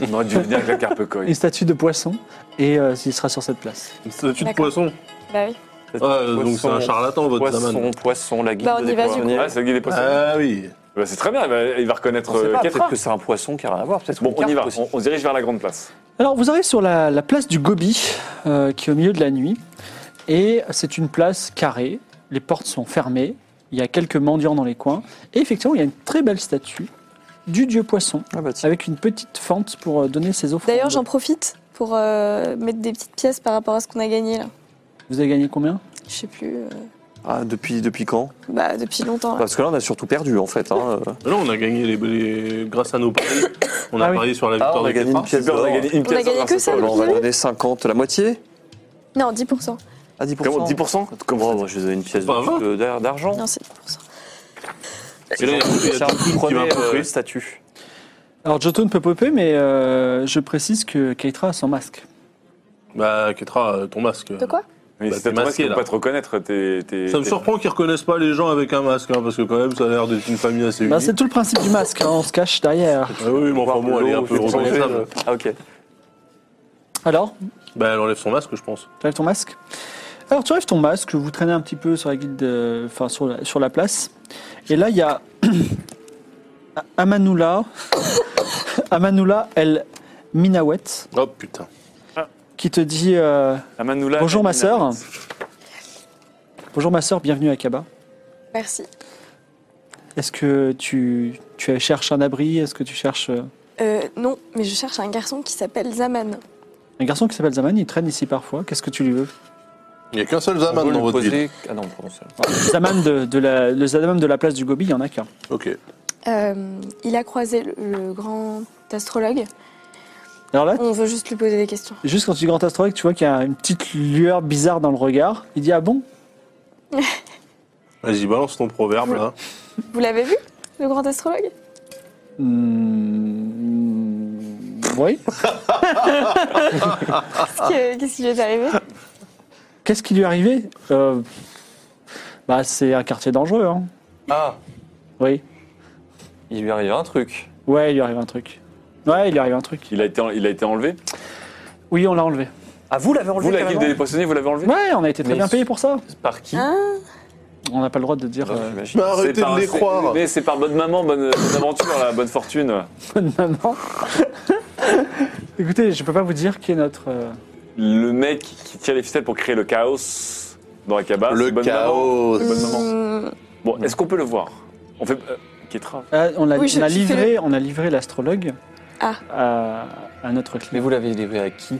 Speaker 2: On aurait dû venir avec la carpe
Speaker 1: Une statue de poisson, et euh, il sera sur cette place.
Speaker 4: Une statue de
Speaker 5: D'accord.
Speaker 4: poisson.
Speaker 5: Bah oui.
Speaker 4: Ah, donc c'est
Speaker 3: Poisson,
Speaker 4: un charlatan, votre Zaman.
Speaker 3: Poisson, poisson, la guide
Speaker 5: Bah, on
Speaker 3: des
Speaker 5: y va, du
Speaker 3: poissonniers.
Speaker 2: Ah, c'est le guide des poissons.
Speaker 4: Ah oui.
Speaker 2: Bah, c'est très bien, il va, il va reconnaître
Speaker 3: On sait
Speaker 2: euh,
Speaker 3: pas,
Speaker 2: Ketra.
Speaker 3: Peut-être que c'est un poisson qui a rien à voir. Peut-être
Speaker 2: Bon,
Speaker 3: une
Speaker 2: on y
Speaker 3: carpe
Speaker 2: va,
Speaker 3: aussi.
Speaker 2: on, on se dirige vers la grande place.
Speaker 1: Alors, vous arrivez sur la, la place du Gobi, euh, qui est au milieu de la nuit, et c'est une place carrée. Les portes sont fermées, il y a quelques mendiants dans les coins, et effectivement, il y a une très belle statue du dieu poisson,
Speaker 3: Ah bah tiens.
Speaker 1: avec une petite fente pour euh, donner ses offrandes.
Speaker 5: D'ailleurs, j'en profite pour euh, mettre des petites pièces par rapport à ce qu'on a gagné là.
Speaker 1: Vous avez gagné combien
Speaker 5: Je sais plus. euh,
Speaker 3: Ah, depuis, depuis quand
Speaker 5: bah depuis longtemps. là.
Speaker 3: Parce que là, on a surtout perdu, en fait. hein.
Speaker 4: Mais non, on a gagné les, les- grâce à nos paris. On a
Speaker 1: Ah oui.
Speaker 4: parié sur la
Speaker 3: Ah,
Speaker 4: victoire
Speaker 3: on a
Speaker 4: de
Speaker 3: gagné
Speaker 4: Ketra.
Speaker 3: une pièce
Speaker 2: Super, on
Speaker 3: d'or.
Speaker 2: a gagné une
Speaker 5: On a
Speaker 2: pièce.
Speaker 5: gagné
Speaker 2: grâce à
Speaker 5: que ça.
Speaker 2: toi.
Speaker 3: Alors, on va
Speaker 5: Vous
Speaker 3: donner 50, la moitié
Speaker 5: Non, 10%.
Speaker 3: À 10%.
Speaker 2: Comment 10%
Speaker 3: Comment Moi, je vous ai une pièce
Speaker 4: Pas
Speaker 3: de-
Speaker 4: vingt.
Speaker 3: de- d'ar- d'argent.
Speaker 5: Non, c'est 10%.
Speaker 4: Et là, il y a- il y a
Speaker 3: C'est un
Speaker 4: tout le monde qui m'a
Speaker 3: premier euh,
Speaker 4: compris.
Speaker 3: statut.
Speaker 1: Alors, Jotun peut popper, mais euh, je précise que Keitra a son masque.
Speaker 4: Bah, Ketra, euh, ton masque.
Speaker 5: De quoi
Speaker 2: Mais
Speaker 4: Bah,
Speaker 2: si t'as
Speaker 4: t'es
Speaker 2: ton masque,
Speaker 4: masqué,
Speaker 2: ils vont
Speaker 4: là.
Speaker 2: pas te reconnaître. t'es- t'es-
Speaker 4: Ça me
Speaker 2: t'es-
Speaker 4: surprend qu'ils reconnaissent pas les gens avec un masque, hein, parce que quand même, ça a l'air d'être une famille assez unie.
Speaker 1: Bah, c'est tout le principe du masque, hein, on se cache derrière.
Speaker 4: Ah oui, mais enfin bon, elle est un peu
Speaker 3: Voir l'eau, je vais
Speaker 4: reconnaissable.
Speaker 3: changer de- Ah, ok.
Speaker 1: Alors,
Speaker 4: Bah, elle enlève son masque, je pense.
Speaker 1: tu enlèves ton masque Alors, tu enlèves ton masque, vous traînez un petit peu sur la, guide, euh, enfin, sur la, sur la place. Et là, il y a Amanoula, Amanoula El Minawet,
Speaker 4: Oh putain.
Speaker 1: qui te dit euh,
Speaker 2: La Manoula,
Speaker 1: Bonjour,
Speaker 2: la
Speaker 1: ma sœur.
Speaker 2: Manoula.
Speaker 1: Bonjour ma sœur, bienvenue à Kaba.
Speaker 5: Merci.
Speaker 1: Est-ce que tu, tu cherches un abri Est-ce que tu cherches... euh,
Speaker 5: Euh, non, mais je cherche un garçon qui s'appelle Zaman.
Speaker 1: Un garçon qui s'appelle Zaman, il traîne ici parfois. Qu'est-ce que tu lui veux
Speaker 4: Il n'y a qu'un seul
Speaker 3: On
Speaker 4: Zaman
Speaker 3: veut
Speaker 4: dans
Speaker 3: lui
Speaker 4: votre ville.
Speaker 3: poser- Ah non, pardon, c'est-
Speaker 1: Zaman de, de la, le Zaman de la place du Gobi, il y en a qu'un.
Speaker 4: Ok.
Speaker 5: Euh, il a croisé le, le grand astrologue.
Speaker 1: Alors là,
Speaker 5: On veut juste lui poser des questions.
Speaker 1: juste quand tu dis grand astrologue, tu vois qu'il y a une petite lueur bizarre dans le regard. Il dit Ah bon
Speaker 4: Vas-y, balance ton proverbe, hein. là.
Speaker 5: Vous l'avez vu, le grand astrologue
Speaker 1: Hmm, Oui.
Speaker 5: Qu'est-ce que- qu'est-ce qui lui est arrivé
Speaker 1: Qu'est-ce qui lui est arrivé Euh, Bah, c'est un quartier dangereux, hein.
Speaker 3: Ah,
Speaker 1: Oui.
Speaker 3: il lui arrive un truc.
Speaker 1: Ouais, il lui arrive un truc. Ouais, il lui arrive un truc.
Speaker 2: Il a, été, il a été enlevé.
Speaker 1: Oui, on l'a enlevé.
Speaker 3: Ah, vous l'avez enlevé
Speaker 2: Vous, la guilde
Speaker 3: carrément
Speaker 2: des poissonniers, vous l'avez enlevé
Speaker 1: Ouais, on a été très
Speaker 3: Mais
Speaker 1: bien
Speaker 3: c'est-
Speaker 1: payé pour ça.
Speaker 3: Par qui
Speaker 5: Hein
Speaker 1: On n'a pas le droit de dire
Speaker 3: Ah,
Speaker 1: euh,
Speaker 3: j'imagine.
Speaker 4: Bah, arrêtez
Speaker 2: C'est par-
Speaker 4: de les
Speaker 2: c'est-
Speaker 4: croire.
Speaker 2: Mais c'est par bonne maman, bonne, bonne aventure, la bonne fortune.
Speaker 1: bonne maman. euh, Écoutez, je peux pas vous dire qui est notre. euh,
Speaker 2: Le mec qui tire les ficelles pour créer le chaos dans la cabane.
Speaker 4: Le chaos.
Speaker 2: Bah, Bonne maman.
Speaker 5: Hum,
Speaker 2: Bon, est-ce qu'on peut le voir On fait. euh, Ketra.
Speaker 1: Ah, on, a,
Speaker 5: Oui, je-
Speaker 1: on, a
Speaker 5: je fais
Speaker 1: livré, on a livré l'astrologue
Speaker 5: Ah.
Speaker 1: à, à notre client.
Speaker 3: Mais vous l'avez livré à qui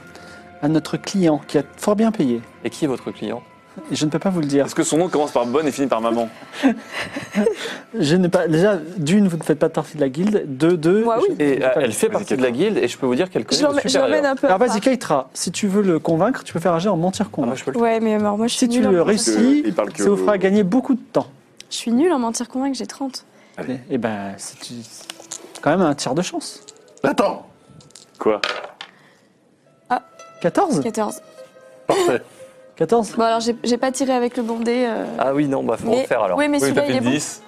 Speaker 1: à notre client qui a fort bien payé.
Speaker 3: Et qui est votre client
Speaker 1: Et je ne peux pas vous le dire.
Speaker 2: Est-ce que son nom commence par bonne et finit par maman
Speaker 1: Je n'ai pas déjà d'une vous ne faites pas partie de la guilde, deux deux.
Speaker 5: Moi, oui.
Speaker 1: je-
Speaker 3: Et
Speaker 1: je-
Speaker 3: euh, elle fait partie de la guilde et je peux vous dire qu'elle
Speaker 5: Je
Speaker 3: connaît
Speaker 5: l'emmène
Speaker 3: le
Speaker 5: je l'emmène
Speaker 3: supérieur.
Speaker 5: un peu.
Speaker 1: Alors
Speaker 5: à part.
Speaker 1: vas-y Keitra, si tu veux le convaincre, tu peux faire un jet en mentir
Speaker 3: Ah, moi,
Speaker 1: convaincre.
Speaker 3: je euh, peux le
Speaker 5: Ouais, mais alors moi je suis
Speaker 1: si tu
Speaker 5: nulle en
Speaker 1: le
Speaker 5: mentir convaincre.
Speaker 1: réussis,
Speaker 2: Il parle que-
Speaker 1: ça vous fera gagner beaucoup de temps.
Speaker 5: Je suis nulle en mentir convaincre, j'ai 30.
Speaker 1: Et, et ben c'est une- quand même un tiers de chance.
Speaker 4: Attends.
Speaker 2: Quoi
Speaker 1: 14
Speaker 5: 14.
Speaker 4: Parfait.
Speaker 1: 14
Speaker 5: Bon, alors j'ai j'ai pas tiré avec le bon dé. euh.
Speaker 3: Ah oui, non, bah faut
Speaker 5: Mais-
Speaker 3: refaire alors.
Speaker 5: Oui, mais
Speaker 2: Oui,
Speaker 5: celui-là,
Speaker 2: t'as
Speaker 5: il
Speaker 2: fait
Speaker 5: est bon.
Speaker 2: 10.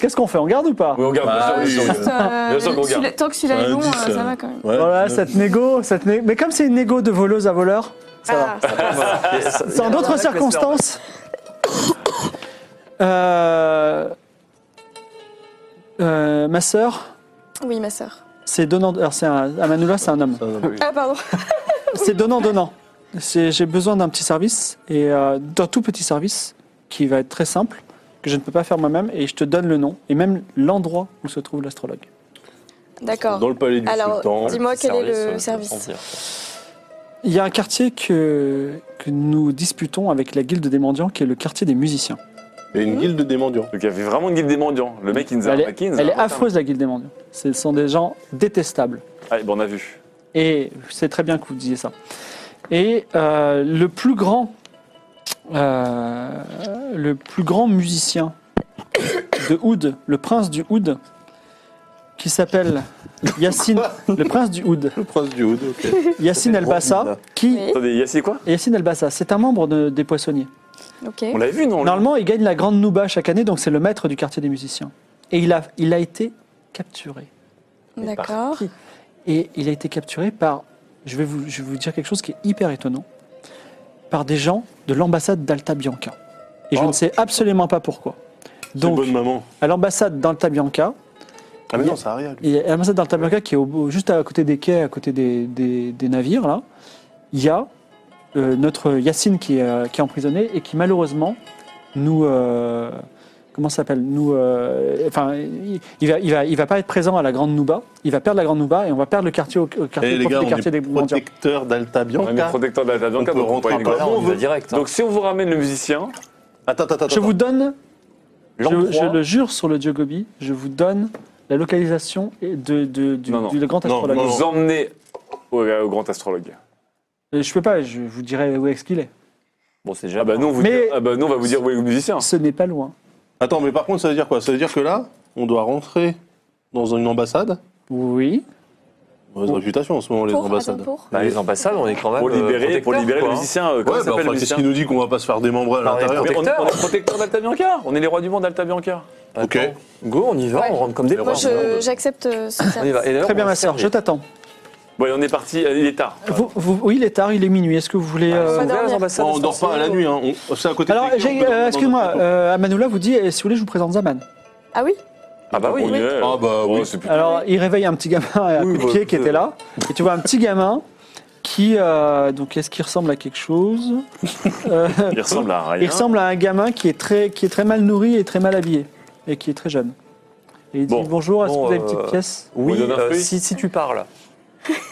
Speaker 1: Qu'est-ce qu'on fait On garde ou pas
Speaker 2: Oui, on garde.
Speaker 4: Bah,
Speaker 2: bien
Speaker 5: Euh,
Speaker 4: oui,
Speaker 2: sûr, bien
Speaker 5: juste,
Speaker 2: sûr.
Speaker 4: oui.
Speaker 5: euh,
Speaker 2: Bien sûr qu'on
Speaker 5: celui-là-
Speaker 2: garde.
Speaker 5: Tant que celui-là est
Speaker 4: Un
Speaker 5: bon, euh,
Speaker 4: 10,
Speaker 5: ça
Speaker 4: euh,
Speaker 5: va quand même.
Speaker 4: ouais.
Speaker 1: Voilà, cette négo, cette né- mais comme c'est une négo de voleuse à voleur, ça va.
Speaker 5: Ah, ça va.
Speaker 1: C'est en d'autres circonstances. Euh, euh, ma sœur,
Speaker 5: Oui, ma sœur.
Speaker 1: c'est donnant. Alors c'est un, Amanoula, c'est un homme.
Speaker 5: Ah, pardon.
Speaker 1: C'est donnant donnant. C'est- J'ai besoin d'un petit service et euh, d'un tout petit service qui va être très simple que je ne peux pas faire moi-même et je te donne le nom et même l'endroit où se trouve l'astrologue.
Speaker 5: D'accord.
Speaker 4: Dans le palais du
Speaker 5: Alors,
Speaker 4: sultan.
Speaker 5: dis-moi quel est
Speaker 3: euh,
Speaker 5: le
Speaker 3: sans
Speaker 5: service.
Speaker 3: dire.
Speaker 2: Ah,
Speaker 1: Il y a un quartier que, que nous disputons avec la guilde des mendiants qui est le quartier des musiciens.
Speaker 4: Il y a une guilde des mendiants.
Speaker 2: Donc il y avait vraiment une guilde des mendiants. Le mec, il nous a
Speaker 1: Elle est-
Speaker 2: arnaqué, il nous a
Speaker 1: Elle est
Speaker 2: arnaqué.
Speaker 1: affreuse la guilde des mendiants. Ce sont des gens détestables.
Speaker 2: Allez, bon, on a vu.
Speaker 1: Et c'est très bien que vous disiez ça. Et euh, le plus grand, euh, le plus grand musicien de Oud, le prince du Oud, qui s'appelle Yassine, le prince du Oud,
Speaker 4: Le prince du Hood, ok.
Speaker 1: Yassine Albassa, qui
Speaker 5: Oui.
Speaker 2: Attendez, Yassine quoi
Speaker 1: Yassine Albassa, c'est un membre de- des poissonniers.
Speaker 5: Ok.
Speaker 2: On l'avait vu, non lui
Speaker 1: Normalement, il gagne la grande Nouba chaque année, donc c'est le maître du quartier des musiciens. Et il a, il a été capturé.
Speaker 5: D'accord.
Speaker 1: Et il a été capturé par, je vais vous, je vais vous dire quelque chose qui est hyper étonnant, par des gens de l'ambassade d'Alta Bianca. Et je
Speaker 4: Oh.
Speaker 1: ne sais absolument pas pourquoi.
Speaker 4: C'est
Speaker 1: Donc,
Speaker 4: bonne maman.
Speaker 1: à l'ambassade d'Alta Bianca,
Speaker 4: Ah, mais non, ça a rien. lui.
Speaker 1: il y a l'ambassade d'Alta Bianca qui est au- juste à côté des quais, à côté des, des- des navires, là, il y a euh, notre Yacine qui, est, euh, qui est emprisonné et qui malheureusement nous... euh, comment ça s'appelle Nous, euh, enfin, il, il va, il va, il va pas être présent à la Grande Nouba. Il va perdre la Grande Nouba et on va perdre le quartier au, au quartier,
Speaker 4: Eh, les
Speaker 1: profit
Speaker 4: gars,
Speaker 1: des
Speaker 4: on
Speaker 1: quartiers des
Speaker 4: est
Speaker 1: mendiants.
Speaker 4: protecteur d'Alta
Speaker 2: On est
Speaker 4: Bianca.
Speaker 2: protecteur de la
Speaker 4: On
Speaker 2: Bianca,
Speaker 4: peut
Speaker 2: donc on peut
Speaker 4: rentrer
Speaker 2: aller
Speaker 4: par
Speaker 2: voir.
Speaker 4: là,
Speaker 3: on
Speaker 4: on
Speaker 3: y va
Speaker 4: veut.
Speaker 3: direct. hein.
Speaker 2: Donc si on vous ramène le musicien,
Speaker 4: Attends, attends, attends.
Speaker 1: Je vous donne, je,
Speaker 3: L'endroit-
Speaker 1: je le jure sur le dieu Gobi, je vous donne la localisation et de, de- du,
Speaker 2: Non, non.
Speaker 1: du grand
Speaker 4: Non,
Speaker 1: astrologue.
Speaker 4: non, non.
Speaker 2: vous emmenez au, euh, au grand astrologue.
Speaker 1: Et Euh, Je peux pas, je vous dirai où est-ce qu'il est.
Speaker 3: Bon, c'est déjà.
Speaker 2: Ah bah non, on vous
Speaker 1: Mais-
Speaker 2: dit- ah bah non, on va vous dire où est le musicien.
Speaker 1: Ce n'est pas loin.
Speaker 4: Attends, mais par contre, ça veut dire quoi Ça veut dire que là, on doit rentrer dans une ambassade
Speaker 1: Oui.
Speaker 4: Mauvaise réputation en ce moment, les
Speaker 5: Pour,
Speaker 4: ambassades.
Speaker 5: attends, pour.
Speaker 3: Bah, les ambassades, on est quand même.
Speaker 2: Pour
Speaker 3: euh,
Speaker 2: libérer, pour
Speaker 3: protecteurs,
Speaker 2: libérer
Speaker 3: quoi,
Speaker 2: le
Speaker 3: hein.
Speaker 2: musicien. euh, Comment
Speaker 4: Ouais,
Speaker 2: il
Speaker 4: bah,
Speaker 2: s'appelle
Speaker 4: enfin,
Speaker 2: le
Speaker 4: qu'est-ce
Speaker 2: musicien
Speaker 4: qui nous dit qu'on va pas se faire démembrer à
Speaker 3: Par les
Speaker 4: l'intérieur
Speaker 2: on, est- on est
Speaker 3: protecteurs.
Speaker 2: protecteur d'Alta Bianca. On est les rois du monde d'Alta Bianca.
Speaker 4: Ok.
Speaker 3: Attends. Go, on y va,
Speaker 5: Ouais.
Speaker 3: on rentre comme des
Speaker 5: Moi,
Speaker 3: porcs.
Speaker 5: je- j'accepte euh, ce
Speaker 3: On y va.
Speaker 5: service.
Speaker 3: Et d'ailleurs,
Speaker 1: Très bien,
Speaker 3: on
Speaker 1: ma
Speaker 3: va
Speaker 1: sœur,
Speaker 3: faire
Speaker 1: je
Speaker 3: des-
Speaker 1: t'attends.
Speaker 2: Bon, on est parti. euh, Il est tard.
Speaker 1: Vous- vous- oui, il est tard, il est minuit. Est-ce que vous voulez.
Speaker 3: Ah,
Speaker 1: euh,
Speaker 3: c'est ouvert, les
Speaker 5: dormir.
Speaker 3: ambassades,
Speaker 4: on
Speaker 3: c'est
Speaker 4: dort pas à la
Speaker 3: censé-
Speaker 4: nuit, hein. on- c'est à côté.
Speaker 1: Alors,
Speaker 4: des
Speaker 1: j'ai-
Speaker 4: clients, on
Speaker 1: euh,
Speaker 4: peut
Speaker 1: excuse-moi,
Speaker 4: dormir dans un
Speaker 1: euh, Amanoula vous dit euh, si vous voulez, je vous présente Zaman.
Speaker 5: Ah oui
Speaker 3: Ah bah oui.
Speaker 2: On y est.
Speaker 4: Ah bah oui.
Speaker 2: Oh, c'est plus-
Speaker 1: Alors, il réveille un petit gamin à
Speaker 3: Oui,
Speaker 1: coup de
Speaker 3: bah,
Speaker 1: pied qui
Speaker 3: euh.
Speaker 1: était là. Et tu vois un petit gamin qui. euh, donc, est-ce qu'il ressemble à quelque chose Euh,
Speaker 2: Il ressemble à rien.
Speaker 1: Il ressemble à un gamin qui est, très, qui est très mal nourri et très mal habillé. Et qui est très jeune. Et il dit
Speaker 2: Bon.
Speaker 1: bonjour, est-ce que
Speaker 3: Bon,
Speaker 1: vous avez une
Speaker 3: euh,
Speaker 1: petite pièce
Speaker 3: Oui,
Speaker 2: donne un
Speaker 3: euh,
Speaker 2: fruit
Speaker 3: si, si tu parles,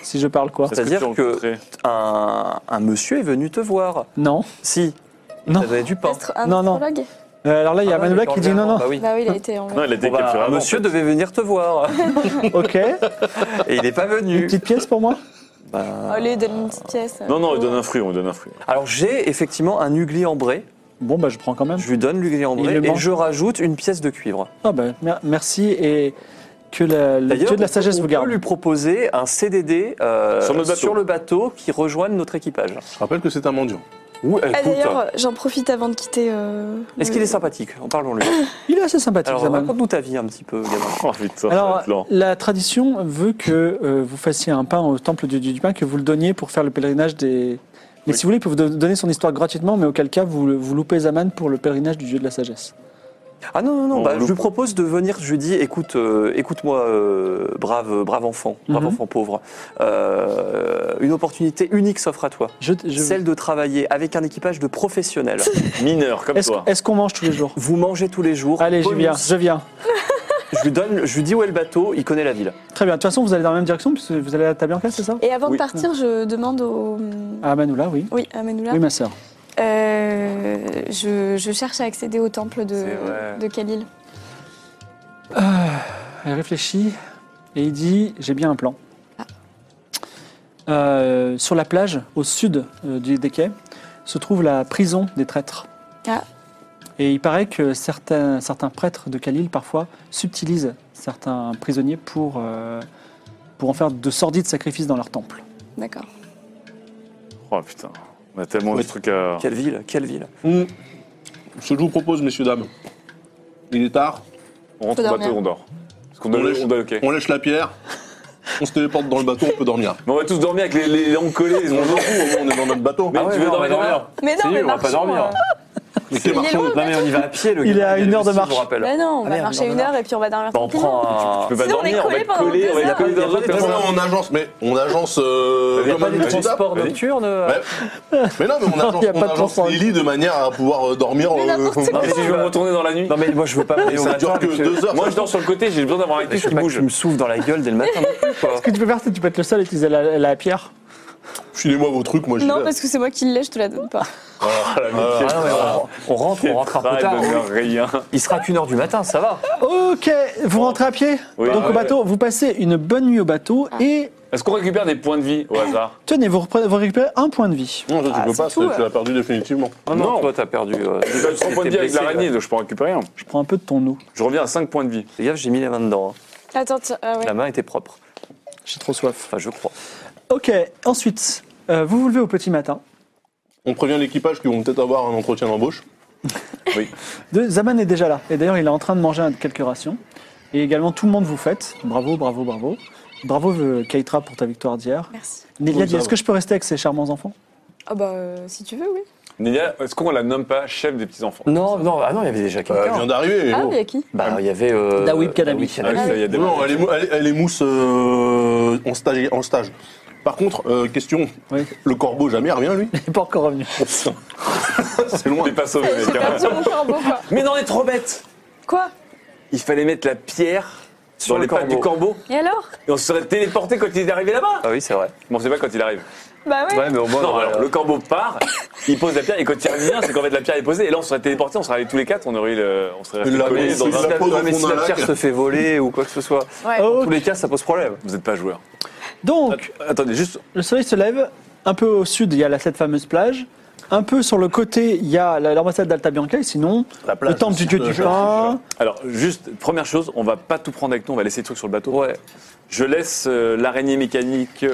Speaker 1: Si je parle quoi
Speaker 2: Est-ce
Speaker 3: c'est-à-dire
Speaker 2: tu
Speaker 3: que-
Speaker 2: rencontrais-
Speaker 3: un, un monsieur est venu te voir.
Speaker 1: Non.
Speaker 3: Si,
Speaker 1: Non.
Speaker 3: t'as donné du pain.
Speaker 5: Astro- un
Speaker 1: Non, non.
Speaker 5: astrologue
Speaker 1: Euh, alors là, il y a
Speaker 3: Ah non,
Speaker 1: Amanoula
Speaker 3: mais
Speaker 1: qui
Speaker 3: quand
Speaker 1: dit
Speaker 3: même,
Speaker 1: non, non.
Speaker 3: Bah oui.
Speaker 5: Bah oui, il a été en
Speaker 2: Non, il a été
Speaker 3: Bon, bah,
Speaker 2: capturé.
Speaker 3: un
Speaker 2: avant.
Speaker 3: monsieur devait venir te voir
Speaker 1: Ok.
Speaker 3: et il n'est pas
Speaker 1: Une
Speaker 3: venu.
Speaker 1: petite pièce pour moi
Speaker 3: Bah,
Speaker 5: Allez, donne une petite pièce.
Speaker 2: Non, non, il donne un fruit. On lui donne un fruit.
Speaker 3: Alors j'ai effectivement un ugly ambré.
Speaker 1: Bon, bah, je prends quand même.
Speaker 3: Je lui donne l'ugly ambré
Speaker 1: Il le
Speaker 3: et
Speaker 1: mange.
Speaker 3: je rajoute une pièce de cuivre.
Speaker 1: Ah ben, mer- merci et que la- le dieu de la
Speaker 3: on-
Speaker 1: sagesse
Speaker 3: on
Speaker 1: vous garde.
Speaker 3: peut lui proposer un CDD euh,
Speaker 2: Sur notre bateau.
Speaker 3: le bateau qui rejoigne notre équipage.
Speaker 4: Je rappelle que c'est un mendiant.
Speaker 3: Ou
Speaker 5: Ah, D'ailleurs, j'en profite avant de quitter. euh,
Speaker 3: est-ce
Speaker 5: le-
Speaker 3: qu'il est sympathique En Parlons-lui.
Speaker 1: Il est assez sympathique,
Speaker 3: Alors
Speaker 1: Zaman.
Speaker 3: raconte-nous ta vie un petit peu, gamin.
Speaker 2: Oh putain, ça va
Speaker 1: Alors,
Speaker 2: être lent.
Speaker 1: la tradition veut que euh, vous fassiez un pain au temple du dieu du pain, que vous le donniez pour faire le pèlerinage des. Mais si vous voulez, il peut vous do- donner son histoire gratuitement, mais auquel cas, vous, vous loupez Zaman pour le pèlerinage du dieu de la sagesse.
Speaker 3: Ah non, non, non,
Speaker 2: On
Speaker 3: bah,
Speaker 2: le
Speaker 3: je lui
Speaker 2: prend.
Speaker 3: propose de venir, je lui dis, écoute, euh, écoute-moi, euh, brave, brave enfant, brave
Speaker 1: Mhm.
Speaker 3: enfant pauvre, euh, une opportunité unique s'offre à toi,
Speaker 1: Je, je-
Speaker 3: celle de travailler avec un équipage de professionnels.
Speaker 2: Mineur, comme
Speaker 1: Est-ce
Speaker 2: toi.
Speaker 1: est-ce qu'on mange tous les jours
Speaker 3: Vous mangez tous les jours.
Speaker 1: Allez, j'y
Speaker 3: bonus.
Speaker 1: viens, je viens.
Speaker 3: Je lui donne, je lui dis où est le bateau, il connaît la ville.
Speaker 1: Très bien. De toute façon, vous allez dans la même direction, puisque vous allez à Tabianca, c'est ça
Speaker 5: Et avant
Speaker 2: Oui.
Speaker 5: de partir, je demande au.
Speaker 1: À Manoula, oui.
Speaker 5: Oui, à Manoula.
Speaker 1: Oui, ma sœur.
Speaker 5: Euh, je, je cherche à accéder au temple
Speaker 3: C'est vrai.
Speaker 5: de, de quelle île
Speaker 1: Elle réfléchit et il dit J'ai bien un plan. Euh, sur la plage, au sud euh, du, des quais, se trouve la prison des traîtres.
Speaker 5: Ah.
Speaker 1: Et il paraît que certains, certains prêtres de Khalil, parfois, subtilisent certains prisonniers pour, euh, pour en faire de sordides sacrifices dans leur temple.
Speaker 5: D'accord.
Speaker 2: Oh putain. On a tellement de
Speaker 4: Ouais.
Speaker 2: trucs à.
Speaker 3: Quelle ville, quelle ville.
Speaker 4: Hmm. Ce que je vous propose, messieurs, dames, il est tard,
Speaker 2: On rentre
Speaker 5: Faut
Speaker 2: au bateau,
Speaker 5: dormir.
Speaker 2: on dort. Parce qu'on doit,
Speaker 4: On lèche.
Speaker 2: on doit- ok.
Speaker 4: on lèche la pierre, on se téléporte dans le bateau, on peut dormir.
Speaker 2: Mais on va tous dormir avec les, les langues collées. les
Speaker 4: On
Speaker 2: ongles.
Speaker 4: s'en fout, au moins, on est dans notre bateau.
Speaker 2: Mais
Speaker 3: Ah ouais,
Speaker 2: tu veux
Speaker 3: non,
Speaker 2: dormir,
Speaker 3: mais non.
Speaker 2: dormir.
Speaker 5: Mais non,
Speaker 3: C'est
Speaker 5: mais
Speaker 3: nul, on va pas
Speaker 5: marchons,
Speaker 3: dormir.
Speaker 5: euh,
Speaker 4: Mais quel
Speaker 5: Il est
Speaker 4: marchand
Speaker 5: loin,
Speaker 3: Non mais on y va à pied, le
Speaker 1: Il
Speaker 3: gamin,
Speaker 1: a une
Speaker 3: le
Speaker 1: heure de
Speaker 3: vestige, je
Speaker 1: marche.
Speaker 3: vous rappelle.
Speaker 5: Bah non, on
Speaker 3: Ah
Speaker 5: va
Speaker 3: merde,
Speaker 5: marcher
Speaker 3: on en
Speaker 5: une
Speaker 3: a
Speaker 5: heure et puis on va dormir.
Speaker 3: Bah, on
Speaker 5: tranquillement.
Speaker 3: prend un...
Speaker 2: Tu peux pas
Speaker 5: Sinon, on est
Speaker 2: dormir, on va
Speaker 5: collés
Speaker 2: être
Speaker 5: pendant
Speaker 2: collés,
Speaker 5: deux
Speaker 2: on va être
Speaker 5: heures.
Speaker 2: collés
Speaker 3: Il y a
Speaker 2: dans
Speaker 3: pas
Speaker 2: un
Speaker 3: des
Speaker 2: truc
Speaker 4: Mais
Speaker 2: comme ça.
Speaker 4: voilà, on agence, mais on agence. euh,
Speaker 3: Il n'y a
Speaker 4: comme
Speaker 3: pas
Speaker 4: un
Speaker 3: de
Speaker 4: petit
Speaker 3: transport
Speaker 4: tap.
Speaker 3: nocturne euh,
Speaker 4: Ouais. Mais non, mais on agence,
Speaker 1: y a
Speaker 4: on
Speaker 1: pas de
Speaker 4: agence
Speaker 1: transport.
Speaker 4: les lits de manière à pouvoir euh, dormir.
Speaker 5: Mais
Speaker 4: euh,
Speaker 5: n'importe
Speaker 2: Mais
Speaker 5: quoi.
Speaker 2: si je veux me retourner dans la nuit.
Speaker 3: Non mais moi je veux pas me lever au
Speaker 4: Ça
Speaker 3: matin
Speaker 4: dure que
Speaker 3: avec, euh,
Speaker 4: deux heures.
Speaker 2: Moi je dors sur le côté, j'ai besoin d'avoir un
Speaker 3: Je
Speaker 2: truc
Speaker 3: veux
Speaker 2: qui
Speaker 3: pas que
Speaker 2: bouge.
Speaker 3: euh, tu me souffles dans la gueule dès le matin non plus, quoi.
Speaker 1: Ce que tu peux faire, c'est que tu peux être le seul à utiliser la, la pierre.
Speaker 4: Filez-moi vos trucs, moi j'y
Speaker 5: Non,
Speaker 4: vais.
Speaker 5: parce que c'est moi qui l'ai, je te la donne pas.
Speaker 2: Voilà,
Speaker 3: Ah
Speaker 2: l'amitié.
Speaker 3: non, mais on, on rentre, on rentre un peu tard.
Speaker 2: Traite de rien.
Speaker 3: Il sera qu'une heure du matin, ça va.
Speaker 1: Ok, vous rentrez à pied
Speaker 2: Oui.
Speaker 1: Donc
Speaker 2: Ah
Speaker 1: au
Speaker 2: ouais.
Speaker 1: bateau, vous passez une bonne nuit au bateau et
Speaker 2: Est-ce qu'on récupère des points de vie au hasard
Speaker 1: tenez, vous, reprenez- vous récupérez un point de vie.
Speaker 4: Non, toi, tu
Speaker 5: Ah,
Speaker 4: peux
Speaker 5: c'est
Speaker 4: pas,
Speaker 5: tout,
Speaker 4: tu- tu
Speaker 5: ouais.
Speaker 4: l'as perdu définitivement.
Speaker 2: Oh
Speaker 3: Ah non, toi, t'as perdu. euh,
Speaker 2: J'ai pas eu 100 points de vie avec
Speaker 3: blessé,
Speaker 2: l'araignée,
Speaker 3: là.
Speaker 2: donc je peux en récupérer un.
Speaker 1: Je prends un peu de ton eau.
Speaker 2: Je reviens à 5 points de vie.
Speaker 3: Fais gaffe, j'ai mis la main dedans. hein.
Speaker 5: Attends, tiens, ah ouais.
Speaker 3: La main était propre.
Speaker 1: J'ai trop soif.
Speaker 3: Enfin, je crois.
Speaker 1: Ok, ensuite, euh, vous vous levez au petit matin.
Speaker 4: On prévient l'équipage qu'ils vont peut-être avoir un entretien d'embauche.
Speaker 1: De- Zaman est déjà là. Et d'ailleurs, il est en train de manger un- quelques rations. Et également, tout le monde vous fête. Bravo, bravo, bravo. Bravo, euh, Keitra, pour ta victoire d'hier.
Speaker 5: Merci.
Speaker 1: Nelia dit
Speaker 4: bravo.
Speaker 1: Est-ce que je peux rester avec ces charmants enfants
Speaker 5: Ah bah, euh, si tu veux, oui.
Speaker 2: Nélia, est-ce qu'on la nomme pas chef des petits-enfants
Speaker 3: Non, non, ah non, il y avait déjà
Speaker 4: Bah, elle
Speaker 2: Euh,
Speaker 3: quelqu'un.
Speaker 4: vient d'arriver.
Speaker 5: Ah,
Speaker 4: oh.
Speaker 5: mais y a qui
Speaker 3: bah, il y avait. Euh,
Speaker 1: Dawib Kadhabi.
Speaker 3: Dawib
Speaker 2: Ah oui, ça, il y a des
Speaker 4: Non, elle est, mou- elle est- elle est mousse euh, en, stage, en stage. Par contre, euh, question,
Speaker 1: Oui.
Speaker 4: le corbeau jamais revient lui
Speaker 1: Il n'est pas encore revenu.
Speaker 4: C'est loin.
Speaker 2: T'es pas sauvé,
Speaker 5: J'ai
Speaker 2: mec. hein.
Speaker 5: perdu mon corbeau, quoi.
Speaker 2: Mais non, on est trop bête
Speaker 5: Quoi
Speaker 2: Il fallait mettre la pierre sur,
Speaker 3: le
Speaker 2: les pattes
Speaker 3: corbeau.
Speaker 2: du corbeau
Speaker 5: Et alors
Speaker 2: et on se serait téléporté quand il est arrivé là-bas.
Speaker 3: Ah oui, c'est vrai.
Speaker 2: Bon, c'est pas quand il arrive.
Speaker 5: Bah ouais.
Speaker 3: Ouais, mais au moins.
Speaker 2: non,
Speaker 3: on
Speaker 2: alors
Speaker 3: a-
Speaker 2: le corbeau part, il pose la pierre et quand il revient, c'est qu'en fait la pierre est posée et là on serait téléporté, on serait allés tous les quatre, on aurait eu le, on serait restés
Speaker 4: La
Speaker 2: collés
Speaker 4: grosse-
Speaker 2: dans un.
Speaker 4: la-
Speaker 3: Ouais,
Speaker 4: pose au
Speaker 3: mais
Speaker 4: fond
Speaker 3: si
Speaker 4: d'un
Speaker 3: la
Speaker 4: lac.
Speaker 3: pierre se fait voler ou quoi que ce soit,
Speaker 5: Ouais.
Speaker 3: dans
Speaker 1: Oh.
Speaker 3: tous les cas, ça pose problème.
Speaker 2: Vous êtes pas joueur.
Speaker 1: Donc,
Speaker 2: Attendez, juste
Speaker 1: le soleil se lève. Un peu au sud, il y a la- cette fameuse plage. Un peu sur le côté, il y a la- l'ambassade d'Alta Bianca. Et sinon,
Speaker 4: La plage,
Speaker 1: le temple du
Speaker 4: c'est
Speaker 1: dieu
Speaker 4: la
Speaker 1: du
Speaker 4: plage,
Speaker 1: pain.
Speaker 2: alors juste première chose, on va pas tout prendre avec nous, on va laisser les trucs sur le bateau.
Speaker 3: Ouais.
Speaker 2: Je laisse euh, l'araignée mécanique,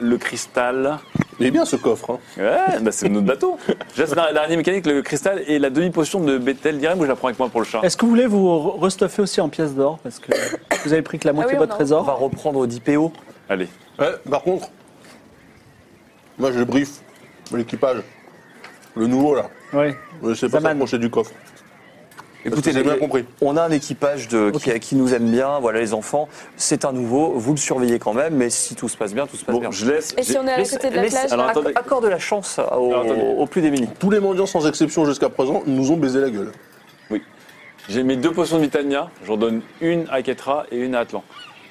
Speaker 2: le cristal.
Speaker 4: Il est bien ce coffre. hein.
Speaker 2: Ouais, bah c'est notre bateau. Je laisse la- l'araignée mécanique, le cristal et la demi-potion de Bethel d'Irem où je la prends avec moi pour le chat.
Speaker 1: Est-ce que vous voulez vous re- restuffer aussi en pièces d'or Parce que vous avez pris que la moitié de
Speaker 5: oui,
Speaker 1: votre
Speaker 5: on a-
Speaker 3: On va
Speaker 1: trésor.
Speaker 3: reprendre 10 PO.
Speaker 2: Allez.
Speaker 4: Ouais, Euh, par contre, moi je brief l'équipage. Le nouveau là.
Speaker 1: Oui.
Speaker 4: Je sais pas
Speaker 1: Zaman.
Speaker 4: s'approcher du coffre. Écoutez,
Speaker 3: Écoutez,
Speaker 4: j'ai
Speaker 3: les-
Speaker 4: bien compris.
Speaker 3: on a un équipage de, qui, qui nous aime bien, voilà les enfants, c'est un nouveau, vous le surveillez quand même, mais si tout se passe bien, tout se passe bien.
Speaker 2: Bon, je laisse.
Speaker 5: Et si on est à la
Speaker 3: Laisse-
Speaker 5: côté de la
Speaker 3: laisse-
Speaker 5: plage ah,
Speaker 2: alors,
Speaker 5: là
Speaker 2: attendez.
Speaker 3: Acc- Accorde la chance aux,
Speaker 2: Alors, attendez.
Speaker 3: aux plus démunis.
Speaker 4: Tous les mendiants sans exception jusqu'à présent nous ont baisé la gueule.
Speaker 2: J'ai mes deux potions de Vitania, j'en donne une à Ketra et une à Atlan.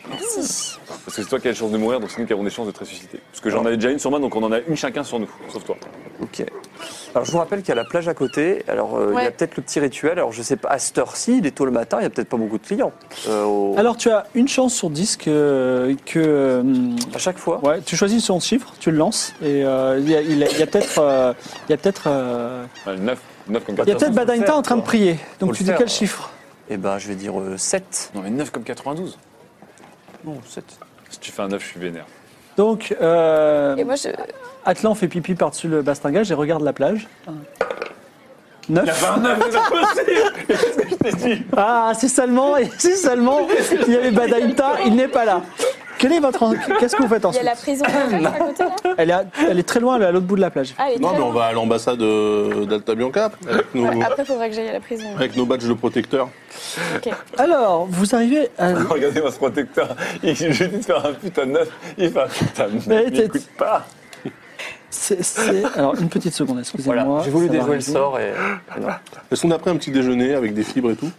Speaker 5: Merci.
Speaker 2: Parce que c'est toi qui as les chances de mourir, donc c'est nous qui avons des chances de te ressusciter. Parce que j'en avais déjà une sur moi, donc on en a une chacun sur nous, sauf toi.
Speaker 3: Ok. Alors je vous rappelle qu'il y a la plage à côté, alors euh, il y a
Speaker 5: Ouais.
Speaker 3: peut-être le petit rituel, alors je sais pas, à cette heure-ci, il est tôt le matin, il y a peut-être pas beaucoup de clients. Euh, au-
Speaker 1: Alors, tu as une chance sur 10 que. que hum,
Speaker 3: à chaque fois
Speaker 1: ouais, tu choisis son chiffre, tu le lances, et euh, il y a- il y a il y a peut-être. euh, Il y a peut-être. euh,
Speaker 2: 9, 9 comme
Speaker 1: il y a
Speaker 2: 92.
Speaker 1: peut-être
Speaker 3: Bah, faut le
Speaker 1: Badainta
Speaker 3: faire,
Speaker 1: en train de
Speaker 3: quoi.
Speaker 1: prier. Donc,
Speaker 3: le
Speaker 1: tu dis
Speaker 3: faire,
Speaker 1: quel
Speaker 3: euh.
Speaker 1: chiffre
Speaker 3: Eh ben je vais dire 7.
Speaker 2: Non mais 9 comme 92.
Speaker 3: Non, 7.
Speaker 2: Si tu fais un 9, je suis vénère.
Speaker 1: Donc, euh,
Speaker 5: Et moi, je.
Speaker 1: Atlan fait pipi par-dessus le bastingage et regarde la plage. 9. Ah, c'est seulement, c'est seulement, il y avait Badainta, il n'est pas là. Quel est votre, en- qu'est-ce que vous faites
Speaker 5: Il y a
Speaker 1: ensuite
Speaker 5: la prison à côté là
Speaker 1: elle est, à- elle est très loin, elle est à l'autre bout de la plage.
Speaker 5: Ah, elle est
Speaker 4: Non
Speaker 5: très
Speaker 4: mais on
Speaker 5: loin.
Speaker 4: va à l'ambassade euh, d'Alta Bianca avec nos,
Speaker 5: Ouais, Après, faudrait que j'aille à la prison.
Speaker 4: avec nos badges de protecteur.
Speaker 5: Ok.
Speaker 1: Alors, vous arrivez à...
Speaker 2: Regardez-moi ce protecteur. Il- Je lui dis de faire un putain de 9, il fait un putain de 9.
Speaker 1: Mais
Speaker 2: il
Speaker 1: t'es-
Speaker 2: écoute pas.
Speaker 1: c'est- c'est- Alors, une petite seconde, excusez-moi.
Speaker 3: Voilà, j'ai voulu
Speaker 1: ça va
Speaker 3: déjouer le
Speaker 1: arriver.
Speaker 3: sort et... et non.
Speaker 4: Est-ce qu'on a pris un petit déjeuner avec des fibres et tout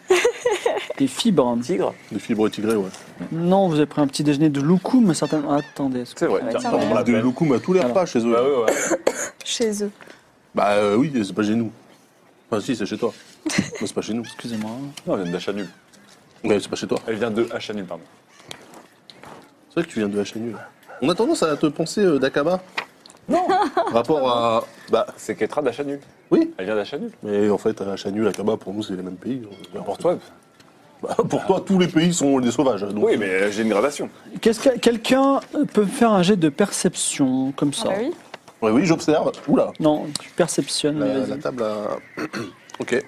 Speaker 1: Des fibres.
Speaker 3: Tigre
Speaker 4: Des fibres tigrées, ouais.
Speaker 1: Non, vous avez pris un petit déjeuner de loukoum, mais certainement... Attendez, est-ce que-
Speaker 2: C'est vrai.
Speaker 5: Ouais, tiens,
Speaker 4: Ah, on a des loukoum à tous les
Speaker 1: Alors.
Speaker 4: repas chez eux.
Speaker 2: Bah ouais, ouais.
Speaker 5: Chez eux.
Speaker 4: Bah euh, oui, c'est pas chez nous. Enfin si, c'est chez toi. Mais c'est pas chez nous.
Speaker 1: excusez-moi.
Speaker 2: Non, elle vient d'achat nul.
Speaker 4: Ouais, c'est pas chez toi.
Speaker 2: Elle vient de achat nul, pardon.
Speaker 4: C'est vrai que tu viens de la chaîne On a tendance à te penser euh, d'Akaba Non Rapport à. Bah
Speaker 2: C'est Ketra d'achat nul.
Speaker 4: oui,
Speaker 2: Elle vient d'achat nul.
Speaker 4: mais en fait, à Chanul, Akaba, pour nous, c'est les mêmes pays.
Speaker 2: Pour toi
Speaker 4: Bah, Pour toi, tous les pays sont des sauvages. donc-
Speaker 2: Oui, mais euh, j'ai une gradation.
Speaker 1: Qu'est-ce que- Quelqu'un peut me faire un jet de perception, comme
Speaker 5: Ah
Speaker 1: ça
Speaker 5: bah oui.
Speaker 4: Ouais, oui, j'observe. Oula
Speaker 1: Non, tu perceptionnes. mais
Speaker 4: la,
Speaker 1: vas-y.
Speaker 4: la table a. ok.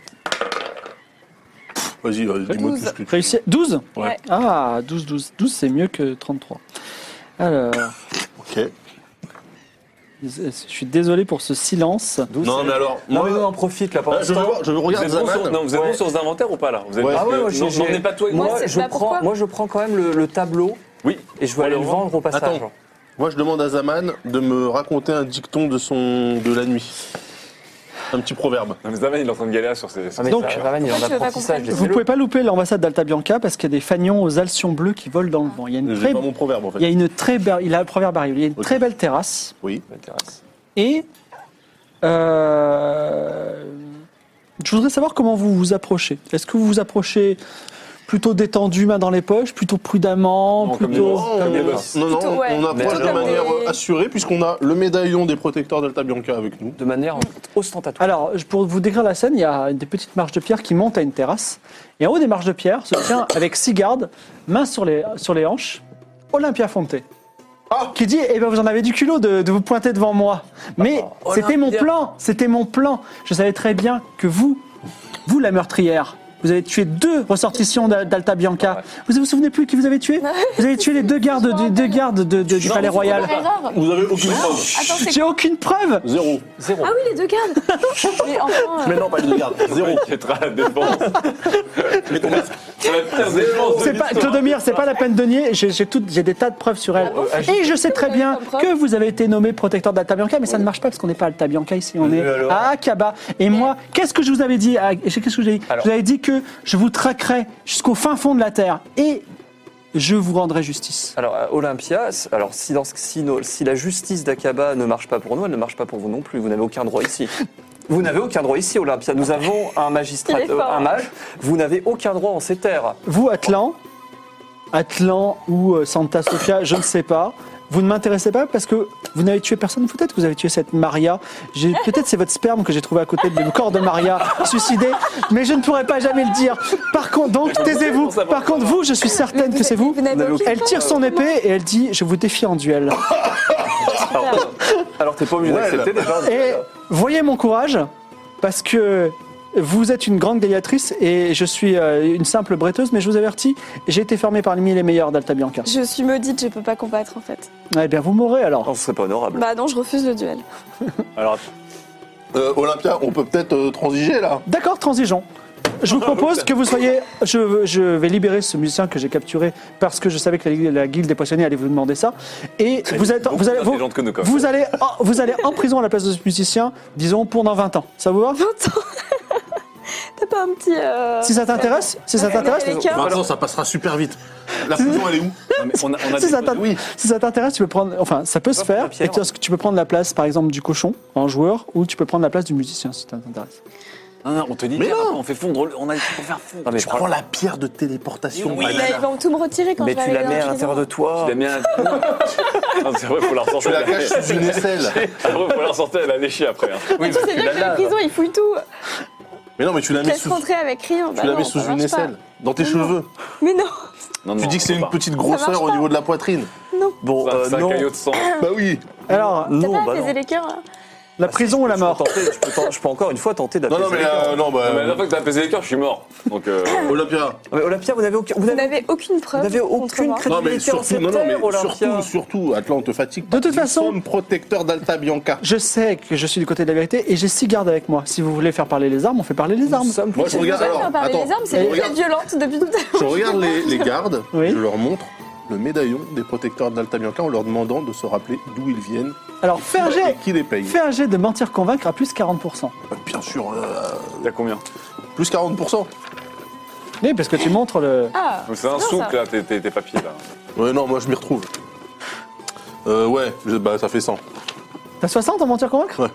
Speaker 4: Vas-y, euh, dis-moi tout ce que tu
Speaker 1: Réussi. 12
Speaker 5: Ouais.
Speaker 1: Ah, 12, 12. 12, c'est mieux que 33. Alors,
Speaker 4: Ok.
Speaker 1: je suis désolé pour ce silence.
Speaker 4: Non, mais alors.
Speaker 3: Non,
Speaker 4: moi,
Speaker 3: mais nous, on en profite là pendant
Speaker 4: euh,
Speaker 3: ce
Speaker 4: je veux
Speaker 3: temps.
Speaker 4: voir, je veux
Speaker 2: Vous
Speaker 4: regarder
Speaker 2: êtes bon
Speaker 4: Zaman.
Speaker 2: sur, non, vous êtes
Speaker 3: Ouais.
Speaker 2: bon sur les inventaires ou pas là vous êtes-
Speaker 4: Ouais.
Speaker 2: parce
Speaker 3: Ah ouais,
Speaker 2: que-
Speaker 3: ouais, j'ai-
Speaker 2: non,
Speaker 3: j'ai-
Speaker 2: J'en ai pas toi et
Speaker 3: moi,
Speaker 2: moi.
Speaker 5: c'est-
Speaker 3: je
Speaker 5: bah,
Speaker 3: prends,
Speaker 5: pourquoi
Speaker 3: moi, je prends quand même le, le tableau
Speaker 2: Oui.
Speaker 3: et je vais
Speaker 2: On
Speaker 3: aller
Speaker 2: le
Speaker 3: le
Speaker 2: vend.
Speaker 3: vendre au passage.
Speaker 4: Attends. Moi, je demande à Zaman de me raconter un dicton de, son... de la nuit. un petit proverbe.
Speaker 2: Non, mais Zaman, il est en train de galérer sur ses.
Speaker 6: Ah, mais
Speaker 1: Donc,
Speaker 6: ça, Ravan, il est
Speaker 5: en
Speaker 6: en
Speaker 5: fait, je veux pas
Speaker 6: apprentissage.
Speaker 5: comprendre.
Speaker 1: Vous
Speaker 6: laissez-le.
Speaker 1: pouvez pas louper l'ambassade d'Alta Bianca parce qu'il y a des fanions aux alcions bleues qui volent dans le vent. Il y a une
Speaker 4: J'ai
Speaker 1: très,
Speaker 4: pas mon proverbe en
Speaker 1: il y a
Speaker 4: fait.
Speaker 1: une très, be- il a le proverbe arrive. Il y a une
Speaker 4: Ok.
Speaker 1: très belle terrasse
Speaker 4: Oui.
Speaker 1: et euh, je voudrais savoir comment vous vous approchez. Est-ce que vous vous approchez plutôt détendu, main dans les poches, plutôt prudemment,
Speaker 2: Non, comme des
Speaker 1: plutôt
Speaker 2: boss.
Speaker 4: Non,
Speaker 2: Comme des
Speaker 4: on-
Speaker 2: boss.
Speaker 4: non, non,
Speaker 5: Plutôt, ouais.
Speaker 4: on approche
Speaker 6: Plutôt
Speaker 4: de
Speaker 6: comme
Speaker 4: manière
Speaker 5: des-
Speaker 4: assurée puisqu'on a le médaillon des protecteurs d'Alta Bianca avec nous.
Speaker 6: De manière ostentatoire.
Speaker 1: Alors, je- pour vous décrire la scène, il y a des petites marches de pierre qui montent à une terrasse. Et en haut des marches de pierre se tient, avec six gardes, main sur les, sur les hanches, Olympia Fonte. Qui dit Eh ben, vous en avez du culot de, de vous pointer devant moi. Mais c'était mon plan, c'était mon plan. Je savais très bien que vous, vous la meurtrière, vous avez tué deux ressortissants d'Al- d'Alta Bianca. Vous vous souvenez plus qui vous avez tué Vous avez tué les deux gardes, du- deux gardes de- de- du
Speaker 4: Non,
Speaker 1: Palais
Speaker 4: vous vous
Speaker 1: Royal.
Speaker 5: Très grave.
Speaker 4: Vous avez
Speaker 5: Ah.
Speaker 4: aucune preuve.
Speaker 5: Attends, c'est
Speaker 1: J'ai aucune preuve
Speaker 4: Zéro.
Speaker 6: Zéro.
Speaker 5: Ah oui, les deux gardes Mais enfin, euh,
Speaker 4: Mais non, pas de garde. Zéro.
Speaker 2: T'inquiètera la défense. C'est la pire défense.
Speaker 1: C'est pas, Clodomir, c'est pas la peine de nier. J'ai j'ai toutes- j'ai des tas de preuves sur elle.
Speaker 5: bon
Speaker 1: Et je sais très bien
Speaker 5: Comme preuve
Speaker 1: que Ah vous avez été nommé protecteur d'Alta Bianca, mais ça ne marche pas parce qu'on n'est pas à Alta Bianca ici, on est à Akaba. Et moi, qu'est-ce que je vous avais dit à- Qu'est-ce que je vous ai dit Je vous avais dit que je vous traquerais jusqu'au fin fond de la terre et je vous rendrai justice.
Speaker 6: Alors, à Olympia, c'est- alors
Speaker 3: euh, Alors, si, dans ce- si, nos- si la justice d'Akaba ne marche pas pour nous, elle ne marche pas pour vous non plus. Vous n'avez aucun droit ici. Vous n'avez aucun droit ici, Olympia. Nous avons un magistrat,
Speaker 5: Il est
Speaker 3: euh,
Speaker 5: fort.
Speaker 3: un mage. Vous n'avez aucun droit en ces terres.
Speaker 1: Vous, Atlan, Atlan ou euh, Santa Sofia, je ne sais pas. Vous ne m'intéressez pas parce que vous n'avez tué personne. Peut-être que vous avez tué cette Maria. J'ai- Peut-être c'est votre sperme que j'ai trouvé à côté du corps de Maria suicidé. Mais je ne pourrais pas jamais le dire. Par contre, donc taisez-vous. Par contre, vous, je suis certaine que c'est vous.
Speaker 5: Vous n'avez aucune
Speaker 1: Elle tire son épée et elle dit Je vous défie en duel.
Speaker 3: Alors, t'es pas obligé
Speaker 4: Ouais,
Speaker 3: d'accepter déjà.
Speaker 1: Et voyez mon courage parce que. Vous êtes une grande gladiatrice et je suis euh, une simple bretteuse, mais je vous avertis, j'ai été formée parmi les meilleurs d'Alta Bianca.
Speaker 5: Je suis maudite, je peux pas combattre en fait.
Speaker 1: Eh bien, vous mourrez alors.
Speaker 3: Non, ce serait pas honorable.
Speaker 5: Bah non, je refuse le duel.
Speaker 2: Alors,
Speaker 4: Euh, Olympia, on peut peut-être euh, transiger là.
Speaker 1: D'accord, transigeons. Je vous propose que vous soyez. Je, je vais libérer ce musicien que j'ai capturé parce que je savais que la, la guilde des poissonniers allait vous demander ça. Et vous, êtes, vous, allez, vous,
Speaker 2: gens que nous, quand
Speaker 1: vous allez, en- vous allez en prison à la place de ce musicien, disons pendant 20 ans. Ça vous va
Speaker 5: 20 ans T'as pas un petit. euh,
Speaker 1: Si ça t'intéresse, si ça
Speaker 5: Ouais,
Speaker 1: t'intéresse,
Speaker 5: les cœurs
Speaker 4: Vincent, ça passera super vite. La prison, elle est où
Speaker 2: Non, mais on a, on a
Speaker 1: si
Speaker 2: des-
Speaker 1: ça t'int- si ça t'intéresse, tu peux prendre. Enfin, ça peut se faire. Et tu, tu peux prendre la place, par exemple, du cochon en joueur, ou tu peux prendre la place du musicien si ça t'intéresse.
Speaker 2: Non, non, on te dit.
Speaker 4: Mais
Speaker 2: bien,
Speaker 4: non.
Speaker 2: On fait fondre. le- On a pour faire fondre.
Speaker 3: Non, mais je crois-
Speaker 4: la pierre de téléportation.
Speaker 2: Oui,
Speaker 5: Bah, Ils vont tout me retirer quand
Speaker 3: Mais
Speaker 5: je vais
Speaker 3: tu
Speaker 5: aller
Speaker 3: la
Speaker 5: dans
Speaker 3: mets à
Speaker 5: le
Speaker 3: l'intérieur de
Speaker 5: prison.
Speaker 3: toi.
Speaker 2: Tu l'as mis à- Non, C'est vrai, faut la ressortir.
Speaker 4: Tu la caches sous une aisselle.
Speaker 2: Après, faut la ressortir et la lécher après. hein.
Speaker 5: Mais tu sais bien que les prisons, ils fouillent tout.
Speaker 4: Mais non, Ah, mais tu la mets
Speaker 5: Laisse
Speaker 4: sous,
Speaker 5: rentrer avec rien. Bah
Speaker 4: tu la
Speaker 5: non,
Speaker 4: mets
Speaker 5: ça
Speaker 4: sous une
Speaker 5: marche pas.
Speaker 4: aisselle. Dans tes
Speaker 5: Mais non.
Speaker 4: cheveux.
Speaker 5: Mais non,
Speaker 2: Non,
Speaker 4: Tu
Speaker 2: non,
Speaker 4: dis que c'est
Speaker 2: faut
Speaker 4: une
Speaker 2: pas.
Speaker 4: petite
Speaker 5: marche
Speaker 4: grosseur au
Speaker 5: pas.
Speaker 4: niveau de la poitrine.
Speaker 3: Bon,
Speaker 2: Ça-
Speaker 3: euh,
Speaker 2: C'est un
Speaker 3: non.
Speaker 2: caillot de sang.
Speaker 4: Bah oui.
Speaker 1: Alors,
Speaker 5: t'as
Speaker 3: Non,
Speaker 5: pas
Speaker 3: bah
Speaker 5: à
Speaker 3: non.
Speaker 5: baiser les cœurs hein. là
Speaker 1: la prison ou la
Speaker 3: Je peux
Speaker 1: mort
Speaker 3: tenter- je peux ten- Je peux encore une fois tenter
Speaker 4: Non,
Speaker 3: d'apaiser
Speaker 4: non, mais
Speaker 3: les cœurs.
Speaker 4: euh, non, bah.
Speaker 2: Mais la dernière fois que t'as apaisé les cœurs, je suis mort. Donc, euh,
Speaker 4: Olympia.
Speaker 3: Mais Olympia, vous n'avez aucun. Vous
Speaker 5: Vous
Speaker 3: n'avez
Speaker 5: n'avez aucune preuve.
Speaker 3: vous n'avez
Speaker 5: contre
Speaker 3: aucune
Speaker 5: moi.
Speaker 3: crédibilité
Speaker 4: Non, mais
Speaker 3: en
Speaker 4: surtout,
Speaker 3: cette
Speaker 4: non, non, mais
Speaker 3: terre, Olympia.
Speaker 4: surtout, surtout, Atlan, te fatigue.
Speaker 1: De toute façon-
Speaker 4: Nous sommes protecteurs d'Alta Bianca.
Speaker 1: Je sais que je suis du côté de la vérité et j'ai six gardes avec moi. Si vous voulez faire parler les armes, on fait parler les armes.
Speaker 3: Nous sommes
Speaker 4: Moi, je
Speaker 5: Je
Speaker 4: regarde.
Speaker 5: vais
Speaker 4: Alors,
Speaker 5: faire parler
Speaker 4: attends,
Speaker 5: les armes, c'est
Speaker 4: je
Speaker 5: une
Speaker 4: regarde-
Speaker 5: fête violente depuis tout à l'heure.
Speaker 4: Je regarde les, les gardes,
Speaker 1: Oui.
Speaker 4: je leur montre le médaillon des protecteurs d'Alta Bianca en leur demandant de se rappeler d'où ils viennent
Speaker 1: Alors fais un
Speaker 4: et
Speaker 1: jet,
Speaker 4: qui les paye.
Speaker 1: fais un jet de mentir convaincre à plus 40%.
Speaker 4: Bien sûr, euh,
Speaker 2: t'as combien
Speaker 4: plus 40%.
Speaker 1: Oui, parce que tu montres le.
Speaker 5: Ah,
Speaker 2: Donc, C'est un
Speaker 5: bien,
Speaker 2: souk
Speaker 5: ça.
Speaker 2: là, tes- tes tes papiers là.
Speaker 4: Ouais, non, moi je m'y retrouve. Euh, ouais, je- bah, ça fait 100.
Speaker 1: T'as 60 en mentir convaincre
Speaker 4: Ouais.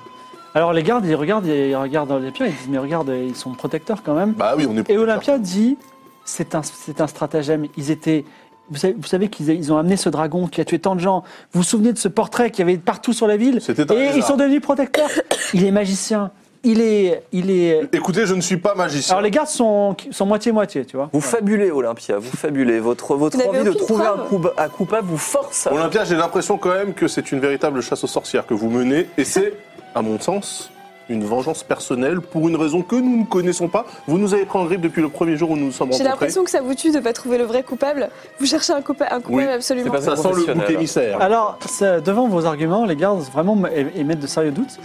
Speaker 1: Alors les gardes, ils regardent, ils regardent les pierres, ils disent mais regarde, ils sont protecteurs quand même.
Speaker 4: Bah oui, on est
Speaker 1: Et
Speaker 4: protecteurs.
Speaker 1: Olympia dit c'est un, c'est un stratagème. Ils étaient. Vous savez, vous savez qu'ils ils ont amené ce dragon qui a tué tant de gens. Vous vous souvenez de ce portrait qu'il y avait partout sur la ville
Speaker 4: C'était un
Speaker 1: Et ils
Speaker 4: lézard.
Speaker 1: sont devenus protecteurs. Il est magicien. Il est. Il est.
Speaker 4: Écoutez, je ne suis pas magicien.
Speaker 1: Alors les gardes sont sont moitié moitié, tu vois.
Speaker 3: Vous fabulez, Olympia, vous fabulez. Votre, votre
Speaker 5: Vous n'avez
Speaker 3: envie de
Speaker 5: aucune
Speaker 3: trouver un,
Speaker 5: preuve.
Speaker 3: coupa- un coupable vous force à.
Speaker 4: Olympia, j'ai l'impression quand même que c'est une véritable chasse aux sorcières que vous menez, et c'est, à mon sens, une vengeance personnelle pour une raison que nous ne connaissons pas. Vous nous avez pris en grippe depuis le premier jour où nous nous sommes
Speaker 5: J'ai
Speaker 4: rencontrés.
Speaker 5: l'impression que ça vous tue de pas trouver le vrai coupable. Vous cherchez un, coupa- un coupable
Speaker 4: Oui,
Speaker 5: absolument.
Speaker 3: pas
Speaker 4: Ça sent le bouc
Speaker 3: Professionnel.
Speaker 5: Ah.
Speaker 4: émissaire.
Speaker 1: Alors, ça- devant vos arguments, les gardes vraiment m- é- émettent de sérieux doutes.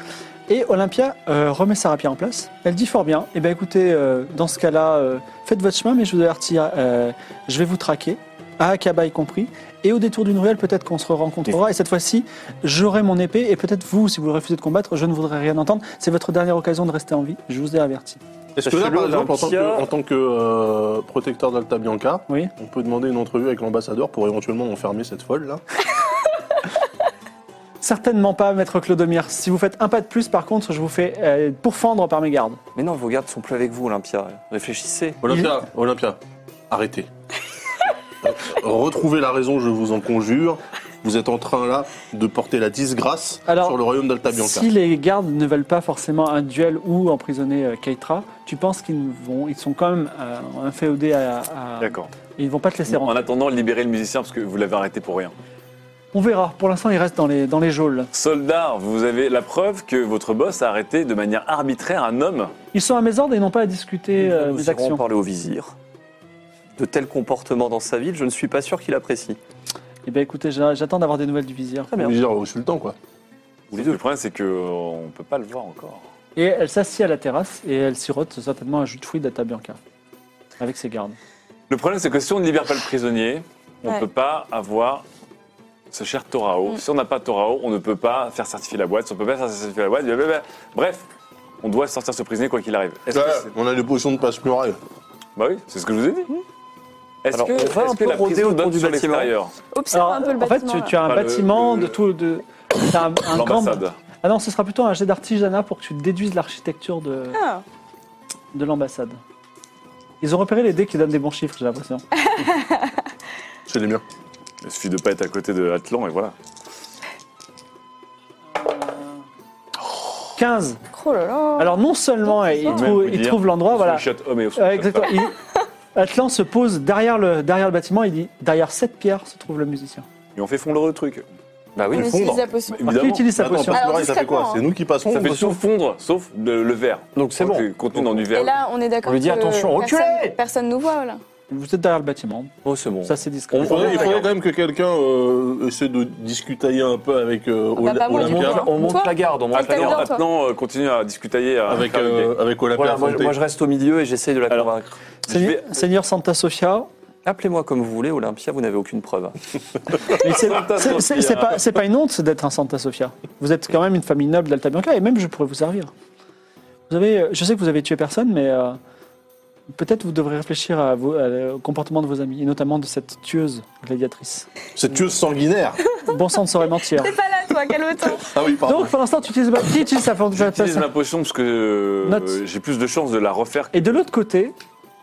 Speaker 1: Et Olympia euh, remet sa rapière en place. Elle dit fort bien, eh bien écoutez, euh, dans ce cas-là, euh, faites votre chemin, mais je vous avertis, euh, je vais vous traquer. à Akaba y compris. Et au détour d'une ruelle, peut-être qu'on se rencontrera. Et cette fois-ci, j'aurai mon épée. Et peut-être vous, si vous refusez de combattre, je ne voudrais rien entendre. C'est votre dernière occasion de rester en vie. Je vous ai averti.
Speaker 4: Est-ce que là,
Speaker 6: Sachez-le,
Speaker 4: par exemple, en tant
Speaker 6: Olympia-
Speaker 4: que, en tant que, euh, protecteur d'Alta Bianca,
Speaker 1: Oui.
Speaker 4: on peut demander une entrevue avec l'ambassadeur pour éventuellement enfermer cette folle là
Speaker 1: Certainement pas, maître Clodomir. Si vous faites un pas de plus, par contre, je vous fais euh, pourfendre par mes gardes.
Speaker 6: Mais non, vos gardes sont plus avec vous, Olympia. Réfléchissez.
Speaker 4: Olympia, Olympia, arrêtez. Euh, Retrouvez la raison, je vous en conjure. Vous êtes en train là de porter la disgrâce
Speaker 1: Alors,
Speaker 4: sur le royaume d'Alta Bianca.
Speaker 1: Si les gardes ne veulent pas forcément un duel ou emprisonner euh, Keitra, tu penses qu'ils vont, ils sont quand même euh, inféodés à, à-
Speaker 2: D'accord.
Speaker 1: et ils vont pas te laisser
Speaker 2: En
Speaker 1: rentrer.
Speaker 2: attendant, libérez le musicien parce que vous l'avez arrêté pour rien.
Speaker 1: On verra. Pour l'instant, ils restent dans les dans les geôles.
Speaker 2: Soldats, vous avez la preuve que votre boss a arrêté de manière arbitraire un homme.
Speaker 1: Ils sont à mes ordres et n'ont pas à discuter euh,
Speaker 6: nous
Speaker 1: des
Speaker 6: irons
Speaker 1: actions.
Speaker 6: parler au vizir. De tels comportements dans sa ville, je ne suis pas sûr qu'il apprécie.
Speaker 1: Eh bien, écoutez, j'a- j'attends d'avoir des nouvelles du vizir.
Speaker 6: bien.
Speaker 4: Je veux dire, au sultan quoi.
Speaker 2: Le problème, c'est qu'on ne peut pas le voir encore.
Speaker 1: Et elle s'assied à la terrasse et elle sirote certainement un jus de fruits d'Atabianca avec ses gardes.
Speaker 2: Le problème, c'est que si on ne libère pas le prisonnier, on ne
Speaker 5: Ouais.
Speaker 2: peut pas avoir ce cher Torao.
Speaker 5: Mm.
Speaker 2: Si on n'a pas Torao, on ne peut pas faire certifier la boîte. Si on ne peut pas faire certifier la boîte, blablabla. bref, on doit sortir ce prisonnier quoi qu'il arrive. Est-ce que
Speaker 4: Ouais,
Speaker 2: c'est-
Speaker 4: on a les potions de passe-muraille.
Speaker 2: bah oui, c'est ce que je vous ai dit. Est-ce
Speaker 6: Hmm. Alors,
Speaker 2: que,
Speaker 6: on va un
Speaker 2: est-ce que
Speaker 6: peu
Speaker 2: la
Speaker 6: rôder
Speaker 2: prison
Speaker 6: autour
Speaker 2: donne
Speaker 6: du
Speaker 2: sur
Speaker 6: bâtiment.
Speaker 2: l'extérieur
Speaker 5: Observe un peu le
Speaker 1: en fait,
Speaker 5: bâtiment.
Speaker 1: tu,
Speaker 5: là.
Speaker 1: tu as un
Speaker 2: Enfin, le-
Speaker 1: bâtiment
Speaker 2: le-
Speaker 1: de tout. De, t'as un, un grand.
Speaker 2: L'ambassade.
Speaker 1: Ah non, ce sera plutôt un jet d'artisanat pour que tu déduises l'architecture de.
Speaker 5: Ah,
Speaker 1: de l'ambassade. Ils ont repéré les dés qui donnent des bons chiffres, j'ai l'impression.
Speaker 4: C'est les miens.
Speaker 2: Il suffit de pas être à côté de Atlan et voilà.
Speaker 6: Ah,
Speaker 1: 15.
Speaker 5: oh là là.
Speaker 1: Alors non seulement ils,
Speaker 5: Même
Speaker 1: trouvent,
Speaker 2: vous
Speaker 1: ils
Speaker 2: dire,
Speaker 1: trouvent l'endroit, voilà.
Speaker 2: Shot homme et au
Speaker 1: Ouais, exactement. Il- Atlan se pose derrière le, derrière le bâtiment, il dit derrière cette pierre se trouve le musicien.
Speaker 2: Et on fait fondre le truc.
Speaker 6: Bah oui,
Speaker 5: on utilise la potion.
Speaker 2: Évidemment.
Speaker 1: qui utilise sa
Speaker 4: Attends,
Speaker 1: potion
Speaker 4: passe-muraille, ça fait
Speaker 5: discrètement, hein.
Speaker 4: quoi C'est nous qui passons
Speaker 2: Ça
Speaker 4: ou
Speaker 2: fait
Speaker 4: pas
Speaker 2: tout fondre, sauf le, le verre.
Speaker 6: donc c'est bon.
Speaker 2: Contenu- Contenu dans du verre.
Speaker 5: Et là, on est d'accord.
Speaker 6: On lui dit,
Speaker 5: que
Speaker 6: attention, reculez
Speaker 5: personne- Personne nous voit là.
Speaker 1: Vous êtes derrière le bâtiment,
Speaker 6: Oh, c'est bon.
Speaker 1: ça c'est discret.
Speaker 4: Il faudrait, il faudrait quand même que quelqu'un euh, essaie de discutailler un peu avec euh,
Speaker 5: Ah bah,
Speaker 4: Ola-
Speaker 5: pas moi,
Speaker 6: on monte,
Speaker 5: du
Speaker 4: Olympia,
Speaker 5: coup.
Speaker 6: on monte
Speaker 5: Toi
Speaker 6: la garde, on monte la
Speaker 5: Attends,
Speaker 2: Atlan,
Speaker 6: garde.
Speaker 5: dedans, toi.
Speaker 2: Atlan, euh, continue à discutailler. à
Speaker 4: avec,
Speaker 2: faire le
Speaker 4: euh, avec Olympia
Speaker 6: Voilà, moi, je-
Speaker 4: Fonté.
Speaker 6: moi, je reste au milieu et j'essaye de la
Speaker 2: Alors-
Speaker 6: convaincre.
Speaker 2: je
Speaker 1: Seigneur,
Speaker 2: vais-
Speaker 1: Seigneur Santa Sofia,
Speaker 6: Appelez-moi comme vous voulez, Olympia, vous n'avez aucune preuve.
Speaker 1: mais c'est-
Speaker 2: Santa
Speaker 1: c'est- c'est- c'est
Speaker 2: Sofia.
Speaker 1: pas, c'est pas une honte d'être un Santa Sofia. Vous êtes quand même une famille noble d'Alta Bianca et même je pourrais vous servir. Vous avez, euh, je sais que vous avez tué personne, mais euh, peut-être vous devrez réfléchir à vos- à- au comportement de vos amis, et notamment de cette tueuse gladiatrice.
Speaker 4: Cette tueuse sanguinaire.
Speaker 1: Bon sang ne saurait mentir.
Speaker 5: T'es pas là, toi, calme-toi.
Speaker 4: Ah oui, pardon.
Speaker 1: Donc pour l'instant, tu utilises, qui utilise sa forme
Speaker 2: J'utilise ma potion parce que euh,
Speaker 1: Note.
Speaker 2: j'ai plus de chances de la refaire.
Speaker 1: Et de l'autre côté,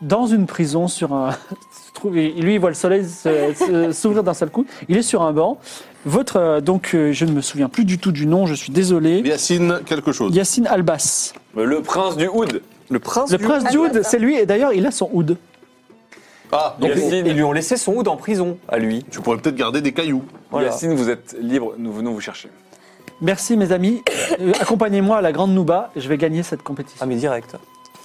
Speaker 1: dans une prison, sur un, se trouve- lui il voit le soleil se- se- s'ouvrir d'un seul coup. Il est sur un banc. Votre euh, donc, euh, je ne me souviens plus du tout du nom. Je suis désolé.
Speaker 4: Yacine, quelque chose.
Speaker 1: Yacine Albas.
Speaker 2: Le prince du Oud.
Speaker 6: Le prince,
Speaker 1: Le
Speaker 6: du-
Speaker 1: prince du
Speaker 5: Albas,
Speaker 1: Oud,
Speaker 5: hein.
Speaker 1: c'est lui, et d'ailleurs, il a son Oud.
Speaker 4: Ah, donc
Speaker 2: Yacine.
Speaker 6: Ils lui ont laissé son hood en prison, à lui.
Speaker 4: tu pourrais peut-être garder des cailloux.
Speaker 6: Voilà.
Speaker 2: Yacine, vous êtes libre, nous venons vous chercher.
Speaker 1: Merci, mes amis. Euh, Accompagnez-moi à la Grande Nouba, je vais gagner cette compétition.
Speaker 6: Ah, mais direct.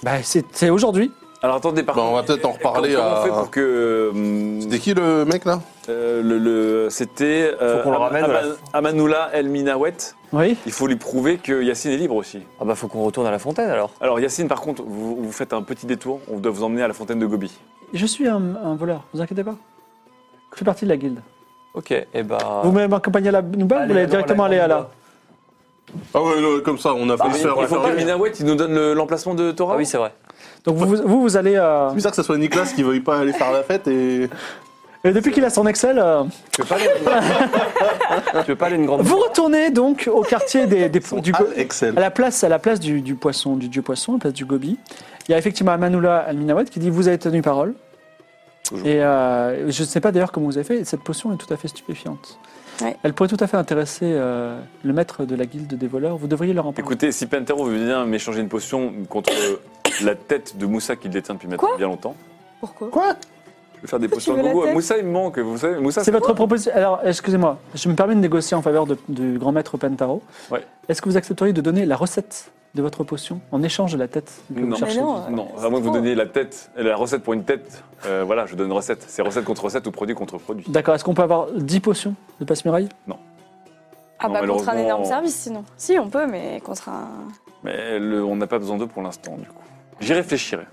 Speaker 1: Bah, c'est c'est aujourd'hui.
Speaker 2: Alors attendez, par
Speaker 4: Bah, on
Speaker 2: contre,
Speaker 4: va peut-être en reparler
Speaker 2: comment
Speaker 4: à-
Speaker 2: on fait pour que. hum,
Speaker 4: C'était qui le mec là
Speaker 2: euh, le, le- C'était. euh,
Speaker 6: Faut qu'on le ramène à la-
Speaker 2: Aman- Amanoula El Minawet.
Speaker 1: Oui.
Speaker 2: Il faut lui prouver que Yacine est libre aussi.
Speaker 6: Ah bah faut qu'on retourne à la fontaine alors.
Speaker 2: Alors Yacine, par contre, vous, vous faites un petit détour. On doit vous emmener à la fontaine de Gobi.
Speaker 1: Je suis un, un voleur, vous inquiétez pas. Je fais partie de la guilde.
Speaker 6: Ok, et
Speaker 2: eh ben,
Speaker 6: bah...
Speaker 1: Vous m'accompagnez à la Nouba ou vous voulez directement aller à la.
Speaker 4: Ah ouais, non, comme ça, on a failli se faire.
Speaker 2: Il faut pas que
Speaker 4: enfermer.
Speaker 2: Minawet, il nous donne le- l'emplacement de Torah
Speaker 6: Ah oui, c'est vrai.
Speaker 1: Donc vous, vous, vous allez. euh,
Speaker 4: C'est bizarre que ce soit Nicolas qui veuille pas aller faire la fête et.
Speaker 1: Et depuis qu'il a son Excel. euh,
Speaker 6: Tu veux pas aller, tu veux pas aller une grande...
Speaker 1: Vous retournez donc au quartier des, des- du go-
Speaker 4: Ah, Excel.
Speaker 1: à la place à la place du, du poisson du dieu poisson, à la place du gobi. Il y a effectivement Amanoula Alminawat qui dit vous avez tenu parole. Et euh, je ne sais pas d'ailleurs comment vous avez fait. Cette potion est tout à fait stupéfiante.
Speaker 5: Ouais.
Speaker 1: Elle pourrait tout à fait intéresser euh, le maître de la guilde des voleurs. Vous devriez leur en parler.
Speaker 2: Écoutez, si Pentero veut bien m'échanger une potion contre la tête de Moussa qu'il détient depuis maintenant
Speaker 5: Quoi
Speaker 2: bien longtemps,
Speaker 5: Pourquoi
Speaker 2: je vais faire des
Speaker 5: tu
Speaker 2: potions de
Speaker 5: veux la
Speaker 2: gogo.
Speaker 5: tête
Speaker 2: Moussa, il me manque, vous savez. Moussa,
Speaker 1: C'est votre proposition. Alors, excusez-moi, je me permets de négocier en faveur de- du grand maître Pentaro.
Speaker 2: Ouais.
Speaker 1: Est-ce que vous accepteriez de donner la recette de votre potion en échange de la tête que vous
Speaker 2: Non.
Speaker 1: cherchez
Speaker 5: Mais non. euh,
Speaker 2: Non, à
Speaker 5: c'est
Speaker 2: moins que vous
Speaker 5: trop.
Speaker 2: donniez la tête, la recette pour une tête. Euh, voilà, je donne recette. C'est recette contre recette ou produit contre produit.
Speaker 1: D'accord, est-ce qu'on peut avoir 10 potions de passe-muraille
Speaker 5: Ah
Speaker 2: Non,
Speaker 5: bah contre un
Speaker 2: malheureusement-
Speaker 5: énorme service sinon. Si on peut, mais contre un.
Speaker 2: Mais le- on n'a pas besoin d'eux pour l'instant, du coup. J'y réfléchirai.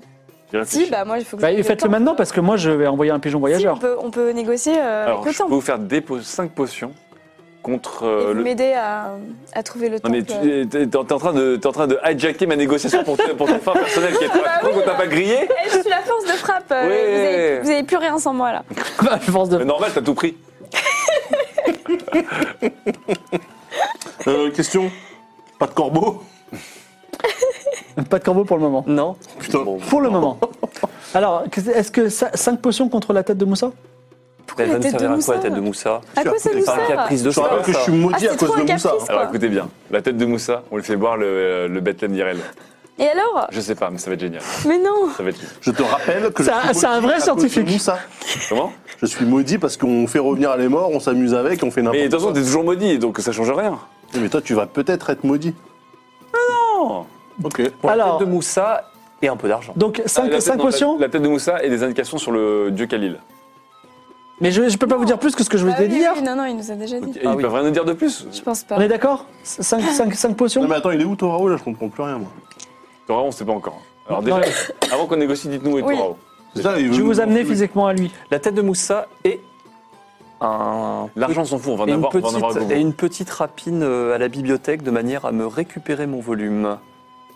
Speaker 2: Il réfléchit.
Speaker 5: Si, bah moi, il faut que
Speaker 1: Bah,
Speaker 5: je trouve
Speaker 1: faites-le
Speaker 5: temps.
Speaker 1: maintenant parce que moi je vais envoyer un pigeon
Speaker 5: Si, on
Speaker 1: voyageur.
Speaker 5: peut, on peut négocier euh,
Speaker 2: Alors,
Speaker 5: avec le
Speaker 2: je peux
Speaker 5: temple.
Speaker 2: vous faire des 5 potions contre
Speaker 5: Et
Speaker 2: euh,
Speaker 5: vous
Speaker 2: le.
Speaker 5: m'aider à, à trouver le euh.
Speaker 2: Non, mais
Speaker 5: temple.
Speaker 2: tu es, en train de, t'es en train de hijacker ma négociation pour, te- pour ton fin personnel qui est pas
Speaker 5: oui,
Speaker 2: qu'on t'a
Speaker 5: bah.
Speaker 2: pas grillé.
Speaker 5: Eh, je suis la force de frappe. euh,
Speaker 2: Ouais.
Speaker 5: vous, avez, vous avez plus rien sans moi là.
Speaker 1: À force de-
Speaker 2: Mais normal, t'as tout pris.
Speaker 4: Euh, question Pas de corbeau
Speaker 1: Pas de corbeau pour le moment.
Speaker 3: Non
Speaker 4: Putain.
Speaker 1: Pour le moment. Alors, que- est-ce que 5 potions contre la tête de Moussa
Speaker 5: Pourquoi la
Speaker 3: va
Speaker 5: tête de
Speaker 3: servir à quoi
Speaker 5: Moussa
Speaker 3: la tête de Moussa
Speaker 5: À quoi ça nous
Speaker 3: C'est un
Speaker 5: sert
Speaker 3: caprice de
Speaker 4: Je te
Speaker 3: femme,
Speaker 4: rappelle que je
Speaker 3: ça.
Speaker 4: suis maudit
Speaker 5: Ah,
Speaker 4: à
Speaker 5: c'est
Speaker 4: cause
Speaker 5: trop
Speaker 4: de
Speaker 5: un
Speaker 4: Moussa.
Speaker 5: caprice,
Speaker 2: Alors
Speaker 5: Quoi
Speaker 2: écoutez bien, la tête de Moussa, on le fait boire le, le Bethlehem d'Irel.
Speaker 5: Et alors Bah
Speaker 2: Je sais pas, mais ça va être génial.
Speaker 5: Mais non
Speaker 2: Ça va être...
Speaker 4: Je te rappelle que je
Speaker 1: C'est un-
Speaker 4: suis
Speaker 1: c'est un
Speaker 4: maudit
Speaker 1: vrai
Speaker 4: à cause
Speaker 1: scientifique.
Speaker 4: de Moussa.
Speaker 2: Comment
Speaker 4: Je suis maudit parce qu'on fait revenir les morts, on s'amuse avec, on fait
Speaker 3: Ah
Speaker 2: Mais
Speaker 4: n'importe
Speaker 2: de toute façon,
Speaker 4: quoi.
Speaker 2: t'es toujours maudit, donc ça change rien.
Speaker 4: Mais toi, tu vas peut-être être maudit.
Speaker 2: Ah Non
Speaker 4: Ok.
Speaker 3: Pour la
Speaker 1: Alors-
Speaker 3: tête de Moussa et un peu d'argent.
Speaker 1: Donc
Speaker 2: Ah, la
Speaker 1: 5
Speaker 2: tête- non, la-
Speaker 1: potions
Speaker 2: la, tête de Moussa et des indications sur le dieu Khalil.
Speaker 1: Mais je ne peux pas vous dire plus que ce que je vous
Speaker 5: Bah
Speaker 1: ai
Speaker 5: oui,
Speaker 1: dit
Speaker 5: oui,
Speaker 1: hier.
Speaker 5: oui, Non, non, il nous a déjà dit.
Speaker 2: Et ils
Speaker 3: oui.
Speaker 2: peuvent rien nous dire de plus.
Speaker 5: Je pense pas.
Speaker 1: On est d'accord 5,
Speaker 4: Non
Speaker 1: potions
Speaker 4: mais attends, il est où Torao là Je comprends plus rien moi.
Speaker 2: Torao, on sait pas encore. Alors
Speaker 1: Non,
Speaker 2: déjà, avant qu'on négocie, dites-nous où est
Speaker 5: Oui.
Speaker 2: Torao.
Speaker 4: C'est ça, il
Speaker 1: Je vais
Speaker 4: veut
Speaker 1: vous
Speaker 4: nous-
Speaker 1: amener physiquement à lui.
Speaker 3: La tête de Moussa et un...
Speaker 2: L'argent s'en fout, on va en
Speaker 3: et une,
Speaker 2: avoir, on va en avoir
Speaker 3: petite,
Speaker 2: beaucoup.
Speaker 3: et une petite rapine euh, à la bibliothèque de manière à me récupérer mon volume.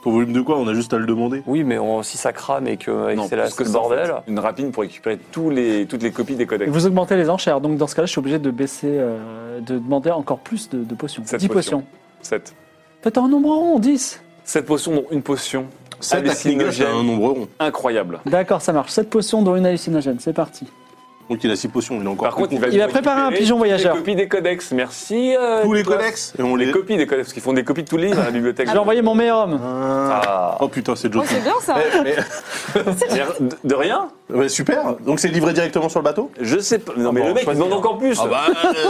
Speaker 4: Ton volume de quoi On a juste à le demander.
Speaker 3: Oui, mais on- si ça crame et que, et que
Speaker 2: Non,
Speaker 3: c'est la-
Speaker 2: plus
Speaker 3: c'est le
Speaker 2: ça, en fait.
Speaker 3: bordel.
Speaker 2: Une rapine pour récupérer tous les, toutes les copies des codex.
Speaker 1: Vous augmentez les enchères. Donc dans ce cas-là, je suis obligé de baisser, euh, de demander encore plus de, de potions.
Speaker 2: Sept
Speaker 1: 10
Speaker 2: potions.
Speaker 1: potions.
Speaker 2: 7.
Speaker 1: Peut-être en nombre rond, 10.
Speaker 2: 7 potions, dont une potion
Speaker 4: Ça, la Klingon, c'est un nombre rond.
Speaker 2: incroyable.
Speaker 1: D'accord, ça marche. 7 potions dont une hallucinogène. C'est parti.
Speaker 4: Donc il a 6 potions, il a encore.
Speaker 2: Par contre, il va
Speaker 1: Il a préparé un
Speaker 2: récupérer
Speaker 1: pigeon voyageur.
Speaker 2: Les copies des codex, merci. euh,
Speaker 4: tous les
Speaker 2: Nicolas.
Speaker 4: codex et on
Speaker 2: Les
Speaker 4: les.
Speaker 2: copies des codex, parce qu'ils font des copies de tous les livres à la bibliothèque.
Speaker 1: Je vais envoyer mon meilleur homme.
Speaker 4: Ah. Oh putain, c'est
Speaker 5: Oh,
Speaker 4: Joker.
Speaker 5: c'est bien ça
Speaker 2: De, de rien
Speaker 4: Ouais, super. Donc c'est livré directement sur le bateau
Speaker 2: Je sais pas.
Speaker 4: Ah,
Speaker 2: Non, mais
Speaker 3: bon,
Speaker 2: le mec, il
Speaker 3: choisis
Speaker 2: demande
Speaker 3: un.
Speaker 2: encore plus.
Speaker 4: bah,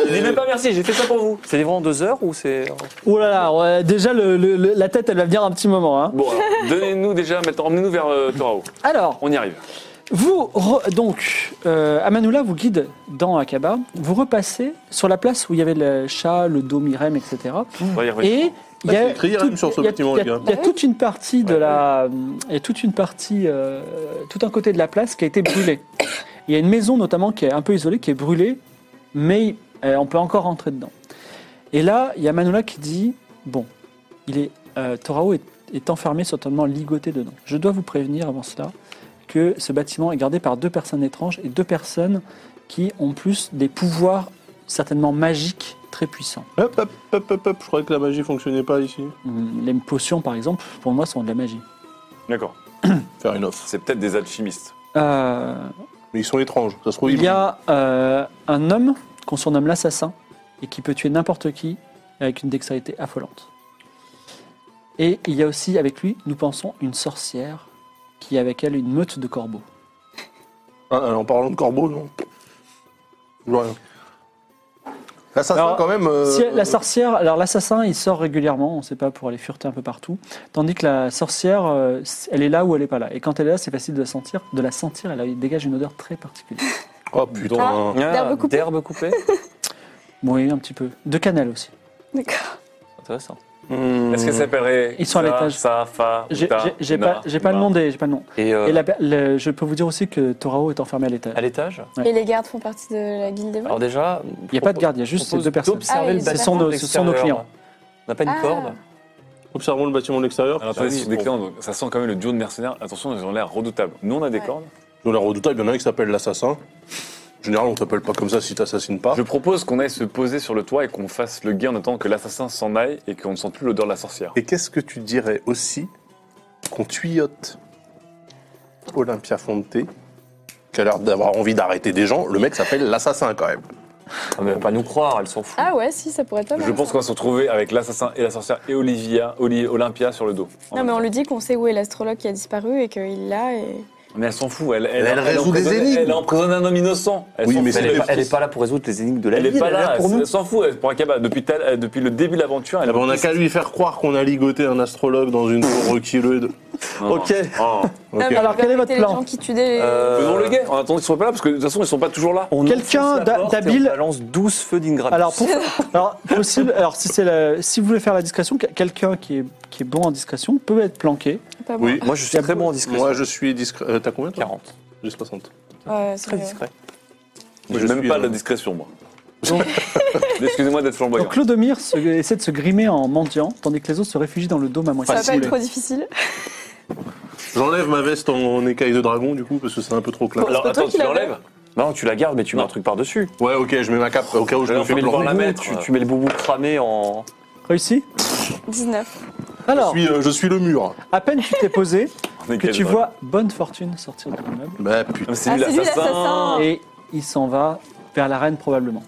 Speaker 2: Il dit même pas merci, j'ai fait ça pour vous.
Speaker 3: C'est livré en deux heures ou c'est.
Speaker 1: Oh là là, ouais, déjà le- le- le- la tête, elle va venir un petit moment. hein.
Speaker 2: Bon, alors, donnez-nous déjà, maintenant, emmenez-nous vers euh, Torao.
Speaker 1: Alors,
Speaker 2: On y arrive.
Speaker 1: vous, re- donc, euh, Amanoula vous guide dans Akaba. Vous repassez sur la place où il y avait le chat, le dos Myrem, etc.
Speaker 2: On va y revenir.
Speaker 1: Et il y
Speaker 4: Ah,
Speaker 1: a
Speaker 4: c'est écrit, hein,
Speaker 1: toute-
Speaker 4: sur ce
Speaker 1: il y a-
Speaker 4: bâtiment,
Speaker 1: il y a-
Speaker 4: les gars.
Speaker 1: il y a toute une partie de la, il y a toute une partie, euh, tout un côté de la place qui a été brûlé. Il y a une maison notamment qui est un peu isolée, qui est brûlée, mais euh, on peut encore rentrer dedans. Et là, il y a Manola qui dit, bon, il est, euh, Torao est, est enfermé, certainement ligoté dedans. Je dois vous prévenir avant cela que ce bâtiment est gardé par deux personnes étranges et deux personnes qui ont plus des pouvoirs certainement magiques très puissants.
Speaker 4: Hop, hop, hop, hop, hop. Je croyais que la magie fonctionnait pas ici.
Speaker 1: Hum, Les potions, par exemple, pour moi, sont de la magie.
Speaker 2: D'accord.
Speaker 4: Faire une offre.
Speaker 2: C'est peut-être des alchimistes.
Speaker 1: Euh,
Speaker 4: Mais ils sont étranges. Ça se trouve,
Speaker 1: il
Speaker 4: ils.
Speaker 1: y a euh, un homme qu'on surnomme l'assassin et qui peut tuer n'importe qui avec une dextérité affolante. Et il y a aussi avec lui, nous pensons, une sorcière qui a avec elle une meute de corbeaux.
Speaker 4: Ah, en parlant de corbeau, non. Je vois rien. L'assassin,
Speaker 1: Alors,
Speaker 4: quand même. euh,
Speaker 1: Si la sorcière, alors l'assassin, il sort régulièrement, on ne sait pas pour aller fureter un peu partout, tandis que la sorcière, euh, elle est là ou elle n'est pas là. Et quand elle est là, c'est facile de la sentir. De la sentir, elle dégage une odeur très particulière.
Speaker 4: Oh putain.
Speaker 5: Ah. D'herbe coupée.
Speaker 3: D'herbe coupée
Speaker 1: Oui, un petit peu. De cannelle aussi.
Speaker 5: D'accord.
Speaker 3: Intéressant.
Speaker 4: Hmm.
Speaker 2: Est-ce qu'elle s'appellerait
Speaker 1: Ils sont à
Speaker 2: Sa-
Speaker 1: l'étage.
Speaker 2: Sa, Fa,
Speaker 1: J'ai
Speaker 2: Ta,
Speaker 1: j'ai- j'ai
Speaker 2: Na,
Speaker 1: pas, j'ai pas le
Speaker 2: Ma.
Speaker 1: nom des, j'ai pas le nom.
Speaker 3: Et, euh,
Speaker 1: Et la- le- je peux vous dire aussi que Torao est enfermé à l'étage.
Speaker 3: à l'étage
Speaker 5: Et les gardes font partie de la guilde des
Speaker 3: Alors
Speaker 5: voleurs
Speaker 3: déjà.
Speaker 1: Il n'y a pas de garde, il y a juste ces deux personnes.
Speaker 5: Ah oui,
Speaker 3: ce
Speaker 1: ce sont nos, ce sont nos clients.
Speaker 3: On n'a pas une
Speaker 5: Ah.
Speaker 3: corde.
Speaker 4: Observons le bâtiment de l'extérieur.
Speaker 2: Alors,
Speaker 3: Ah
Speaker 2: attendez, c'est des clients, donc, ça sent quand même le duo de mercenaires. Attention, ils ont l'air redoutables. Nous, on a des
Speaker 5: Ouais.
Speaker 2: cornes.
Speaker 4: Dans la redoutable, il y en a un qui s'appelle l'assassin. En général, on t'appelle pas comme ça si t'assassines pas.
Speaker 2: Je propose qu'on aille se poser sur le toit et qu'on fasse le guet en attendant que l'assassin s'en aille et qu'on ne sente plus l'odeur de la sorcière.
Speaker 4: Et qu'est-ce que tu dirais aussi qu'on tuyote Olympia Fonte, qui a l'air d'avoir envie d'arrêter des gens Le mec s'appelle l'assassin quand même.
Speaker 3: Ah, On ne va pas nous croire, elle s'en fout.
Speaker 5: Ah ouais, si, ça pourrait être pas mal.
Speaker 2: Je pense
Speaker 5: ça.
Speaker 2: qu'on va se retrouver avec l'assassin et la sorcière et Olivia, Oli- Olympia sur le dos. En
Speaker 5: Non,
Speaker 2: même
Speaker 5: mais on
Speaker 2: temps.
Speaker 5: lui dit qu'on sait où est l'astrologue qui a disparu et qu'il l'a. Et...
Speaker 2: Mais elle s'en fout. Elle,
Speaker 4: Elle résout des
Speaker 2: emprisonne-
Speaker 4: énigmes.
Speaker 2: Elle emprisonne un homme innocent. Elle
Speaker 4: Oui,
Speaker 2: s'en
Speaker 4: mais
Speaker 2: fout.
Speaker 4: c'est
Speaker 3: Elle
Speaker 2: elle,
Speaker 3: n'est
Speaker 4: le-
Speaker 3: pas, elle est pas là pour résoudre les énigmes de la
Speaker 2: est
Speaker 3: ville.
Speaker 2: pas
Speaker 3: elle est
Speaker 2: là.
Speaker 3: pour
Speaker 2: Elle
Speaker 3: nous.
Speaker 2: s'en fout. Elle pour Akaba depuis, tel-
Speaker 4: Ah,
Speaker 2: euh, depuis le début de l'aventure. Elle
Speaker 4: on n'a qu'à lui faire croire qu'on a ligoté un astrologue dans une tour reculée.
Speaker 2: Non, non.
Speaker 3: Ok.
Speaker 4: Oh, ok.
Speaker 5: Ah, mais
Speaker 1: Alors,
Speaker 5: il va
Speaker 1: quel est votre
Speaker 5: arrêter les
Speaker 1: plan
Speaker 5: gens qui tuent des-
Speaker 3: Euh,
Speaker 2: Faisons le guet. En attendant, ils sont pas là parce que de toute façon, ils sont pas toujours là.
Speaker 3: on
Speaker 1: Quelqu'un
Speaker 3: enfonce la
Speaker 1: d'a-
Speaker 3: porte et
Speaker 1: d'habile-
Speaker 3: On balance 12 feux
Speaker 4: Ah.
Speaker 3: d'Ingramus.
Speaker 1: Alors, pour- alors, possible, alors si, c'est la- si vous voulez faire la discrétion, que- quelqu'un qui est, qui est bon en discrétion peut être planqué.
Speaker 5: Pas moi.
Speaker 4: Oui.
Speaker 3: Moi, je suis très bon en discrétion.
Speaker 4: Moi, je suis discret. Euh, T'as combien toi
Speaker 3: 40.
Speaker 4: J'ai 60.
Speaker 5: Ouais, c'est
Speaker 3: Très
Speaker 5: vrai.
Speaker 3: discret.
Speaker 4: je
Speaker 2: Moi, je n'aime
Speaker 4: suis,
Speaker 2: pas
Speaker 4: euh,
Speaker 2: la discrétion, moi. Excusez-moi d'être flamboyant.
Speaker 1: Donc Clodomir se- essaie de se grimer en mendiant, tandis que les autres se réfugient dans le dôme à
Speaker 5: Ça
Speaker 1: moitié.
Speaker 5: va pas être
Speaker 1: saoulé.
Speaker 5: trop difficile.
Speaker 4: J'enlève ma veste en écaille de dragon, du coup, parce que c'est un peu trop clair.
Speaker 5: Bon.
Speaker 2: Alors
Speaker 5: C'est toi
Speaker 2: attends,
Speaker 5: qui
Speaker 2: tu
Speaker 5: l'as
Speaker 2: l'enlèves
Speaker 3: Non, tu la gardes, mais tu mets un truc par-dessus.
Speaker 4: Ouais, ok, je mets ma cape au cas où je me
Speaker 2: Alors,
Speaker 4: fais
Speaker 2: faut
Speaker 3: Le
Speaker 2: Pour
Speaker 4: planter.
Speaker 2: la
Speaker 3: boubou,
Speaker 2: mettre,
Speaker 3: tu,
Speaker 2: ouais.
Speaker 3: tu mets le boubou cramé en.
Speaker 1: Réussi
Speaker 5: 19.
Speaker 1: Alors,
Speaker 4: Je suis, euh, je suis le mur.
Speaker 1: à peine tu t'es posé, que
Speaker 2: Nickel,
Speaker 1: tu
Speaker 2: ouais.
Speaker 1: vois Bonne Fortune sortir de l'immeuble.
Speaker 4: Bah
Speaker 2: Ah,
Speaker 4: putain.
Speaker 2: mais C'est
Speaker 5: Ah,
Speaker 2: lui
Speaker 5: c'est lui
Speaker 2: l'assassin.
Speaker 5: l'assassin.
Speaker 1: Et il s'en va vers la reine probablement.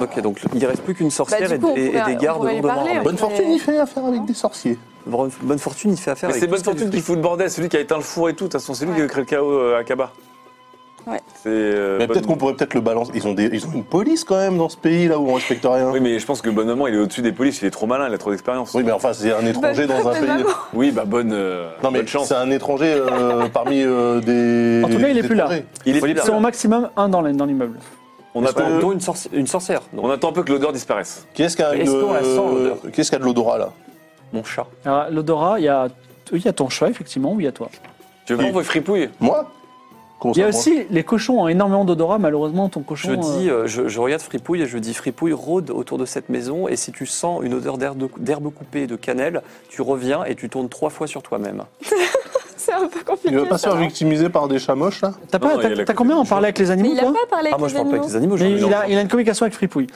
Speaker 3: Ok, donc il reste plus qu'une
Speaker 5: Bah,
Speaker 3: sorcière
Speaker 5: du coup, on
Speaker 3: et, et
Speaker 5: pourrait-
Speaker 3: des
Speaker 5: on
Speaker 3: gardes
Speaker 5: pourrait les
Speaker 3: lourdement
Speaker 5: parler,
Speaker 3: armés.
Speaker 4: Bonne
Speaker 5: Mais-
Speaker 4: fortune, il fait affaire avec des sorciers.
Speaker 3: Bonne, bonne fortune, il fait affaire
Speaker 2: Mais
Speaker 3: avec
Speaker 2: c'est
Speaker 3: tout
Speaker 2: Bonne
Speaker 3: ce qu'il
Speaker 2: Fortune
Speaker 3: fait.
Speaker 2: qui fout le bordel, celui qui a éteint le four et tout. De toute façon, c'est lui
Speaker 5: Ouais.
Speaker 2: qui a créé le chaos euh, à Kaba.
Speaker 5: Ouais.
Speaker 2: C'est. euh,
Speaker 4: Mais
Speaker 2: Bonne-
Speaker 4: peut-être qu'on pourrait peut-être le balancer. Ils ont, des, ils ont une police quand même dans ce pays là où on respecte rien.
Speaker 2: Oui,
Speaker 4: Oui,
Speaker 2: mais je pense que Bonne Maman, il est au-dessus des polices, il est trop malin, il a trop d'expérience.
Speaker 4: mais enfin, c'est un étranger dans un
Speaker 5: Mais
Speaker 4: pays.
Speaker 5: maman.
Speaker 2: Oui, bah bonne, euh,
Speaker 4: Non, mais
Speaker 2: bonne chance.
Speaker 4: c'est un étranger euh, parmi euh, des.
Speaker 1: En tout cas, il est
Speaker 4: des
Speaker 1: plus là.
Speaker 4: étrangers.
Speaker 2: Il est
Speaker 3: Faut
Speaker 1: C'est au maximum un dans la- dans l'immeuble.
Speaker 2: On
Speaker 3: Parce
Speaker 2: attend,
Speaker 3: que- dont une, sorci- une sorcière. donc.
Speaker 2: on attend un peu que l'odeur disparaisse.
Speaker 4: Qui est-ce qui a,
Speaker 3: Mais
Speaker 4: une,
Speaker 3: est-ce qu'on la sent,
Speaker 4: euh,
Speaker 3: l'odeur
Speaker 4: qui est-ce qui a de l'odorat là
Speaker 3: Mon chat.
Speaker 1: Alors, L'odorat, il y a... Il y a ton chat, effectivement, ou il y a toi.
Speaker 2: Tu veux
Speaker 4: Oui.
Speaker 2: vraiment qu'on fripouille
Speaker 4: Moi Comment
Speaker 1: Il y a
Speaker 4: moi
Speaker 1: aussi les cochons ont énormément d'odorat. Malheureusement, ton cochon.
Speaker 3: Je
Speaker 1: euh,
Speaker 3: dis, euh, je, je regarde Fripouille et je dis Fripouille rôde autour de cette maison et si tu sens une odeur d'herbe d'herbe coupée et de cannelle, tu reviens et tu tournes trois fois sur toi-même.
Speaker 5: C'est un peu compliqué.
Speaker 4: Il va pas se
Speaker 5: ça.
Speaker 4: faire victimiser par des chamoches là
Speaker 1: T'as
Speaker 2: Non,
Speaker 1: pas,
Speaker 2: non,
Speaker 1: t'as-
Speaker 2: il y a la
Speaker 1: t'as combien en
Speaker 2: communication.
Speaker 1: parler avec les
Speaker 5: Mais
Speaker 1: animaux
Speaker 5: il a
Speaker 1: toi
Speaker 5: pas parlé
Speaker 3: Ah
Speaker 5: avec
Speaker 3: moi
Speaker 5: les
Speaker 3: je parle pas avec
Speaker 5: animaux.
Speaker 3: les animaux, j'en
Speaker 1: Mais
Speaker 3: ai
Speaker 1: il a,
Speaker 3: envie.
Speaker 1: il a une communication avec Fripouille.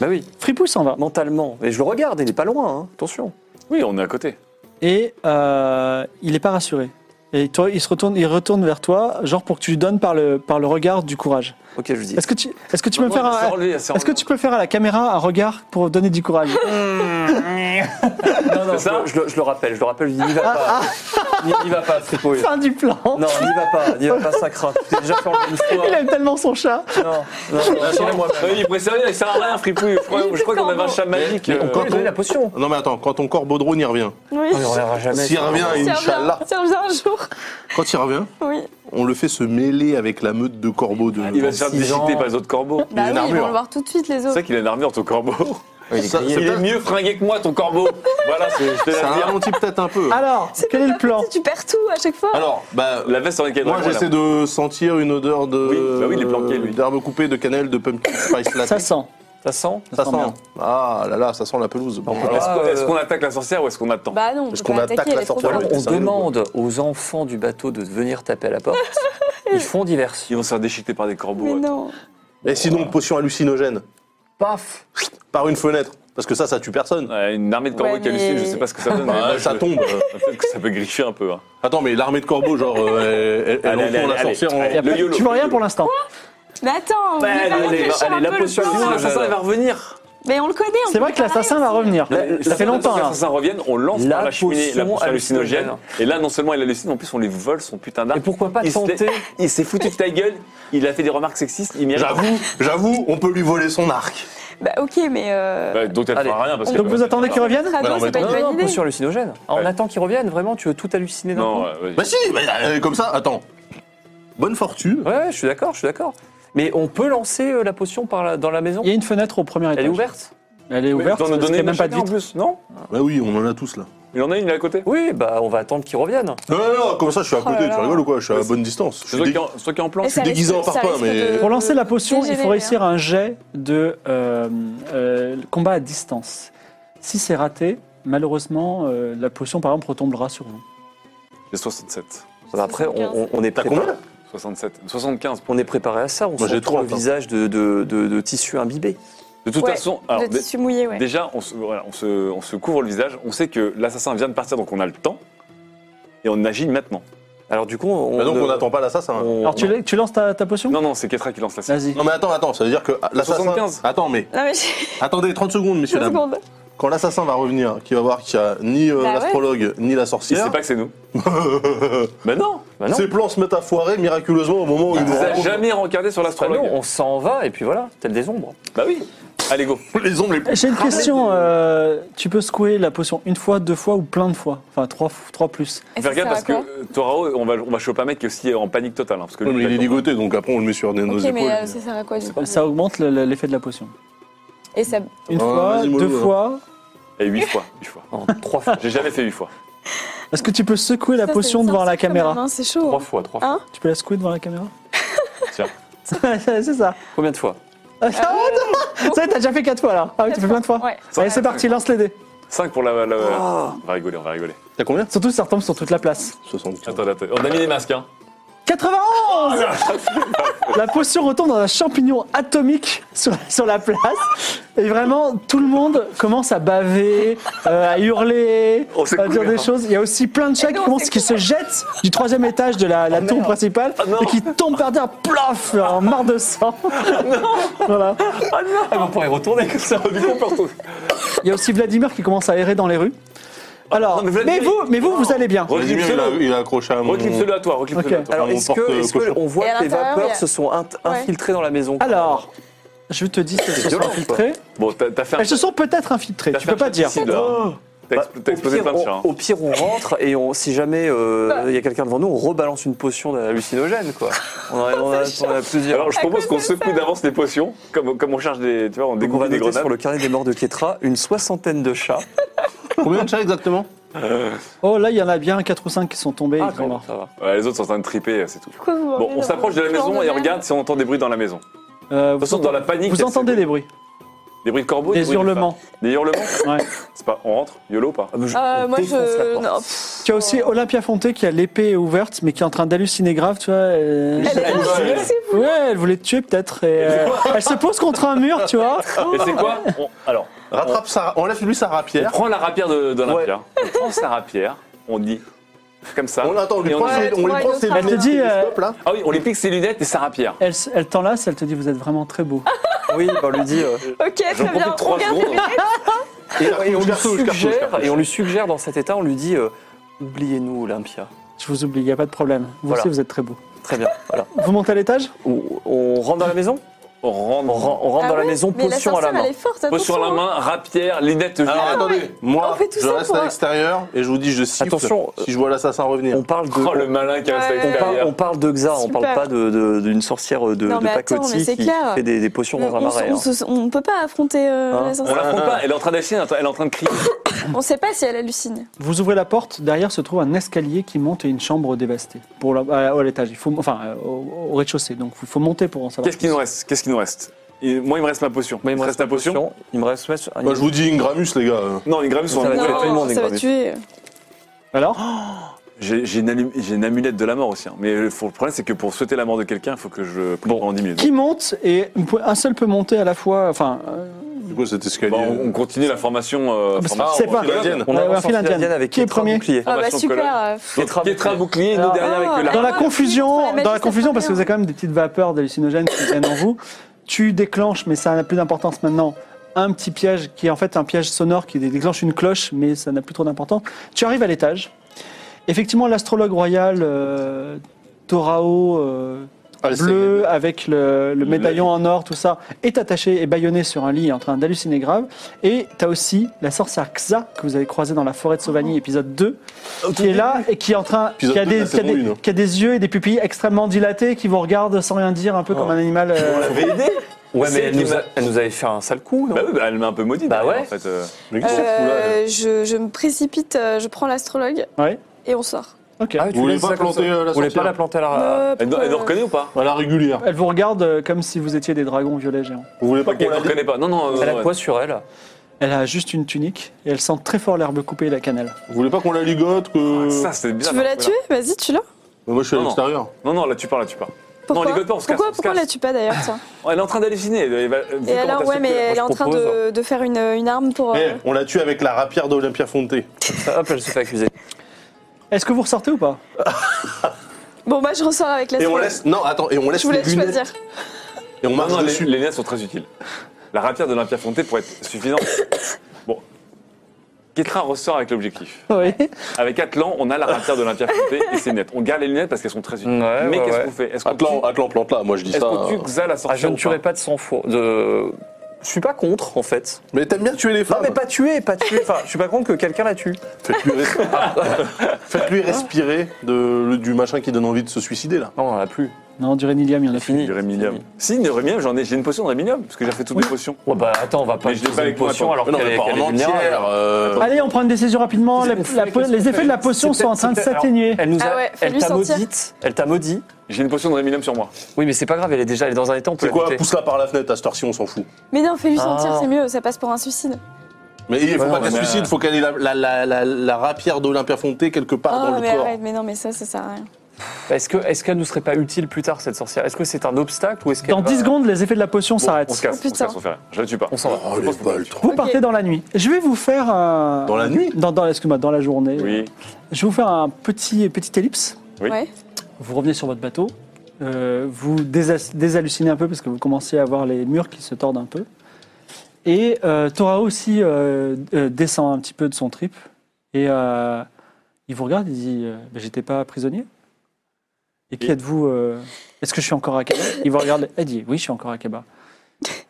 Speaker 3: Bah oui,
Speaker 1: Fripouille s'en va.
Speaker 3: mentalement. Et je le regarde, il est pas loin, hein. attention.
Speaker 2: Oui, on est à côté.
Speaker 1: Et euh, il est pas rassuré. Et toi, il se retourne, il retourne vers toi, genre pour que tu lui donnes par le, par le regard du courage.
Speaker 3: Ok, je dis.
Speaker 1: Est-ce que tu, est-ce que tu peux me faire un- est-ce que tu peux faire à la caméra un regard pour donner du courage
Speaker 3: Non, non,
Speaker 2: C'est ça
Speaker 3: je, je le- je le rappelle, je le rappelle, je dis, n'y
Speaker 1: Ah,
Speaker 3: va pas. N'y n'y va pas, Fripouille.
Speaker 1: Fin du plan.
Speaker 3: Non, n'y va pas, n'y va pas, ça craint. Tu t'es déjà fait enlever une fois.
Speaker 1: Il aime tellement son chat.
Speaker 3: Non, non, non.
Speaker 2: moi Ah Il pourrait servir, il sert à rien, fripouille. Je crois, je crois qu'on avait un chat magique.
Speaker 4: Mais on
Speaker 2: euh,
Speaker 4: compte-
Speaker 3: Lui donner la potion.
Speaker 4: Non mais attends, quand ton corps drone il revient.
Speaker 5: Oui.
Speaker 3: On reviendra jamais.
Speaker 4: S'il
Speaker 3: ça.
Speaker 4: revient,
Speaker 5: Tiens, viens,
Speaker 4: Inch'Allah.
Speaker 5: Tiens, viens un jour.
Speaker 4: Quand il revient,
Speaker 5: Oui.
Speaker 4: on le fait se mêler avec la meute de corbeaux de.
Speaker 2: Il va se faire
Speaker 3: Six ans.
Speaker 2: déchiqueter par les autres corbeaux.
Speaker 4: a
Speaker 5: Bah
Speaker 4: une
Speaker 5: oui, ils vont
Speaker 4: armure.
Speaker 5: le voir tout de suite, les
Speaker 2: C'est
Speaker 5: autres.
Speaker 2: vrai qu'il a une armure, ton corbeau.
Speaker 4: Ça-
Speaker 2: Il est mieux fringué que moi, ton corbeau. Voilà, c'est- je te
Speaker 4: Ça
Speaker 2: l'ai dit. hein.
Speaker 4: ralentit peut-être un peu.
Speaker 2: Ah.
Speaker 1: Alors, quel est le plan
Speaker 5: Tu perds tout à chaque fois.
Speaker 4: Alors, bah,
Speaker 2: La veste en laquelle
Speaker 4: moi j'essaie de sentir une odeur de.
Speaker 2: Oui, bah oui, il est planqué, lui.
Speaker 4: D'herbe coupée, de cannelle, de pumpkin spice latte.
Speaker 1: Ça sent.
Speaker 3: Ça sent
Speaker 4: Ça
Speaker 1: sent
Speaker 4: sent.
Speaker 1: bien.
Speaker 4: Ah là là, ça sent la pelouse. Bon,
Speaker 3: peut
Speaker 4: alors,
Speaker 3: pas-
Speaker 2: Est-ce qu'on-
Speaker 3: Ah,
Speaker 2: est-ce qu'on attaque la sorcière ou est-ce qu'on attend
Speaker 5: Bah non, on
Speaker 4: Parce
Speaker 5: peut
Speaker 4: qu'on
Speaker 5: pas
Speaker 4: attaque
Speaker 5: attaquer,
Speaker 4: la
Speaker 5: elle est trop
Speaker 4: sorcière,
Speaker 5: forte.
Speaker 4: oui.
Speaker 3: On
Speaker 4: Ça,
Speaker 3: demande aux enfants du bateau de venir taper à la porte. Ils font
Speaker 2: Ils
Speaker 3: diversion.
Speaker 2: vont se faire déchiqueter par des corbeaux.
Speaker 5: Mais
Speaker 2: attends.
Speaker 5: non.
Speaker 4: Et sinon, potion hallucinogène
Speaker 3: Paf
Speaker 4: par une fenêtre, parce que ça, ça tue personne.
Speaker 2: Ouais, une armée de corbeaux
Speaker 5: Ouais,
Speaker 2: qui hallucinent,
Speaker 5: mais-
Speaker 2: je sais pas ce que ça donne.
Speaker 4: Bah,
Speaker 2: mais moi,
Speaker 4: ça
Speaker 2: je-
Speaker 4: tombe.
Speaker 2: Peut-être que ça peut griffer un peu. hein.
Speaker 4: Attends, mais l'armée de corbeaux, genre, euh, elle, elle
Speaker 2: Allez,
Speaker 4: enfourne
Speaker 2: allez,
Speaker 4: la
Speaker 2: allez,
Speaker 4: sorcière en-
Speaker 2: allez.
Speaker 1: Y a
Speaker 2: Le
Speaker 1: pas-
Speaker 2: YOLO,
Speaker 1: tu vois
Speaker 2: le
Speaker 1: rien
Speaker 2: YOLO.
Speaker 1: pour l'instant.
Speaker 5: Mais attends, on
Speaker 3: Bah,
Speaker 5: va
Speaker 3: allez,
Speaker 5: réfléchir
Speaker 3: allez,
Speaker 5: un
Speaker 3: la
Speaker 5: peu le
Speaker 3: potion,
Speaker 5: plan.
Speaker 2: Sinon,
Speaker 3: Ah,
Speaker 2: l'assassin,
Speaker 3: là,
Speaker 2: il va revenir.
Speaker 5: Mais on le connaît. Ah, on
Speaker 1: C'est vrai
Speaker 5: peut
Speaker 1: que l'assassin va
Speaker 5: parler aussi.
Speaker 1: revenir.
Speaker 3: La-
Speaker 1: Ça fait longtemps hein.
Speaker 2: Les
Speaker 1: là.
Speaker 2: assassins reviennent, on lance
Speaker 3: La
Speaker 2: par la cheminée la
Speaker 3: potion
Speaker 2: potion hallucinogène.
Speaker 3: hallucinogène.
Speaker 2: hein. Et là, non seulement il hallucine, en plus on les vole son putain
Speaker 3: Et
Speaker 2: d'arme.
Speaker 3: pourquoi pas
Speaker 2: Il se
Speaker 3: tenter
Speaker 2: lève. Il s'est foutu de ta gueule, il a fait des remarques sexistes, il mérite.
Speaker 4: J'avoue, j'avoue, on peut lui voler son arc.
Speaker 5: Bah ok, mais. euh,
Speaker 2: Bah, donc elle
Speaker 3: Allez.
Speaker 2: fera rien parce que.
Speaker 1: Donc vous attendez qu'ils reviennent
Speaker 5: Trado,
Speaker 4: Bah, non, mais
Speaker 5: c'est pas
Speaker 3: Non,
Speaker 5: une
Speaker 3: non,
Speaker 5: bonne
Speaker 3: non,
Speaker 5: idée.
Speaker 3: potion hallucinogène. Ah,
Speaker 2: Ouais.
Speaker 3: On attend qu'ils reviennent, vraiment, tu veux tout halluciner d'un
Speaker 2: Non,
Speaker 3: coup
Speaker 2: ouais, vas-y.
Speaker 4: Bah si, bah, euh, comme ça, attends. Bonne fortune.
Speaker 3: Ouais, ouais, je suis d'accord, je suis d'accord. Mais on peut lancer euh, la potion par la- dans la maison
Speaker 1: Il y a une fenêtre au premier étage.
Speaker 3: Elle est ouverte
Speaker 1: Elle est
Speaker 2: Oui,
Speaker 1: ouverte.
Speaker 2: tu vas nous
Speaker 1: parce qu'il
Speaker 2: donner
Speaker 1: y a
Speaker 2: une
Speaker 1: même pas de
Speaker 2: machine en
Speaker 1: vitre.
Speaker 2: plus, non
Speaker 4: Bah oui, on en a tous là.
Speaker 2: Il en a une là à côté
Speaker 3: Oui, bah on va attendre qu'ils reviennent.
Speaker 4: Non, non, non, comme ça, je suis à
Speaker 5: Oh là
Speaker 4: côté, tu
Speaker 5: là.
Speaker 4: rigoles ou quoi Je suis à la bonne distance. Je
Speaker 2: C'est
Speaker 4: suis
Speaker 2: toi,
Speaker 4: dé-
Speaker 2: qui en- c'est toi qui es en plan
Speaker 5: Et ça
Speaker 4: suis déguisé
Speaker 5: risque-
Speaker 4: en parpaing,
Speaker 5: ça risque
Speaker 4: mais-
Speaker 5: de-
Speaker 1: Pour lancer la potion, il
Speaker 5: dégénérer,
Speaker 1: faut réussir
Speaker 5: hein.
Speaker 1: un jet de euh, euh, combat à distance. Si c'est raté, malheureusement, euh, la potion, par exemple, retombera sur vous.
Speaker 2: J'ai 67.
Speaker 3: Bah, Après, on, on- on est
Speaker 4: T'as
Speaker 3: préparé-
Speaker 4: combien
Speaker 2: 67. 75 pour.
Speaker 3: on est préparé à ça, on
Speaker 4: Moi, j'ai
Speaker 3: sent trop
Speaker 4: trente,
Speaker 3: le
Speaker 4: hein.
Speaker 3: visage de, de- de- de tissu imbibé.
Speaker 2: De toute
Speaker 5: Ouais,
Speaker 2: façon,
Speaker 5: De
Speaker 2: alors, dé-
Speaker 5: tissu mouillé, ouais.
Speaker 2: déjà, on se, voilà, on, se, on se couvre le visage, on sait que l'assassin vient de partir, donc on a le temps. Et on agit maintenant.
Speaker 3: Alors du coup, on,
Speaker 4: Bah donc,
Speaker 3: euh,
Speaker 4: on n'attend pas l'assassin.
Speaker 3: on-
Speaker 1: Alors, tu, la- tu lances ta, ta potion
Speaker 2: Non, non, c'est Ketra qui lance la
Speaker 1: Vas-y.
Speaker 4: Non mais attends, attends, ça veut dire que l'assassin...
Speaker 2: 75.
Speaker 4: Attends, mais...
Speaker 5: Non, mais j'ai
Speaker 4: Attendez, 30 secondes, messieurs,
Speaker 5: une
Speaker 4: dames.
Speaker 5: seconde.
Speaker 4: Quand l'assassin va revenir, qui va voir qu'il n'y a ni euh,
Speaker 5: Bah ouais.
Speaker 4: l'astrologue, ni la
Speaker 2: Il
Speaker 4: sorcière...
Speaker 2: sait pas que c'est nous. Bah non, Bah,
Speaker 3: bah non.
Speaker 4: Ses plans se mettent à foirer miraculeusement au moment où il nous
Speaker 2: il nous a
Speaker 4: rencontre.
Speaker 2: jamais rencardé sur
Speaker 3: Bah non,
Speaker 2: l'astrologue.
Speaker 3: on s'en va et puis voilà, telle des ombres.
Speaker 2: Bah oui. Allez, go.
Speaker 4: Les ombres les plus.
Speaker 1: J'ai une question. euh, tu peux secouer la potion une fois, deux fois ou plein de fois Enfin, trois, f- trois plus.
Speaker 5: Et ça
Speaker 2: Fais gaffe
Speaker 5: sert à
Speaker 2: parce que
Speaker 5: quoi
Speaker 2: euh, Torao, on va, on va choper un mec qui est aussi en panique totale. hein, parce que
Speaker 4: Ouais,
Speaker 2: lui,
Speaker 4: mais il est
Speaker 2: peut-être-
Speaker 4: ligoté, donc après on le met sur nos
Speaker 5: Ok,
Speaker 4: épaules.
Speaker 5: mais euh, ça sert à quoi du coup
Speaker 1: Ça augmente le- le- l'effet de la potion.
Speaker 5: Et ça.
Speaker 1: Une
Speaker 4: Ah,
Speaker 1: fois,
Speaker 4: vas-y,
Speaker 1: deux
Speaker 4: mollo, alors.
Speaker 1: fois.
Speaker 2: Et 8 fois. Eh, huit fois.
Speaker 3: En Oh, trois fois.
Speaker 2: J'ai jamais fait 8 fois.
Speaker 1: Est-ce que tu peux secouer la
Speaker 5: Ça,
Speaker 1: potion
Speaker 5: c'est
Speaker 1: devant la
Speaker 5: sorcier quand même,
Speaker 1: caméra
Speaker 5: hein, C'est chaud.
Speaker 3: Trois fois, trois fois.
Speaker 1: Tu peux la secouer devant la caméra
Speaker 2: Tiens.
Speaker 1: c'est ça.
Speaker 3: Combien de fois
Speaker 1: Ah, non Ça, y est, t'as déjà fait quatre fois là. Ah oui, tu fais plein de fois.
Speaker 5: Ouais.
Speaker 1: Allez, c'est parti, lance les dés.
Speaker 2: 5 pour la. la-
Speaker 3: Oh.
Speaker 2: On va rigoler, on va rigoler.
Speaker 4: T'as combien
Speaker 1: Surtout, ça retombe sur toute la place.
Speaker 4: 60.
Speaker 2: Attends, attends. On a mis des masques, hein.
Speaker 1: 91
Speaker 4: Ah,
Speaker 1: La potion retombe dans un champignon atomique sur, sur la place. Et vraiment, tout le monde commence à baver, euh, à hurler,
Speaker 4: Oh,
Speaker 2: On s'est
Speaker 1: à dire
Speaker 4: hein.
Speaker 2: couvert.
Speaker 1: des choses. Il y a aussi plein de chats
Speaker 5: Et
Speaker 1: qui,
Speaker 5: nous, on
Speaker 1: commencent-
Speaker 5: s'est
Speaker 1: qui se jettent du troisième étage de
Speaker 4: Ah,
Speaker 1: la, la tour principale et qui tombent par terre, plaf, en marre de sang. Voilà.
Speaker 3: Ah, On pourrait retourner comme ça.
Speaker 1: Il y a aussi Vladimir qui commence à errer dans les rues. Alors,
Speaker 2: non, mais
Speaker 1: mais,
Speaker 2: Vladimir,
Speaker 1: vous, mais vous, vous allez bien.
Speaker 4: Vladimir, il a,
Speaker 2: Reclipse-le.
Speaker 4: il a accroché à mon.
Speaker 2: Reclipse-le à toi, reclipse-le à
Speaker 1: Ok.
Speaker 2: toi.
Speaker 3: Mmh. Alors,
Speaker 4: Enfin,
Speaker 3: est-ce
Speaker 4: on porte,
Speaker 3: que,
Speaker 4: euh,
Speaker 3: est-ce que
Speaker 4: cochon.
Speaker 3: on voit
Speaker 5: Et à
Speaker 3: que les
Speaker 5: l'intérieur,
Speaker 3: vapeurs
Speaker 5: il y a-
Speaker 3: se sont int-
Speaker 5: Ouais.
Speaker 3: infiltrées dans la maison
Speaker 1: Alors, je te dis, elles se sont
Speaker 3: violent, quoi.
Speaker 1: infiltrées.
Speaker 2: Bon, t'as t'as fait un.
Speaker 1: Elles se sont peut-être infiltrées,
Speaker 2: T'as
Speaker 1: tu
Speaker 2: fait
Speaker 1: peux
Speaker 2: un
Speaker 1: pas dire.
Speaker 2: suicide, là.
Speaker 1: Oh.
Speaker 2: T'as
Speaker 3: Bah,
Speaker 2: expl- t'as explosé
Speaker 3: au,
Speaker 2: plein
Speaker 3: pire,
Speaker 2: de
Speaker 3: on,
Speaker 2: chiens. hein.
Speaker 3: au pire, on rentre et on, si jamais euh,
Speaker 5: Bah.
Speaker 3: il y a quelqu'un devant nous, on rebalance une potion hallucinogène. Quoi. On en a, on en a- on en a plusieurs.
Speaker 2: Alors, je propose qu'on secoue d'avance les potions, comme, comme on charge des. Tu vois, on
Speaker 3: Donc on
Speaker 2: découvre
Speaker 3: va
Speaker 2: des
Speaker 3: noter
Speaker 2: grenades.
Speaker 3: sur le carnet des morts de Ketra une soixantaine de chats.
Speaker 4: Combien de chats exactement
Speaker 1: Oh, là, il y en a bien 4 ou 5 qui sont
Speaker 2: Ah,
Speaker 1: tombés. ils sont morts.
Speaker 3: Ah, ça va.
Speaker 5: Ah,
Speaker 2: Ouais, les autres sont en train de triper, c'est tout.
Speaker 5: Pourquoi
Speaker 3: Oh,
Speaker 5: vous
Speaker 2: Bon, on s'approche de la maison et on regarde si on entend des bruits dans la maison. De toute
Speaker 1: Euh, vous
Speaker 2: façon, dans la panique.
Speaker 1: vous
Speaker 2: c'est-
Speaker 1: entendez des bruits,
Speaker 2: Des bruits de corbeaux
Speaker 1: des
Speaker 2: bruits de
Speaker 1: hurlements.
Speaker 2: femmes. Des hurlements
Speaker 1: Ouais.
Speaker 2: C'est pas. On rentre YOLO ou pas
Speaker 3: Ah, mais je- on
Speaker 5: moi
Speaker 3: défonce la
Speaker 5: je.
Speaker 3: porte.
Speaker 5: Non, pff,
Speaker 1: Tu as aussi Olympia Fonté qui a l'épée ouverte, mais qui est en train d'halluciner grave, tu vois. euh,
Speaker 5: Elle est agressive.
Speaker 1: Ouais, elle voulait te tuer peut-être. et, euh, elle se pose contre un mur, tu vois.
Speaker 3: Oh.
Speaker 2: Et c'est quoi On- Alors,
Speaker 4: Rattrape sa. Enlève lui sa
Speaker 2: on
Speaker 4: rapière.
Speaker 2: prend la rapière de, de la pierre. On prend sa rapière, on dit. Comme ça.
Speaker 4: On attend, on lui
Speaker 2: Et on
Speaker 4: prend
Speaker 2: dit-
Speaker 5: Ouais,
Speaker 4: ses- on lui
Speaker 5: ouais,
Speaker 4: prend
Speaker 5: il
Speaker 4: ses
Speaker 5: nous
Speaker 1: Elle te
Speaker 4: lunettes,
Speaker 1: dit,
Speaker 4: ses
Speaker 1: euh,
Speaker 4: scopes, là.
Speaker 2: Ah oui, on lui pique ses lunettes et sa rapière.
Speaker 1: Elle, s- elle t'enlace, elle te dit Vous êtes vraiment très beau.
Speaker 3: Oui, bah, on lui dit. euh,
Speaker 5: Ok,
Speaker 2: J'en
Speaker 5: très bien.
Speaker 2: profite
Speaker 5: On
Speaker 2: trois
Speaker 5: regarde les
Speaker 2: secondes.
Speaker 5: lunettes.
Speaker 3: et, et on
Speaker 4: cartouche,
Speaker 3: lui
Speaker 4: cartouche,
Speaker 3: suggère,
Speaker 4: cartouche.
Speaker 3: et on lui suggère dans cet état, on lui dit euh, Oubliez-nous, Olympia.
Speaker 1: Je vous oublie, il n'y a pas de problème. Vous
Speaker 3: Voilà.
Speaker 1: aussi, vous êtes très beau.
Speaker 3: Très bien. Voilà.
Speaker 1: Vous montez à l'étage
Speaker 3: On, on rentre dans la maison
Speaker 2: On rentre.
Speaker 3: On, ren- on rentre
Speaker 5: Ah
Speaker 3: dans
Speaker 5: ouais
Speaker 3: la maison,
Speaker 5: Mais la
Speaker 3: potion à la
Speaker 5: sorcière,
Speaker 3: main.
Speaker 5: elle est forte.
Speaker 2: Potion à la
Speaker 5: attention.
Speaker 2: main, rapière, lunettes.
Speaker 4: Alors
Speaker 2: géantes.
Speaker 4: Ah attendez, moi
Speaker 5: On fait tout
Speaker 4: je
Speaker 5: ça
Speaker 4: reste
Speaker 5: pour
Speaker 4: à
Speaker 5: un-
Speaker 4: l'extérieur et je vous dis je siffle
Speaker 3: Attention.
Speaker 4: si je vois l'assassin revenir.
Speaker 3: On parle de.
Speaker 2: Oh, le malin qui reste à
Speaker 5: Ouais.
Speaker 3: on, parle,
Speaker 2: l'extérieur.
Speaker 3: on parle de Xa, on
Speaker 5: Super.
Speaker 3: parle pas de- de- d'une sorcière de,
Speaker 5: Non,
Speaker 3: de
Speaker 5: mais attends,
Speaker 3: pacotis
Speaker 5: mais c'est
Speaker 3: qui
Speaker 5: clair.
Speaker 3: fait des, des potions
Speaker 5: Mais
Speaker 3: dans un
Speaker 5: on,
Speaker 3: marais.
Speaker 5: se- on,
Speaker 3: hein.
Speaker 5: se- on peut pas affronter euh,
Speaker 3: Hein
Speaker 5: la
Speaker 2: On
Speaker 5: sorcière.
Speaker 2: l'affronte pas, elle est en train d'acheter, elle est en train de crier.
Speaker 5: On sait pas si elle hallucine.
Speaker 1: Vous ouvrez la porte, derrière se trouve un escalier qui monte et une chambre dévastée. Pour la- à, à l'étage, il faut, enfin euh, au, au rez-de-chaussée, donc il faut monter pour en savoir.
Speaker 2: Qu'est-ce qu'il nous reste Qu'est-ce qu'il nous reste Et Moi, il me reste ma potion.
Speaker 3: Moi, il me
Speaker 2: te
Speaker 3: reste la potion. Il me reste. il me-
Speaker 4: Bah, je vous dis Ingramus les gars. euh.
Speaker 2: Non, les grammes sont
Speaker 3: Ça va
Speaker 2: en
Speaker 3: Ouais,
Speaker 5: Non,
Speaker 3: tout le monde est
Speaker 5: ça va
Speaker 3: gravé.
Speaker 5: tuer.
Speaker 1: Alors
Speaker 2: Oh J'ai j'ai une, allum- j'ai une amulette de la mort aussi. hein. Mais le faut- le problème, c'est que pour souhaiter la mort de quelqu'un, il faut que je prenne en 10 minutes.
Speaker 1: Qui monte et vous pouvez- un seul peut monter à la fois. Enfin, euh,
Speaker 4: Du coup cet escalier.
Speaker 2: Bon, Bah, on on continue la formation. euh,
Speaker 1: Ah, bah, c'est-
Speaker 2: formation
Speaker 1: c'est pas-
Speaker 2: indienne.
Speaker 3: On
Speaker 1: Ouais,
Speaker 3: a
Speaker 1: ouais,
Speaker 3: un fil
Speaker 1: file indienne.
Speaker 3: indienne avec
Speaker 1: Qui est
Speaker 3: Ketra
Speaker 1: premier
Speaker 3: bouclier.
Speaker 5: Ah bah
Speaker 2: Formation
Speaker 5: super.
Speaker 2: Donc,
Speaker 3: Ketra
Speaker 2: Ketra bouclier, nous
Speaker 1: Alors,
Speaker 2: derrière
Speaker 5: ah,
Speaker 2: avec le
Speaker 5: là-
Speaker 1: dans la
Speaker 5: Ah,
Speaker 1: confusion,
Speaker 5: la magie,
Speaker 1: dans la
Speaker 5: ça
Speaker 1: confusion,
Speaker 5: fait
Speaker 1: parce que
Speaker 5: rien.
Speaker 1: vous avez quand même des petites vapeurs d'hallucinogènes qui viennent en vous. Tu déclenches, mais ça n'a plus d'importance maintenant. Un petit piège qui est en fait un piège sonore qui déclenche une cloche, mais ça n'a plus trop d'importance. Tu arrives à l'étage. Effectivement, l'astrologue royal euh, Torao euh,
Speaker 4: Ah, c'est-
Speaker 1: bleu avec le, le médaillon en or, tout ça, est attaché et bâillonné sur un lit en train d'halluciner grave. Et t'as aussi la sorcière Xa que vous avez croisée dans la forêt de Sauvigny, épisode 2, qui est là et qui est en train, qui
Speaker 4: Épisode
Speaker 1: a,
Speaker 4: 2 de
Speaker 1: des,
Speaker 4: la
Speaker 1: qui, a
Speaker 4: saison
Speaker 1: des,
Speaker 4: une.
Speaker 1: qui a des yeux et des pupilles extrêmement dilatées qui vous regardent sans rien dire, un peu comme un animal. euh,
Speaker 3: Ouais,
Speaker 2: C'est
Speaker 3: mais elle
Speaker 2: qui
Speaker 3: nous, a-
Speaker 2: m'a-
Speaker 3: elle nous avait fait un sale coup, non
Speaker 2: Bah oui, bah, elle m'a un peu maudite.
Speaker 3: Bah
Speaker 2: d'ailleurs,
Speaker 3: ouais.
Speaker 2: En fait, euh.
Speaker 4: Mais qu'est-ce qu'elle fout là, elle
Speaker 5: Euh, Je je me précipite, euh, je prends l'astrologue
Speaker 1: Ouais.
Speaker 5: et on sort.
Speaker 1: Ok.
Speaker 3: Ah oui, tu
Speaker 4: Vous voulez
Speaker 3: laisses
Speaker 4: pas
Speaker 3: ça comme
Speaker 4: planter,
Speaker 3: ça.
Speaker 4: euh, la
Speaker 3: Vous voulez
Speaker 4: sorcière
Speaker 3: pas la planter à la.
Speaker 5: Euh,
Speaker 2: Elle, nous- elle nous
Speaker 5: pourquoi-
Speaker 2: reconnaît ou pas
Speaker 4: À la régulière.
Speaker 1: Elle vous regarde euh, comme si vous étiez des dragons violets géants.
Speaker 4: Vous voulez pas
Speaker 2: Ok, elle
Speaker 4: qu'on
Speaker 2: ne
Speaker 4: la
Speaker 2: reconnaît pas. Non, non.
Speaker 5: Bah,
Speaker 3: Elle
Speaker 2: euh,
Speaker 3: a quoi sur elle Ah,
Speaker 1: Elle a juste une tunique et elle sent très fort l'herbe coupée et la cannelle.
Speaker 4: Vous voulez pas qu'on la ligote que
Speaker 2: ouais. Ah, Euh, Ça, c'est bizarre.
Speaker 5: Tu veux la
Speaker 2: Voilà.
Speaker 5: tuer Vas-y, tu l'as.
Speaker 4: Mais Moi je suis à
Speaker 2: Non, non.
Speaker 4: l'extérieur.
Speaker 2: Non, non, là, tu parles, là, tu parles.
Speaker 5: Pourquoi
Speaker 2: Non, les godports, on se casse,
Speaker 5: Pourquoi,
Speaker 2: on se
Speaker 5: pourquoi
Speaker 2: casse.
Speaker 5: la tue pas d'ailleurs tiens
Speaker 2: Elle est en train d'halluciner. elle va- vu
Speaker 5: Et
Speaker 2: comment
Speaker 5: alors,
Speaker 2: t'as
Speaker 5: ouais, mais
Speaker 2: secoué-
Speaker 5: elle est en train de, de faire une, une arme pour.
Speaker 4: Eh,
Speaker 5: euh,
Speaker 4: on la tue avec la rapière d'Olympia Fonté.
Speaker 3: Ah, Hop, elle se fait accuser.
Speaker 1: Est-ce que vous ressortez ou pas
Speaker 5: Bon, bah, je ressors avec
Speaker 4: Et on
Speaker 5: l'astrologue.
Speaker 4: laisse non attends et on laisse
Speaker 5: Je vous
Speaker 4: les
Speaker 5: laisse
Speaker 4: lunettes
Speaker 5: choisir.
Speaker 4: et on
Speaker 2: Non,
Speaker 4: marche
Speaker 2: non, les,
Speaker 4: dessus.
Speaker 2: les liens sont très utiles. La rapière de l'Olympia Fonté pourrait être suffisante. Bon. Ketra ressort avec l'objectif.
Speaker 1: Oui.
Speaker 2: Avec Atlan, on a la rapière de l'Olympia Fonté et ses lunettes. On garde les lunettes parce qu'elles sont très utiles.
Speaker 3: Ouais,
Speaker 2: Mais
Speaker 3: ouais,
Speaker 2: qu'est-ce
Speaker 3: ouais.
Speaker 2: qu'on fait Est-ce qu'on
Speaker 4: Atlan,
Speaker 2: tue,
Speaker 4: Atlan plante là, moi je dis
Speaker 2: est-ce
Speaker 4: ça.
Speaker 2: qu'on tue
Speaker 4: euh,
Speaker 2: Xa la sorcière
Speaker 3: Ah, je ne
Speaker 2: ou
Speaker 3: tuerai pas de sang-froid. De... Je suis pas contre, en fait.
Speaker 4: Mais t'aimes bien tuer les
Speaker 3: Non,
Speaker 4: femmes
Speaker 3: mais pas tuer, pas tuer. Enfin, je suis pas contre que quelqu'un la tue.
Speaker 4: Faites-lui res- Ah. Faites-lui respirer de, le- du machin qui donne envie de se suicider, là.
Speaker 3: Non, on en a plus.
Speaker 1: Non, du Renilium, il y en a fini.
Speaker 3: Fini.
Speaker 2: Du réminium. Si, du réminium, j'en ai, j'ai une potion de réminium, parce que j'ai fait toutes les potions.
Speaker 6: Ouais, bah attends, on va pas
Speaker 2: Mais je l'ai
Speaker 6: utiliser
Speaker 2: pas avec
Speaker 6: une
Speaker 2: moi,
Speaker 6: potion
Speaker 2: attends.
Speaker 6: alors
Speaker 4: Mais non,
Speaker 6: qu'elle
Speaker 4: mais
Speaker 6: est
Speaker 4: pas
Speaker 6: qu'elle
Speaker 4: en
Speaker 6: est vulnérable.
Speaker 4: entière. euh,
Speaker 1: Allez, on prend une décision rapidement. La- la- les effets de la potion sont en train de s'atténuer.
Speaker 3: Elle nous a,
Speaker 5: Ah ouais,
Speaker 3: elle
Speaker 5: fais-lui
Speaker 3: t'a
Speaker 5: sortir.
Speaker 3: maudite. Elle t'a maudit.
Speaker 2: J'ai une potion de réminium sur moi.
Speaker 6: Oui, mais c'est pas grave, elle est déjà elle est dans un état, on peut
Speaker 4: C'est
Speaker 6: la
Speaker 4: quoi
Speaker 6: buter.
Speaker 4: Pousse-la par la fenêtre, à cette heure-ci, on s'en fout.
Speaker 5: Mais non, fais-lui sortir,
Speaker 6: Ah.
Speaker 5: c'est mieux, ça passe pour un suicide.
Speaker 4: Mais il faut
Speaker 6: Ouais,
Speaker 4: pas
Speaker 6: ouais,
Speaker 4: qu'elle se
Speaker 2: mais-
Speaker 4: suicide, faut qu'elle ait la, la, la, la, la rapière d'Olympia Fonté quelque part
Speaker 5: Oh,
Speaker 4: dans le
Speaker 5: mais
Speaker 4: corps.
Speaker 5: arrête, mais non, mais ça, ça sert à rien.
Speaker 6: Est-ce que est-ce qu'elle nous serait pas utile plus tard cette sorcière Est-ce que c'est un obstacle ou est-ce qu'elle
Speaker 1: Dans
Speaker 6: va-
Speaker 1: 10 secondes, les effets de la potion
Speaker 2: On se
Speaker 1: s'arrêtent.
Speaker 2: casse, on se
Speaker 5: Oh, putain.
Speaker 2: casse, on fait rien. Je la tue pas.
Speaker 6: On s'en va.
Speaker 4: Oh, les baltros.
Speaker 1: Vous
Speaker 5: Ok.
Speaker 1: partez dans la nuit. Je vais vous faire un...
Speaker 4: Dans la nuit
Speaker 1: dans, dans- Excuse-moi, dans la journée.
Speaker 2: Oui.
Speaker 1: Je vais vous faire un petit, petit ellipse.
Speaker 2: Oui.
Speaker 5: Ouais.
Speaker 1: Vous revenez sur votre bateau. euh, vous désas- déshallucinez un peu parce que vous commencez à voir les murs qui se tordent un peu. Et euh, Torao aussi euh, euh, descend un petit peu de son trip. Et euh, il vous regarde, il dit euh, Ben, J'étais pas prisonnier Et qui
Speaker 2: Et-
Speaker 1: êtes-vous euh, Est-ce que je suis encore à Kaba Il vous regarde, elle dit Oui, je suis encore à Kaba.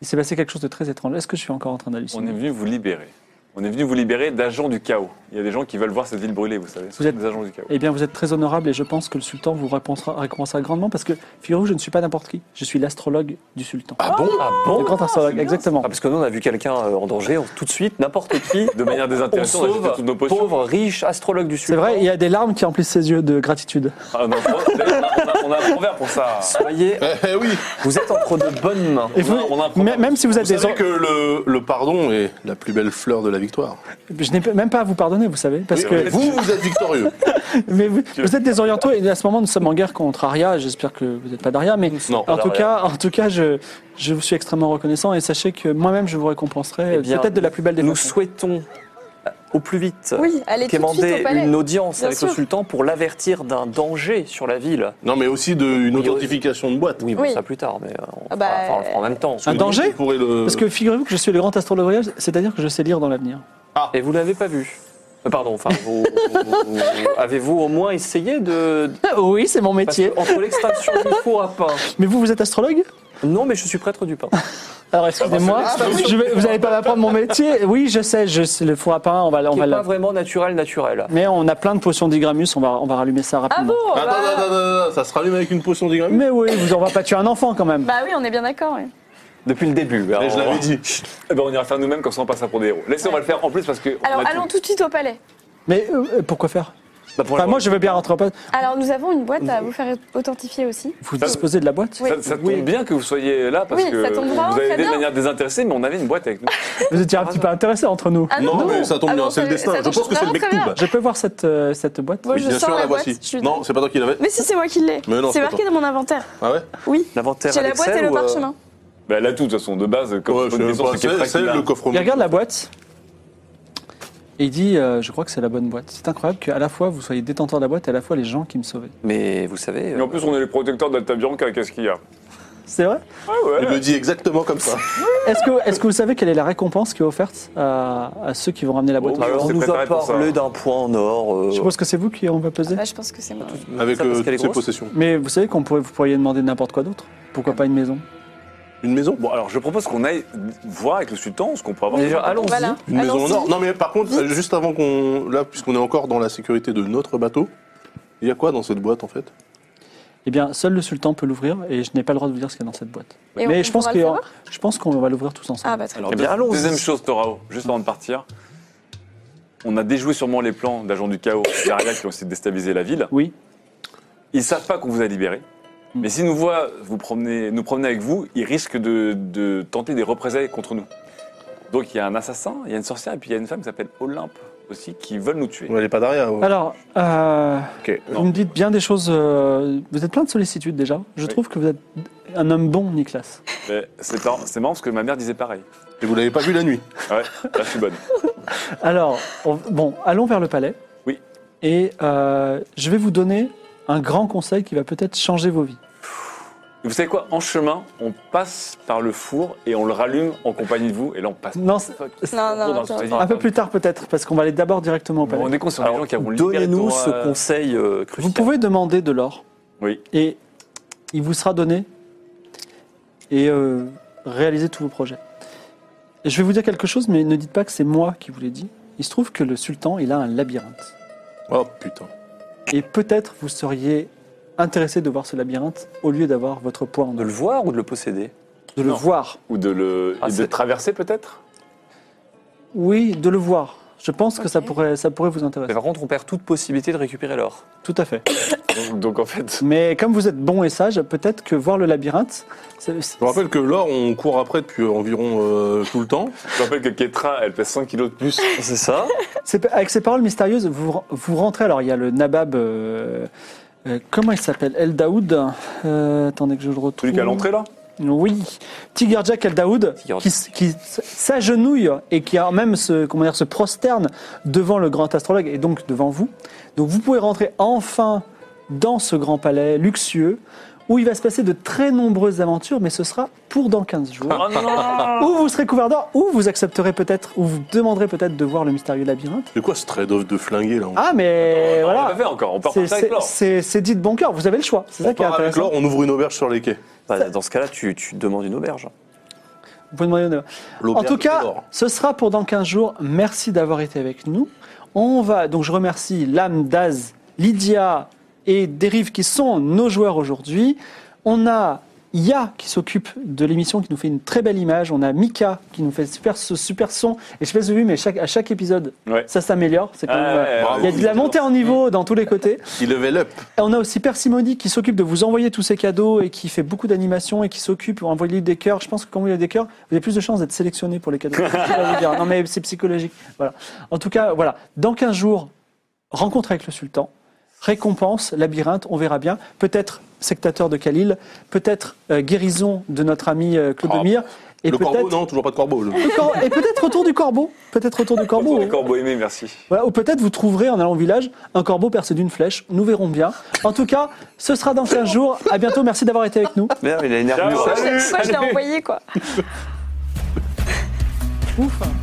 Speaker 1: Il s'est passé quelque chose de très étrange. Est-ce que je suis encore en train
Speaker 2: On
Speaker 1: d'halluciner
Speaker 2: est venu vous libérer. On est venu vous libérer d'agents du chaos. Il y a des gens qui veulent voir cette ville brûler, vous savez. Ce
Speaker 1: Vous
Speaker 2: sont
Speaker 1: êtes-
Speaker 2: des agents du chaos.
Speaker 1: Eh bien, vous êtes très honorable et je pense que le sultan vous récompensera, récompensera grandement parce que, figurez-vous, je ne suis pas n'importe qui. Je suis l'astrologue du sultan.
Speaker 6: Ah bon Ah
Speaker 1: le
Speaker 6: bon
Speaker 1: grand astrologue,
Speaker 2: bien,
Speaker 1: exactement.
Speaker 3: Ah, parce que nous, on a vu quelqu'un euh, en danger, on- tout de suite, n'importe qui.
Speaker 2: De manière
Speaker 3: On
Speaker 2: désintéressante, on, a jeté
Speaker 3: sauve
Speaker 2: toutes nos potions.
Speaker 3: pauvre, riche, astrologue du
Speaker 1: C'est
Speaker 3: Sud.
Speaker 1: vrai, il y a des larmes qui emplissent ses yeux de gratitude.
Speaker 2: Ah, non, on a- on a on a un proverbe pour ça.
Speaker 3: Soyez,
Speaker 4: Eh, eh oui
Speaker 3: vous êtes entre de bonnes mains.
Speaker 1: Et
Speaker 2: On a-
Speaker 1: vous-
Speaker 2: on a un
Speaker 1: même
Speaker 2: problème.
Speaker 1: même si vous êtes
Speaker 4: Vous
Speaker 1: des
Speaker 4: savez que le, le pardon est la plus belle fleur de la victoire.
Speaker 1: je n'ai même pas à vous pardonner, vous savez, parce
Speaker 4: Oui,
Speaker 1: que
Speaker 4: mais Vous, vous êtes victorieux.
Speaker 1: mais vous, vous êtes des orientaux et à ce moment nous sommes en guerre contre Aria. J'espère que vous n'êtes pas d'Aria, mais
Speaker 3: Non,
Speaker 1: en
Speaker 3: pas
Speaker 1: tout
Speaker 3: d'Aria.
Speaker 1: cas, en tout cas, je je vous suis extrêmement reconnaissant et sachez que moi-même je vous récompenserai
Speaker 3: Eh bien,
Speaker 1: peut-être de la plus belle des
Speaker 3: Nous
Speaker 1: façons.
Speaker 3: souhaitons euh, au plus vite
Speaker 5: Oui, allez tout de suite
Speaker 3: quémander
Speaker 5: au palais.
Speaker 3: une audience
Speaker 5: Bien
Speaker 3: avec le
Speaker 5: sûr.
Speaker 3: sultan pour l'avertir d'un danger sur la ville.
Speaker 4: Non, mais aussi d'une
Speaker 3: oui.
Speaker 4: authentification de boîte.
Speaker 3: Oui, bon,
Speaker 5: Oui.
Speaker 3: ça plus tard, mais euh, on,
Speaker 5: Ah bah,
Speaker 3: fera- enfin, on le fera en même temps.
Speaker 1: Un danger
Speaker 4: Vous pourrez le-
Speaker 1: Parce que figurez-vous que je suis le grand astrologue royal, c'est-à-dire que je sais lire dans l'avenir.
Speaker 3: Et vous l'avez pas vu Euh, Pardon, enfin, vous- vous- avez-vous au moins essayé de...
Speaker 1: Oui, c'est mon
Speaker 3: Parce
Speaker 1: métier.
Speaker 3: que entre l'extinction du four à pain...
Speaker 1: Mais vous, vous êtes astrologue
Speaker 3: Non, mais je suis prêtre du pain.
Speaker 1: Alors excusez-moi,
Speaker 3: Ah, bah
Speaker 1: je vais- vous n'allez pas m'apprendre mon métier. Oui, je sais, je sais, le four à pain, on va, on
Speaker 3: Qui
Speaker 1: va
Speaker 3: est pas
Speaker 1: la-
Speaker 3: vraiment naturel, naturel.
Speaker 1: Mais on a plein de potions d'Igramus, on va, on va rallumer ça
Speaker 5: Ah
Speaker 1: rapidement.
Speaker 5: bon
Speaker 4: Attends,
Speaker 5: bah...
Speaker 4: attends, attends, attends, ça se rallume avec une potion d'Igramus
Speaker 1: mais oui, vous en va pas tuer un enfant quand même.
Speaker 5: bah oui, on est bien d'accord. ouais.
Speaker 3: Depuis le début. hein,
Speaker 4: Eh, Je
Speaker 3: on-
Speaker 4: l'avais dit.
Speaker 2: Eh ben, on ira faire nous-mêmes comme ça on passe ça pour des héros. Laissez, on va le faire en plus parce que. on
Speaker 5: Alors
Speaker 2: a tout.
Speaker 5: allons tout de suite au palais.
Speaker 1: Mais euh, pourquoi faire
Speaker 3: Bah, pour
Speaker 1: Enfin,
Speaker 3: la-
Speaker 1: moi, je veux bien rentrer en poste.
Speaker 5: Alors nous avons une boîte à vous faire authentifier aussi.
Speaker 1: Vous disposez de la boîte
Speaker 5: Oui.
Speaker 2: Ça, ça tombe bien que vous soyez là parce
Speaker 5: Oui,
Speaker 2: que
Speaker 5: ça tombe
Speaker 2: vous
Speaker 5: vraiment
Speaker 2: avez
Speaker 5: très
Speaker 2: des
Speaker 5: bien.
Speaker 2: manières désintéressées, mais on avait une boîte avec nous.
Speaker 1: Vous étiez un petit peu intéressés entre nous.
Speaker 5: Ah
Speaker 4: Non, mais ça tombe
Speaker 5: Ah
Speaker 4: bien,
Speaker 5: bon,
Speaker 4: c'est le
Speaker 5: ça-
Speaker 4: destin.
Speaker 5: ça
Speaker 4: Je pense
Speaker 5: tombe
Speaker 4: que c'est le
Speaker 5: vraiment très
Speaker 4: Mektoub.
Speaker 5: bien.
Speaker 1: Je peux voir cette, euh, cette boîte
Speaker 5: Bon,
Speaker 4: Oui,
Speaker 5: je
Speaker 4: bien
Speaker 5: sors
Speaker 4: sûr,
Speaker 5: la
Speaker 4: la
Speaker 5: boîte,
Speaker 4: voici.
Speaker 5: je suis
Speaker 4: Non,
Speaker 5: dingue.
Speaker 4: c'est pas toi qui l'avais.
Speaker 5: Mais si, c'est moi qui l'ai.
Speaker 4: Mais non,
Speaker 5: C'est
Speaker 4: c'est
Speaker 5: marqué
Speaker 4: pas
Speaker 5: dans mon inventaire.
Speaker 4: Ah ouais
Speaker 5: Oui.
Speaker 3: L'inventaire
Speaker 5: J'ai la
Speaker 3: avec
Speaker 5: boîte et
Speaker 3: sel
Speaker 5: le
Speaker 3: ou, euh,
Speaker 5: parchemin.
Speaker 2: bah, là, tout, de toute façon, de base, comme
Speaker 4: Ouais, je
Speaker 2: bonne
Speaker 4: sais
Speaker 2: maison,
Speaker 4: pas,
Speaker 2: c'est qu'elle
Speaker 4: c'est
Speaker 2: craque,
Speaker 4: c'est
Speaker 2: là.
Speaker 4: le coffre
Speaker 1: Il regarde la boîte et il dit euh, Je crois que c'est la bonne boîte. C'est incroyable qu'à la fois vous soyez détenteur de la boîte et à la fois les gens qui me sauvaient.
Speaker 3: Mais vous savez...
Speaker 2: Mais en
Speaker 3: euh,
Speaker 2: plus, on est les protecteurs d'Alta Bianca, qu'est-ce qu'il y a
Speaker 1: C'est vrai
Speaker 2: Ah ouais
Speaker 4: Il me dit exactement comme ça.
Speaker 1: Est-ce que, est que vous savez quelle est la récompense qui est offerte à, à ceux qui vont ramener la boîte
Speaker 2: Oh,
Speaker 1: au
Speaker 2: alors,
Speaker 3: on
Speaker 2: s'est
Speaker 1: sultan
Speaker 3: nous a
Speaker 2: préparé pour ça.
Speaker 3: parlé d'un point en or. euh,
Speaker 1: Je pense que c'est vous qui on va peser.
Speaker 5: Bah, je pense que c'est moi.
Speaker 4: Avec
Speaker 3: Ça, parce
Speaker 4: euh,
Speaker 3: qu'elle est
Speaker 4: toutes ses
Speaker 3: grosse.
Speaker 4: possessions.
Speaker 1: Mais vous savez qu'on pourrait, vous pourriez demander n'importe quoi d'autre. Pourquoi pas une maison
Speaker 4: Une maison
Speaker 2: Bon, alors je propose qu'on aille voir avec le sultan ce qu'on pourrait avoir.
Speaker 3: Déjà, allons-y.
Speaker 5: Voilà.
Speaker 1: Ah
Speaker 4: Une maison en
Speaker 5: Allons-y.
Speaker 4: or. Non, mais par contre, euh, juste avant qu'on. Là, puisqu'on est encore dans la sécurité de notre bateau, il y a quoi dans cette boîte en fait
Speaker 1: Eh bien, seul le sultan peut l'ouvrir et je n'ai pas le droit de vous dire ce qu'il y a dans cette boîte.
Speaker 5: Et on-
Speaker 1: Mais
Speaker 5: on
Speaker 1: je, pense
Speaker 5: pourra
Speaker 1: que,
Speaker 5: le savoir
Speaker 1: je pense qu'on va l'ouvrir tous ensemble.
Speaker 5: Ah bah très bien.
Speaker 3: Eh bien, allons-y.
Speaker 2: Deuxième chose, Torao, juste avant de partir. On a déjoué sûrement les plans d'agents du chaos, d'Aria qui ont essayé de déstabiliser la ville.
Speaker 1: Oui.
Speaker 2: Ils savent pas qu'on vous a libéré. Mais s'ils nous voient vous promener, nous promener avec vous, ils risquent de, de tenter des représailles contre nous. Donc il y a un assassin, il y a une sorcière, et puis il y a une femme qui s'appelle Olympe aussi, qui veulent nous tuer.
Speaker 4: On n'est pas derrière. ouais.
Speaker 1: Alors, euh,
Speaker 2: Ok,
Speaker 1: vous me dites bien des choses. euh, vous êtes plein de sollicitude déjà. Je
Speaker 2: Oui.
Speaker 1: trouve que vous êtes un homme bon, Nicolas.
Speaker 2: mais C'est marrant c'est marrant parce que ma mère disait pareil.
Speaker 4: Et vous l'avez pas vu la nuit
Speaker 2: Ouais, là je suis bonne.
Speaker 1: Alors, on- bon, allons vers le palais.
Speaker 2: Oui.
Speaker 1: Et euh, je vais vous donner un grand conseil qui va peut-être changer vos vies.
Speaker 2: Vous savez quoi En chemin, on passe par le four et on le rallume en compagnie de vous, et là on passe.
Speaker 1: Non, c'est-
Speaker 5: Non, non,
Speaker 2: Dans ce
Speaker 5: attends,
Speaker 2: pays.
Speaker 1: un peu plus tard peut-être, parce qu'on va aller d'abord directement au palais.
Speaker 2: On est con sur les gens qui avons libéré ton,
Speaker 3: Donnez-nous ce
Speaker 2: euh,
Speaker 3: conseil euh, crucial.
Speaker 1: Vous pouvez demander de l'or.
Speaker 2: Oui.
Speaker 1: Et il vous sera donné. Et euh, réalisez tous vos projets. Et je vais vous dire quelque chose, mais ne dites pas que c'est moi qui vous l'ai dit. Il se trouve que le sultan, il a un labyrinthe.
Speaker 4: Oh putain.
Speaker 1: Et peut-être vous seriez intéressé de voir ce labyrinthe au lieu d'avoir votre poids en
Speaker 3: De
Speaker 1: deux.
Speaker 3: le voir ou de le posséder
Speaker 1: De le
Speaker 2: Non.
Speaker 1: voir.
Speaker 2: Ou de le
Speaker 3: Ah,
Speaker 2: et de
Speaker 3: c'est-
Speaker 2: traverser peut-être
Speaker 1: Oui, de le voir. Je pense que ça
Speaker 5: Ok.
Speaker 1: pourrait, ça pourrait vous
Speaker 3: Mais
Speaker 1: intéresser.
Speaker 3: par contre, on perd toute possibilité de récupérer l'or.
Speaker 1: Tout à fait.
Speaker 2: donc, donc, en fait,
Speaker 1: Mais comme vous êtes bon et sage, peut-être que voir le labyrinthe, c'est- c'est-
Speaker 4: Je vous rappelle que l'or, on court après depuis environ euh, tout le temps.
Speaker 2: je rappelle que Ketra, elle pèse 100 kilos de plus.
Speaker 3: C'est ça
Speaker 1: c'est- avec ces paroles mystérieuses, vous, vous rentrez. Alors il y a le Nabab, euh, euh, comment il s'appelle El Daoud. Euh, attendez que je le retrouve.
Speaker 2: Celui qui est à l'entrée là
Speaker 1: Oui, Tiger Jack El Daoud,
Speaker 3: Tiger
Speaker 1: qui, s- qui s- s'agenouille et qui a même se, comment dire, se prosterne devant le grand astrologue et donc devant vous. Donc vous pouvez rentrer enfin dans ce grand palais luxueux où il va se passer de très nombreuses aventures, mais ce sera pour dans 15 jours.
Speaker 2: Oh non
Speaker 1: Ou vous serez couvert d'or, ou vous accepterez peut-être, ou vous demanderez peut-être de voir le mystérieux labyrinthe.
Speaker 4: C'est quoi ce trade-off de flinguer là on-
Speaker 1: Ah, mais
Speaker 2: On l'a
Speaker 1: voilà,
Speaker 2: pas fait encore, on part
Speaker 1: C'est-
Speaker 2: pas avec
Speaker 1: c'est-
Speaker 2: l'or.
Speaker 1: c'est c'est dit de bon cœur, vous avez le choix. C'est ça
Speaker 4: On
Speaker 1: qui est
Speaker 4: part avec
Speaker 1: intéressant.
Speaker 4: l'or, on ouvre une auberge sur les quais.
Speaker 3: Bah, Dans ce cas-là, tu, tu demandes une auberge.
Speaker 1: Vous pouvez demander au- En
Speaker 4: L'auberge
Speaker 1: tout
Speaker 4: de
Speaker 1: cas,
Speaker 4: l'or.
Speaker 1: ce sera pour dans 15 jours. Merci d'avoir été avec nous. On va donc je remercie Lame, Daz, Lydia et Dérive qui sont nos joueurs aujourd'hui. On a Ya qui s'occupe de l'émission, qui nous fait une très belle image. On a Mika qui nous fait super, ce super son. Et je sais pas si vous avez vu, mais chaque- à chaque épisode,
Speaker 2: Ouais.
Speaker 1: ça s'améliore. C'est quand
Speaker 2: Ah,
Speaker 1: même,
Speaker 2: ouais,
Speaker 1: euh,
Speaker 2: ouais,
Speaker 1: Il y a de la montée en niveau dans tous les côtés.
Speaker 4: Il level up.
Speaker 1: Et on a aussi Persimony qui s'occupe de vous envoyer tous ces cadeaux et qui fait beaucoup d'animations et qui s'occupe pour envoyer des cœurs. Je pense que quand vous avez des cœurs, vous avez plus de chances d'être sélectionné pour les cadeaux. C'est ce que je vais vous dire. Non mais c'est psychologique. Voilà. En tout cas, voilà. Dans 15 jours, rencontre avec le sultan, récompense, labyrinthe, on verra bien. Peut-être sectateur de Khalil, peut-être euh, guérison de notre ami euh, Clodomir. et
Speaker 4: Oh, le corbeau,
Speaker 1: peut-être
Speaker 4: non, toujours pas de corbeau. le-
Speaker 1: Le cor- et peut-être retour du corbeau. Peut-être retour du corbeau.
Speaker 2: Retour du corbeau aimé, merci.
Speaker 1: Voilà, ou peut-être vous trouverez en allant au village un corbeau percé d'une flèche. Nous verrons bien. En tout cas, ce sera dans 15 jours. À bientôt. Merci d'avoir été avec nous.
Speaker 3: Mais non, mais il a une armure.
Speaker 2: Ciao.
Speaker 5: Moi, je- moi, je l'ai
Speaker 2: Salut.
Speaker 5: envoyé, quoi.
Speaker 1: Ouf. hein.